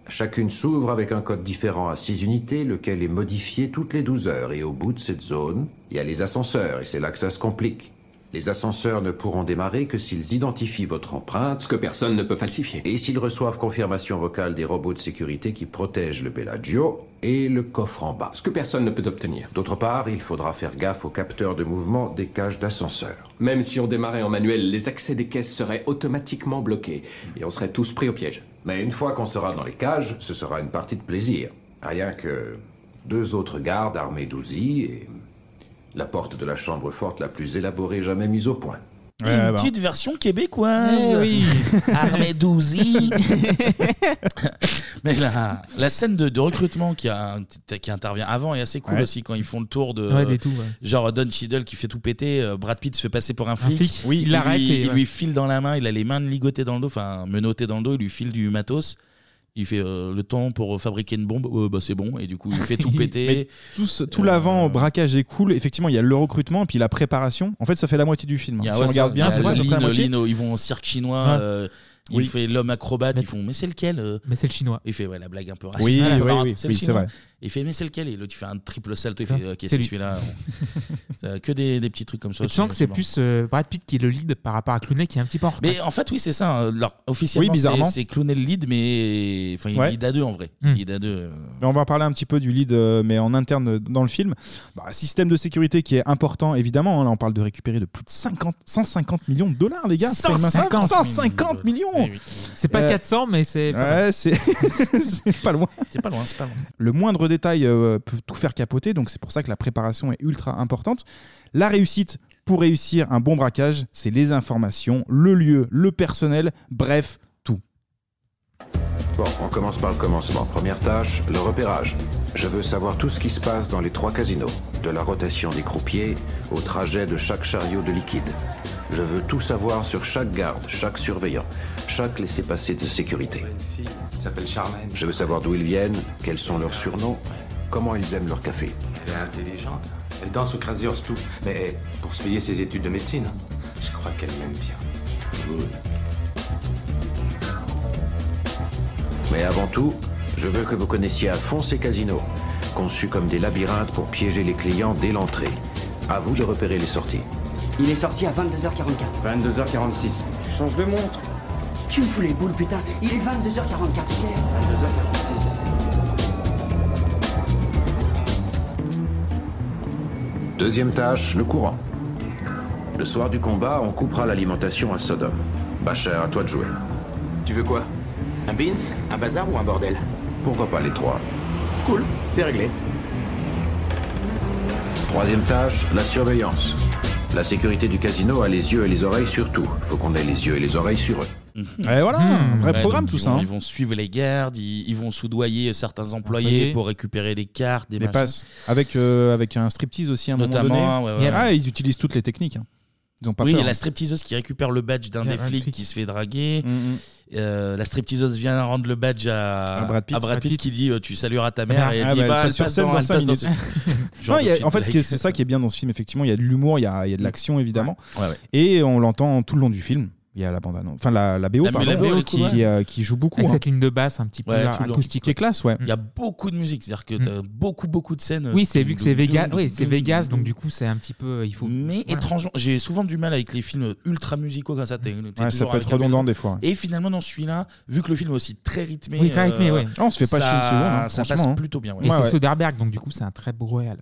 Speaker 20: Chacune s'ouvre avec un code différent à 6 unités, lequel est modifié toutes les 12 heures. Et au bout de cette zone, il y a les ascenseurs et c'est là que ça se complique. Les ascenseurs ne pourront démarrer que s'ils identifient votre empreinte. Ce que personne ne peut falsifier. Et s'ils reçoivent confirmation vocale des robots de sécurité qui protègent le Bellagio et le coffre en bas. Ce que personne ne peut obtenir. D'autre part, il faudra faire gaffe aux capteurs de mouvement des cages d'ascenseurs.
Speaker 13: Même si on démarrait en manuel, les accès des caisses seraient automatiquement bloqués et on serait tous pris au piège.
Speaker 20: Mais une fois qu'on sera dans les cages, ce sera une partie de plaisir. Rien que deux autres gardes armés d'ouzis et la porte de la chambre forte la plus élaborée jamais mise au point.
Speaker 1: une
Speaker 7: bah.
Speaker 1: petite version québécoise.
Speaker 20: Eh oui.
Speaker 1: <laughs> Armée d'Ouzi. <laughs> Mais la, la scène de, de recrutement qui, a, qui intervient avant est assez cool
Speaker 7: Ouais.
Speaker 1: aussi quand ils font le tour de.
Speaker 7: Ouais, des tout, ouais.
Speaker 1: Genre Don Cheadle qui fait tout péter, euh, Brad Pitt se fait passer pour un flic.
Speaker 7: flic. Oui, il
Speaker 1: lui-
Speaker 7: l'arrête et-
Speaker 1: Il
Speaker 7: ouais.
Speaker 1: lui file dans la main, il a les mains ligotées dans le dos, enfin menottées dans le dos, il lui file du matos. Il fait euh, le temps pour fabriquer une bombe, Euh, bah, c'est bon, et du coup il
Speaker 7: <laughs>
Speaker 1: fait tout péter.
Speaker 6: Tout, ce- tout
Speaker 1: Euh.
Speaker 6: l'avant, braquage est cool. Effectivement, il y a le recrutement, puis la préparation. En fait, ça fait la moitié du film. hein.
Speaker 1: Il y a-
Speaker 6: si
Speaker 1: ouais,
Speaker 6: on
Speaker 1: ça, ah,
Speaker 6: regarde bien,
Speaker 1: il y a
Speaker 6: c'est à peu près la
Speaker 1: Lino-
Speaker 6: moitié.
Speaker 1: Lino, ils vont au cirque chinois.
Speaker 6: Ouais.
Speaker 1: euh, il
Speaker 6: Oui.
Speaker 1: fait l'homme acrobate, ils font mais c'est lequel euh
Speaker 7: Mais c'est le chinois.
Speaker 1: Il fait ouais, la blague un peu
Speaker 6: Oui,
Speaker 1: raciste.
Speaker 6: oui,
Speaker 1: Ah, pardon,
Speaker 6: oui,
Speaker 1: c'est le
Speaker 6: oui, c'est
Speaker 1: Chinois.
Speaker 6: vrai.
Speaker 1: Il fait mais c'est lequel Et l'autre il fait un triple salto. Il
Speaker 7: Ouais,
Speaker 1: fait ok
Speaker 7: c'est
Speaker 1: c'est
Speaker 7: lui.
Speaker 6: <laughs>
Speaker 1: celui-là. Ça, que des, des petits trucs comme ça.
Speaker 7: Et tu sens que c'est
Speaker 1: bon.
Speaker 7: plus euh, Brad Pitt qui est le lead par rapport à Clooney qui est un petit peu en retard.
Speaker 1: Mais en fait oui c'est ça. hein. Alors, officiellement
Speaker 6: Oui, bizarrement.
Speaker 1: c'est- c'est Clooney le lead mais enfin il
Speaker 6: Ouais.
Speaker 1: lead à deux en vrai.
Speaker 6: Hmm.
Speaker 1: Il lead à deux. euh,
Speaker 6: Mais on va en parler un petit peu du lead, euh, mais en interne euh, dans le film. Bah, système de sécurité qui est important, évidemment. hein. Là, on parle de récupérer de plus de 50, 150 millions de dollars, les gars. C'est pas une mince affaire. 150 millions
Speaker 7: C'est pas
Speaker 6: Euh,
Speaker 7: 400, mais c'est. pas mal.
Speaker 6: Ouais, c'est <laughs> c'est pas loin.
Speaker 1: C'est pas loin, c'est pas loin.
Speaker 6: Le moindre détail euh, peut tout faire capoter, donc c'est pour ça que la préparation est ultra importante. La réussite pour réussir un bon braquage, c'est les informations, le lieu, le personnel, bref, tout.
Speaker 20: Bon, on commence par le commencement. Première tâche, le repérage. Je veux savoir tout ce qui se passe dans les trois casinos, de la rotation des croupiers au trajet de chaque chariot de liquide. Je veux tout savoir sur chaque garde, chaque surveillant, chaque laissé-passer de sécurité.
Speaker 13: Il s'appelle Charmaine.
Speaker 20: Je veux savoir d'où ils viennent, quels sont leurs surnoms, comment ils aiment leur café.
Speaker 13: Elle est intelligente. Elle danse au Crazy Horse tout. Mais eh, pour se payer ses études de médecine, hein, je crois qu'elle m'aime bien.
Speaker 20: Mais avant tout, je veux que vous connaissiez à fond ces casinos, conçus comme des labyrinthes pour piéger les clients dès l'entrée. À vous de repérer les sorties.
Speaker 15: Il est sorti à 22h44.
Speaker 20: 22h46.
Speaker 15: Tu changes de montre. Tu me fous les boules, putain. Il est 22h44, ok 22h46.
Speaker 20: Deuxième tâche, le courant. Le soir du combat, on coupera l'alimentation à Sodome. Bachar, à toi de jouer. Tu veux quoi Un beans, un bazar ou un bordel Pourquoi pas les trois
Speaker 13: Cool, c'est réglé.
Speaker 20: Troisième tâche, la surveillance. La sécurité du casino a les yeux et les oreilles sur tout. Faut qu'on ait les yeux et les oreilles sur eux.
Speaker 1: Hmm.
Speaker 6: Et voilà, un vrai
Speaker 1: Ouais,
Speaker 6: programme
Speaker 1: donc,
Speaker 6: tout
Speaker 1: ils
Speaker 6: ça.
Speaker 1: vont-
Speaker 6: hein.
Speaker 1: Ils vont suivre les gardes, ils, ils vont soudoyer certains employés
Speaker 6: Employés.
Speaker 1: pour récupérer des cartes, des
Speaker 6: Les
Speaker 1: machins.
Speaker 6: passes avec, euh, avec un striptease aussi à un moment
Speaker 1: Notamment,
Speaker 6: donné.
Speaker 1: ouais, ouais,
Speaker 6: Ah, ils utilisent toutes les techniques. hein. Ils ont pas
Speaker 1: oui, il
Speaker 6: peur.
Speaker 1: y a la stripteaseuse qui récupère le badge d'un
Speaker 6: Il y a
Speaker 1: des
Speaker 6: un
Speaker 1: flics
Speaker 6: flic.
Speaker 1: qui se fait draguer.
Speaker 6: Mhm.
Speaker 1: Euh, la stripteaseuse vient rendre le badge à,
Speaker 6: À Brad Pitt. Brad Pitt.
Speaker 1: qui dit euh, Tu salueras ta mère.
Speaker 6: Ah,
Speaker 1: et elle
Speaker 6: bah,
Speaker 1: dit
Speaker 6: elle
Speaker 1: bah,
Speaker 6: passe
Speaker 1: elle
Speaker 6: sur
Speaker 1: passe
Speaker 6: scène
Speaker 1: dans,
Speaker 6: dans
Speaker 1: elle
Speaker 6: cinq
Speaker 1: passe dans
Speaker 6: minutes. <laughs>
Speaker 1: ce- Genre
Speaker 6: Non, il y a-
Speaker 1: de
Speaker 6: en fait, ce
Speaker 1: petite
Speaker 6: qui est- c'est ça qui est bien dans ce film, effectivement. Il y a de l'humour, il y a, il y a de l'action, évidemment.
Speaker 1: Ouais, ouais.
Speaker 6: Et on l'entend tout le long du film. Il y a la bande annonce. Enfin, la, la BO,
Speaker 1: La-
Speaker 6: pardon,
Speaker 1: la BO,
Speaker 6: qui,
Speaker 1: ouais.
Speaker 6: qui, euh, qui joue beaucoup.
Speaker 1: Avec
Speaker 6: hein.
Speaker 1: cette ligne
Speaker 7: de basse un petit
Speaker 1: peu, Ouais, là, tout le long. acoustique,
Speaker 6: Qui est classe, ouais.
Speaker 1: Il y a beaucoup de musique, c'est-à-dire
Speaker 6: Mm.
Speaker 1: que t'as beaucoup, beaucoup de scènes.
Speaker 7: Oui, c'est vu que c'est Vegas. Oui, c'est Vegas, donc du coup, c'est un petit peu. Il faut.
Speaker 1: Mais
Speaker 7: Voilà.
Speaker 1: étrangement, j'ai souvent du mal avec les films ultra musicaux comme ça. t'es- t'es
Speaker 6: Ouais, ça
Speaker 1: toujours
Speaker 6: peut être
Speaker 1: avec un
Speaker 6: redondant
Speaker 1: peu-
Speaker 6: des fois, ouais.
Speaker 1: Et finalement, dans celui-là, vu que le film est aussi très rythmé.
Speaker 7: Oui, très rythmé, oui.
Speaker 6: Ah, on se fait pas
Speaker 1: euh, ça-
Speaker 6: chier une seconde, hein,
Speaker 1: Ça passe
Speaker 6: franchement, hein.
Speaker 1: plutôt bien. ouais.
Speaker 7: Et c'est Soderbergh, donc du coup, c'est un très beau royal.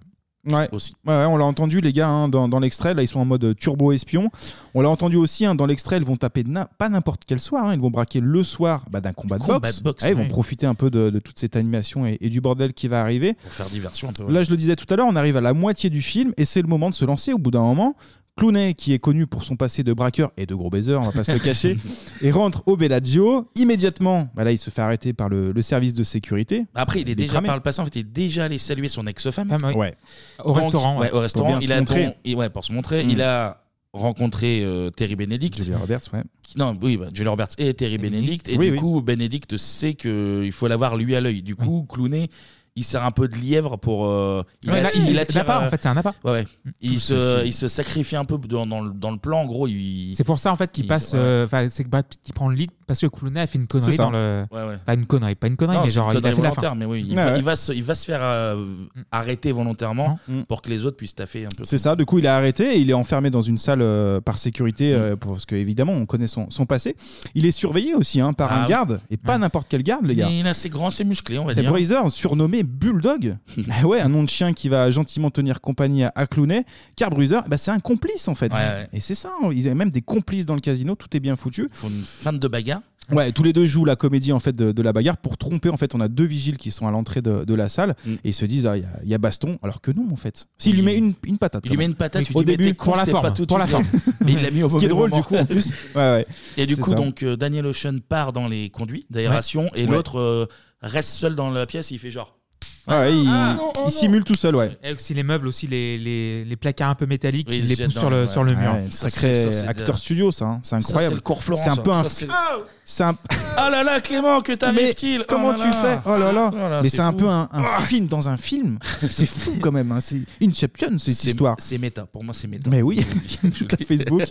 Speaker 6: Ouais.
Speaker 1: Aussi.
Speaker 6: Ouais, ouais, on l'a entendu, les gars, hein, dans, dans l'extrait. Là, ils sont en mode turbo espion. On l'a entendu aussi, hein, dans l'extrait, ils vont taper na- pas n'importe quel soir. hein, ils vont braquer le soir bah, d'un combat de
Speaker 1: Combat
Speaker 6: boxe.
Speaker 1: de boxe,
Speaker 6: Ouais, ils vont
Speaker 1: ouais.
Speaker 6: profiter un peu de, de toute cette animation et, et du bordel qui va arriver.
Speaker 1: Pour faire diversion un peu. ouais.
Speaker 6: Là, je le disais tout à l'heure, on arrive à la moitié du film et c'est le moment de se lancer au bout d'un moment. Clooney, qui est connu pour son passé de braqueur et de gros baiser, on va pas se le
Speaker 1: <laughs>
Speaker 6: cacher, et rentre au Bellagio. Immédiatement, bah là, il se fait arrêter par le, le service de sécurité.
Speaker 1: Bah, Après, il
Speaker 6: Il
Speaker 1: est
Speaker 6: est
Speaker 1: déjà
Speaker 6: cramé.
Speaker 1: par le passé, en fait, il est déjà allé saluer son ex-femme.
Speaker 6: Ouais.
Speaker 7: Ah, Au restaurant, ouais.
Speaker 1: au
Speaker 7: Pour
Speaker 1: restaurant,
Speaker 7: bien
Speaker 1: il
Speaker 7: se
Speaker 1: a
Speaker 7: montrer. Mm.
Speaker 1: ton- il- ouais, pour se montrer, il a rencontré euh, Terry Benedict.
Speaker 6: Julia Roberts, ouais.
Speaker 1: non, oui, bah, Julia Roberts et Terry Benedict. Et
Speaker 6: Oui,
Speaker 1: du
Speaker 6: oui.
Speaker 1: coup, Benedict sait que il faut l'avoir lui à l'œil. Du coup, Clooney, il sert un peu de lièvre pour. euh, il,
Speaker 7: Mm. Ouais,
Speaker 1: atti-
Speaker 7: il- il-
Speaker 1: attire,
Speaker 7: l'appât,
Speaker 1: euh,
Speaker 7: en fait, c'est un appât. Mm.
Speaker 1: Ouais, ouais.
Speaker 7: Tout
Speaker 1: Il se,
Speaker 7: ceci.
Speaker 1: il se sacrifie un peu dans, dans le, dans le plan. En gros, il.
Speaker 7: C'est pour ça en fait qu'il passe. euh, enfin, c'est que Brad Pitt il prend le lead parce que Clooney a fait une
Speaker 1: C'est
Speaker 7: connerie
Speaker 1: ça.
Speaker 7: dans le.
Speaker 1: Ouais, ouais.
Speaker 7: Pas une connerie, pas une connerie,
Speaker 1: Non,
Speaker 7: mais
Speaker 1: c'est
Speaker 7: genre
Speaker 1: une
Speaker 7: il a
Speaker 1: connerie
Speaker 7: fait la
Speaker 1: volontaire,
Speaker 7: fin.
Speaker 1: mais oui, il,
Speaker 6: Ouais,
Speaker 1: va,
Speaker 6: ouais.
Speaker 1: il va se, il va se faire
Speaker 7: Mm.
Speaker 1: euh, arrêter volontairement pour que les autres puissent taffer un peu.
Speaker 6: C'est ça, du coup il est arrêté et il est enfermé dans une salle euh, par
Speaker 1: Mm.
Speaker 6: sécurité euh, pour- parce que évidemment on connaît son, son passé. Il est surveillé aussi hein, par
Speaker 1: Ah
Speaker 6: un
Speaker 1: oui.
Speaker 6: garde et pas n'importe quel garde les gars.
Speaker 1: Mais il est assez grand, c'est musclé, on va
Speaker 6: C'est
Speaker 1: dire.
Speaker 6: Brazier, surnommé
Speaker 1: <laughs>
Speaker 6: Bulldog. Ah ouais, un nom de chien qui va gentiment tenir compagnie à, à Clooney. Car Brazier, bah, c'est un complice en fait.
Speaker 1: Ouais, ouais.
Speaker 6: Et c'est ça, hein, ils avaient même des complices dans le casino, tout est bien foutu.
Speaker 1: Ils font une fin de bagarre.
Speaker 6: Ouais, tous les deux jouent la comédie en fait de, de la bagarre pour tromper. En fait, on a deux vigiles qui sont à l'entrée de, de la salle
Speaker 1: Mm.
Speaker 6: et ils se disent ah il y a- il y, a baston, alors que non en fait. S'il lui met une, une patate.
Speaker 1: Il lui met une patate, tu
Speaker 6: au
Speaker 1: dis, mais
Speaker 6: début
Speaker 1: t'es con, c'était pas tout de suite. <laughs> Mais il l'a mis
Speaker 6: <laughs>
Speaker 1: au
Speaker 6: Ce qui
Speaker 1: mauvais
Speaker 6: est drôle
Speaker 1: moment.
Speaker 6: du coup en
Speaker 1: <laughs>
Speaker 6: plus. Ouais, ouais.
Speaker 1: Et du
Speaker 6: C'est
Speaker 1: coup,
Speaker 6: ça.
Speaker 1: donc, euh, Daniel Ocean part dans les conduits d'aération
Speaker 6: Ouais.
Speaker 1: et
Speaker 6: Ouais.
Speaker 1: l'autre euh, reste seul dans la pièce. Il fait genre.
Speaker 6: Ah ouais, il, il
Speaker 1: oh,
Speaker 6: simule tout seul, ouais.
Speaker 7: Et aussi les meubles, aussi les, les, les placards un peu métalliques,
Speaker 1: Oui,
Speaker 7: il
Speaker 1: ils
Speaker 7: les
Speaker 1: jettent
Speaker 7: pousse
Speaker 1: dans
Speaker 7: sur le,
Speaker 1: le-
Speaker 7: sur le
Speaker 1: ouais.
Speaker 7: mur.
Speaker 1: Ouais, ça,
Speaker 6: Sacré
Speaker 1: c'est- ça, c'est de-
Speaker 6: acteur studio, ça, hein. c'est
Speaker 1: Ça,
Speaker 6: incroyable.
Speaker 1: c'est le cours Florent,
Speaker 6: C'est un
Speaker 1: ça.
Speaker 6: peu un.
Speaker 1: Ça, c'est-
Speaker 6: C'est un.
Speaker 1: Ah là là, Clément, que t'arrives-t-il
Speaker 6: Mais Comment
Speaker 1: Oh là
Speaker 6: tu le
Speaker 1: là.
Speaker 6: fais Oh là là, Mais c'est un
Speaker 1: fou.
Speaker 6: peu un, un film dans un film. C'est
Speaker 1: <laughs>
Speaker 6: fou quand même. hein. C'est Inception cette
Speaker 1: C'est-
Speaker 6: histoire.
Speaker 1: C'est méta, pour moi c'est méta.
Speaker 6: Mais
Speaker 1: <laughs>
Speaker 6: oui, <laughs> à Facebook.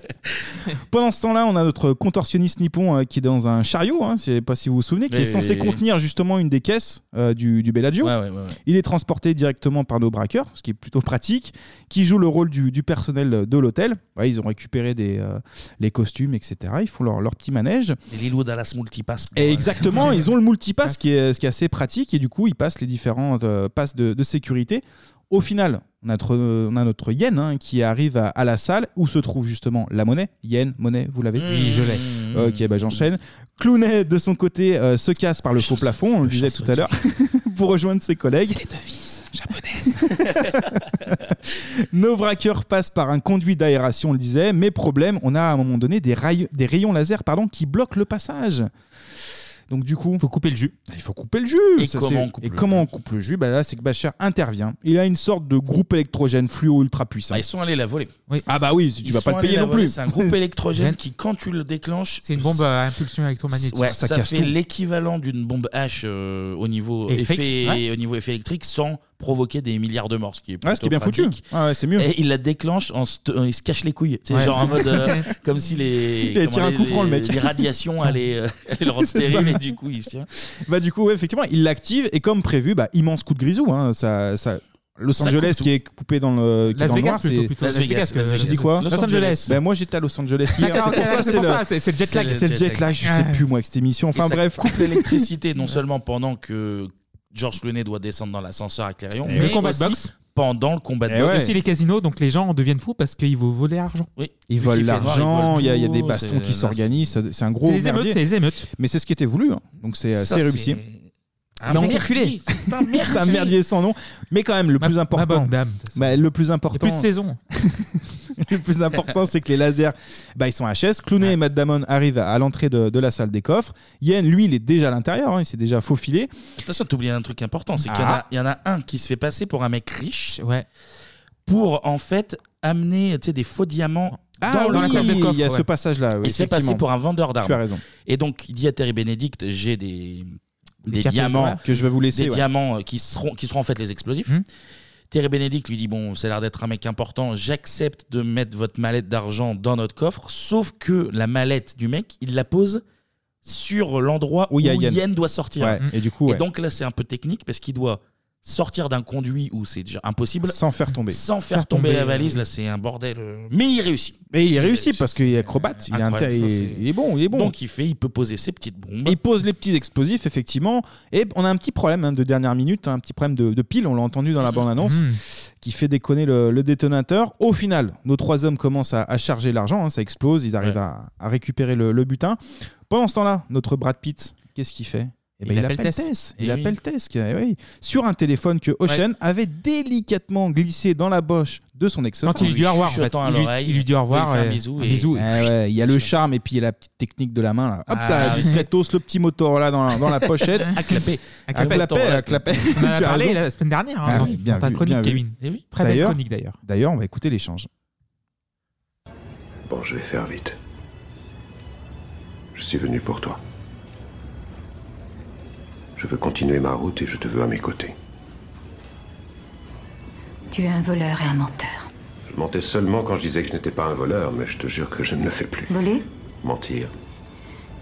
Speaker 6: Pendant ce temps-là, on a notre contorsionniste nippon euh, qui est dans un chariot, hein, je sais pas si vous vous souvenez, qui
Speaker 1: Oui,
Speaker 6: est censé
Speaker 1: oui, oui.
Speaker 6: contenir justement une des caisses euh, du, du Bellagio.
Speaker 1: Ouais, ouais, ouais, ouais.
Speaker 6: Il est transporté directement par nos braqueurs, ce qui est plutôt pratique, qui joue le rôle du, du personnel de l'hôtel. Ouais, ils ont récupéré des, euh, les costumes, etc. Ils font leur, leur petit manège.
Speaker 1: Les Lilo Dallas Multipass.
Speaker 6: Et exactement, ils ont le multipass qui est, ce qui est assez pratique et du coup, ils passent les différentes euh, passes de, de sécurité. Au final, on a notre, on a notre yen hein, qui arrive à, à la salle où se trouve justement la monnaie. Yen, monnaie, vous l'avez
Speaker 7: Oui, je l'ai.
Speaker 6: Ok, bah j'enchaîne. Clooney, de son côté, euh, se casse par le faux plafond, on le disait tout à l'heure, <laughs> pour rejoindre ses collègues.
Speaker 7: les devises
Speaker 6: <laughs> Nos braqueurs passent par un conduit d'aération, on le disait, mais problème, on a à un moment donné des, rayo- des rayons laser pardon, qui bloquent le passage. Donc du coup, il faut
Speaker 7: couper le jus.
Speaker 6: Il faut couper le jus.
Speaker 1: Et
Speaker 6: ça,
Speaker 1: comment
Speaker 6: c'est-
Speaker 1: on coupe
Speaker 6: et
Speaker 1: le
Speaker 6: comment on coupe le jus Bah là, c'est que Bachar intervient. Il a une sorte de groupe électrogène fluo ultra puissant.
Speaker 1: Bah, ils sont allés la voler.
Speaker 6: Ah bah oui, tu
Speaker 1: Ils
Speaker 6: vas
Speaker 1: sont
Speaker 6: pas le
Speaker 1: allés
Speaker 6: payer
Speaker 1: la
Speaker 6: non
Speaker 1: voler.
Speaker 6: plus.
Speaker 1: C'est
Speaker 6: <laughs>
Speaker 1: un groupe électrogène qui, quand tu le déclenches,
Speaker 7: C'est une bombe à impulsion électromagnétique.
Speaker 1: Ouais, ça, fait l'équivalent d'une bombe H euh, au niveau
Speaker 7: Électrique,
Speaker 1: effet
Speaker 7: ouais.
Speaker 1: au niveau effet électrique sans provoquer des milliards de morts, ce qui est,
Speaker 6: Ouais, ce qui est bien
Speaker 1: plutôt
Speaker 6: foutu.
Speaker 1: pratique.
Speaker 6: Ah ouais, c'est mieux.
Speaker 1: Et il la déclenche en se, il se cache les couilles, c'est
Speaker 6: Ouais.
Speaker 1: genre en
Speaker 7: <laughs>
Speaker 1: mode euh, <laughs> comme si les
Speaker 6: Il a
Speaker 1: comment
Speaker 6: tiré un
Speaker 1: les-
Speaker 6: coup franc, le
Speaker 1: les-
Speaker 6: mec.
Speaker 1: les
Speaker 6: <laughs>
Speaker 1: radiations allaient, euh, <laughs> allaient le rendre
Speaker 6: C'est ça.
Speaker 1: stérile et du coup il se tient.
Speaker 6: Bah du coup, ouais, effectivement, il l'active et comme prévu, bah immense coup de grisou. hein, ça, ça- Los
Speaker 1: Ça coupe
Speaker 6: Angeles
Speaker 1: tout.
Speaker 6: qui est coupé dans le, qui est
Speaker 7: Las
Speaker 6: dans le
Speaker 7: Vegas
Speaker 6: noir,
Speaker 7: plutôt,
Speaker 6: c'est-
Speaker 7: plutôt. Las Las Vegas, Vegas, Las Vegas.
Speaker 6: J'ai dit quoi
Speaker 7: Los Los Angeles. Angeles.
Speaker 6: Bah, moi j'étais à Los Angeles hier.
Speaker 7: D'accord, ok, c'est pour
Speaker 6: le-
Speaker 7: ça, c'est- c'est le jet lag.
Speaker 6: C'est le jet lag. Je sais plus moi avec cette émission.
Speaker 1: Et
Speaker 6: Enfin
Speaker 1: ça
Speaker 6: bref.
Speaker 1: coupe
Speaker 6: <laughs>
Speaker 1: l'électricité non seulement pendant que George Clooney doit descendre dans l'ascenseur avec les rayons,
Speaker 7: Et
Speaker 1: mais
Speaker 7: le combat de
Speaker 1: aussi
Speaker 7: boxe.
Speaker 1: pendant le
Speaker 6: Eh
Speaker 1: combat de
Speaker 7: Et
Speaker 1: boxe.
Speaker 7: aussi les casinos, donc les gens en deviennent fous parce qu'ils vont voler l'argent.
Speaker 1: Oui.
Speaker 6: Ils
Speaker 7: Vu
Speaker 6: volent
Speaker 7: qu'il fait noir, ils
Speaker 6: l'argent,
Speaker 7: volent
Speaker 6: il y, a- il y a
Speaker 7: tout,
Speaker 6: des bastons
Speaker 7: c'est-
Speaker 1: euh,
Speaker 6: qui s'organisent, c'est- c'est un gros
Speaker 7: C'est les émeutes,
Speaker 6: merdier.
Speaker 7: c'est les émeutes.
Speaker 6: Mais c'est ce qui était voulu, hein. donc c'est
Speaker 7: Ça,
Speaker 6: c'est réussi.
Speaker 7: un
Speaker 6: C'est en-
Speaker 7: merdier.
Speaker 1: C'est un
Speaker 6: C'est un merdier sans nom, mais quand même le plus important.
Speaker 7: bonne dame,
Speaker 6: bah, le plus important.
Speaker 7: plus de saison.
Speaker 6: le plus important, c'est que les lasers, bah, ils sont à HS. Clooney et Matt Damon arrivent à, à l'entrée de, de la salle des coffres. Yen, lui, il est déjà à l'intérieur, hein, il s'est déjà faufilé.
Speaker 1: Attention, t'oublies un truc important, c'est qu'il y en
Speaker 6: Ah.
Speaker 1: a- il y, en a un qui se fait passer pour un mec riche
Speaker 7: ouais.
Speaker 1: pour en fait amener tu sais, des faux diamants
Speaker 6: Ah, dans la salle de coffre, il y a ce passage-là, oui,
Speaker 1: il se fait passer
Speaker 6: effectivement.
Speaker 1: pour un vendeur d'armes.
Speaker 6: Tu as raison.
Speaker 1: Et donc, il dit à Terry Bénédicte J'ai des,
Speaker 6: Des
Speaker 1: des
Speaker 6: cartes
Speaker 1: diamants
Speaker 6: exemplaires. Que je vais vous laisser,
Speaker 1: Des
Speaker 6: ouais. Hum.
Speaker 1: diamants euh, qui seront, qui seront en fait les explosifs. Terry Bénédicte lui dit Bon, ça a l'air d'être un mec important, j'accepte de mettre votre mallette d'argent dans notre coffre, sauf que la mallette du mec, il la pose sur l'endroit où,
Speaker 6: Où il y a Yen.
Speaker 1: Yen. doit sortir. Mm.
Speaker 6: Ouais, et du coup, ouais.
Speaker 1: donc là, c'est un peu technique parce qu'il doit sortir d'un conduit où c'est déjà impossible.
Speaker 6: Sans faire tomber.
Speaker 1: Sans faire,
Speaker 6: Faire
Speaker 1: tomber,
Speaker 6: tomber,
Speaker 1: la valise,
Speaker 6: euh,
Speaker 1: là, c'est un bordel. euh, Mais il réussit.
Speaker 6: Mais il est réussi parce qu'il est acrobate, il, est
Speaker 1: Incroyable,
Speaker 6: inter-
Speaker 1: ça,
Speaker 6: il-
Speaker 1: c'est-
Speaker 6: il est bon, il est bon.
Speaker 1: Donc il fait, il peut poser ses petites bombes.
Speaker 6: Il pose les petits explosifs, effectivement. Et on a un petit problème hein, de dernière minute, un petit problème de, de pile, on l'a entendu
Speaker 1: Mm-hmm.
Speaker 6: dans la bande-annonce,
Speaker 7: Mhm.
Speaker 6: qui fait déconner le, le détonateur. Au final, nos trois hommes commencent à, à charger l'argent, hein, ça explose, ils arrivent à, à récupérer le, le butin. Pendant ce temps-là, notre Brad Pitt, qu'est-ce qu'il fait Eh ben,
Speaker 7: Il appelle Tess.
Speaker 6: Il
Speaker 7: Eh oui.
Speaker 6: appelle Tess, qui- eh oui, sur un téléphone que Ocean
Speaker 7: Ouais.
Speaker 6: avait déliquement glissé dans la poche de son ex
Speaker 7: Quand il lui dit au revoir, en fait. Il lui- il lui dit au revoir,
Speaker 6: Il
Speaker 7: euh, un bisou et-
Speaker 6: Eh il y a le charme et puis il y a la petite technique de la main. Là. Hop
Speaker 7: Ah,
Speaker 6: là,
Speaker 7: oui.
Speaker 6: discretos, le petit Motorola dans la, dans la pochette.
Speaker 7: <laughs> À clapper.
Speaker 6: À clapper, à clapper.
Speaker 7: On en a
Speaker 6: <laughs> Tu as
Speaker 7: parlé
Speaker 6: raison.
Speaker 7: la semaine dernière, hein,
Speaker 6: Ah
Speaker 7: dans-
Speaker 6: oui,
Speaker 7: dans
Speaker 6: bien
Speaker 7: ta
Speaker 6: vu,
Speaker 7: chronique,
Speaker 6: bien vu.
Speaker 7: Kevin. Eh oui. Très belle chronique, d'ailleurs.
Speaker 6: D'ailleurs, on va écouter l'échange.
Speaker 8: Bon, je vais faire vite. Je suis venu pour toi. Je veux continuer ma route et je te veux à mes côtés.
Speaker 9: Tu es un voleur et un menteur.
Speaker 8: Je mentais seulement quand je disais que je n'étais pas un voleur, mais je te jure que je ne le fais plus.
Speaker 9: Voler
Speaker 8: Mentir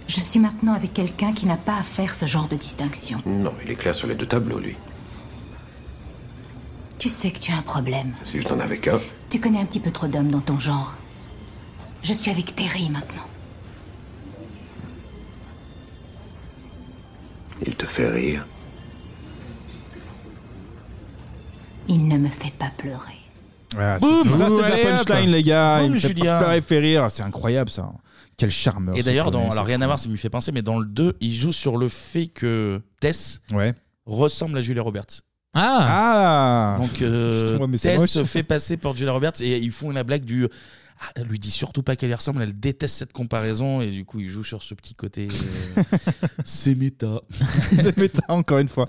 Speaker 9: Je suis maintenant avec quelqu'un qui n'a pas à faire ce genre de distinction.
Speaker 8: Non, il est clair sur les deux tableaux, lui.
Speaker 9: Tu sais que tu as un problème.
Speaker 8: Si je n'en avais qu'un,
Speaker 9: Tu connais un petit peu trop d'hommes dans ton genre. Je suis avec Terry maintenant.
Speaker 8: il te fait rire.
Speaker 9: Il ne me fait pas pleurer.
Speaker 6: Ah,
Speaker 9: Boum,
Speaker 6: c'est- ça,
Speaker 9: boum,
Speaker 6: c'est de la
Speaker 9: allez,
Speaker 6: punchline,
Speaker 9: hop.
Speaker 6: les gars.
Speaker 9: Boum,
Speaker 6: il me fait
Speaker 9: Julien.
Speaker 6: pas pleurer, fait rire. C'est incroyable, ça. Quel charmeur.
Speaker 1: Et
Speaker 6: ce
Speaker 1: d'ailleurs, dans
Speaker 6: premier,
Speaker 1: alors
Speaker 6: c'est
Speaker 1: rien
Speaker 6: fou.
Speaker 1: à voir, ça me fait penser, mais dans le 2, il joue sur le fait que Tess ressemble à Julia Roberts.
Speaker 6: Ah,
Speaker 1: Donc euh,
Speaker 6: <laughs> Putain, ouais, mais c'est
Speaker 1: Tess
Speaker 6: moche.
Speaker 1: se fait passer pour Julia Roberts et ils font la blague du. Ah, elle lui dit surtout pas qu'elle y ressemble, elle déteste cette comparaison et du coup il joue sur ce petit côté. euh, <laughs> c'est méta.
Speaker 6: <laughs> C'est méta, encore une fois.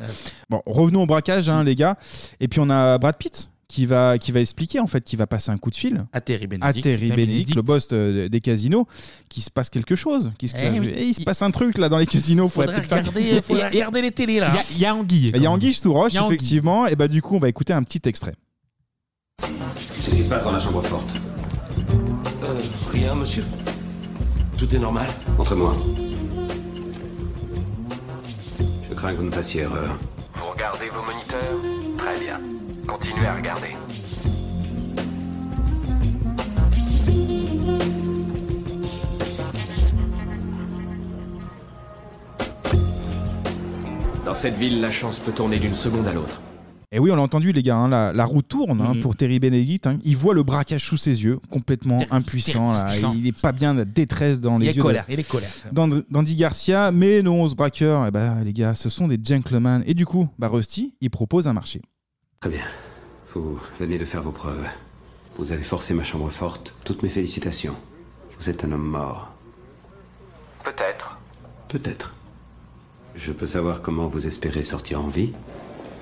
Speaker 6: Bon, revenons au braquage, hein, les gars. Et puis on a Brad Pitt qui va, qui va expliquer, en fait, qui va passer un coup de fil
Speaker 1: À Terry Benedict.
Speaker 6: à Terry Benedict, le boss euh, des casinos, qu'il se passe quelque chose. qu'il se-
Speaker 1: Eh oui.
Speaker 6: Eh, il se passe un truc là dans les casinos.
Speaker 1: Faudrait
Speaker 6: faudrait peut-être faire- <laughs>
Speaker 1: regarder, faudrait regarder les télés là.
Speaker 6: y a Anguille. Il y a Anguille sous roche,
Speaker 1: Il y a Anguille.
Speaker 6: effectivement. Et bah, du coup, on va écouter un petit extrait.
Speaker 16: Qu'est-ce qui se passe dans la chambre forte euh, Rien, monsieur. Tout est normal. Montrez-moi. Je crains que vous ne fassiez erreur.
Speaker 4: Vous regardez vos moniteurs Très bien. Continuez à regarder.
Speaker 13: Dans cette ville, la chance peut tourner d'une seconde à l'autre.
Speaker 6: Et oui, on l'a entendu, les gars, hein, la, la roue tourne hein,
Speaker 13: Mhm.
Speaker 6: pour Terry Benedict. hein. Il voit le braquage sous ses yeux, complètement impuissant. là.
Speaker 1: hystérique.
Speaker 6: Il est pas bien, la détresse dans les
Speaker 1: hein. Il
Speaker 6: yeux.
Speaker 1: est colère,
Speaker 6: de-
Speaker 1: il est colère.
Speaker 6: d'And- d'Andy Garcia. Mais non, ce braqueur, eh ben, les gars, ce sont des gentlemen. Et du coup, bah, Rusty, il propose un marché.
Speaker 16: Très bien. Vous venez de faire vos preuves. Vous avez forcé ma chambre forte. Toutes mes félicitations. Vous êtes un homme mort.
Speaker 4: Peut-être.
Speaker 16: Peut-être. Je peux savoir comment vous espérez sortir en vie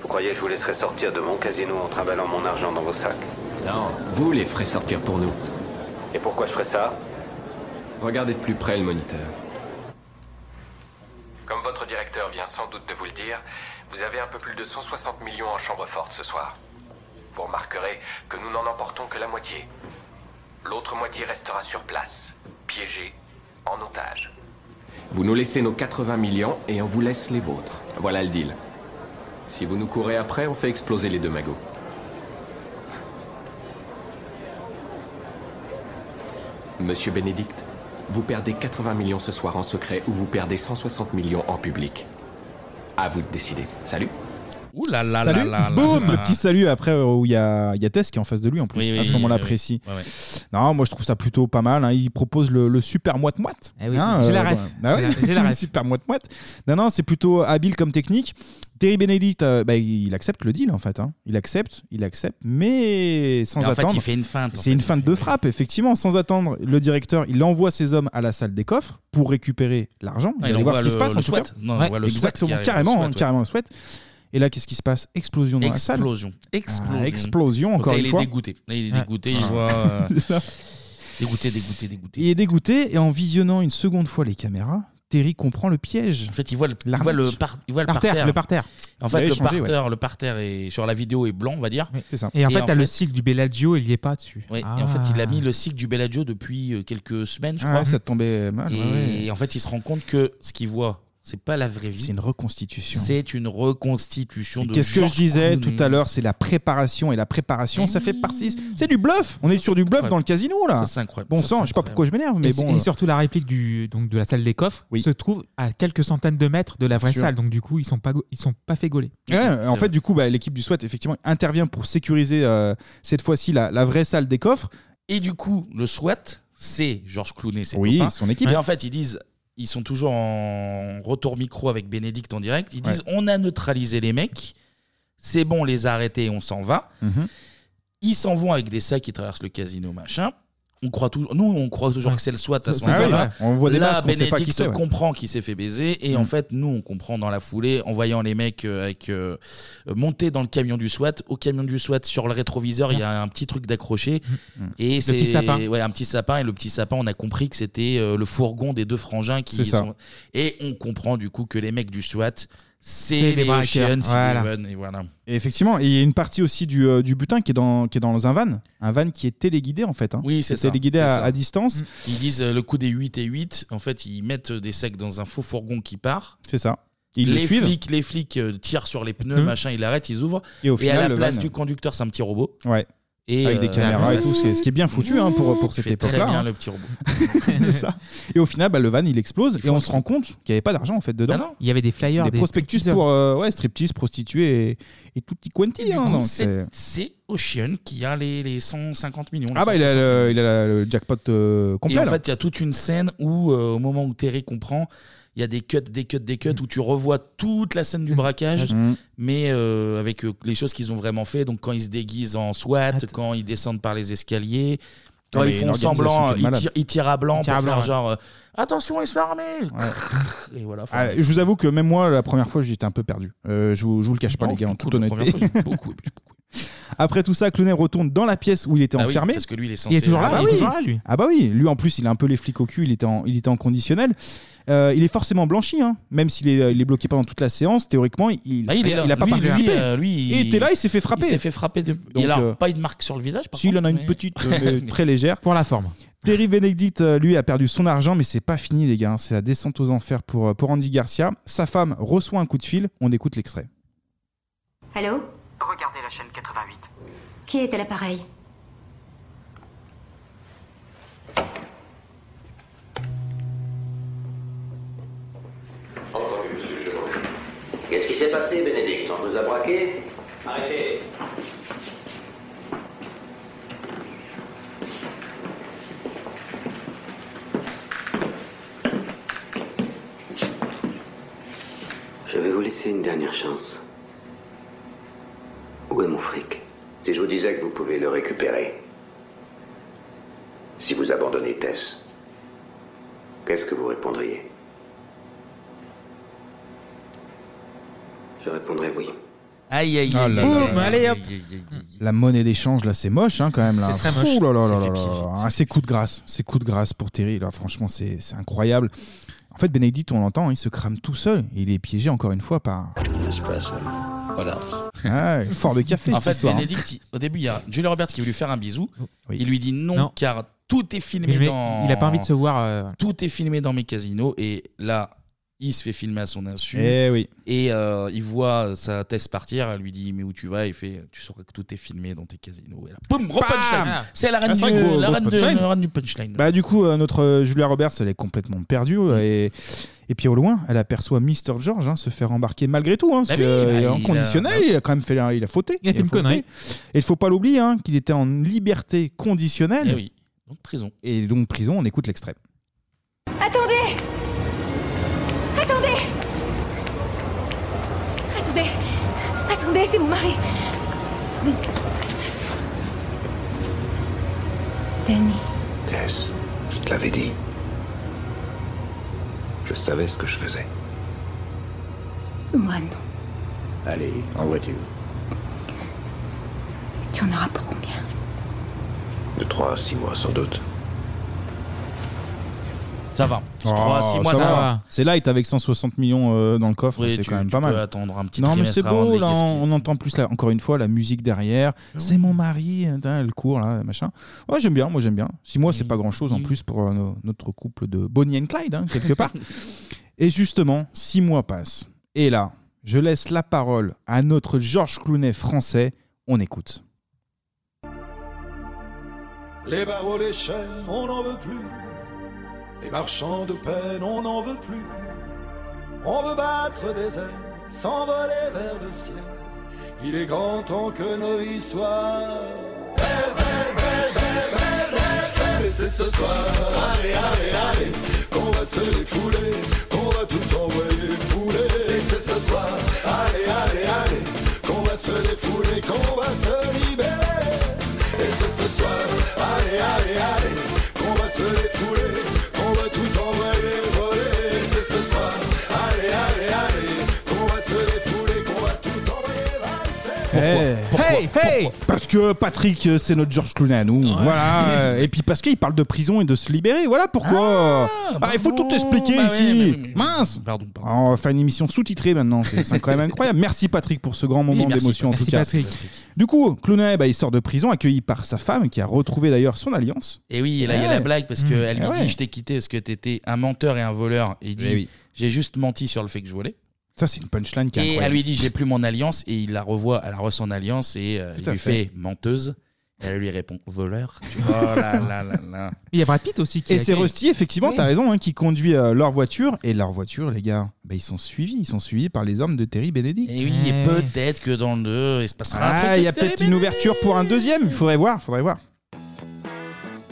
Speaker 4: Vous croyez que je vous laisserai sortir de mon casino en travaillant mon argent dans vos sacs
Speaker 13: Non, vous les ferez sortir pour nous.
Speaker 4: Et pourquoi je ferais ça
Speaker 13: Regardez de plus près le moniteur.
Speaker 4: Comme votre directeur vient sans doute de vous le dire, vous avez un peu plus de 160 millions en chambre forte ce soir. Vous remarquerez que nous n'en emportons que la moitié. L'autre moitié restera sur place, piégée, en otage.
Speaker 13: Vous nous laissez nos 80 millions et on vous laisse les vôtres. Voilà le deal. Si vous nous courez après, on fait exploser les deux magots. Monsieur Bénédicte, vous perdez 80 millions ce soir en secret ou vous perdez 160 millions en public. À vous de décider. Salut.
Speaker 1: Ouh là là
Speaker 6: salut,
Speaker 1: là là
Speaker 6: boum,
Speaker 1: là
Speaker 6: le
Speaker 1: là.
Speaker 6: petit salut après euh, où il y a, il y a Tess qui est en face de lui en plus.
Speaker 1: Oui, oui,
Speaker 6: à ce moment-là
Speaker 1: oui, oui.
Speaker 6: précis.
Speaker 1: Ouais, ouais.
Speaker 6: Non, moi je trouve ça plutôt pas mal. hein. Il propose le, le super moite moite.
Speaker 7: Eh oui, j'ai la ref.
Speaker 6: Ah
Speaker 7: J'ai
Speaker 6: oui, <laughs>
Speaker 7: la- j'ai la
Speaker 6: le
Speaker 7: ref.
Speaker 6: super moite moite. Non, non, c'est plutôt habile comme technique. Terry Benedict, euh, bah, il accepte le deal en fait. hein. Il accepte, il accepte, mais sans
Speaker 1: Mais en fait,
Speaker 6: attendre.
Speaker 1: il fait une feinte, en
Speaker 6: C'est
Speaker 1: fait,
Speaker 6: une
Speaker 1: il
Speaker 6: feinte de frappe, effectivement, sans attendre. Le directeur, il envoie ses hommes à la salle des coffres pour récupérer l'argent. Il
Speaker 1: Ah, il
Speaker 6: va aller voir
Speaker 1: envoie
Speaker 6: ce qui se
Speaker 1: le-
Speaker 6: passe
Speaker 1: le
Speaker 6: en tout cas.
Speaker 1: SWAT. Non, il envoie le SWAT qui
Speaker 6: exactement,
Speaker 1: arrive,
Speaker 6: carrément,
Speaker 1: le SWAT,
Speaker 6: hein,
Speaker 1: ouais.
Speaker 6: carrément le souhaite. Et là, qu'est-ce qui se passe Explosion dans
Speaker 1: Explosion.
Speaker 6: la salle.
Speaker 1: Explosion.
Speaker 6: Ah, explosion,
Speaker 1: Donc
Speaker 6: encore
Speaker 1: là,
Speaker 6: une
Speaker 1: il est
Speaker 6: fois.
Speaker 1: dégoûté. Là, il
Speaker 6: <laughs>
Speaker 1: est
Speaker 6: Ouais.
Speaker 1: dégoûté, il voit, euh,
Speaker 6: C'est ça.
Speaker 1: Dégoûté, dégoûté, dégoûté.
Speaker 6: Il est dégoûté et en visionnant une seconde fois les caméras, Terry comprend le piège.
Speaker 1: En fait, il voit le, il
Speaker 6: L'arnaque.
Speaker 1: voit le, par- il voit le parterre.
Speaker 7: le parterre.
Speaker 1: En
Speaker 7: Il
Speaker 1: fait,
Speaker 7: avait
Speaker 1: le
Speaker 7: changé,
Speaker 1: parterre, le parterre est, sur la vidéo est blanc, on va dire.
Speaker 6: c'est ça.
Speaker 7: Et en fait, t'as le cycle du Bellagio, il n'y est pas dessus.
Speaker 1: Ouais,
Speaker 7: Ah.
Speaker 1: Et en fait, il a mis le cycle du Bellagio depuis euh, quelques semaines, je
Speaker 6: Ah
Speaker 1: crois.
Speaker 6: ouais, ça te tombait mal,
Speaker 1: Et
Speaker 6: ouais,
Speaker 1: en fait, il se rend compte que ce qu'il voit, c'est pas la vraie vie. C'est
Speaker 6: une reconstitution.
Speaker 1: C'est une reconstitution de.
Speaker 6: Qu'est-ce que je
Speaker 1: Georges
Speaker 6: disais
Speaker 1: Clooney.
Speaker 6: tout à l'heure C'est la préparation et la préparation, ça fait partie. C'est du bluff. On est sur du bluff dans le casino là.
Speaker 7: Ça, c'est incroyable.
Speaker 6: Bon
Speaker 7: Ça,
Speaker 6: sang,
Speaker 7: c'est
Speaker 6: je sais pas
Speaker 7: incroyable.
Speaker 6: pourquoi je m'énerve, mais
Speaker 7: et,
Speaker 6: bon.
Speaker 7: Et
Speaker 6: euh,
Speaker 7: surtout, la réplique du, donc, de la salle des coffres se trouve à quelques centaines de mètres de la vraie
Speaker 6: sûr.
Speaker 7: salle. Donc, du coup, ils sont pas, go- ils sont pas fait gauler.
Speaker 6: Ouais, en fait, du coup, bah, l'équipe du SWAT effectivement intervient pour sécuriser euh, cette fois-ci la, la vraie salle des coffres.
Speaker 1: Et du coup, le SWAT, c'est Georges Clooney, c'est
Speaker 6: Oui, son équipe.
Speaker 1: Mais en fait, ils disent, ils sont toujours en retour micro avec Bénédicte en direct. Ils disent, on a neutralisé les mecs, c'est bon, on les a arrêtés, on s'en va.
Speaker 6: Mhm.
Speaker 1: Ils s'en vont avec des sacs qui traversent le casino, machin. On croit toujours, nous, on croit toujours que c'est le SWAT à ce
Speaker 6: Ah oui,
Speaker 1: moment-là.
Speaker 6: ouais. On voit des
Speaker 1: Là,
Speaker 6: masques, on sait pas
Speaker 1: Bénédicte
Speaker 6: qui c'est, ouais.
Speaker 1: comprend qu'il s'est fait baiser. Et
Speaker 6: Mhm.
Speaker 1: en fait, nous, on comprend dans la foulée, en voyant les mecs euh, avec, euh, euh, monter dans le camion du SWAT. Au camion du SWAT, sur le rétroviseur, il y a un petit truc d'accroché. Et
Speaker 7: Le
Speaker 1: c'est
Speaker 7: petit sapin.
Speaker 1: ouais, un petit sapin. Et le petit sapin, on a compris que c'était euh, le fourgon des deux frangins qui
Speaker 7: C'est ça.
Speaker 1: sont. Et on comprend du coup que les mecs du SWAT,
Speaker 7: C'est
Speaker 1: c'est
Speaker 7: les
Speaker 1: les
Speaker 7: braqueurs.
Speaker 1: Ocean
Speaker 7: Voilà.
Speaker 1: Eleven. Et voilà.
Speaker 6: Et effectivement, et il y a une partie aussi du, euh, du butin qui est, dans, qui est dans un van. Un van qui est téléguidé en fait. hein.
Speaker 1: Oui, c'est ça,
Speaker 6: Téléguidé
Speaker 1: c'est
Speaker 6: à,
Speaker 1: ça.
Speaker 6: à distance.
Speaker 1: Ils disent euh, le coup des 8 et 8. En fait, ils mettent des sacs dans un faux fourgon qui part.
Speaker 6: C'est ça. Ils
Speaker 1: les
Speaker 6: le suivent.
Speaker 1: flics, les flics euh, tirent sur les pneus,
Speaker 6: Mhm.
Speaker 1: machin, ils arrêtent, ils ouvrent.
Speaker 6: Et au final,
Speaker 1: à la
Speaker 6: le
Speaker 1: place
Speaker 6: van-
Speaker 1: du euh, conducteur, c'est un petit robot.
Speaker 6: Ouais. Avec des caméras et tout, c'est- ce qui est bien foutu, hein, pour-
Speaker 1: <laughs>
Speaker 6: pour
Speaker 1: Il
Speaker 6: cette
Speaker 1: fait Très
Speaker 6: époque-là,
Speaker 1: bien
Speaker 6: hein.
Speaker 1: le petit robot.
Speaker 6: <laughs>
Speaker 1: <laughs>
Speaker 6: C'est ça. Et au final, bah, le van il explose et on se rend compte qu'il n'y avait pas d'argent en fait dedans.
Speaker 1: Ah non.
Speaker 7: Il y avait des flyers,
Speaker 6: des,
Speaker 7: des
Speaker 6: prospectus
Speaker 7: stripteaseurs.
Speaker 6: pour euh, ouais, striptease, prostituées et, et tout petit quanti. hein,
Speaker 1: Du coup,
Speaker 6: donc
Speaker 1: c'est
Speaker 6: c'est-
Speaker 1: c'est Ocean qui a les, les 150 millions.
Speaker 6: Ah bah il a le, il a la- le jackpot euh, complet.
Speaker 1: Et en
Speaker 6: là.
Speaker 1: fait, il y a toute une scène où, euh, au moment où Terry comprend, il y a des cuts, des cuts, des
Speaker 6: Mm.
Speaker 1: cuts, où tu revois toute la scène du braquage,
Speaker 6: Mhm.
Speaker 1: mais euh, avec euh, les choses qu'ils ont vraiment fait. Donc, quand ils se déguisent en SWAT, quand ils descendent par les escaliers, quand
Speaker 6: Ah,
Speaker 1: ils
Speaker 6: mais
Speaker 1: font
Speaker 6: une organisation
Speaker 1: semblant,
Speaker 6: qui est
Speaker 1: ils
Speaker 6: malade.
Speaker 1: tirent, ils tirent à blanc
Speaker 6: Ils tirent
Speaker 1: pour
Speaker 6: à blanc,
Speaker 1: faire genre euh, Attention, ils sont armés Et voilà. enfin,
Speaker 6: Ah, je vous avoue que même moi, la première fois, j'étais un peu perdu. Euh, je, vous, je vous le cache pas,
Speaker 1: Non,
Speaker 6: les gars, en
Speaker 1: beaucoup,
Speaker 6: toute
Speaker 1: la première
Speaker 6: honnêteté.
Speaker 1: fois, j'ai
Speaker 6: <laughs> Après tout ça, Clooney retourne dans la pièce où il était
Speaker 1: Bah oui,
Speaker 6: enfermé.
Speaker 1: parce que lui, il est censé- Il est toujours là,
Speaker 6: ah bah
Speaker 1: il est
Speaker 6: oui.
Speaker 1: toujours là, lui.
Speaker 6: Ah bah oui, lui en plus, il a un peu les flics au cul, il était en, il était en conditionnel. Euh, il est forcément blanchi, hein. même s'il est, il est bloqué pendant toute la séance. Théoriquement, il
Speaker 1: Bah, il est là.
Speaker 6: il a pas
Speaker 1: Lui, lui,
Speaker 6: participé.
Speaker 1: euh, lui,
Speaker 6: Et il était là, il s'est fait frapper.
Speaker 1: Il s'est fait frapper. De...
Speaker 6: Donc,
Speaker 1: il a
Speaker 6: euh,
Speaker 1: pas une marque sur le visage. par
Speaker 6: Si, il en
Speaker 1: contre,
Speaker 6: a une
Speaker 1: <laughs> mais-
Speaker 6: petite, euh, mais très légère. Pour la forme. Terry Benedict, euh, lui, a perdu son argent, mais c'est pas fini, les gars. hein. C'est la descente aux enfers pour, euh, pour Andy Garcia. Sa femme reçoit un coup de fil. On écoute l'extrait.
Speaker 9: Allô
Speaker 18: Regardez la chaîne 88.
Speaker 9: Qui est à l'appareil
Speaker 18: Entendu, monsieur Jérôme. Qu'est-ce qui s'est passé, Bénédicte On vous a braqué Arrêtez.
Speaker 4: Je vais vous laisser une dernière chance. Où est mon fric
Speaker 18: Si je vous disais que vous pouvez le récupérer, si vous abandonnez Tess, qu'est-ce que vous répondriez
Speaker 4: Je répondrai oui.
Speaker 1: Aïe, aïe,
Speaker 6: Ah
Speaker 1: aïe.
Speaker 6: là
Speaker 1: aïe,
Speaker 6: là
Speaker 1: aïe,
Speaker 6: là.
Speaker 1: aïe, aïe.
Speaker 6: La monnaie d'échange, là, c'est moche, hein, quand même. là.
Speaker 1: C'est très moche.
Speaker 6: Ouh là là
Speaker 1: C'est
Speaker 6: là
Speaker 1: fait
Speaker 6: là
Speaker 1: piéger.
Speaker 6: là. Ah, C'est coup de grâce. C'est coup de grâce pour Terry. Là, franchement, c'est c'est incroyable. En fait, Benedict, on l'entend, hein, il se crame tout seul. Il est piégé encore une fois
Speaker 1: <laughs>
Speaker 6: par. Ah, fort de café,
Speaker 1: En
Speaker 6: cette
Speaker 1: fait,
Speaker 6: histoire. hein.
Speaker 1: Bénédicte, il- au début, il y a Julia Roberts qui veut lui faire un bisou. Il lui dit non,
Speaker 7: Non.
Speaker 1: car tout est filmé
Speaker 7: Mais
Speaker 1: dans.
Speaker 7: il a pas envie de se voir, euh,
Speaker 1: Tout est filmé dans mes casinos. Et là, il se fait filmer à son insu.
Speaker 6: Eh oui.
Speaker 1: Et euh, il voit sa thèse partir. Elle lui dit Mais où tu vas Il fait Tu sauras que tout est filmé dans tes casinos. Et là, boum, gros punchline. C'est la reine
Speaker 6: Ah,
Speaker 1: du
Speaker 6: c'est vrai que gros-
Speaker 1: la
Speaker 6: grosse
Speaker 1: reine de-
Speaker 6: punchline.
Speaker 1: la reine du punchline.
Speaker 6: Bah, du coup, euh, notre euh, Julia Roberts, elle est complètement perdue. euh, Et, et puis au loin, elle aperçoit Mr. George hein, se faire embarquer malgré tout. Hein, parce
Speaker 7: Bah
Speaker 6: que,
Speaker 7: oui,
Speaker 6: euh,
Speaker 7: bah,
Speaker 6: il est
Speaker 7: il
Speaker 6: en conditionnel,
Speaker 7: a-
Speaker 6: il a quand même fait, un- il a fauté.
Speaker 7: Il a fait une
Speaker 6: fauté.
Speaker 7: connerie.
Speaker 6: Et il faut pas l'oublier hein, qu'il était en liberté conditionnelle.
Speaker 1: Eh oui. Donc, prison.
Speaker 6: Et donc, prison, on écoute l'extrait.
Speaker 9: Attendez Attendez Attendez Attendez, c'est mon mari Attendez une seconde. Danny.
Speaker 8: Tess, je te l'avais dit. Je savais ce que je faisais.
Speaker 9: Moi non.
Speaker 8: Allez, en voiture.
Speaker 9: Tu en auras pour combien
Speaker 8: De 3 à 6 mois, sans doute.
Speaker 1: Ça va.
Speaker 6: Oh,
Speaker 1: 3 6 mois, ça, va.
Speaker 6: C'est light avec 160 millions euh, dans le coffre,
Speaker 1: Oui,
Speaker 6: c'est
Speaker 1: tu-
Speaker 6: quand même
Speaker 1: tu
Speaker 6: pas mal.
Speaker 1: peux attendre un petit
Speaker 6: Non, mais
Speaker 1: trimestre
Speaker 6: c'est
Speaker 1: avant de
Speaker 6: beau,
Speaker 1: les-
Speaker 6: là,
Speaker 1: qu'est-ce
Speaker 6: on, on entend plus, là, encore une fois, la musique derrière. C'est mon mari, hein, elle court, là, machin. Ouais, j'aime bien, moi j'aime bien. Six mois, c'est pas grand-chose en plus pour euh, nos- notre couple de Bonnie and Clyde, hein, quelque part. Et justement, six mois passent. Et là, je laisse la parole à notre Georges Clooney français. On écoute.
Speaker 5: Les barreaux, les chaînes, on n'en veut plus. Les marchands de peine, on n'en veut plus. On veut battre des ailes, s'envoler vers le ciel. Il est grand temps que nos vies soient. belles, belles, belles, belles, belles, belles, belles. Et c'est ce soir, allez, allez, allez, qu'on va se défouler, qu'on va tout envoyer fouler. Et c'est ce soir, allez, allez, allez, qu'on va se défouler, qu'on va se libérer. Et c'est ce soir, allez, allez, allez, qu'on va se défouler, qu'on va tout envoyer voler. Et c'est ce soir, allez, allez, allez, qu'on va se défouler, qu'on va tout envoyer valser.
Speaker 6: Hey, hey, Parce que Patrick, euh, c'est notre Georges Clooney à nous. Voilà. euh, Et puis parce qu'il parle de prison et de se libérer. Voilà pourquoi. Ah, il faut tout expliquer
Speaker 1: Bah ouais,
Speaker 6: ici.
Speaker 1: mais- mais- mais-
Speaker 6: Mince.
Speaker 1: Pardon.
Speaker 6: On va faire une émission sous-titrée maintenant. C'est c'est quand même incroyable. Merci Patrick pour ce grand moment
Speaker 1: Oui, merci,
Speaker 6: d'émotion en tout
Speaker 1: merci,
Speaker 6: cas.
Speaker 1: Patrick.
Speaker 6: Du coup, Clooney, bah, il sort de prison, accueilli par sa femme, qui a retrouvé d'ailleurs son alliance.
Speaker 1: Et oui, et là, il y a
Speaker 6: Ouais.
Speaker 1: la blague parce
Speaker 6: Mm.
Speaker 1: qu'elle lui
Speaker 6: Eh ouais.
Speaker 1: dit Je t'ai quitté parce que t'étais un menteur et un voleur. Et il dit
Speaker 6: Eh oui.
Speaker 1: J'ai juste menti sur le fait que je volais.
Speaker 6: Ça, c'est une punchline qui est
Speaker 1: Et elle
Speaker 6: incroyable.
Speaker 1: lui dit J'ai plus mon alliance. Et il la revoit, elle reçoit son alliance et euh, il
Speaker 6: à
Speaker 1: lui
Speaker 6: fait.
Speaker 1: fait, menteuse. Et elle lui répond
Speaker 6: <laughs>
Speaker 1: voleur. Oh là là là là.
Speaker 7: Il y a Brad Pitt aussi qui
Speaker 6: Et
Speaker 7: a-
Speaker 6: c'est Rusty, effectivement,
Speaker 7: Oui.
Speaker 6: t'as raison, hein, qui conduit euh, leur voiture. Et leur voiture, les gars, bah, ils sont suivis. Ils sont suivis par les hommes de Terry Benedict.
Speaker 1: Et Eh oui, et peut-être que dans le 2, il se passera un
Speaker 6: Ah,
Speaker 1: truc.
Speaker 6: il y a peut-être une ouverture pour un deuxième. Il faudrait voir, faudrait voir.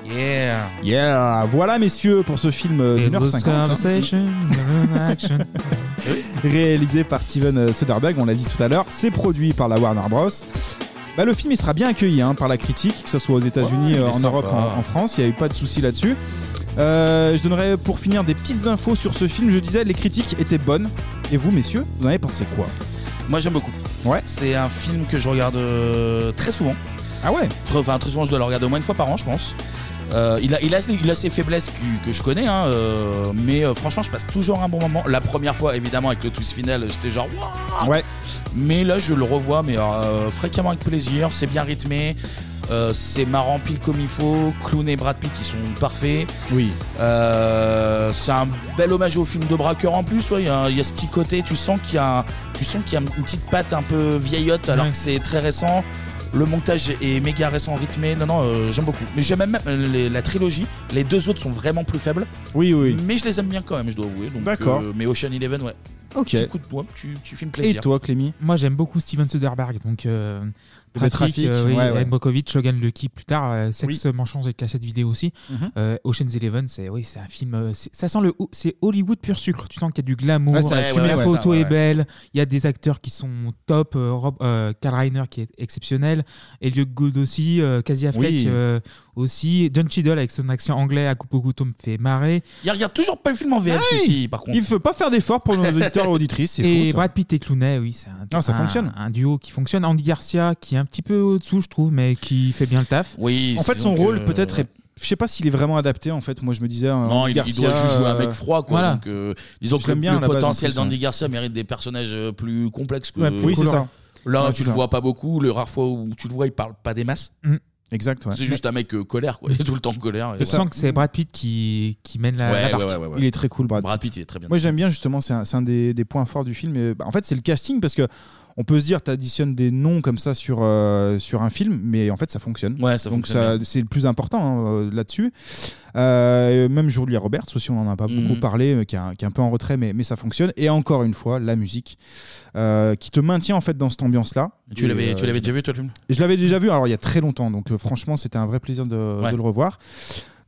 Speaker 1: Yeah.
Speaker 6: Yeah, voilà messieurs pour ce film euh, d'une heure
Speaker 7: Those
Speaker 6: cinquante. hein.
Speaker 7: conversations, action.
Speaker 6: Réalisé par Steven euh, Soderbergh, on l'a dit tout à l'heure, c'est produit par la Warner Bros. Bah, le film il sera bien accueilli hein, par la critique, que ce soit aux États-Unis,
Speaker 1: Ouais, il
Speaker 6: euh,
Speaker 1: est
Speaker 6: en
Speaker 1: sympa.
Speaker 6: Europe, en, en France, il n'y a eu pas de souci là-dessus. Euh, je donnerai pour finir des petites infos sur ce film. Je disais, les critiques étaient bonnes. Et vous, messieurs, vous en avez pensé quoi
Speaker 1: Moi j'aime beaucoup.
Speaker 6: Ouais.
Speaker 1: C'est un film que je regarde euh, très souvent.
Speaker 6: Ah ouais
Speaker 1: Enfin très souvent je dois le regarder au moins une fois par an je pense. Euh, il, a, il, a, il a ses faiblesses que, que je connais, hein, euh, mais euh, franchement je passe toujours un bon moment. La première fois évidemment avec le twist final j'étais genre Wouah
Speaker 6: Ouais.
Speaker 1: Mais là je le revois mais euh, fréquemment avec plaisir, c'est bien rythmé, euh, c'est marrant pile comme il faut, Clown et Brad Pitt qui sont parfaits.
Speaker 6: Oui.
Speaker 1: Euh, c'est un bel hommage au film de braqueur en plus. ouais. Il y a- il y, a ce petit côté, tu sens qu'il y a, tu sens qu'il y a une petite patte un peu vieillotte alors
Speaker 7: Ouais.
Speaker 1: que c'est très récent. Le montage est méga récent, rythmé. Non, non, euh, j'aime beaucoup. Mais j'aime même euh, les- la trilogie. Les deux autres sont vraiment plus faibles.
Speaker 6: Oui, oui.
Speaker 1: Mais je les aime bien quand même, je dois avouer. Donc,
Speaker 6: D'accord.
Speaker 1: euh, mais Ocean Eleven, ouais.
Speaker 6: Ok.
Speaker 1: Petit coup de poing, tu, tu filmes plaisir.
Speaker 6: Clémy
Speaker 7: Moi, j'aime beaucoup Steven Soderbergh. Donc, euh,
Speaker 6: Le
Speaker 7: Trafic,
Speaker 6: Trafic,
Speaker 7: euh, oui,
Speaker 6: ouais, ouais.
Speaker 7: Ed Brockovich, Shogun Lucky, plus tard, euh, Sex, Manchance et Cassette Vidéo aussi.
Speaker 6: Mhm.
Speaker 7: Euh, Ocean's Eleven, c'est oui, c'est un film. euh, c'est- ça sent le, ho- c'est Hollywood pur sucre. Tu sens qu'il y a du glamour,
Speaker 6: Ouais, ça
Speaker 7: euh,
Speaker 6: assume,
Speaker 7: la
Speaker 6: ouais,
Speaker 7: photo
Speaker 6: ça, ouais,
Speaker 7: est
Speaker 6: ouais.
Speaker 7: belle, il y a des acteurs qui sont top. euh, Rob, euh, Karl Reiner qui est exceptionnel, Elliot Gould aussi, euh, Casey Affleck
Speaker 1: Oui.
Speaker 7: euh, aussi, John Cheadle avec son accent anglais à coupe au couteau me fait marrer.
Speaker 1: Il regarde toujours pas le film en VF,
Speaker 7: Ah oui.
Speaker 1: celui-ci, par contre.
Speaker 6: Il faut pas faire d'efforts
Speaker 7: <laughs>
Speaker 6: pour nos auditeurs et auditrices. c'est
Speaker 7: Et
Speaker 6: fou, ça.
Speaker 7: Brad Pitt et Clooney, oui, c'est un,
Speaker 6: Non, ça
Speaker 7: un-
Speaker 6: fonctionne.
Speaker 7: un duo qui fonctionne. Andy Garcia, qui est un petit peu au-dessous, je trouve, mais qui fait bien le taf.
Speaker 1: Oui.
Speaker 6: En fait, son
Speaker 7: euh,
Speaker 6: rôle peut-être est. Je sais pas s'il est vraiment adapté en fait. Moi, je me disais. euh,
Speaker 1: Non, il, il doit juste jouer un mec froid, quoi.
Speaker 6: Voilà.
Speaker 1: Donc, euh, disons
Speaker 6: Je
Speaker 1: que le,
Speaker 6: l'aime bien,
Speaker 1: le
Speaker 6: à la base, en
Speaker 1: potentiel
Speaker 6: plus, hein.
Speaker 1: d'Andy
Speaker 6: ouais.
Speaker 1: Garcia mérite des personnages euh, plus complexes que.
Speaker 6: Ouais, plus Oui, c'est colorés. ça.
Speaker 1: Là,
Speaker 6: Ouais,
Speaker 1: tu
Speaker 6: c'est
Speaker 1: le
Speaker 6: ça.
Speaker 1: vois pas beaucoup. Les rares fois où tu le vois, il parle pas des masses.
Speaker 7: Mm.
Speaker 6: Exact,
Speaker 1: C'est juste un mec euh, colère, quoi. Il est tout le temps en colère. et
Speaker 7: Tu
Speaker 1: voilà.
Speaker 7: sens que c'est Brad Pitt qui, qui mène la,
Speaker 1: Ouais,
Speaker 7: la
Speaker 1: ouais,
Speaker 7: barque.
Speaker 1: ouais, ouais, ouais.
Speaker 6: Il est très cool, Brad,
Speaker 1: Brad Pitt, il est très bien.
Speaker 6: Moi, j'aime bien justement. C'est un, c'est un des, des points forts du film. Et, bah, en fait, c'est le casting parce que on peut se dire, t'additionnes des noms comme ça sur euh, sur un film, mais en fait, ça fonctionne.
Speaker 1: Ouais, ça
Speaker 6: Donc,
Speaker 1: fonctionne
Speaker 6: ça- c'est le plus important hein, euh, là-dessus. Euh, même Julia Roberts aussi, on en a pas
Speaker 1: Mhm.
Speaker 6: beaucoup parlé, mais qui est un, qui est un peu en retrait, mais, mais ça fonctionne. Et encore une fois, la musique euh, qui te maintient en fait dans cette ambiance-là.
Speaker 1: Tu l'avais,
Speaker 6: Et,
Speaker 1: tu
Speaker 6: euh,
Speaker 1: l'avais déjà vu, toi, le film
Speaker 6: Je l'avais déjà vu, alors il y a très longtemps, donc euh, franchement, c'était un vrai plaisir de,
Speaker 1: Ouais.
Speaker 6: de le revoir.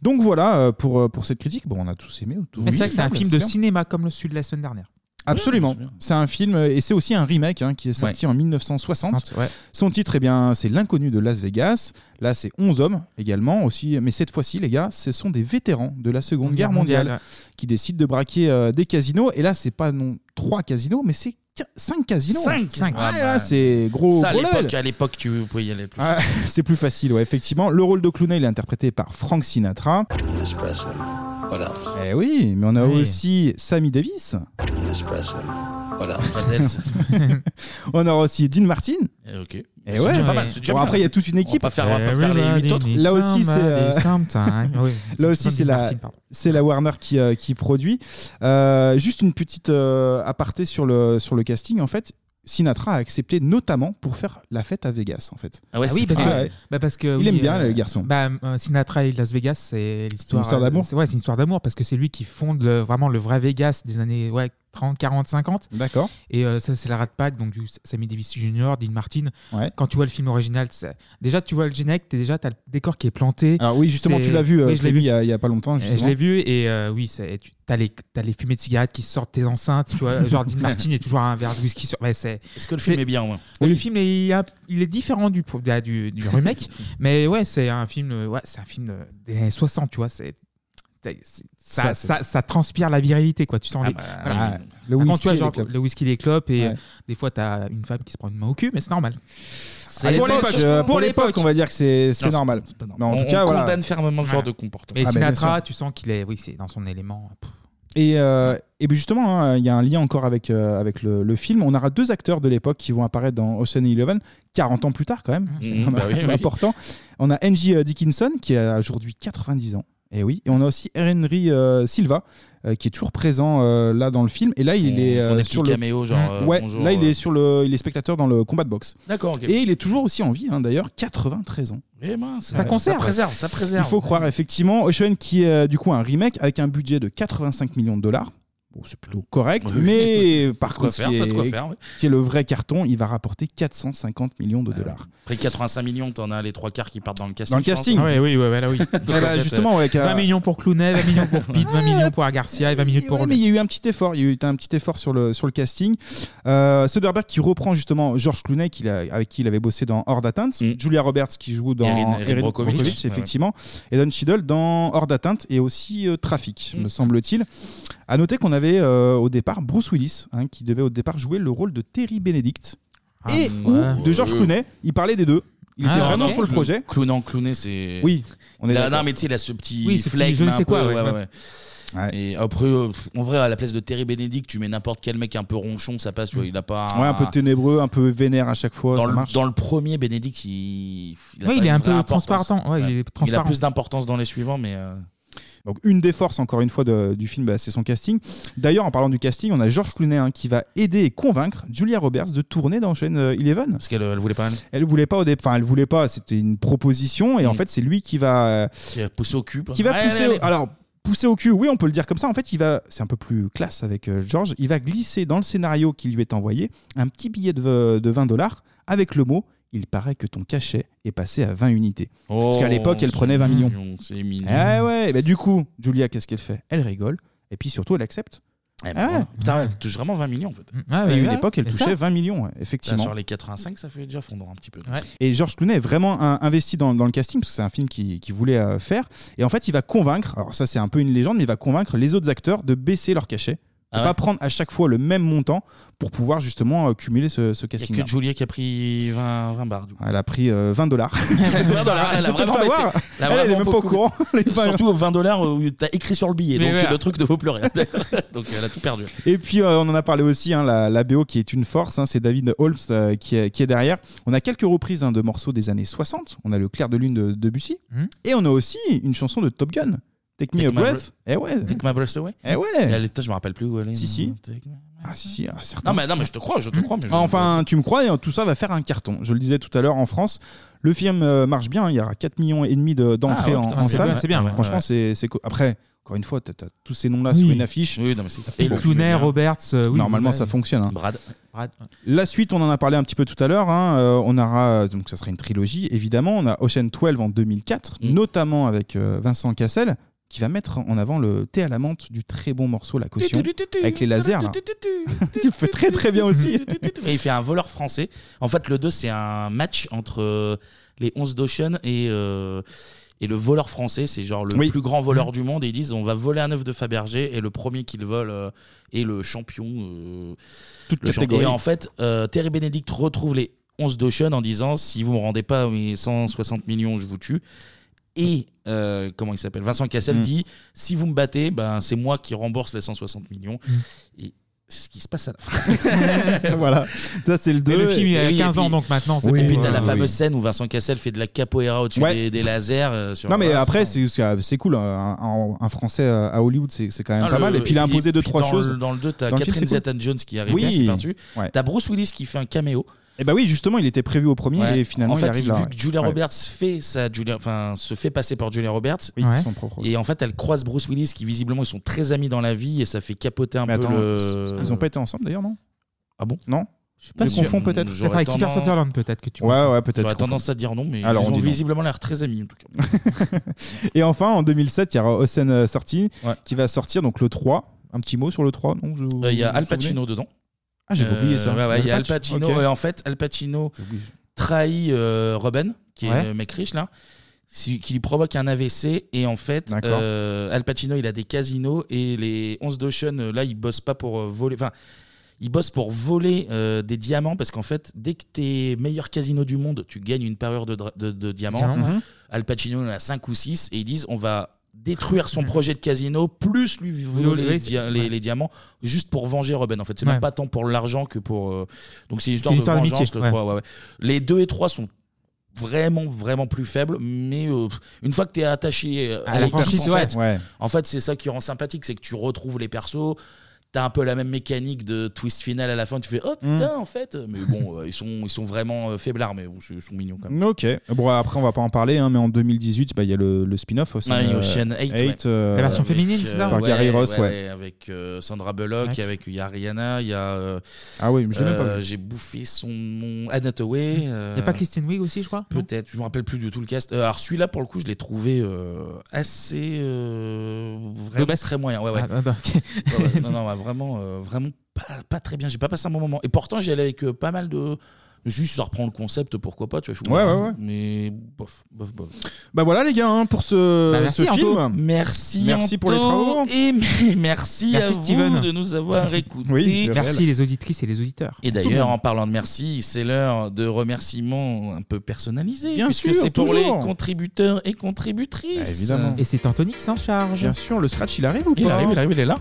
Speaker 6: Donc voilà euh, pour, euh, pour cette critique. Bon, on a tous aimé Ah, autour.
Speaker 7: Mais c'est vrai que c'est un film de cinéma comme le Sud la semaine dernière.
Speaker 6: Absolument. c'est un film euh, et c'est aussi un remake hein, qui est sorti en 1960.
Speaker 7: Ouais.
Speaker 6: Son titre, eh bien, c'est L'inconnu de Las Vegas. Là, c'est 11 hommes également aussi, mais cette fois-ci, les gars, ce sont des vétérans de la Seconde Guerre mondiale,
Speaker 7: mondiale,
Speaker 6: qui décident de braquer euh, des casinos. Et là, c'est pas non trois casinos, mais c'est 5 casinos.
Speaker 1: Cinq. Cinq.
Speaker 6: Ouais,
Speaker 1: Ah,
Speaker 6: là,
Speaker 1: bah.
Speaker 6: c'est gros.
Speaker 1: Ça, à
Speaker 6: gros level.
Speaker 1: l'époque, à l'époque, tu pouvais y aller plus.
Speaker 6: Ah, <laughs> c'est plus facile, ouais, effectivement. Le rôle de Clooney, il est interprété par Frank Sinatra.
Speaker 19: Elvis Presley. Voilà.
Speaker 6: Eh oui, mais on a
Speaker 19: Oui.
Speaker 6: aussi Sammy Davis.
Speaker 19: Espresso. Voilà.
Speaker 6: <laughs> on aura aussi Dean Martin.
Speaker 1: Eh, ok.
Speaker 6: Et
Speaker 1: C'est
Speaker 6: ouais.
Speaker 1: déjà pas mal, c'est déjà
Speaker 6: Bon,
Speaker 1: bien.
Speaker 6: après, il y a toute une
Speaker 1: On va
Speaker 6: équipe.
Speaker 1: pas faire- on va pas faire les huit autres.
Speaker 6: Là aussi, c'est. euh,
Speaker 7: Sometimes.
Speaker 6: <laughs>
Speaker 7: Oui,
Speaker 6: Là
Speaker 7: c'est
Speaker 6: aussi,
Speaker 7: Dean
Speaker 6: c'est la,
Speaker 7: Martin, pardon.
Speaker 6: c'est la Warner qui, euh, qui produit. Euh, juste une petite euh, aparté sur le, sur le casting. En fait, Sinatra a accepté notamment pour faire la fête à Vegas. En fait.
Speaker 7: Ah oui, parce que,
Speaker 6: ouais.
Speaker 7: bah parce que
Speaker 6: Il
Speaker 7: oui,
Speaker 6: aime bien,
Speaker 7: euh,
Speaker 6: le garçon.
Speaker 7: Bah, euh, Sinatra et Las Vegas, c'est l'histoire
Speaker 6: histoire
Speaker 7: euh,
Speaker 6: d'amour.
Speaker 7: c'est- Ouais, c'est une histoire d'amour parce que c'est lui qui fonde le- vraiment le vrai Vegas des années ouais, 30, 40, 50.
Speaker 6: D'accord.
Speaker 7: Et euh, ça, c'est la Rat Pack, donc du Sammy Davis Jr., Dean Martin. Quand tu vois le film original, c'est- déjà tu vois le générique, t'es déjà t'as le décor qui est planté.
Speaker 6: Alors oui, justement,
Speaker 7: C'est-
Speaker 6: tu l'as vu, euh,
Speaker 7: oui, je
Speaker 6: je
Speaker 7: l'ai
Speaker 6: l'ai
Speaker 7: vu.
Speaker 6: vu il y a- il y a pas longtemps,
Speaker 7: Et Je
Speaker 6: justement.
Speaker 7: l'ai vu et euh, oui, c'est- tu as les, t'as les fumées de cigarettes qui sortent tes enceintes, tu
Speaker 6: <laughs>
Speaker 7: vois, genre Dean Martin est toujours à un verre de whisky sur. ouais, c'est-
Speaker 1: Est-ce que le film
Speaker 7: c'est-
Speaker 1: est bien, au moins
Speaker 7: oui, Le film est, il a- il est différent du, pro- bah, du, du
Speaker 6: <laughs>
Speaker 7: remake, mais ouais, c'est un film, euh, ouais, c'est un film euh, des années 60, tu vois, c'est c'est- ça,
Speaker 6: Ça,
Speaker 7: ça,
Speaker 6: c'est-
Speaker 7: ça transpire la virilité, quoi. Tu sens
Speaker 6: Ah
Speaker 7: les-
Speaker 6: bah,
Speaker 7: voilà.
Speaker 6: ouais. Le
Speaker 7: Par contre,
Speaker 6: whisky
Speaker 7: Ah, tu vois,
Speaker 6: et les
Speaker 7: genre,
Speaker 6: clopes.
Speaker 7: le whisky, les clopes, et
Speaker 6: Ouais.
Speaker 7: euh, des fois, t'as une femme qui se prend une main au cul, mais c'est normal.
Speaker 6: Ah, pour l'époque, euh, pour l'époque, on va dire que c'est c'est
Speaker 7: Non, c'est-
Speaker 6: normal.
Speaker 7: c'est pas normal.
Speaker 6: Mais en
Speaker 7: On-
Speaker 6: tout cas,
Speaker 7: on
Speaker 6: voilà.
Speaker 1: condamne fermement ce genre de comportement.
Speaker 7: Et
Speaker 6: Ah, mais bien
Speaker 7: Sinatra,
Speaker 6: sûr.
Speaker 7: tu sens qu'il est, oui, c'est dans son élément.
Speaker 6: Et, euh, et bien justement, hein, il y a un lien encore avec, euh, avec le, le film. On aura deux acteurs de l'époque qui vont apparaître dans Ocean Eleven, 40 ans plus tard quand même.
Speaker 1: Mhm,
Speaker 6: C'est
Speaker 1: bah
Speaker 6: <laughs>
Speaker 1: oui, oui.
Speaker 6: important. On a Angie euh, Dickinson qui a aujourd'hui 90 ans. Et oui, et on a aussi Henry euh, Silva euh, qui est toujours présent euh, là dans le film. Et là, il
Speaker 1: Ils
Speaker 6: est
Speaker 1: font
Speaker 6: euh,
Speaker 1: des
Speaker 6: sur
Speaker 1: petits
Speaker 6: le
Speaker 1: caméos, genre, euh,
Speaker 6: ouais,
Speaker 1: bonjour,
Speaker 6: là il
Speaker 1: euh.
Speaker 6: est sur le, il est spectateur dans le combat de boxe.
Speaker 1: D'accord, ok.
Speaker 6: Et il est toujours aussi en vie, hein, d'ailleurs, 93 ans.
Speaker 1: Eh mince,
Speaker 6: Ouais.
Speaker 1: ça conserve. Ça préserve, ça préserve.
Speaker 6: Il faut croire, effectivement. Ocean, qui est euh, du coup un remake avec un budget de 85 millions de dollars. Bon, c'est plutôt correct,
Speaker 1: Oui.
Speaker 6: mais par
Speaker 1: De quoi
Speaker 6: contre, ce
Speaker 1: faire,
Speaker 6: qui,
Speaker 1: <laughs> t'as de quoi
Speaker 6: est,
Speaker 1: faire, oui. Euh,
Speaker 6: qui est le vrai carton, il va rapporter 450 millions de dollars.
Speaker 1: Après 85 millions, t'en as les trois quarts qui partent dans le casting.
Speaker 6: Dans le
Speaker 1: je pense. hein.
Speaker 6: casting. Ouais, oui, ouais, ouais, là,
Speaker 1: <laughs>
Speaker 6: oui. Eh bah,
Speaker 1: en fait, euh,
Speaker 6: justement, ouais, qu'à-
Speaker 7: 20 millions pour Clooney, 20 millions pour Pete, 20 millions pour Agarcia et 20 millions pour
Speaker 6: Ouais, mais il y a eu un petit effort, il y a eu un petit effort sur le, sur le casting. Euh, Soderbergh qui reprend justement George Clooney qu'il a- avec qui il avait bossé dans Hors d'atteinte, Julia Roberts qui joue dans
Speaker 1: Mm. Erin- Erin Brockovich. Ouais, ouais.
Speaker 6: effectivement, et Don Cheadle dans Hors d'atteinte et aussi euh, Trafic,
Speaker 1: Mm.
Speaker 6: me semble-t-il. À noter qu'on avait euh, au départ Bruce Willis hein, qui devait au départ jouer le rôle de Terry Benedict et ou
Speaker 1: Ah, ouais.
Speaker 6: de George Clooney. Il parlait des deux. Il était
Speaker 1: Ah,
Speaker 6: vraiment
Speaker 1: ok.
Speaker 6: sur le projet.
Speaker 1: Clown en clowné, c'est.
Speaker 6: Oui, on est
Speaker 1: Là,
Speaker 6: d'accord.
Speaker 1: non, mais tu sais, il a ce petit
Speaker 6: Oui, ce petit
Speaker 1: flegme
Speaker 6: je ne
Speaker 1: un
Speaker 6: sais quoi,
Speaker 1: peu,
Speaker 6: ouais.
Speaker 1: Et après, euh, pff, en vrai, à la place de Terry Benedict, tu mets n'importe quel mec un peu ronchon, ça passe. tu vois, Il a pas.
Speaker 6: Mm. Ouais, un peu ténébreux, un peu vénère à chaque fois.
Speaker 1: Dans
Speaker 6: ça
Speaker 1: le,
Speaker 6: marche.
Speaker 1: dans le premier, Benedict, il. a
Speaker 6: Ouais,
Speaker 1: pas
Speaker 6: il est
Speaker 1: une
Speaker 6: un
Speaker 1: vraie
Speaker 6: peu
Speaker 1: importance.
Speaker 6: transparent, ouais, il est transparent.
Speaker 1: a plus d'importance dans les suivants, mais. euh,
Speaker 6: Donc une des forces encore une fois de- du film, bah, c'est son casting. D'ailleurs, en parlant du casting, on a George Clooney hein, qui va aider et convaincre Julia Roberts de tourner dans Ocean euh, Eleven. Parce
Speaker 1: qu'elle elle voulait pas.
Speaker 6: Elle voulait pas au départ. Enfin, elle voulait pas. C'était une proposition et en fait, c'est lui qui va euh,
Speaker 1: Qui va pousser au cul.
Speaker 6: qui va
Speaker 1: Ouais,
Speaker 6: pousser.
Speaker 1: allez,
Speaker 6: au-
Speaker 1: allez.
Speaker 6: Alors pousser au cul, oui, on peut le dire comme ça. En fait, il va. C'est un peu plus classe avec euh, George. Il va glisser dans le scénario qui lui est envoyé un petit billet de, de 20 dollars avec le mot. Il paraît que ton cachet est passé à 20 unités. Parce qu'à
Speaker 1: Oh,
Speaker 6: l'époque, elle
Speaker 1: c'est
Speaker 6: prenait 20 millions.
Speaker 1: mignon, C'est mignon.
Speaker 6: Ah ouais, bah du coup, Julia, qu'est-ce qu'elle fait Elle rigole, et puis surtout, elle accepte.
Speaker 1: Eh ben,
Speaker 6: Ah ouais.
Speaker 1: Putain, elle touche vraiment 20 millions en fait.
Speaker 6: Ah ouais, Et une ouais, époque, elle c'est touchait ça. 20 millions, ouais, effectivement.
Speaker 1: Là, sur les 85, ça fait déjà fondre un petit peu.
Speaker 6: Et George Clooney est vraiment un- investi dans, dans le casting, parce que c'est un film qu'il qu'il voulait euh, faire. Et en fait, il va convaincre, alors ça c'est un peu une légende, mais il va convaincre les autres acteurs de baisser leur cachet, de
Speaker 1: Ah ouais
Speaker 6: pas prendre à chaque fois le même montant pour pouvoir justement euh, cumuler ce, ce
Speaker 1: Il
Speaker 6: casting.
Speaker 1: n'y a que Julia qui a pris 20, 20 bars. du coup.
Speaker 6: Elle a pris euh, 20 dollars. <laughs>
Speaker 1: bah, elle a
Speaker 6: faut peut-être
Speaker 1: vraiment baissé.
Speaker 6: savoir.
Speaker 1: Elle a
Speaker 6: Elle, elle est
Speaker 1: vraiment
Speaker 6: même pas au
Speaker 1: beaucoup-
Speaker 6: courant, les vingt.
Speaker 1: Surtout aux 20 dollars où t'as écrit sur le billet.
Speaker 6: Mais ah.
Speaker 1: donc euh,
Speaker 6: voilà.
Speaker 1: le truc ne vaut plus rien. <laughs> donc elle a tout perdu.
Speaker 6: Et puis euh, on en a parlé aussi, hein, la, la BO qui est une force, hein, c'est David Holmes euh, qui, est, qui est derrière. On a quelques reprises hein, de morceaux des années 60, on a le Clair de Lune de, de Bussy,
Speaker 1: Mhm.
Speaker 6: et on a aussi une chanson de Top Gun, Take Me a
Speaker 1: my
Speaker 6: Breath.
Speaker 1: breath-
Speaker 6: Eh ouais.
Speaker 1: Take my breath away.
Speaker 6: Eh ouais.
Speaker 1: Et elle est- putain, je me rappelle plus où elle est.
Speaker 6: Si, si.
Speaker 1: Take my-
Speaker 6: Ah si, si, ah, certain.
Speaker 1: Non mais, non, mais je te crois, je te crois. Mais je-
Speaker 6: Enfin, tu me crois, et, euh, tout ça va faire un carton. Je le disais tout à l'heure, en France, le film euh, marche bien, il y aura 4 millions et demi de- d'entrées
Speaker 1: Ah ouais,
Speaker 6: en,
Speaker 1: putain,
Speaker 6: en
Speaker 1: c'est
Speaker 6: salle.
Speaker 1: bien, c'est bien, ouais.
Speaker 6: Franchement,
Speaker 1: Ouais.
Speaker 6: c'est c'est co- après encore une fois, t'as t'as tous ces noms-là sur
Speaker 1: Oui.
Speaker 6: une affiche.
Speaker 1: Oui, non, mais c'est-
Speaker 7: Et
Speaker 6: Bon.
Speaker 7: Clooney, Roberts, euh, oui,
Speaker 6: Normalement,
Speaker 7: Clooney.
Speaker 6: ça fonctionne. hein.
Speaker 1: Brad.
Speaker 7: Brad, ouais.
Speaker 6: La suite, on en a parlé un petit peu tout à l'heure. hein. Euh, on aura, donc ça sera une trilogie, évidemment. On a Ocean 12 en 2004, notamment avec euh, Vincent Cassel, qui va mettre en avant le thé à la menthe du très bon morceau La Caution, avec les lasers. là. <laughs> tu le fais très très bien <laughs>
Speaker 1: <laughs>
Speaker 6: aussi.
Speaker 1: Et il fait un voleur français. En fait, le 2, c'est un match entre euh, les 11 d'Ocean et, euh, et le voleur français. C'est genre le
Speaker 6: Oui. Mm.
Speaker 1: plus grand voleur du monde. Et ils disent on va voler un œuf de Fabergé et le premier qui le vole euh, est le champion. euh,
Speaker 6: Toute
Speaker 1: le champ-
Speaker 6: catégorie.
Speaker 1: Et en fait, euh, Terry Benedict retrouve les 11 d'Ocean en disant si vous me rendez pas mes 160 millions, je vous tue. Et euh, comment il s'appelle Vincent Cassel
Speaker 7: Mm.
Speaker 1: dit si vous me battez, ben, c'est moi qui rembourse les 160 millions.
Speaker 6: Mm.
Speaker 1: Et c'est ce qui se passe à la
Speaker 6: <laughs>
Speaker 1: fin.
Speaker 6: Voilà. Ça, c'est le
Speaker 1: Mais
Speaker 6: deux.
Speaker 1: film, il a
Speaker 6: Et oui,
Speaker 1: 15
Speaker 6: et
Speaker 1: ans,
Speaker 6: puis-
Speaker 1: donc maintenant. c'est
Speaker 6: Oui.
Speaker 1: Et puis, t'as
Speaker 6: Ouais,
Speaker 1: la
Speaker 6: oui.
Speaker 1: fameuse scène où Vincent Cassel fait de la capoeira au-dessus
Speaker 6: Ouais.
Speaker 1: des, des lasers. euh, sur
Speaker 6: non mais
Speaker 1: Mars.
Speaker 6: après c'est c'est cool hein. un, un- un français euh, à Hollywood c'est c'est quand même
Speaker 1: Ah,
Speaker 6: pas
Speaker 1: le-
Speaker 6: mal et puis il a imposé deux
Speaker 1: puis
Speaker 6: trois
Speaker 1: dans
Speaker 6: choses
Speaker 1: Le, dans le 2, t'as
Speaker 6: Dans le film,
Speaker 1: Catherine
Speaker 6: c'est cool.
Speaker 1: Zeta-Jones qui arrive
Speaker 6: Oui.
Speaker 1: bien, c'est perdu.
Speaker 6: Ouais.
Speaker 1: T'as Bruce Willis qui fait un caméo.
Speaker 6: et bah oui justement il était prévu au premier
Speaker 1: Ouais.
Speaker 6: et finalement
Speaker 1: en fait,
Speaker 6: il arrive
Speaker 1: il-
Speaker 6: là
Speaker 1: vu
Speaker 6: ouais.
Speaker 1: que Julia
Speaker 6: Ouais.
Speaker 1: Roberts fait sa Julia, enfin, se fait passer par Julia Roberts,
Speaker 6: Oui, Ouais. son propre-
Speaker 1: et en fait elle croise Bruce Willis qui visiblement ils sont très amis dans la vie et ça fait capoter un
Speaker 6: Mais
Speaker 1: peu
Speaker 6: attends,
Speaker 1: le.
Speaker 6: ils ont pas été ensemble d'ailleurs non
Speaker 1: ah bon
Speaker 6: non je
Speaker 1: pas
Speaker 6: les
Speaker 1: sûr.
Speaker 6: confonds peut-être
Speaker 1: J'aurais Peut-être avec Kiefer tendance- Sutherland, peut-être que tu
Speaker 6: ouais
Speaker 1: confonds.
Speaker 6: ouais peut-être
Speaker 1: J'aurais
Speaker 6: je confonds.
Speaker 1: tendance à dire non, mais
Speaker 6: Alors,
Speaker 1: ils
Speaker 6: on
Speaker 1: ont
Speaker 6: dit non.
Speaker 1: visiblement l'air très amis en tout cas.
Speaker 6: et enfin en 2007 il y a Ocean euh, 13 qui va sortir donc le 3 un petit mot sur le 3 non Je-
Speaker 1: Euh, Il y a
Speaker 6: vous
Speaker 1: Al
Speaker 6: vous souvenez
Speaker 1: Pacino dedans.
Speaker 6: ah j'ai
Speaker 1: Euh,
Speaker 6: oublié ça
Speaker 1: ouais, ouais, il y a Al
Speaker 6: Patch
Speaker 1: Pacino.
Speaker 6: Ok.
Speaker 1: Et en fait, Al Pacino trahit euh, Robin, qui est
Speaker 6: Ouais.
Speaker 1: le mec riche là, si- qui lui provoque un AVC. Et en fait,
Speaker 6: D'accord.
Speaker 1: euh, Al Pacino, il a des casinos et les 11 d'Ocean, euh, là, ils bossent pas pour euh, voler. Enfin, ils bossent pour voler euh, des diamants parce qu'en fait, dès que t'es meilleur casino du monde, tu gagnes une parure de, dra- de- de diamants.
Speaker 7: Diamants, ouais.
Speaker 1: Al Pacino il en a 5 ou 6 et ils disent on va détruire son projet de casino plus lui voler
Speaker 7: Oui,
Speaker 1: les,
Speaker 7: c'est-
Speaker 1: dia- les- les diamants juste pour venger Robin en fait c'est
Speaker 7: Ouais.
Speaker 1: même pas tant pour l'argent que pour euh, donc c'est une histoire
Speaker 7: C'est
Speaker 1: de
Speaker 7: une histoire d'amitié,
Speaker 1: vengeance le
Speaker 7: ouais.
Speaker 1: trois, ouais, ouais. les 2 et 3 sont vraiment vraiment plus faibles mais euh, pff, une fois que tu es attaché euh,
Speaker 7: À
Speaker 1: à,
Speaker 7: la
Speaker 1: les persos,
Speaker 7: franchise,
Speaker 1: en
Speaker 7: ouais.
Speaker 1: fait,
Speaker 7: Ouais.
Speaker 1: en fait c'est ça qui rend sympathique c'est que tu retrouves les persos T'as un peu la même mécanique de twist final à la fin, tu fais oh
Speaker 7: Mm.
Speaker 1: putain en fait, mais bon euh, ils sont ils sont vraiment euh, faiblards mais bon, ils sont mignons quand même.
Speaker 6: Ok, bon après on va pas en parler, hein, mais en 2018 bah, il y a le, le spin-off aussi.
Speaker 1: Ouais,
Speaker 6: euh,
Speaker 1: Ocean 8.
Speaker 6: Eight,
Speaker 1: ouais.
Speaker 6: euh,
Speaker 1: Avec, euh,
Speaker 6: Par
Speaker 1: ouais,
Speaker 6: Gary Ross, ouais.
Speaker 1: Avec euh, Sandra Bullock,
Speaker 6: Ouais.
Speaker 1: avec il y a Rihanna, il y a. euh,
Speaker 6: Ah oui, mais je l'ai même pas
Speaker 1: euh,
Speaker 6: vu.
Speaker 1: J'ai bouffé son nom. Anne Hathaway. euh,
Speaker 7: Il n'y a pas Christine Wiig aussi, je crois
Speaker 1: Peut-être, je me rappelle plus du tout le cast. Euh, alors celui-là, pour le coup, je l'ai trouvé euh, assez euh, vraiment
Speaker 7: De base.
Speaker 1: très moyen. Ouais, ouais.
Speaker 7: Ah, bah, ok.
Speaker 1: Ouais, ouais. Non, non, ouais, vraiment, euh, vraiment pas, pas très bien. J'ai pas passé un bon moment. Et pourtant, j'y allais avec euh, pas mal de. Juste, ça reprend le concept, pourquoi pas, tu vois. je suis
Speaker 6: Ouais,
Speaker 1: ouvert.
Speaker 6: ouais, ouais.
Speaker 1: Mais bof, bof, bof.
Speaker 6: Bah voilà les gars hein, pour ce,
Speaker 1: Bah, merci,
Speaker 6: ce film.
Speaker 1: Anto. Merci,
Speaker 6: Merci pour les
Speaker 1: Anto.
Speaker 6: travaux.
Speaker 1: Et <laughs> m- merci,
Speaker 7: Merci,
Speaker 1: à
Speaker 7: Steven.
Speaker 1: vous de nous avoir
Speaker 7: <laughs>
Speaker 1: écoutés.
Speaker 7: Oui, merci les auditrices et les auditeurs.
Speaker 1: Et d'ailleurs, en parlant de merci, c'est l'heure de remerciements un peu personnalisés.
Speaker 7: Bien
Speaker 1: puisque
Speaker 7: sûr,
Speaker 1: c'est pour les
Speaker 7: toujours. Bah,
Speaker 1: contributeurs et contributrices.
Speaker 7: Et c'est Anthony qui s'en charge.
Speaker 6: Ah, Bien sûr, le scratch il arrive ou
Speaker 1: Il
Speaker 6: pas
Speaker 1: arrive, il arrive, il est là.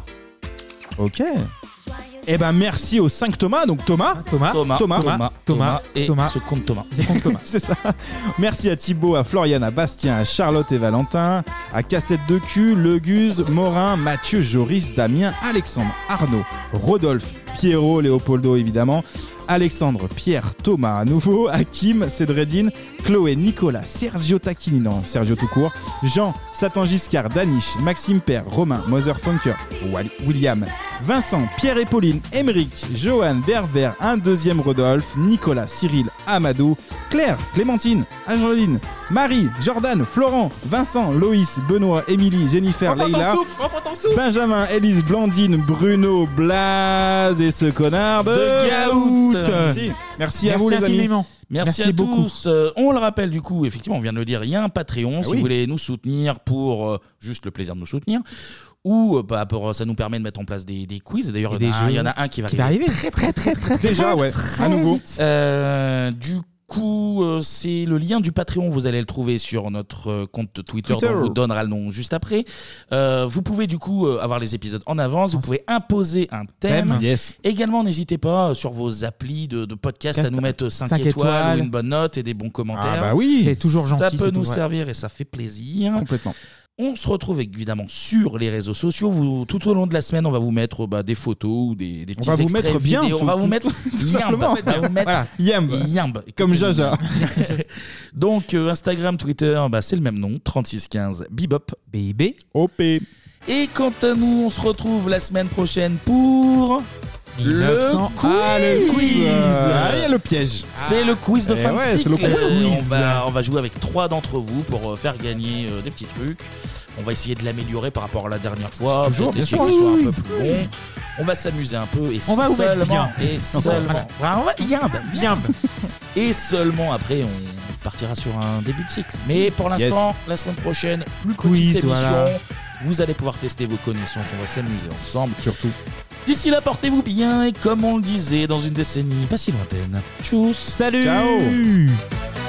Speaker 6: Ok. Eh ben merci aux 5 Thomas, donc Thomas,
Speaker 7: Thomas,
Speaker 1: Ah, Thomas,
Speaker 6: Thomas,
Speaker 1: Thomas, Thomas, et ce compte Thomas.
Speaker 6: <laughs> C'est ça. Merci à Thibaut, à Florian, à Bastien, à Charlotte et Valentin, à Cassette de cul, Leguse, Morin, Mathieu, Joris, Damien, Alexandre, Arnaud, Rodolphe, Pierrot, Léopoldo évidemment, Alexandre, Pierre, Thomas à nouveau, Hakim, Cédredine, Chloé, Nicolas, Sergio Tacchini, non, Sergio tout court, Jean, Satan Giscard, Danish, Maxime Père, Romain, Mother Funker, Wally- William, Vincent, Pierre et Pauline, Émeric, Johan, Berber, un deuxième Rodolphe, Nicolas, Cyril, Amadou, Claire, Clémentine, Angeline, Marie, Jordan, Florent, Vincent, Loïs, Benoît, Émilie, Jennifer,
Speaker 7: Reprends ton
Speaker 6: Leïla,
Speaker 7: souffle, reprends ton souffle.
Speaker 6: Benjamin, Élise, Blandine, Bruno, Blaze et ce
Speaker 7: Ah,
Speaker 6: connard de,
Speaker 7: bah,
Speaker 1: De Gaout.
Speaker 6: Gaout. Merci. Merci à vous les amis.
Speaker 1: Merci, à tous. Euh, on le rappelle du coup, effectivement, on vient de le dire, il y a un
Speaker 7: Ah
Speaker 1: Patreon. si
Speaker 6: oui.
Speaker 1: vous voulez nous soutenir pour euh, juste le plaisir de nous soutenir, ou euh, bah, pour, euh, ça nous permet de mettre en place des, des quiz. Et D'ailleurs, il y en a un- il y en a un qui va arriver.
Speaker 7: Très, très, très, très, très
Speaker 6: Déjà, ouais, à nouveau.
Speaker 1: Euh, du coup, euh, c'est le lien du Patreon. Vous allez le trouver sur notre euh, compte Twitter,
Speaker 7: Twitter.
Speaker 1: dont on vous donnera le nom juste après. Euh, vous pouvez du coup euh, avoir les épisodes en avance.
Speaker 7: Ah.
Speaker 1: Vous pouvez imposer un thème.
Speaker 7: Thème. Yes.
Speaker 1: Également, n'hésitez pas euh, sur vos applis de, de podcast
Speaker 7: Cast-
Speaker 1: à nous mettre 5,
Speaker 7: cinq
Speaker 1: étoiles,
Speaker 7: étoiles.
Speaker 1: ou une bonne note et des bons commentaires.
Speaker 7: Ah bah oui. C'est toujours
Speaker 1: Ça
Speaker 7: gentil,
Speaker 1: peut
Speaker 7: c'est
Speaker 1: nous
Speaker 7: tout, ouais.
Speaker 1: servir et ça fait plaisir.
Speaker 6: Complètement.
Speaker 1: On se retrouve évidemment sur les réseaux sociaux. Vous, tout au long de la semaine, on va vous mettre bah, des photos ou des, des
Speaker 6: On
Speaker 1: petits
Speaker 6: va vous
Speaker 1: extraits
Speaker 6: mettre bien,
Speaker 1: vidéo.
Speaker 6: tout-
Speaker 1: on va vous
Speaker 6: tout-
Speaker 1: mettre <laughs>
Speaker 6: tout
Speaker 1: Yimbe.
Speaker 6: simplement.
Speaker 1: On va vous mettre
Speaker 6: Voilà, Yimbe.
Speaker 1: Yimbe.
Speaker 6: Comme Jaja.
Speaker 1: <laughs> Donc euh, Instagram, Twitter, bah, c'est le même nom 3615 Bibop
Speaker 7: BIB
Speaker 6: OP.
Speaker 1: Et quant à nous, on se retrouve la semaine prochaine pour le
Speaker 7: 1900.
Speaker 1: quiz.
Speaker 7: Ah, le quiz.
Speaker 6: Ah, il y a le piège.
Speaker 1: C'est le quiz de
Speaker 6: Eh
Speaker 1: fin de
Speaker 6: ouais, c'est
Speaker 1: cycle.
Speaker 6: le quiz.
Speaker 1: Euh, on, va, on va jouer avec trois d'entre vous pour euh, faire gagner euh, des petits trucs. On va essayer de l'améliorer par rapport à la dernière fois.
Speaker 7: Toujours,
Speaker 1: peut-être
Speaker 7: bien
Speaker 1: essayer
Speaker 7: sûr.
Speaker 1: qu'il
Speaker 7: Oui,
Speaker 1: soit un peu
Speaker 7: oui.
Speaker 1: plus long. On va s'amuser un peu et
Speaker 7: On va vous mettre
Speaker 1: seulement
Speaker 7: bien.
Speaker 1: et seulement. Voilà, on va- yimbe,
Speaker 7: yimbe.
Speaker 1: Et seulement après on partira sur un début de cycle. Mais pour
Speaker 7: Yes.
Speaker 1: l'instant, la semaine prochaine, plus
Speaker 7: Quiz,
Speaker 1: petite émission.
Speaker 7: voilà.
Speaker 1: Vous allez pouvoir tester vos connaissances, on va s'amuser ensemble.
Speaker 6: Surtout.
Speaker 1: D'ici là, portez-vous bien et comme on le disait, dans une décennie pas si lointaine. Tchuss, salut
Speaker 6: Ciao.